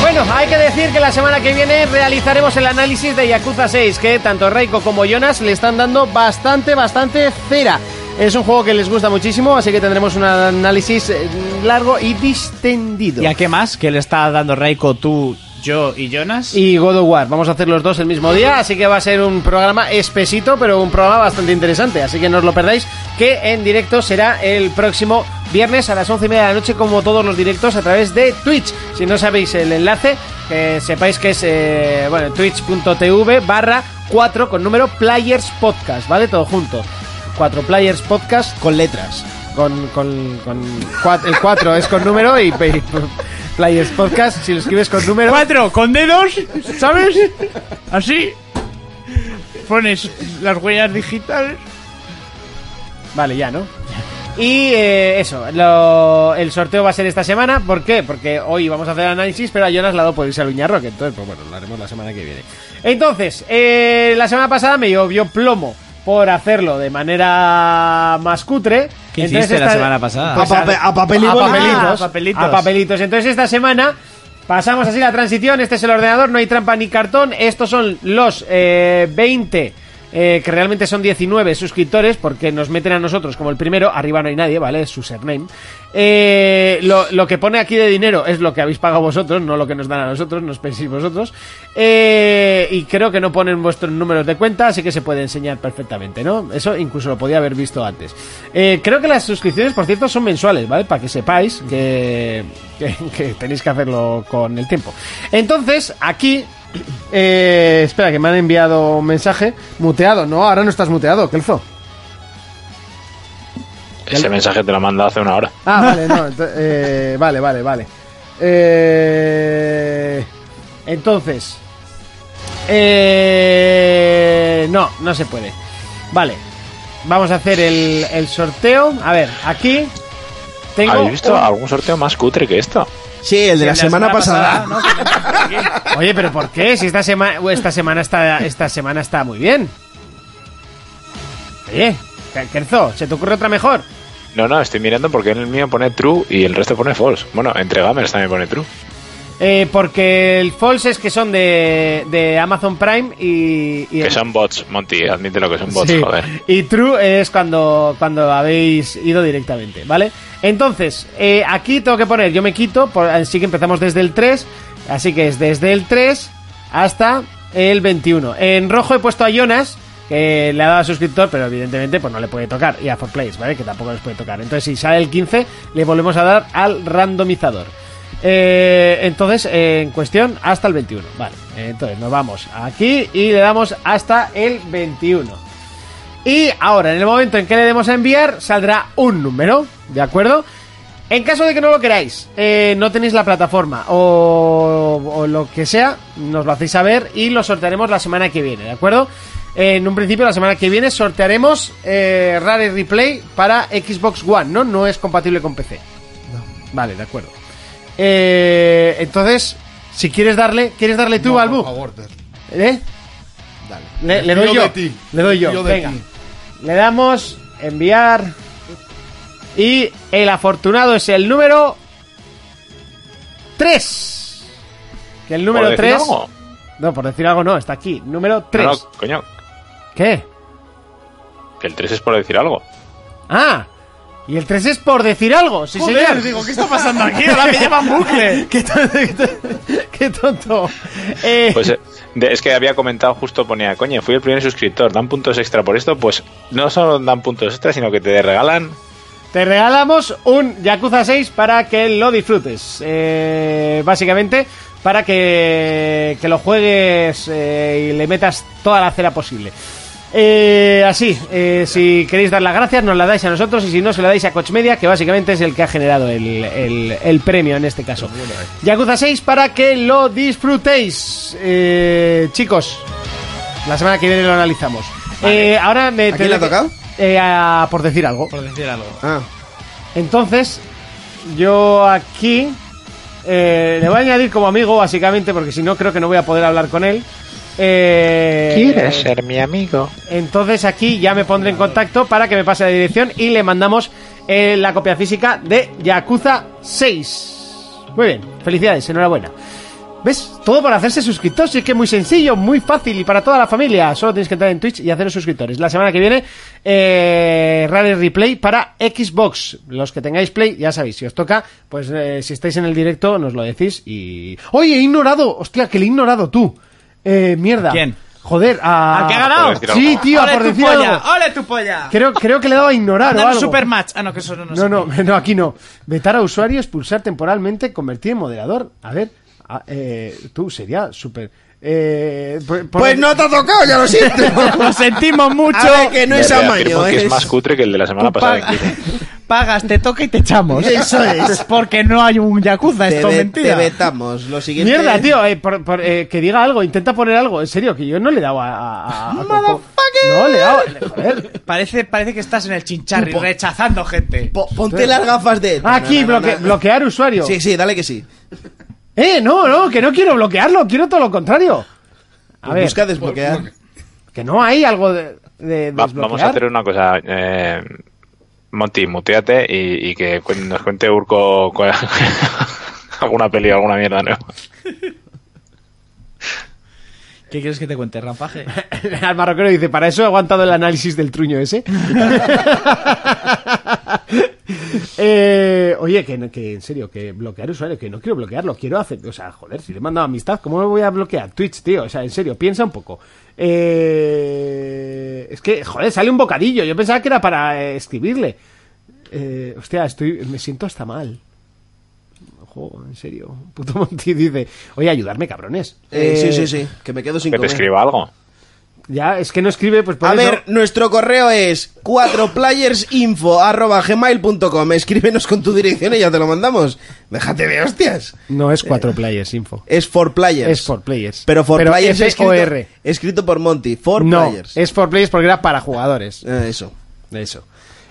Speaker 2: Bueno, hay que decir que la semana que viene realizaremos el análisis de Yakuza 6, que tanto Reiko como Jonas le están dando bastante, bastante cera. Es un juego que les gusta muchísimo, así que tendremos un análisis eh, largo y distendido.
Speaker 3: ¿Y a qué más? ¿Que le está dando Raiko tú, yo y Jonas?
Speaker 2: Y God of War, vamos a hacer los dos el mismo día, así que va a ser un programa espesito, pero un programa bastante interesante, así que no os lo perdáis, que en directo será el próximo viernes a las once y media de la noche, como todos los directos a través de Twitch. Si no sabéis el enlace, que sepáis que es eh, bueno, twitch.tv barra 4 con número Players Podcast, ¿vale? Todo junto. 4 Players Podcast
Speaker 4: Con letras.
Speaker 2: con, con, con cua- el 4 es con número y, pe- Players Podcast, si lo escribes con número...
Speaker 15: Cuatro, con dedos, ¿sabes? Así. Pones las huellas digitales.
Speaker 2: Vale, ya, ¿no? Y eh, eso, lo- el sorteo va a ser esta semana. ¿Por qué? Porque hoy vamos a hacer análisis, pero a Jonas Lado puede irse al Viñarroque. Entonces, pues bueno, lo haremos la semana que viene. Entonces, eh, la semana pasada me llovió plomo por hacerlo de manera más cutre.
Speaker 3: ¿Qué
Speaker 2: Entonces,
Speaker 3: hiciste
Speaker 2: esta-
Speaker 3: la
Speaker 2: Pues,
Speaker 3: semana pasada?
Speaker 4: A pape- a papel y boli.
Speaker 2: a papelitos,
Speaker 3: Ah, a papelitos.
Speaker 2: a papelitos. Entonces esta semana pasamos así la transición. Este es el ordenador, no hay trampa ni cartón. Estos son los eh, 20, eh, que realmente son 19 suscriptores, porque nos meten a nosotros como el primero. Arriba no hay nadie, ¿vale? Es su surname. Eh, lo, lo que pone aquí de dinero es lo que habéis pagado vosotros, no lo que nos dan a nosotros, no os penséis vosotros. Eh, y creo que no ponen vuestros números de cuenta, así que se puede enseñar perfectamente, ¿no? Eso incluso lo podía haber visto antes. Eh, creo que las suscripciones, por cierto, son mensuales, ¿vale? Para que sepáis que, que- que tenéis que hacerlo con el tiempo. Entonces, aquí... eh, espera, que me han enviado un mensaje. Muteado, no, ahora no estás muteado, Kelzo.
Speaker 5: Ese mensaje te lo manda hace una hora.
Speaker 2: Ah, vale, no. ento- eh, vale, vale, vale. Eh, entonces. Eh, no, no se puede. Vale. Vamos a hacer el, el sorteo. A ver, aquí. Tengo.
Speaker 5: ¿Habéis visto
Speaker 2: un-
Speaker 5: algún sorteo más cutre que esto?
Speaker 4: Sí, el de la, semana, pasada.
Speaker 2: Oye, pero ¿por qué? Si esta semana. Esta semana está. Esta semana está muy bien. Oye, Kerzo, ¿se te ocurre otra mejor?
Speaker 5: No, no, estoy mirando porque en el mío pone true y el resto pone false. Bueno, entre gamers también pone true.
Speaker 2: Eh, porque el false es que son de, de Amazon Prime y, y
Speaker 5: Que son bots, Monty, admítelo que son bots,
Speaker 2: Sí.
Speaker 5: joder.
Speaker 2: Y true es cuando, cuando habéis ido directamente, ¿vale? Entonces, eh, aquí tengo que poner, yo me quito, por- así que empezamos desde el 3, así que es desde el 3 hasta el 21. En rojo he puesto a Jonas, que le ha dado a suscriptor, pero evidentemente pues no le puede tocar. Y a 4Players, ¿vale? Que tampoco les puede tocar. Entonces, si sale el 15, le volvemos a dar al randomizador. Eh, entonces, eh, en cuestión, hasta el 21. Vale, eh, entonces nos vamos aquí y le damos hasta el 21. Y ahora, en el momento en que le demos a enviar, saldrá un número, ¿de acuerdo? En caso de que no lo queráis, eh, no tenéis la plataforma o, o lo que sea, nos lo hacéis saber y lo sortearemos la semana que viene, ¿de acuerdo? Eh, en un principio, la semana que viene sortearemos eh, Rare Replay para Xbox One, ¿no? No es compatible con PC. Vale, de acuerdo. Eh, entonces, si quieres darle, ¿quieres darle tú,
Speaker 16: No,
Speaker 2: Balbu?
Speaker 16: por favor, te-
Speaker 2: ¿Eh? Le, le
Speaker 16: Me
Speaker 2: doy
Speaker 16: fío
Speaker 2: yo.
Speaker 16: de ti.
Speaker 2: Le doy
Speaker 16: Me
Speaker 2: yo.
Speaker 16: fío de
Speaker 2: Venga.
Speaker 16: ti.
Speaker 2: Le damos enviar. Y el afortunado es el número 3. Que el número
Speaker 5: decir
Speaker 2: 3.
Speaker 5: algo.
Speaker 2: No, por decir algo no, está aquí. Número 3.
Speaker 5: No, no, coño,
Speaker 2: ¿Qué?
Speaker 5: que el 3 es por decir algo.
Speaker 2: Ah. Y el 3 es por decir algo. Sí,
Speaker 17: Joder,
Speaker 2: señor.
Speaker 17: digo, ¿qué está pasando aquí? Ahora me llaman bucle.
Speaker 2: qué, tonto, qué tonto. qué tonto. Eh,
Speaker 5: Pues eh, de- es que había comentado justo, ponía, coño, fui el primer suscriptor, dan puntos extra por esto, pues no solo dan puntos extra, sino que te regalan
Speaker 2: Te regalamos un Yakuza 6 para que lo disfrutes. Eh, básicamente, para que, que lo juegues eh, y le metas toda la cera posible. Eh, así, eh, si queréis dar las gracias, nos las dais a nosotros y si no, se la dais a Coach Media, que básicamente es el que ha generado el, el- el premio en este caso.
Speaker 16: eh.
Speaker 2: Yakuza 6 para que lo disfrutéis. Eh, chicos, la semana que viene lo analizamos. Eh, ahora me
Speaker 16: quién le ha
Speaker 2: tendré que-
Speaker 16: tocado?
Speaker 2: Eh, a- por decir algo.
Speaker 3: Por decir algo.
Speaker 4: Ah,
Speaker 2: Entonces, yo aquí eh, le voy a añadir como amigo, básicamente, porque si no creo que no voy a poder hablar con él. Eh,
Speaker 5: ser mi amigo?
Speaker 2: Entonces aquí ya me pondré en contacto para que me pase la dirección y le mandamos eh, la copia física de Yakuza 6. Muy bien, felicidades, enhorabuena. ¿Ves? Todo para hacerse suscriptor. Sí que es muy sencillo, muy fácil y para toda la familia. Solo tenéis que entrar en Twitch y haceros suscriptores. La semana que viene, eh, Rare Replay para Xbox. Los que tengáis Play, ya sabéis, si os toca, pues eh, si estáis en el directo, nos lo decís y... ¡Oye, he ignorado! ¡Hostia, que le he ignorado tú! Eh, mierda.
Speaker 3: quién?
Speaker 2: Joder,
Speaker 5: Ah,
Speaker 2: a...
Speaker 3: ¿A qué ha ganado? Por decir algo.
Speaker 2: Sí, tío, a
Speaker 3: ¡Ole
Speaker 2: por
Speaker 3: tu
Speaker 2: decir
Speaker 3: polla!
Speaker 2: algo.
Speaker 3: ¡Ole tu polla!
Speaker 2: Creo, creo que le he dado a ignorar o
Speaker 3: Mandar un
Speaker 2: algo.
Speaker 3: supermatch. Ah, no, que eso no, no,
Speaker 2: No, no, no, aquí no. Vetar a usuario, expulsar temporalmente, convertir en moderador. A ver, a- eh, tú sería súper. eh, por- por-
Speaker 16: Pues no te ha tocado, ya lo siento.
Speaker 3: Lo sentimos mucho.
Speaker 16: A ver, que no es amaño,
Speaker 5: que es
Speaker 16: es-
Speaker 5: más cutre que el de la semana pasada. incluso.
Speaker 3: Pagas, te toca y te echamos.
Speaker 4: Eso es.
Speaker 3: Porque no hay un Yakuza,
Speaker 4: Te,
Speaker 3: esto es
Speaker 4: ve- te
Speaker 3: mentira.
Speaker 4: vetamos. Lo siguiente.
Speaker 2: Mierda, tío, eh, por- por, eh, que diga algo, intenta poner algo. En serio, que yo no le he dado a. a- a- a Coco. No, le he dado. joder.
Speaker 3: Parece, parece que estás en el chincharri rechazando gente.
Speaker 4: Po- ponte las gafas de.
Speaker 2: Ah, Aquí,
Speaker 4: No, no, no,
Speaker 2: bloque-
Speaker 4: no.
Speaker 2: bloquear usuario.
Speaker 4: Sí, sí, dale que sí.
Speaker 2: Eh, no, no, que no quiero bloquearlo, quiero todo lo contrario. A ver,
Speaker 4: Pues Busca desbloquear.
Speaker 2: que no hay algo de. de
Speaker 5: Va-
Speaker 2: desbloquear.
Speaker 5: vamos a hacer una cosa. Eh, Monty, muteate y, y que cu- nos cuente Urco cuál- alguna peli o alguna mierda nueva.
Speaker 3: ¿Qué quieres que te cuente, rampaje?
Speaker 2: Al marroquero dice, para eso he aguantado el análisis del truño ese. Eh, oye, que, no- que en serio, que bloquear usuario, que no quiero bloquearlo, quiero hacer... O sea, joder, si le he mandado amistad, ¿cómo me voy a bloquear? Twitch, tío, o sea, en serio, piensa un poco. Eh, es que, joder, sale un bocadillo, yo pensaba que era para eh, escribirle. Eh, hostia, estoy, me siento hasta mal. Ojo, en serio. Puto Monty dice, oye, ayudarme, cabrones.
Speaker 4: Eh, sí,
Speaker 2: Eh,
Speaker 4: sí, sí. Que me quedo sin
Speaker 5: Que te
Speaker 4: comer.
Speaker 5: escriba algo.
Speaker 2: Ya, es que no escribe, pues por
Speaker 4: A
Speaker 2: eso-
Speaker 4: ver, nuestro correo es 4playersinfo.gmail.com Escríbenos con tu dirección y ya te lo mandamos. Déjate de hostias.
Speaker 2: No es 4 players info.
Speaker 4: Es for players.
Speaker 2: Es 4 players.
Speaker 4: Pero for players
Speaker 2: es
Speaker 4: escrito,
Speaker 2: R.
Speaker 4: escrito por Monty. For
Speaker 2: No,
Speaker 4: players.
Speaker 2: es 4 players porque era para jugadores.
Speaker 4: Eh, eso.
Speaker 2: Eso.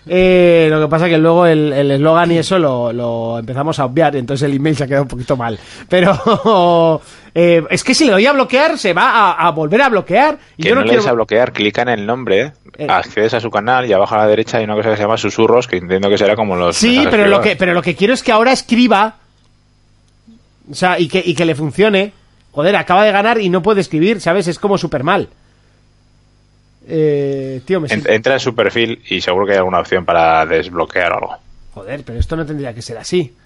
Speaker 2: Eh, lo que pasa que luego el el eslogan y eso lo, lo empezamos a obviar, entonces el email se ha quedado un poquito mal. Pero eh, es que si le doy a bloquear, se va a, a volver a bloquear. Y
Speaker 5: Que
Speaker 2: yo
Speaker 5: no,
Speaker 2: no,
Speaker 5: le des a
Speaker 2: quiero.
Speaker 5: bloquear, clica en el nombre,
Speaker 2: Eh.
Speaker 5: accedes a su canal y abajo a la derecha hay una cosa que se llama susurros, que entiendo que será como los.
Speaker 2: Sí,
Speaker 5: mensajes
Speaker 2: pero lo, que,
Speaker 5: privados.
Speaker 2: pero lo que quiero es que ahora escriba. O sea, y que, y que le funcione. Joder, acaba de ganar y no puede escribir, ¿sabes? Es como super mal. Eh, tío, me
Speaker 5: En-
Speaker 2: siento-
Speaker 5: Entra en su perfil y seguro que hay alguna opción para desbloquear algo.
Speaker 2: Joder, pero esto no tendría que ser así.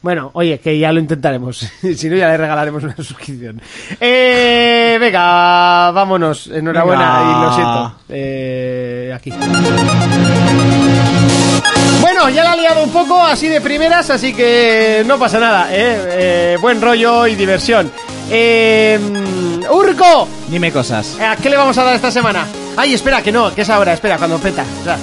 Speaker 2: Bueno, oye, que ya lo intentaremos. si no, ya le regalaremos una suscripción. Eh, venga, vámonos. Enhorabuena
Speaker 18: Venga.
Speaker 2: y lo siento. Eh, aquí. Bueno, ya la he liado un poco así de primeras, así que no pasa nada. ¿eh? Eh, buen rollo y diversión. Eh, Urco,
Speaker 3: Dime cosas.
Speaker 2: Eh, ¿a qué le vamos a dar esta semana? Ay, espera, que no, que es ahora, espera, cuando peta. espera.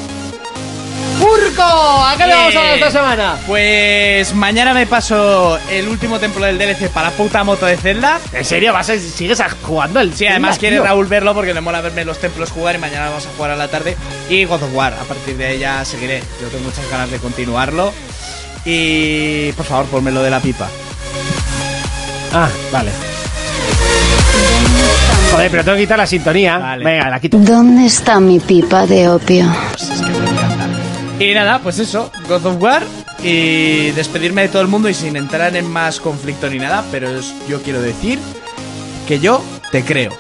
Speaker 2: ¡Urco! ¿A qué le vamos a dar esta semana?
Speaker 3: Pues mañana me paso el último templo del DLC para la puta moto de Zelda.
Speaker 2: ¿En serio? ¿Vas a- ¿Sigues a- jugando el
Speaker 3: Sí, además
Speaker 2: Zelda,
Speaker 3: quiere
Speaker 2: tío?
Speaker 3: Raúl verlo porque le mola verme los templos jugar y mañana vamos a jugar a la tarde. Y God of War, a partir de ahí ya seguiré. Yo tengo muchas ganas de continuarlo. Y por favor, ponmelo de la pipa.
Speaker 2: Ah, vale. Joder, pero tengo que quitar la sintonía. Venga, la quito.
Speaker 7: ¿Dónde está mi pipa de opio?
Speaker 3: Y nada, pues eso, God of War y despedirme de todo el mundo y sin entrar en más conflicto ni nada, pero es- yo quiero decir que yo te creo.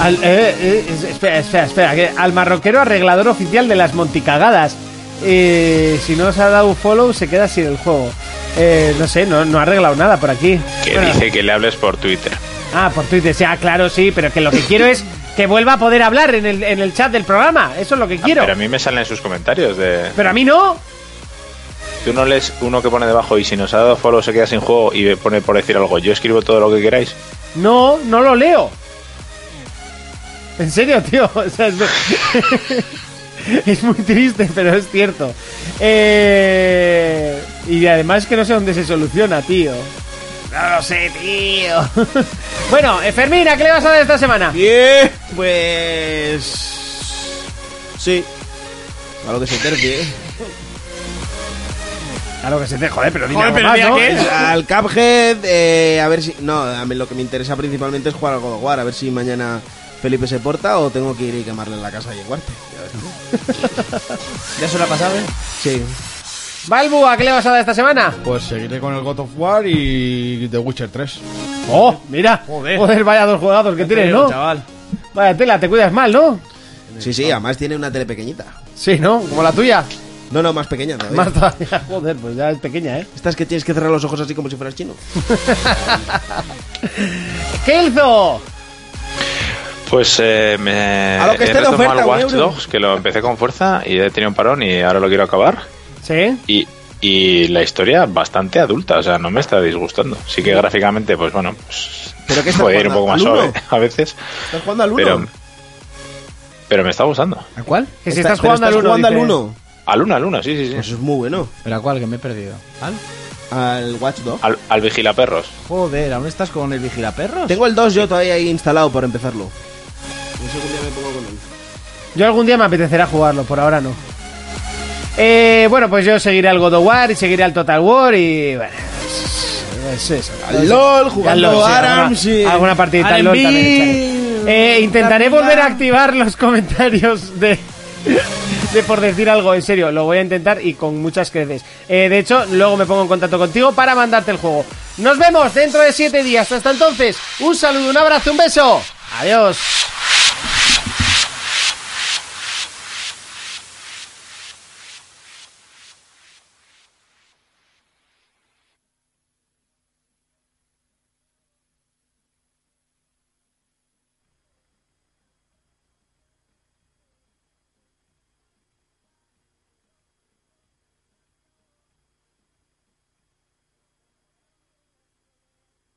Speaker 2: Al, eh, eh, es- espera, espera, espera. que al marroquero arreglador oficial de las Monticagadas. Eh, si no os ha dado un follow, se queda sin el juego. Eh, no sé, no, no ha arreglado nada por aquí.
Speaker 5: Que
Speaker 2: Bueno,
Speaker 5: dice que le hables por Twitter.
Speaker 2: Ah, por Twitter. Sí, ah, claro, sí, pero que lo que quiero es que vuelva a poder hablar en el, en el chat del programa. Eso es lo que
Speaker 5: Ah,
Speaker 2: quiero.
Speaker 5: Pero a mí me salen sus comentarios de...
Speaker 2: Pero a mí no.
Speaker 5: Tú no lees uno que pone debajo y si nos ha dado follow se queda sin juego y me pone por decir algo. Yo escribo todo lo que queráis.
Speaker 2: No, no lo leo. En serio, tío. O sea, es, es muy triste, pero es cierto. Eh, y además que no sé dónde se soluciona, tío. No lo sé, tío. bueno, eh, Fermín, ¿a qué le vas a dar esta semana?
Speaker 4: Bien, pues. Sí. A lo que se tercie.
Speaker 3: ¿eh?
Speaker 2: A lo que se te joder, pero dime algo
Speaker 4: pero
Speaker 2: más,
Speaker 4: mira
Speaker 2: ¿no?
Speaker 4: que es. Al Cuphead, eh, a ver si. No, a mí lo que me interesa principalmente es jugar al God of War. A ver si mañana Felipe se porta o tengo que ir y quemarle en la casa y llevarte.
Speaker 3: ¿Ya se lo ha pasado? eh?
Speaker 4: Sí.
Speaker 2: Balbu, ¿a qué le vas a dar esta semana?
Speaker 19: Pues seguiré con el God of War y The Witcher 3.
Speaker 2: Oh, mira. Joder, vaya dos jugadores que tienes, ¿no? Vaya tela, te cuidas mal, ¿no?
Speaker 4: Sí, sí, además tiene una tele pequeñita.
Speaker 2: Sí, ¿no? Como la tuya.
Speaker 4: No, no, más pequeña todavía.
Speaker 2: Más todavía. Joder, pues ya es pequeña, ¿eh?
Speaker 4: Estas que tienes que cerrar los ojos así como si fueras chino.
Speaker 2: ¡Kelzo!
Speaker 5: Pues eh, me
Speaker 4: A lo que
Speaker 5: he
Speaker 4: esté de
Speaker 5: retomado
Speaker 4: oferta,
Speaker 5: el
Speaker 4: un
Speaker 5: Watch
Speaker 4: euro.
Speaker 5: Dogs, que lo empecé con fuerza y he tenido un parón y ahora lo quiero acabar.
Speaker 2: ¿Sí?
Speaker 5: Y, y la historia bastante adulta, o sea, no me está disgustando. Sí que gráficamente, pues bueno, pues
Speaker 4: ¿Pero qué estás
Speaker 5: puede ir un poco más
Speaker 4: jugando? ¿Al
Speaker 5: suave
Speaker 4: uno?
Speaker 5: a veces,
Speaker 4: ¿Estás jugando al 1?
Speaker 5: pero, pero me está gustando.
Speaker 3: ¿A cuál?
Speaker 2: Que si estás jugando al uno, dice.
Speaker 4: uno.
Speaker 5: Al 1, al 1, sí, sí, sí.
Speaker 4: Eso es muy bueno. Ah,
Speaker 3: ¿Pero a cuál? Que me he perdido. ¿Al?
Speaker 4: Al Watch Dogs.
Speaker 5: Al, al vigilaperros.
Speaker 3: Joder, ¿aún estás con el vigilaperros?
Speaker 4: Tengo el 2 yo todavía ahí instalado para empezarlo. Un segundo me pongo con él.
Speaker 2: Yo algún día me apetecerá jugarlo, por ahora no. Eh, bueno, pues yo seguiré al God of War y seguiré al Total War y. Bueno, es, es eso.
Speaker 4: Al LOL,
Speaker 2: Al
Speaker 4: jugando
Speaker 2: LOL, sí,
Speaker 4: Aram, sí.
Speaker 2: alguna, alguna partidita al LOL también echaré. Eh, intentaré volver a activar los comentarios de. De por decir algo, en serio, lo voy a intentar y con muchas creces. Eh, de hecho, luego me pongo en contacto contigo para mandarte el juego. Nos vemos dentro de 7 días. Hasta entonces, un saludo, un abrazo, un beso. Adiós.